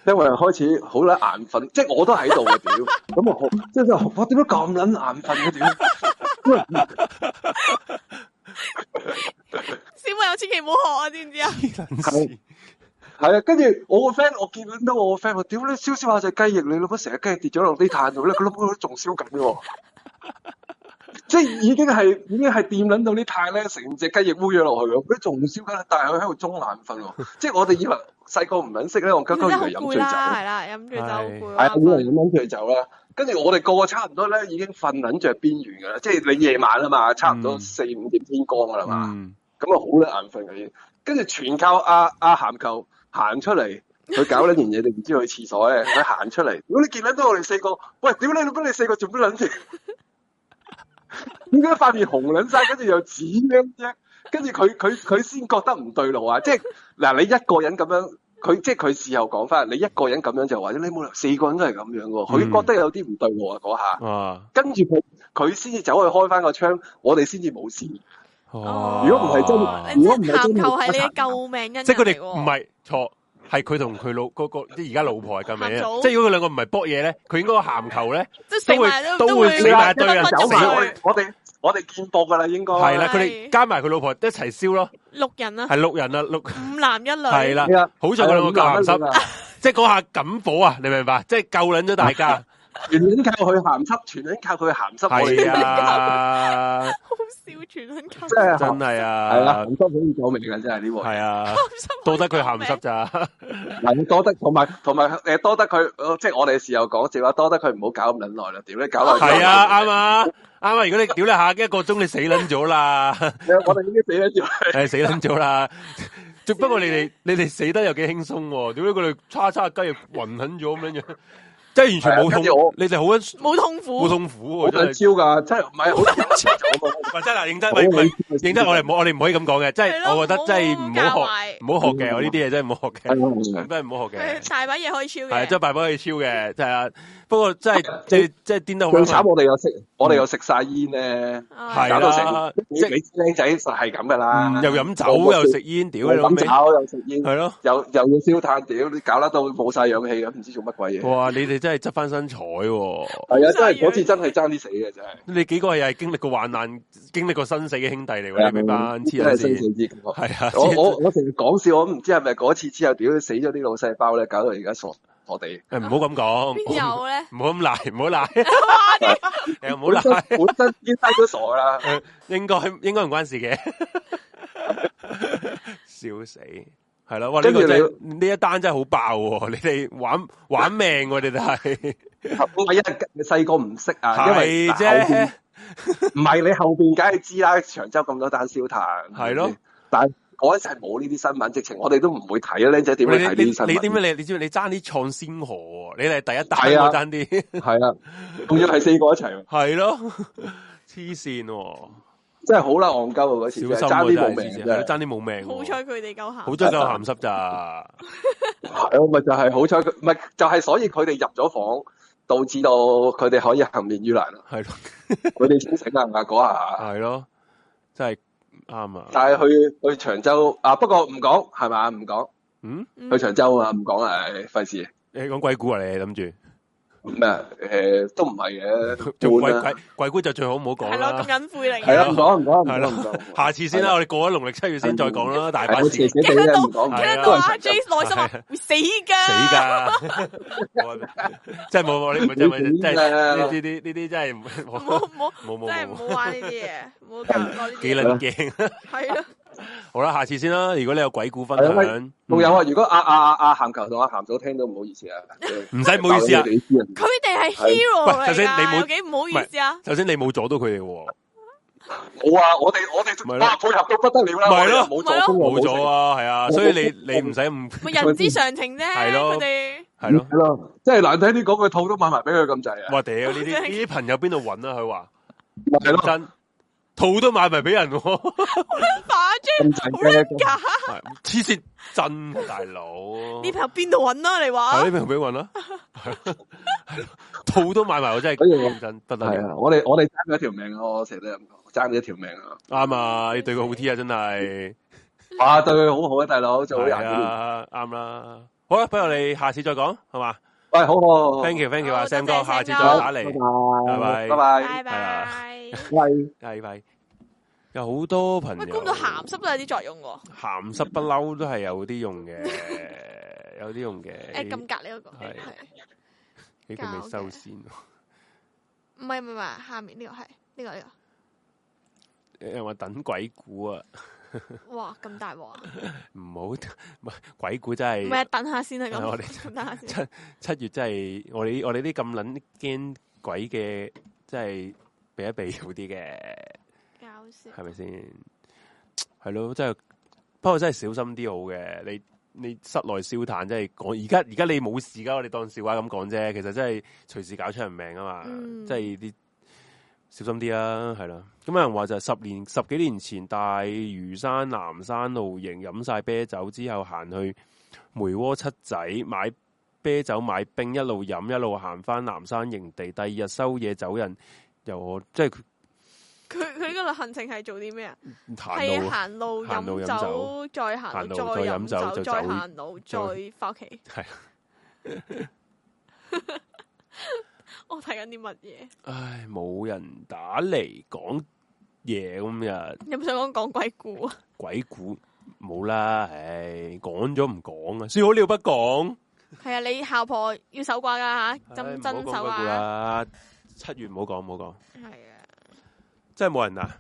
Speaker 3: 因為開始好撚眼瞓，即係我都喺度嘅屌，咁啊我好即係我我點解咁撚眼瞓嘅屌？
Speaker 1: 小朋友千祈唔好學啊，知唔知啊？
Speaker 2: <laughs> 系
Speaker 3: 系啊，跟住我個 friend，我見到我個 friend 話：，屌你燒燒下隻雞翼，你老母成日雞翼跌咗落啲炭度咧，佢老母都仲燒緊嘅喎。即係已經係已經係掂撚到啲炭咧，成隻雞翼烏咗落去咯，佢仲燒緊，但係佢喺度中眼瞓 <laughs> 喎。即係我哋以為細個唔撚識咧，我鳩
Speaker 1: 真係
Speaker 3: 鳩
Speaker 1: 好
Speaker 3: 以為飲
Speaker 1: 攰
Speaker 3: 醉酒，
Speaker 1: 啦，
Speaker 3: 係
Speaker 1: 係啦，飲醉酒好攰
Speaker 3: 啊
Speaker 1: 啦，，
Speaker 3: 以為飲撚醉酒啦。跟住我哋個個差唔多咧，已經瞓撚着邊緣㗎啦。即係你夜晚啊嘛，差唔多
Speaker 2: 嗯
Speaker 3: 四五點天光㗎啦嘛。
Speaker 2: 嗯
Speaker 3: 咁啊好啦，眼瞓佢已經，跟住全靠阿阿咸舅行出嚟，佢搞呢件嘢，你唔知佢去廁所咧，佢行出嚟，如果你見撚到我哋四個，喂，屌你老母，你四個做乜撚住？點解塊面紅撚晒，跟住又紫咁啫？跟住佢佢佢先覺得唔對路啊！即係嗱，你一個人咁樣，佢即係佢事後講翻，你一個人咁樣就話，你冇理由四個人都係咁樣喎。佢覺得有啲唔對路啊嗰下，
Speaker 2: 哇
Speaker 3: 跟住佢佢先至走去開翻個窗，我哋先至冇事。
Speaker 1: 哦
Speaker 3: 如果唔係真
Speaker 1: 你
Speaker 3: 如果唔係
Speaker 1: 真係
Speaker 3: 真
Speaker 1: 探求係
Speaker 3: 係
Speaker 1: 你嘅救命恩人
Speaker 2: 即系佢
Speaker 1: 嚟
Speaker 2: 哋
Speaker 1: 喎
Speaker 2: 唔系错，系佢同佢老嗰个即系而家老婆系咁
Speaker 1: 鹹
Speaker 2: 樣
Speaker 1: 嫂
Speaker 2: 即系如果佢两个唔系搏嘢咧，佢应该咸球咧
Speaker 1: 即係成埋
Speaker 2: 都會
Speaker 1: 都
Speaker 2: 都會
Speaker 1: 會
Speaker 2: 死埋一堆啊
Speaker 1: 分
Speaker 2: 走
Speaker 1: 分
Speaker 2: 埋
Speaker 1: 鐘
Speaker 3: 我
Speaker 1: 會
Speaker 3: 哋我哋我哋見報㗎啦，應該
Speaker 2: 系啦，
Speaker 1: 係
Speaker 2: 佢哋加埋佢老婆一齐烧咯，
Speaker 1: 六人啊
Speaker 2: 系，六人啊六
Speaker 1: 五男一女，
Speaker 2: 系啦
Speaker 3: 係啊，
Speaker 2: 好在佢两个够咸湿，即系嗰下感火啊，你明唔明白？即系救撚咗
Speaker 3: <laughs>
Speaker 2: 大家，
Speaker 3: 全撚靠佢鹹濕，全撚靠佢鹹濕，我
Speaker 2: 系
Speaker 3: 哋 <laughs>
Speaker 2: 啊，
Speaker 1: 好笑全身溝
Speaker 3: 真係
Speaker 2: 真系
Speaker 3: 係啦，
Speaker 2: 啊，
Speaker 3: 鹹濕好救命㗎，真係呢
Speaker 2: 系
Speaker 3: 鑊。
Speaker 2: 啊，
Speaker 1: 到
Speaker 2: 多得佢咸湿
Speaker 3: <laughs>
Speaker 2: 咋，
Speaker 3: 嗱，多得同埋同埋誒多得佢，呃即係我哋事後講笑啦，多得佢唔好搞咁撚耐啦，屌你搞耐。
Speaker 2: 系啊，啱啊，啱啊，如果你屌你下一个钟你死撚咗啦。
Speaker 3: 我哋已經死咗住。
Speaker 2: 诶，死撚咗
Speaker 3: <laughs>
Speaker 2: 啦！仲不過你哋你哋死得又幾輕鬆喎？點解佢哋叉叉雞又暈撚咗咁樣
Speaker 3: <laughs>
Speaker 2: 樣？即係完全冇
Speaker 3: 係啊跟住
Speaker 2: 痛
Speaker 3: 我，
Speaker 2: 你哋好撚
Speaker 1: 冇痛苦
Speaker 2: 冇，痛苦
Speaker 3: 好
Speaker 2: 喎！真
Speaker 3: 想
Speaker 2: 係，
Speaker 3: 超㗎，真係唔係好想啊超㗎
Speaker 2: 喂真係嗱認真，
Speaker 3: 好
Speaker 2: 喂喂
Speaker 3: 撚超㗎
Speaker 2: 認真，我哋唔好我哋唔可以咁講嘅，即
Speaker 1: 係
Speaker 2: 係
Speaker 1: 咯
Speaker 2: 我覺得真係唔好學，唔好學嘅，
Speaker 3: 嗯
Speaker 2: 我呢啲嘢真係唔好學
Speaker 3: 係啊
Speaker 2: 嘅，
Speaker 3: 咯係咯
Speaker 2: 真係唔好學嘅，
Speaker 1: 佢大把嘢可以超
Speaker 2: 係
Speaker 1: 嘅，
Speaker 2: 真係大把嘢超嘅，真係啊！不過真係
Speaker 3: 啊
Speaker 2: 即係即係癲得好啊
Speaker 3: 最
Speaker 2: 撚
Speaker 3: 慘我哋又食，我哋又食晒煙咧，
Speaker 1: 係
Speaker 2: 嗯係
Speaker 3: 搞到成
Speaker 2: 啦，
Speaker 3: 你
Speaker 2: 即係
Speaker 3: 僆仔實係咁㗎啦，
Speaker 2: 嗯又飲酒又食煙，屌你
Speaker 3: 又
Speaker 2: 老
Speaker 3: 飲
Speaker 2: 味，
Speaker 3: 酒又食煙。
Speaker 2: 係咯！
Speaker 3: 又又要燒炭，屌你搞得到冇晒氧氣啊咁，唔知做乜鬼嘢。
Speaker 2: 哇！你哋真係執翻身材喎！
Speaker 3: 係啊，真係
Speaker 1: 冇晒氧
Speaker 3: 嗰次真係爭啲死嘅，真係。
Speaker 2: 你幾個又係經歷過患難、經歷過生死嘅兄弟嚟
Speaker 3: 係啊
Speaker 2: 喎，你咪班黐
Speaker 3: 真
Speaker 2: 人
Speaker 3: 係生
Speaker 2: 線，
Speaker 3: 死之感覺。
Speaker 2: 係啊，
Speaker 3: 我我我成日講笑，我唔知係咪嗰次之後，屌死咗啲腦細胞咧，搞到而家傻我哋。
Speaker 2: 誒 <laughs> 唔好咁講，
Speaker 1: 邊有啊咧？
Speaker 2: 唔好咁賴，唔好
Speaker 3: <laughs>
Speaker 2: 賴，誒唔好
Speaker 3: 本身
Speaker 2: 賴，
Speaker 3: 本身已經生咗傻㗎啦，
Speaker 2: <laughs> 應該應該唔關事嘅， <laughs> 笑死，係啦，哇！呢
Speaker 3: 跟住
Speaker 2: 個
Speaker 3: 你
Speaker 2: 真係呢一單真係好爆喎，你哋玩玩命喎，你哋係
Speaker 3: 唔係啊，細個唔識 <laughs> 啊，因為
Speaker 2: 係啫，
Speaker 3: 嗱後邊唔係你後邊梗係知啦，長洲咁多單燒炭。
Speaker 2: 係咯，
Speaker 3: 但係嗰陣時係冇呢啲新聞，直情我哋都唔會睇啊，僆仔點會睇呢
Speaker 2: 你你
Speaker 3: 啲新聞？
Speaker 2: 你點解你你知唔知你爭啲創先河喎？你哋係第一單
Speaker 3: 係啊
Speaker 2: 喎，爭啲 <laughs>
Speaker 3: 係啊，仲要係四個一齊喎。
Speaker 2: 係咯，黐線喎！
Speaker 3: 真係好啦，戇鳩啊嗰次
Speaker 2: 小
Speaker 3: 真
Speaker 2: 心
Speaker 3: 係
Speaker 2: 喎
Speaker 3: 爭啲
Speaker 2: 真係
Speaker 3: 冇命
Speaker 2: 係咯
Speaker 3: 真係
Speaker 2: 爭啲冇命喎。
Speaker 1: 好彩佢哋夠鹹，
Speaker 2: 好彩夠鹹濕
Speaker 3: <laughs>
Speaker 2: 咋，
Speaker 3: 係咯，咪就係好彩佢，咪就係所以佢哋入咗房，導致到佢哋可以幸免於難啦。
Speaker 2: 係咯，
Speaker 3: 佢哋清醒啊嘛嗰下，
Speaker 2: 係咯，真係啱啊！
Speaker 3: 但係去去長洲啊，不過唔講係嘛，唔講
Speaker 2: 嗯，
Speaker 1: 嗯
Speaker 3: 去長洲啊，唔講啊，費事
Speaker 2: 你講鬼故啊？你諗住
Speaker 3: 咩誒都唔係嘅，
Speaker 2: 做鬼
Speaker 3: 半啦
Speaker 2: 鬼鬼故就最好唔好講
Speaker 1: 係咯，咁
Speaker 2: 啦，
Speaker 1: 隱晦嚟
Speaker 3: 係啦，
Speaker 1: 嘅
Speaker 3: 唔。講唔講
Speaker 2: 係
Speaker 3: 唔講唔
Speaker 2: 啦
Speaker 3: 講，，
Speaker 2: 下次先啦，我哋過咗農曆七月先再講啦，大
Speaker 3: 係
Speaker 2: 把
Speaker 3: 好
Speaker 2: 事
Speaker 3: 斜
Speaker 2: 死
Speaker 3: 斜地咧，唔講唔
Speaker 1: 聽
Speaker 2: 係
Speaker 1: 得到
Speaker 2: 啊
Speaker 3: 講，
Speaker 1: 啊，Jace 內心話
Speaker 2: 係
Speaker 1: 會死㗎，
Speaker 3: <laughs>
Speaker 2: 㗎，冇真係冇冇你真係
Speaker 3: 你
Speaker 2: 真係
Speaker 3: 點啊
Speaker 2: 呢啲呢啲真係
Speaker 1: 唔好
Speaker 2: 冇
Speaker 1: 唔好，
Speaker 2: 冇
Speaker 1: 真係唔
Speaker 2: 冇
Speaker 1: 好玩呢啲嘢，唔好搞多呢
Speaker 2: 幾
Speaker 1: 啲嘢。
Speaker 2: 撚驚。
Speaker 1: 係
Speaker 2: 啊
Speaker 1: 咯，
Speaker 2: 好啦，下次先啦。如果你有鬼故分
Speaker 3: 係啊喂
Speaker 2: 享，
Speaker 3: 仲有啊，如果阿阿阿鹹球同阿鹹嫂聽到唔好意思啊，
Speaker 2: 唔使唔好意思啊
Speaker 3: 你知啊，
Speaker 1: 佢哋係 hero
Speaker 2: 喂
Speaker 1: 嚟
Speaker 2: 首先你
Speaker 1: 㗎，
Speaker 2: 冇
Speaker 1: 有幾唔好意思啊？
Speaker 2: 首先你冇阻到佢哋喎。
Speaker 3: 冇啊！我哋我
Speaker 2: 咪咯
Speaker 3: 哋哇配合到不得了啦，
Speaker 2: 咪咯
Speaker 3: 我哋又冇助攻
Speaker 2: 冇
Speaker 3: 又
Speaker 2: 咗
Speaker 3: 成，
Speaker 2: 啊，係啊，
Speaker 3: 我
Speaker 2: 所以你
Speaker 3: 我
Speaker 2: 你唔使咁
Speaker 1: 咪人之常情啫，
Speaker 2: 係咯
Speaker 1: 佢哋
Speaker 2: 係咯。
Speaker 3: 係咯，即係難聽啲講，
Speaker 2: <laughs>
Speaker 3: 佢肚都買埋俾佢咁滯啊！
Speaker 2: 哇屌！呢啲
Speaker 1: 真係
Speaker 2: 呢啲朋友邊度揾啊？佢話
Speaker 3: 係
Speaker 2: 認
Speaker 3: 咯，
Speaker 2: 真套都買埋俾人喎， <laughs>
Speaker 1: 反
Speaker 3: 咁
Speaker 1: 正
Speaker 3: 賺
Speaker 1: 好
Speaker 3: 嘅
Speaker 1: 撚假，
Speaker 2: 係啊黐線真嘅大佬。
Speaker 1: 呢朋友邊度揾啊啦？你
Speaker 2: 係啊
Speaker 1: 話
Speaker 2: 呢邊俾運
Speaker 1: <laughs>
Speaker 2: 啦，套都買埋，我真係
Speaker 3: 所以我
Speaker 2: 認真不得
Speaker 3: 哎係
Speaker 2: 了，
Speaker 3: 啊，我哋我哋爭咗一條命咯，我成日都咁講，爭咗一條命啊！
Speaker 2: 啱啊！你對佢好啲啊，真係
Speaker 3: 哇，對佢好好啊，大佬做咗廿
Speaker 2: 係
Speaker 3: 幾年，
Speaker 2: 啊，啱啦。好啊啦，不如你下次再講，好嘛
Speaker 3: 喂，好好
Speaker 2: ？Thank you，Thank you 啊
Speaker 1: 好多謝
Speaker 2: ，Sam 哥，下次再
Speaker 1: Sam 哥
Speaker 2: 打嚟，拜
Speaker 3: 拜
Speaker 2: 拜，
Speaker 3: 拜拜
Speaker 1: 拜拜。
Speaker 2: 啊
Speaker 3: 喂。
Speaker 2: 拜拜。有好多朋
Speaker 1: 喂，
Speaker 2: 友，
Speaker 1: 估唔到鹹濕都有啲作用喎。
Speaker 2: 咸湿不嬲都係有啲用嘅，有啲用嘅。
Speaker 1: 誒，咁隔離嗰個
Speaker 2: 係
Speaker 1: 係
Speaker 2: 你佢未收線？ <laughs>
Speaker 1: 唔係唔係唔係？下面呢個係呢個呢
Speaker 2: 又話等鬼故啊，
Speaker 1: 個，哇咁大鑊啊！
Speaker 2: 唔好 <laughs> 唔係鬼故真
Speaker 1: 唔
Speaker 2: 係
Speaker 1: 係啊等下先啦，咁
Speaker 2: 我
Speaker 1: 咁 <laughs> 等下先。
Speaker 2: 七月真係我哋我哋啲咁撚驚鬼嘅，真係避一避好啲嘅，
Speaker 1: 搞笑，
Speaker 2: 係咪先？係咯，真係不過真係小心啲好嘅。你你室內燒炭真係講，而家而家你冇事噶，我哋當笑話咁講啫。其實真係隨時搞出人命啊嘛，
Speaker 1: 嗯
Speaker 2: 真係啲小心啲啊，係啦。咁有人話就係十年十幾年前大嶼山南山露營飲晒啤酒之後行去梅窩七仔買啤酒買冰，一路飲一路行翻南山營地，第二日收嘢走人，又我即係
Speaker 1: 佢佢呢個行程係做啲咩啊？
Speaker 2: 行
Speaker 1: 係
Speaker 2: 路
Speaker 1: 行路
Speaker 2: 啊，行路
Speaker 1: 飲
Speaker 2: 飲
Speaker 1: 酒，再行
Speaker 2: 行路
Speaker 1: 再
Speaker 2: 再
Speaker 1: 飲
Speaker 2: 飲酒
Speaker 1: 酒，
Speaker 2: 就
Speaker 1: 再
Speaker 2: 走
Speaker 1: 行路，再
Speaker 2: 再
Speaker 1: 翻屋企。
Speaker 2: 係
Speaker 1: <laughs> 我睇緊啲乜嘢？
Speaker 2: 唉，冇人打嚟講嘢咁日
Speaker 1: 有冇想講講鬼故啊？
Speaker 2: 鬼故冇啦，唉，講咗唔講啊，說好了不講，
Speaker 1: 係啊，你姣婆要守寡噶吓，
Speaker 2: 唉
Speaker 1: 真
Speaker 2: 唔好
Speaker 1: 真
Speaker 2: 講
Speaker 1: 守
Speaker 2: 鬼故
Speaker 1: 啊！
Speaker 2: 啦，七月唔好講，唔好講，
Speaker 1: 係啊，
Speaker 2: 真係冇人啊，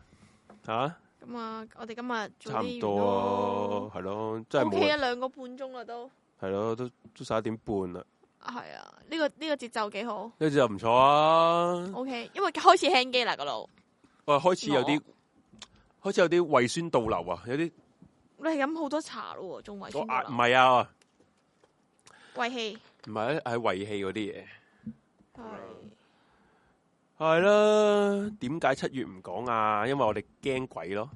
Speaker 2: 吓，
Speaker 1: 咁啊，我哋今日
Speaker 2: 差
Speaker 1: 早
Speaker 2: 唔
Speaker 1: 啲
Speaker 2: 多
Speaker 1: 完
Speaker 2: 係咯，真
Speaker 1: 咯。
Speaker 2: 係
Speaker 1: O
Speaker 2: 冇
Speaker 1: K 啊，
Speaker 2: 人，
Speaker 1: 兩個半鐘啦都。
Speaker 2: 係咯，都都十一點半啦，
Speaker 1: 係啊，呢個呢個節奏幾好。
Speaker 2: 呢次就唔錯啊，
Speaker 1: O K，因為開始輕機啦個腦。
Speaker 2: 我開
Speaker 1: 啊
Speaker 2: 始有啲，開始有啲胃酸倒流啊，有啲
Speaker 1: 你係飲好多茶咯喎，仲胃
Speaker 2: 我
Speaker 1: 酸
Speaker 2: 壓
Speaker 1: 倒
Speaker 2: 唔
Speaker 1: 流
Speaker 2: 係啊，
Speaker 1: 胃氣。
Speaker 2: 唔係係胃氣嗰啲嘢。
Speaker 1: 係
Speaker 2: 係啦，點解七月唔講啊？因為我哋驚鬼
Speaker 1: <laughs>
Speaker 2: 咯，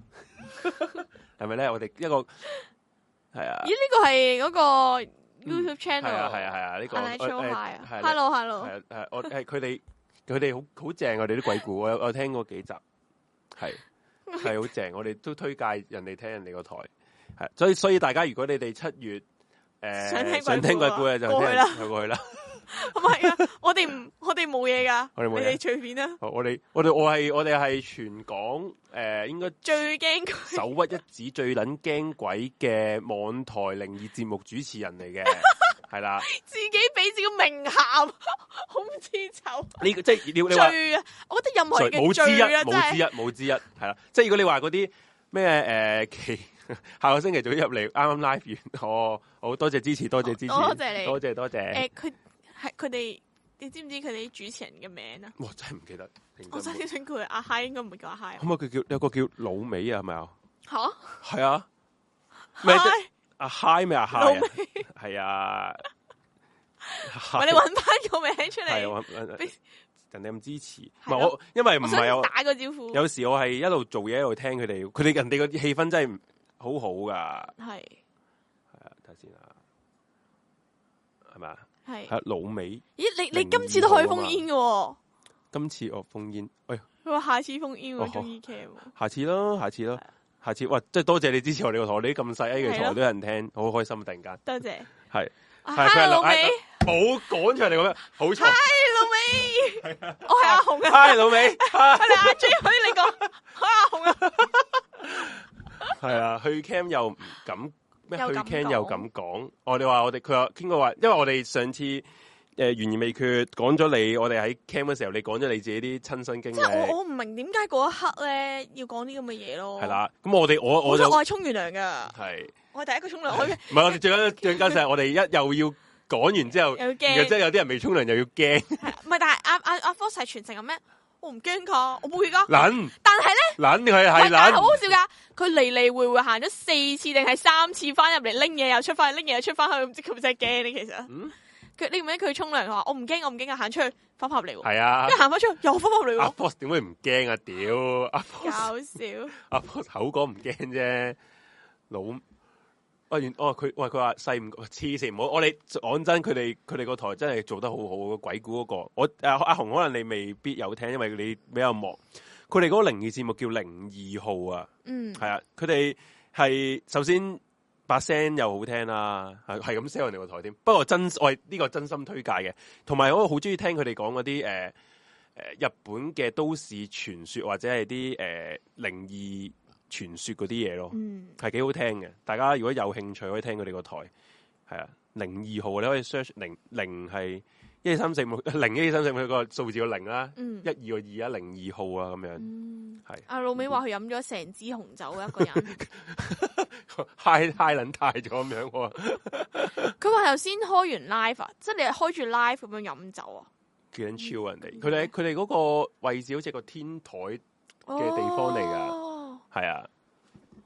Speaker 2: 係咪咧？我哋一個係
Speaker 1: <laughs>
Speaker 2: 啊，
Speaker 1: 咦？呢個係嗰個
Speaker 2: 嗯
Speaker 1: YouTube
Speaker 2: 係
Speaker 1: channel
Speaker 2: 啊，係啊，係啊，呢個
Speaker 1: Unnatural
Speaker 2: 我誒
Speaker 1: High 啊
Speaker 2: 係啦
Speaker 1: ，Hello
Speaker 2: 係
Speaker 1: Hello，
Speaker 2: 啊係啊我係佢哋佢哋好好正，啊我哋啲鬼故，我有我有聽過幾集，係係好正，我哋都推介人哋聽人哋個台，係所以所以大家如果你哋七月
Speaker 1: 想聽鬼故啊
Speaker 2: 誒想聽鬼故嘅就聽
Speaker 1: 過去啦
Speaker 2: 就過去啦。
Speaker 1: <laughs> 唔係啊，我哋唔我哋冇嘢噶，
Speaker 2: 我哋冇嘢
Speaker 1: 你哋隨便啦，
Speaker 2: 好我哋我哋我係我哋係全港誒應該。
Speaker 1: 最驚佢
Speaker 2: 首屈一指最撚驚鬼嘅網台靈異節目主持人嚟
Speaker 1: <laughs>
Speaker 2: 嘅，係啦，
Speaker 1: 自己俾自己名銜， <laughs> 好唔知醜
Speaker 2: 呢個即係你你話
Speaker 1: 罪啊！我覺得任何人
Speaker 2: 冇
Speaker 1: 嘅
Speaker 2: 之一，
Speaker 1: 罪啊，真
Speaker 2: 冇之一，
Speaker 1: 係
Speaker 2: 冇之一，係啦，即係如果你話嗰啲咩誒期 <laughs> 下個星期早啲入嚟，啱啱 live 完，哦，好多謝支持，多謝支持，
Speaker 1: 哦多謝你
Speaker 2: 多謝多
Speaker 1: 誒，
Speaker 2: 謝，
Speaker 1: 佢係佢哋，你知唔知佢哋啲主持人嘅名啊？
Speaker 2: 哇，真係唔記得，認
Speaker 1: 我真
Speaker 2: 真冇
Speaker 1: 係想佢阿嗨應該唔會叫阿啊嗨
Speaker 2: 可唔可以佢叫有個叫老尾啊？係咪啊？
Speaker 1: 吓
Speaker 2: 係啊，咪即係
Speaker 1: 嗨，
Speaker 2: 阿 Hi 咩阿 Hi
Speaker 1: 老
Speaker 2: 啊
Speaker 1: 尾，？
Speaker 2: 係啊，
Speaker 1: <laughs> 喂你揾翻個名出
Speaker 2: 系
Speaker 1: 嚟，<laughs>
Speaker 2: 我我
Speaker 1: 俾
Speaker 2: 人哋咁支持，唔
Speaker 1: 係
Speaker 2: 係
Speaker 1: 咯
Speaker 2: 我，因啊為唔
Speaker 1: 我
Speaker 2: 係
Speaker 1: 想
Speaker 2: 我
Speaker 1: 打個招呼，
Speaker 2: 有時我係一路做嘢一路聽佢哋，佢哋人哋個氣氛真係唔好好噶，
Speaker 1: 係
Speaker 2: 係啊，睇下先啊，係咪啊？
Speaker 1: 係。
Speaker 2: 係老尾，
Speaker 1: 咦，你你
Speaker 2: 靈
Speaker 1: 今次都可以
Speaker 2: 異
Speaker 1: 封
Speaker 2: 啊嘛
Speaker 1: 煙嘅喎？
Speaker 2: 今次我封煙，喂，
Speaker 1: 佢話下次封煙
Speaker 2: 哦
Speaker 1: 喎，
Speaker 2: 好
Speaker 1: 中意 cam 喎。
Speaker 2: 下次咯，下次咯，
Speaker 1: 啊
Speaker 2: 下次，喂，即係多謝你支持我哋個台，我哋啲咁細
Speaker 1: 係
Speaker 2: 嘅
Speaker 1: 咯
Speaker 2: 台都有人聽，好開心啊！突然間
Speaker 1: 多謝。啊
Speaker 2: 係係佢係
Speaker 1: Hi 老
Speaker 2: 老哎
Speaker 1: 尾，
Speaker 2: 冇趕出嚟咁樣，好錯，
Speaker 1: <laughs>
Speaker 2: <laughs>
Speaker 1: Hi 老尾，我係阿紅啊，
Speaker 2: 嗨
Speaker 1: <laughs>
Speaker 2: 老尾，
Speaker 1: 我哋阿 J 可以你講，
Speaker 2: <laughs>
Speaker 1: 我係阿紅啊。
Speaker 2: 系啊，去 cam 又唔敢咩？
Speaker 1: 又
Speaker 2: 去
Speaker 1: 敢
Speaker 2: cam
Speaker 1: 講
Speaker 2: 又咁講，我哋話我哋佢話傾過話，因為我哋上次诶懸而未決講咗你，我哋喺 cam 嘅時候，你講咗你自己啲親身經
Speaker 1: 即係我
Speaker 2: 歷，
Speaker 1: 我唔明點解嗰一刻咧要講啲咁嘅嘢咯。
Speaker 2: 係，啦。咁我哋我
Speaker 1: 我
Speaker 2: 我就
Speaker 1: 我係沖完涼噶，
Speaker 2: 係
Speaker 1: 我係第一個沖涼，我
Speaker 2: 係唔係我哋最緊最緊就係我哋一又要講完之後，
Speaker 1: <laughs> 又要
Speaker 2: 然後即
Speaker 1: 驚，
Speaker 2: 係有啲人未沖涼又要驚， <laughs>
Speaker 1: 唔係但係阿阿阿 Force 係全程咁咩？我唔驚㗎，我冇嘢㗎。
Speaker 2: 撚
Speaker 1: 但係咧，
Speaker 2: 撚佢係
Speaker 1: 喂但係好
Speaker 2: 撚，
Speaker 1: 好笑㗎，佢嚟嚟回回行咗四次定係三次翻入嚟拎嘢，又出翻去拎嘢，又出翻去，唔知佢咪真係驚咧？其實
Speaker 2: 嗯。
Speaker 1: 佢你唔記得佢沖涼，佢話我唔驚，我唔驚啊，行出去翻返入嚟喎，
Speaker 2: 系
Speaker 1: <laughs>
Speaker 2: 啊
Speaker 1: 跟，住行翻出去又翻返入嚟
Speaker 2: 阿
Speaker 1: 喎，
Speaker 2: Force 点会唔惊啊？屌，阿 Force
Speaker 1: 搞笑。
Speaker 2: 阿 Force 口讲唔惊啫，老哦原哦佢喂佢话细唔黐线，唔好我哋讲真，佢哋佢哋個台真係做得好好個鬼故嗰、個。我阿阿紅可能你未必有聽，因為你比較忙。佢哋嗰個靈異節目叫零二號啊。
Speaker 1: 嗯，
Speaker 2: 系啊，佢哋係首先把聲又好聽啦，係係咁 sell 人哋個台添。不過真我係呢個真心推介嘅，同埋我好中意聽佢哋講嗰啲诶诶日本嘅都市傳說或者係啲诶靈異傳說嗰啲嘢咯，
Speaker 1: 嗯，
Speaker 2: 係幾好聽嘅。大家如果有興趣可以聽佢哋個台，係啊零二號你可以 search 零零係一三四五零一三四五個數字個零啦，
Speaker 1: 嗯
Speaker 2: 一二個二啊零二號啊咁樣
Speaker 1: 嗯，
Speaker 2: 係。
Speaker 1: 阿老尾話佢飲咗成支紅酒一個人，
Speaker 2: <laughs> 嗨嗨撚大咗咁樣喎。
Speaker 1: 佢話頭先開完 live 啊，即係你係開住 live 咁樣飲酒啊，
Speaker 2: 幾撚超啊人
Speaker 1: 嗯
Speaker 2: 哋，佢哋佢哋嗰個位置好似個天台，嘅地方嚟㗎
Speaker 1: 哦
Speaker 2: 係啊，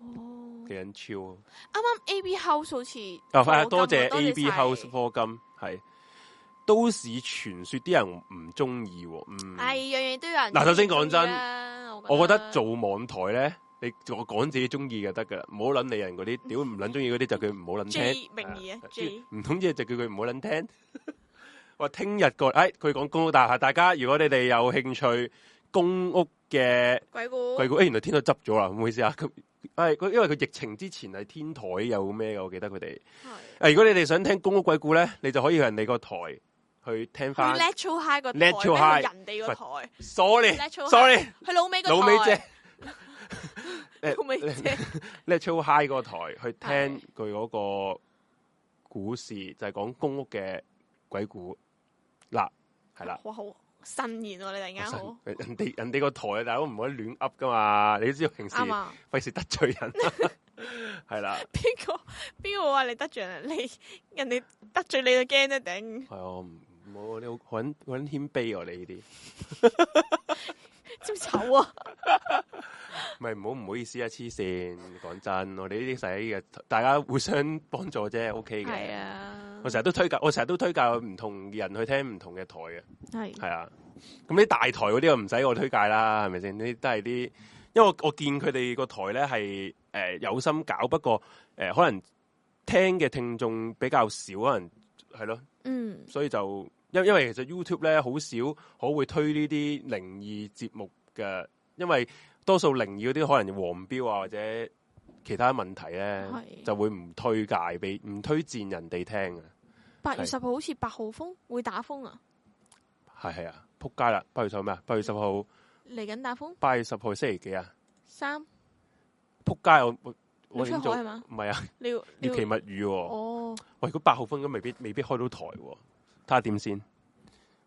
Speaker 1: 哦
Speaker 2: 幾撚
Speaker 1: 啱啱 A B House 好似
Speaker 2: 超
Speaker 1: 課
Speaker 2: 啊！
Speaker 1: 金
Speaker 2: 啊
Speaker 1: 啊，
Speaker 2: 多謝
Speaker 1: 多
Speaker 2: A B
Speaker 1: 晒
Speaker 2: House 科金，係都市傳說啲人唔中意喎，
Speaker 1: 唉，
Speaker 2: 嗯，
Speaker 1: 樣樣哎都有人
Speaker 2: 嗱首先講真
Speaker 1: 鍾意啦
Speaker 2: 我
Speaker 1: 我
Speaker 2: 覺得做網台咧，你我講自己中意就得噶啦，唔好撚理人嗰
Speaker 1: <laughs>
Speaker 2: 啲，屌唔撚中意嗰啲就叫佢唔好撚
Speaker 1: J
Speaker 2: 聽，
Speaker 1: 名義啊
Speaker 2: 係啊
Speaker 1: J，
Speaker 2: 唔通嘢就叫佢唔好撚聽。我聽日個，哎，佢講公屋大廈，大家如果你哋有興趣公屋嘅。
Speaker 1: 鬼故
Speaker 2: 鬼故，誒、原來天台執咗啦，唔好意思啊。咁係佢因為佢疫情之前係天台有咩嘅，我記得佢哋。
Speaker 1: 係
Speaker 2: 誒，如果你哋想聽公屋鬼故咧，你就可以去人哋個台去聽
Speaker 1: 去
Speaker 2: 翻。
Speaker 1: Let's High 個台，咩
Speaker 2: Let's High
Speaker 1: 人哋個台，Natural
Speaker 2: Sorry，Sorry，
Speaker 1: 去老尾個台，
Speaker 2: 老尾姐，
Speaker 1: 老
Speaker 2: <laughs>
Speaker 1: 尾姐，
Speaker 2: l e t o High 個台去
Speaker 1: 係
Speaker 2: 聽佢嗰個故事，就係、講公屋嘅鬼故。嗱，係啦。
Speaker 1: 哇好慎言喎，你突然間好
Speaker 2: 人哋人哋個台啊，大佬唔可以亂噏噶嘛，你都知道平時
Speaker 1: 啱啊！
Speaker 2: 費事得罪人， <laughs> 係啦。
Speaker 1: 邊個邊個話你得罪人？你人哋得罪你就驚得頂，
Speaker 2: 系啊，唔冇你好搵搵谦卑我哋呢啲，
Speaker 1: 超醜啊！
Speaker 2: 咪唔好唔好意思啊，黐線，講真，我哋呢啲使嘅，大家互相幫助啫，OK
Speaker 1: 係
Speaker 2: 嘅。
Speaker 1: 啊
Speaker 2: 我，成日都推介，我成日都推介唔同人去聽唔同嘅台嘅，
Speaker 1: 係
Speaker 2: 係啊。咁啲大台嗰啲我唔使我推介啦，係咪先？呢啲都係啲，因為我我見佢哋個台咧係诶有心搞，不過诶、呃可能聽嘅聽眾比較少，可能係咯。
Speaker 1: 嗯
Speaker 2: 所以就因因為其實 YouTube 咧好少可會推呢啲靈異節目嘅，因為多數靈異嗰啲可能黃標啊或者其他問題咧
Speaker 1: 係，
Speaker 2: 就會唔推介俾唔推薦人哋啊聽嘅。
Speaker 1: 八月
Speaker 2: 係
Speaker 1: 十號好似八號風會打風啊，
Speaker 2: 係係啊，撲街啦！八月十號咩啊？八月十號，
Speaker 1: 嚟緊打風
Speaker 2: 八月十號星期幾啊？
Speaker 1: 三，
Speaker 2: 撲街我我
Speaker 1: 你
Speaker 2: 我
Speaker 1: 出
Speaker 2: 點
Speaker 1: 海
Speaker 2: 做？
Speaker 1: 係嘛？
Speaker 2: 唔係啊，
Speaker 1: 你要你
Speaker 2: 獵奇
Speaker 1: 要
Speaker 2: 物語喎、
Speaker 1: 哦，
Speaker 2: 喂，如果八號風咁未必未必開到台喎、睇下點先。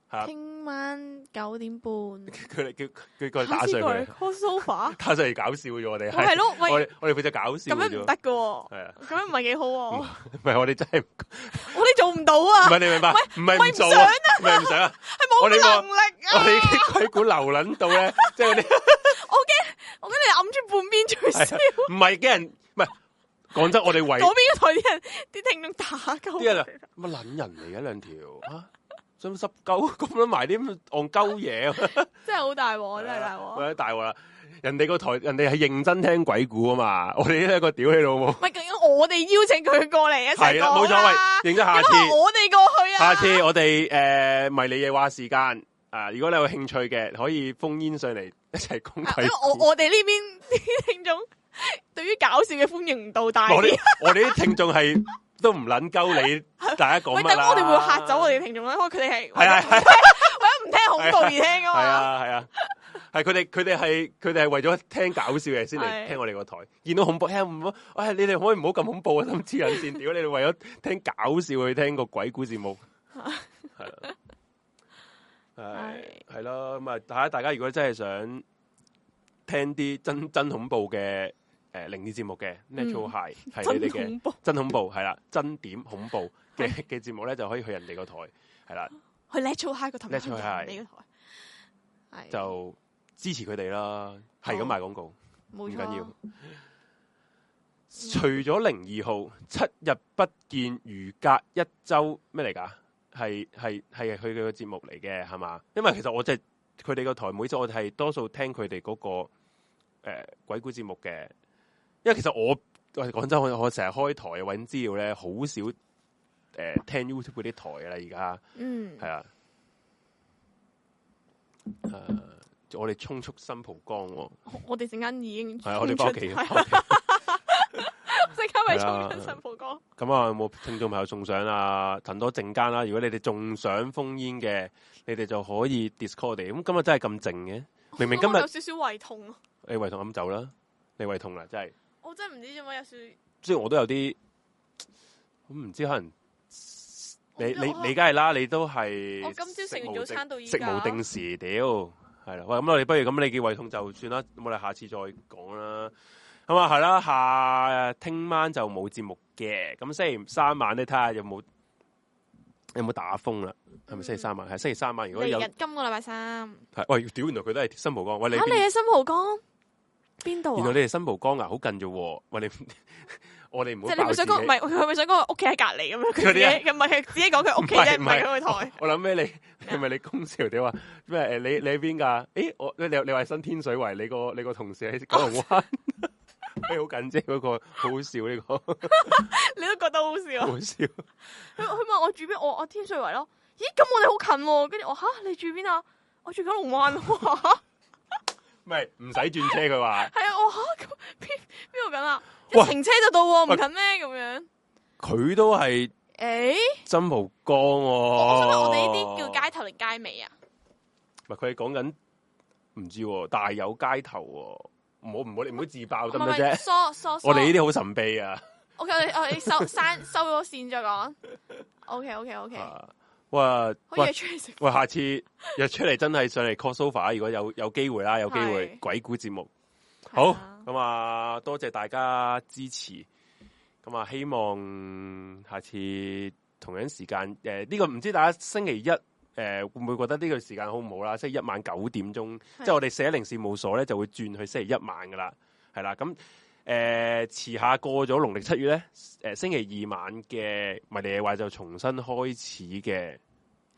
Speaker 2: 係啊，
Speaker 1: 聽晚九點半，
Speaker 2: 佢哋叫佢佢打上
Speaker 1: 先過嚟
Speaker 2: 佢，
Speaker 1: call sofa。
Speaker 2: 打上嚟搞笑咗我哋 <laughs> 係。
Speaker 1: 係咯，
Speaker 2: 我
Speaker 1: 喂，
Speaker 2: 哋我哋負責搞笑
Speaker 1: 咁
Speaker 2: 嘅
Speaker 1: 樣
Speaker 2: 啫
Speaker 1: 唔
Speaker 2: 喎，
Speaker 1: 得噶，咁
Speaker 2: 係啊，
Speaker 1: 樣唔係幾好喎，
Speaker 2: 唔係我哋真係唔
Speaker 1: 我哋做唔到啊，
Speaker 2: 係你明白，嗯唔係
Speaker 1: 喂
Speaker 2: 唔
Speaker 1: 唔
Speaker 2: 做
Speaker 1: 想
Speaker 2: 啊，唔係唔想啊，
Speaker 1: 係
Speaker 2: 我哋
Speaker 1: 冇能
Speaker 2: 個
Speaker 1: 力
Speaker 2: 我
Speaker 1: 啊，
Speaker 2: 哋啲鬼故流撚到咧，即係嗰啲
Speaker 1: 我跟你揞住半邊嘴
Speaker 2: 係
Speaker 1: 先
Speaker 2: 啊，唔係嘅人，唔係講真，我哋為
Speaker 1: 嗰邊嘅台啲人啲聽眾打鳩，
Speaker 2: 啲人啊乜撚人嚟嘅兩條嚇，想濕鳩咁樣埋啲咁戇鳩嘢啊，
Speaker 1: 真係好大鑊，真係大鑊。
Speaker 2: 喂大鑊啦！人哋個台，人哋係認真聽鬼故啊嘛，我哋呢一個屌你老母，
Speaker 1: 唔係，究竟我哋邀請佢過嚟一齊
Speaker 2: 係啦，
Speaker 1: 講
Speaker 2: 冇所謂
Speaker 1: 啦，，
Speaker 2: 認真下
Speaker 1: 咁
Speaker 2: 次
Speaker 1: 係。我哋過去啊，
Speaker 2: 下次我哋诶迷你夜話時間啊，如果你有興趣嘅，可以封煙上 <laughs> 嚟一齊講
Speaker 1: 啊因
Speaker 2: 鬼
Speaker 1: 為我
Speaker 2: 故。
Speaker 1: 我哋呢邊啲聽眾對於搞笑嘅歡迎度大
Speaker 2: 我
Speaker 1: 啲
Speaker 2: 哋。我哋啲聽眾係都唔撚鳩你，大家講
Speaker 1: 喂，
Speaker 2: 乜
Speaker 1: 但
Speaker 2: 啦？
Speaker 1: 我哋會嚇走我哋聽眾啦，因為佢哋係
Speaker 2: 係啊係啊
Speaker 1: 為咗唔 <laughs> 聽恐怖而聽噶
Speaker 2: 係
Speaker 1: 嘛。
Speaker 2: 啊係啊，係佢哋佢哋係佢哋係為咗聽搞笑嘅先嚟
Speaker 1: 係
Speaker 2: 聽我哋個台，見到恐怖，哎呀唔好，哎你哋可唔可以唔好咁恐怖啊？咁黐人線，屌你哋為咗聽搞笑去聽個鬼故事
Speaker 1: <laughs>
Speaker 2: 目，係啦係係咯，咁啊，大家大家如果真係想聽啲真真恐怖嘅誒靈異節目嘅
Speaker 1: 嗯
Speaker 2: Natural High 係你
Speaker 1: 真
Speaker 2: 哋嘅
Speaker 1: 恐怖！
Speaker 2: 真恐怖係啦，真點恐怖嘅嘅節目咧就可以去人哋個台係啦，
Speaker 1: 去 let 粗 high 個台，
Speaker 2: Let Show High
Speaker 1: 你個台係
Speaker 2: 就支持佢哋啦，係咁
Speaker 1: 好啊
Speaker 2: 賣廣告。
Speaker 1: 冇
Speaker 2: 唔
Speaker 1: 錯
Speaker 2: 緊要。除咗零二號七日不見如隔一周咩嚟㗎？誒、係係係佢哋個節目嚟嘅，係嘛？因為其實我就係佢哋個台每次我係多數聽佢哋嗰個誒、鬼故節目嘅，因為其實我喂講真，我我成日開台揾資料咧，好少誒、聽 YouTube 嗰啲台㗎啦，而家。
Speaker 1: 嗯
Speaker 2: 系，啊，诶、我哋冲出新蒲江、喎，
Speaker 1: 我我哋陣間已經
Speaker 2: 系我哋翻屋
Speaker 1: <laughs>
Speaker 2: 企，
Speaker 1: 衝出
Speaker 2: 返屋企
Speaker 1: 即刻咪
Speaker 2: 係啊
Speaker 1: 衝緊神父哥，
Speaker 2: 咁啊，有冇聽眾朋友中獎啊？騰多陣間啦，如果你哋仲想封煙嘅，你哋就可以 Discord 我哋。咁今日真係咁靜嘅， <laughs> 明明今
Speaker 1: 我
Speaker 2: 日
Speaker 1: 有少少胃痛啊，
Speaker 2: 你胃痛飲酒啦，你胃痛啦，真係。
Speaker 1: 我真係唔知點解有少少
Speaker 2: 雖然我都有啲，我唔知可能你
Speaker 1: 我
Speaker 2: 你
Speaker 1: 我
Speaker 2: 你梗係啦，你都係
Speaker 1: 我今朝食完早餐到依
Speaker 2: 食
Speaker 1: 家
Speaker 2: 無定時，屌係啦。喂，咁我哋不如咁，你嘅胃痛就算啦，咁我哋下次再講啦。咁啊，係啦，下聽晚就冇節目嘅，咁星期三晚咧，睇下有冇有冇打風啦，啊係咪星期三晚？係星期三晚，如果有
Speaker 1: 嗯嚟日今個禮拜三嚇，
Speaker 2: 係喂，屌，原來佢都係新蒲江，喂你
Speaker 1: 你
Speaker 2: 邊
Speaker 1: 喺新蒲江邊度
Speaker 2: 原
Speaker 1: 啊
Speaker 2: 來？你哋新蒲江啊，好近啫喎，喂你 <laughs> 我哋唔
Speaker 1: 即係
Speaker 2: 好
Speaker 1: 你
Speaker 2: 爆
Speaker 1: 咪
Speaker 2: 自
Speaker 1: 想
Speaker 2: 己
Speaker 1: 講，唔係佢係咪想講佢屋企喺隔離咁樣？佢自
Speaker 2: 嗰啲啊
Speaker 1: 己唔係佢自己講佢屋企啫，唔係
Speaker 2: <laughs>
Speaker 1: 佢個台。
Speaker 2: 我諗咩？你
Speaker 1: 咩啊
Speaker 2: 係咪你公潮？你話咩？诶，你你喺邊㗎？咦，我你你話新天水圍，你個你個同事喺九龍
Speaker 1: <laughs>
Speaker 2: 灣，哎你好緊啫嗰個，好好笑呢個，
Speaker 1: <laughs> 你都覺得好笑啊！
Speaker 2: 好笑。
Speaker 1: 佢佢問我住邊，我我天水圍咯。咦，咁我哋好近喎。跟住我吓，你住邊啊？我住九龍灣喎。
Speaker 2: 唔係唔使轉車，佢
Speaker 1: <laughs>
Speaker 2: 話
Speaker 1: 係啊，我吓咁邊邊度緊啊？一
Speaker 2: 喂
Speaker 1: 停車就到喎，唔
Speaker 2: 喂
Speaker 1: 近咩咁樣？
Speaker 2: 佢都係
Speaker 1: 誒，
Speaker 2: 真蒲江喎。
Speaker 1: 我想
Speaker 2: 我
Speaker 1: 問我哋呢啲叫街頭定街尾啊？
Speaker 2: 唔係佢係講緊唔知喎，大有街頭喎。唔好唔好，你唔好自爆
Speaker 1: 唔
Speaker 2: 得
Speaker 1: 係唔
Speaker 2: 唔得
Speaker 1: 係，
Speaker 2: 啫？
Speaker 1: 疏疏疏。
Speaker 2: 我哋呢啲好神秘啊！
Speaker 1: OK，我哋我哋收刪收咗線再講。OK OK OK，
Speaker 2: 啊哇
Speaker 1: 好
Speaker 2: 喂
Speaker 1: 嘢！出去食。啊
Speaker 2: 喂，下次約出嚟真係上嚟 call sofa，如果有有機會啊啦，有機會
Speaker 1: 係
Speaker 2: 鬼故節目。好
Speaker 1: 係啊，
Speaker 2: 咁啊，多謝大家支持。咁啊，希望下次同樣時間，诶、呢、個唔知大家星期一诶、誒會唔會覺得呢個時間好唔好啦？即係一晚九點鐘，即係我哋四一零事務所咧就會轉去星期一晚噶啦，係啦。咁诶，遲、下過咗農曆七月咧，诶、星期二晚嘅迷你夜話就重新開始嘅。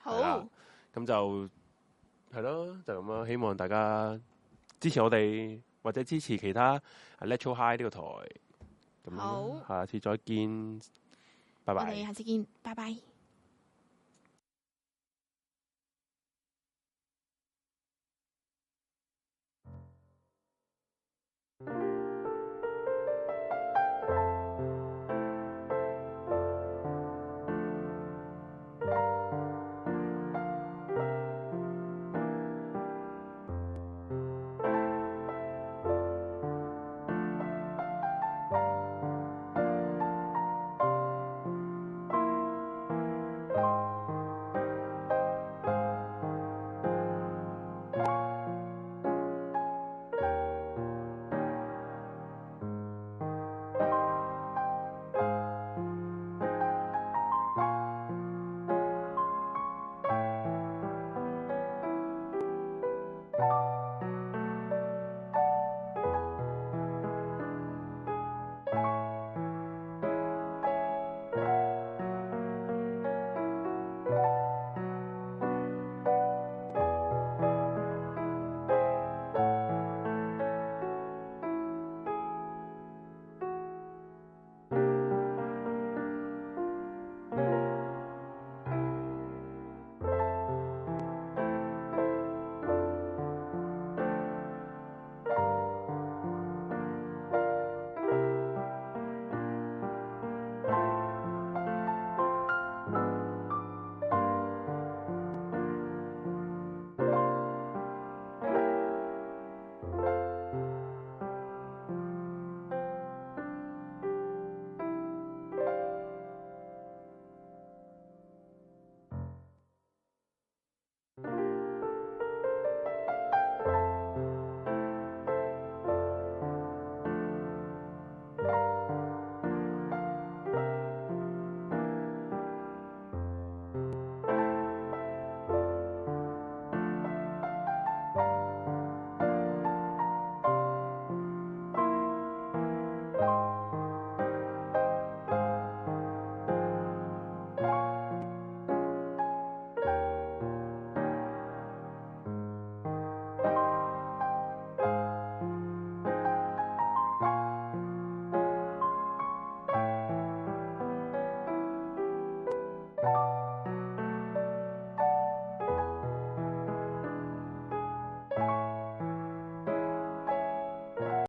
Speaker 2: 係啦
Speaker 1: 好，
Speaker 2: 咁就係咯，就咁啦。啊希望大家支持我哋，或者支持其他 Let's High 呢個台。咁啦
Speaker 1: 好
Speaker 2: 下次再見，拜
Speaker 1: 我
Speaker 2: 拜。
Speaker 1: 哋下次見，拜拜。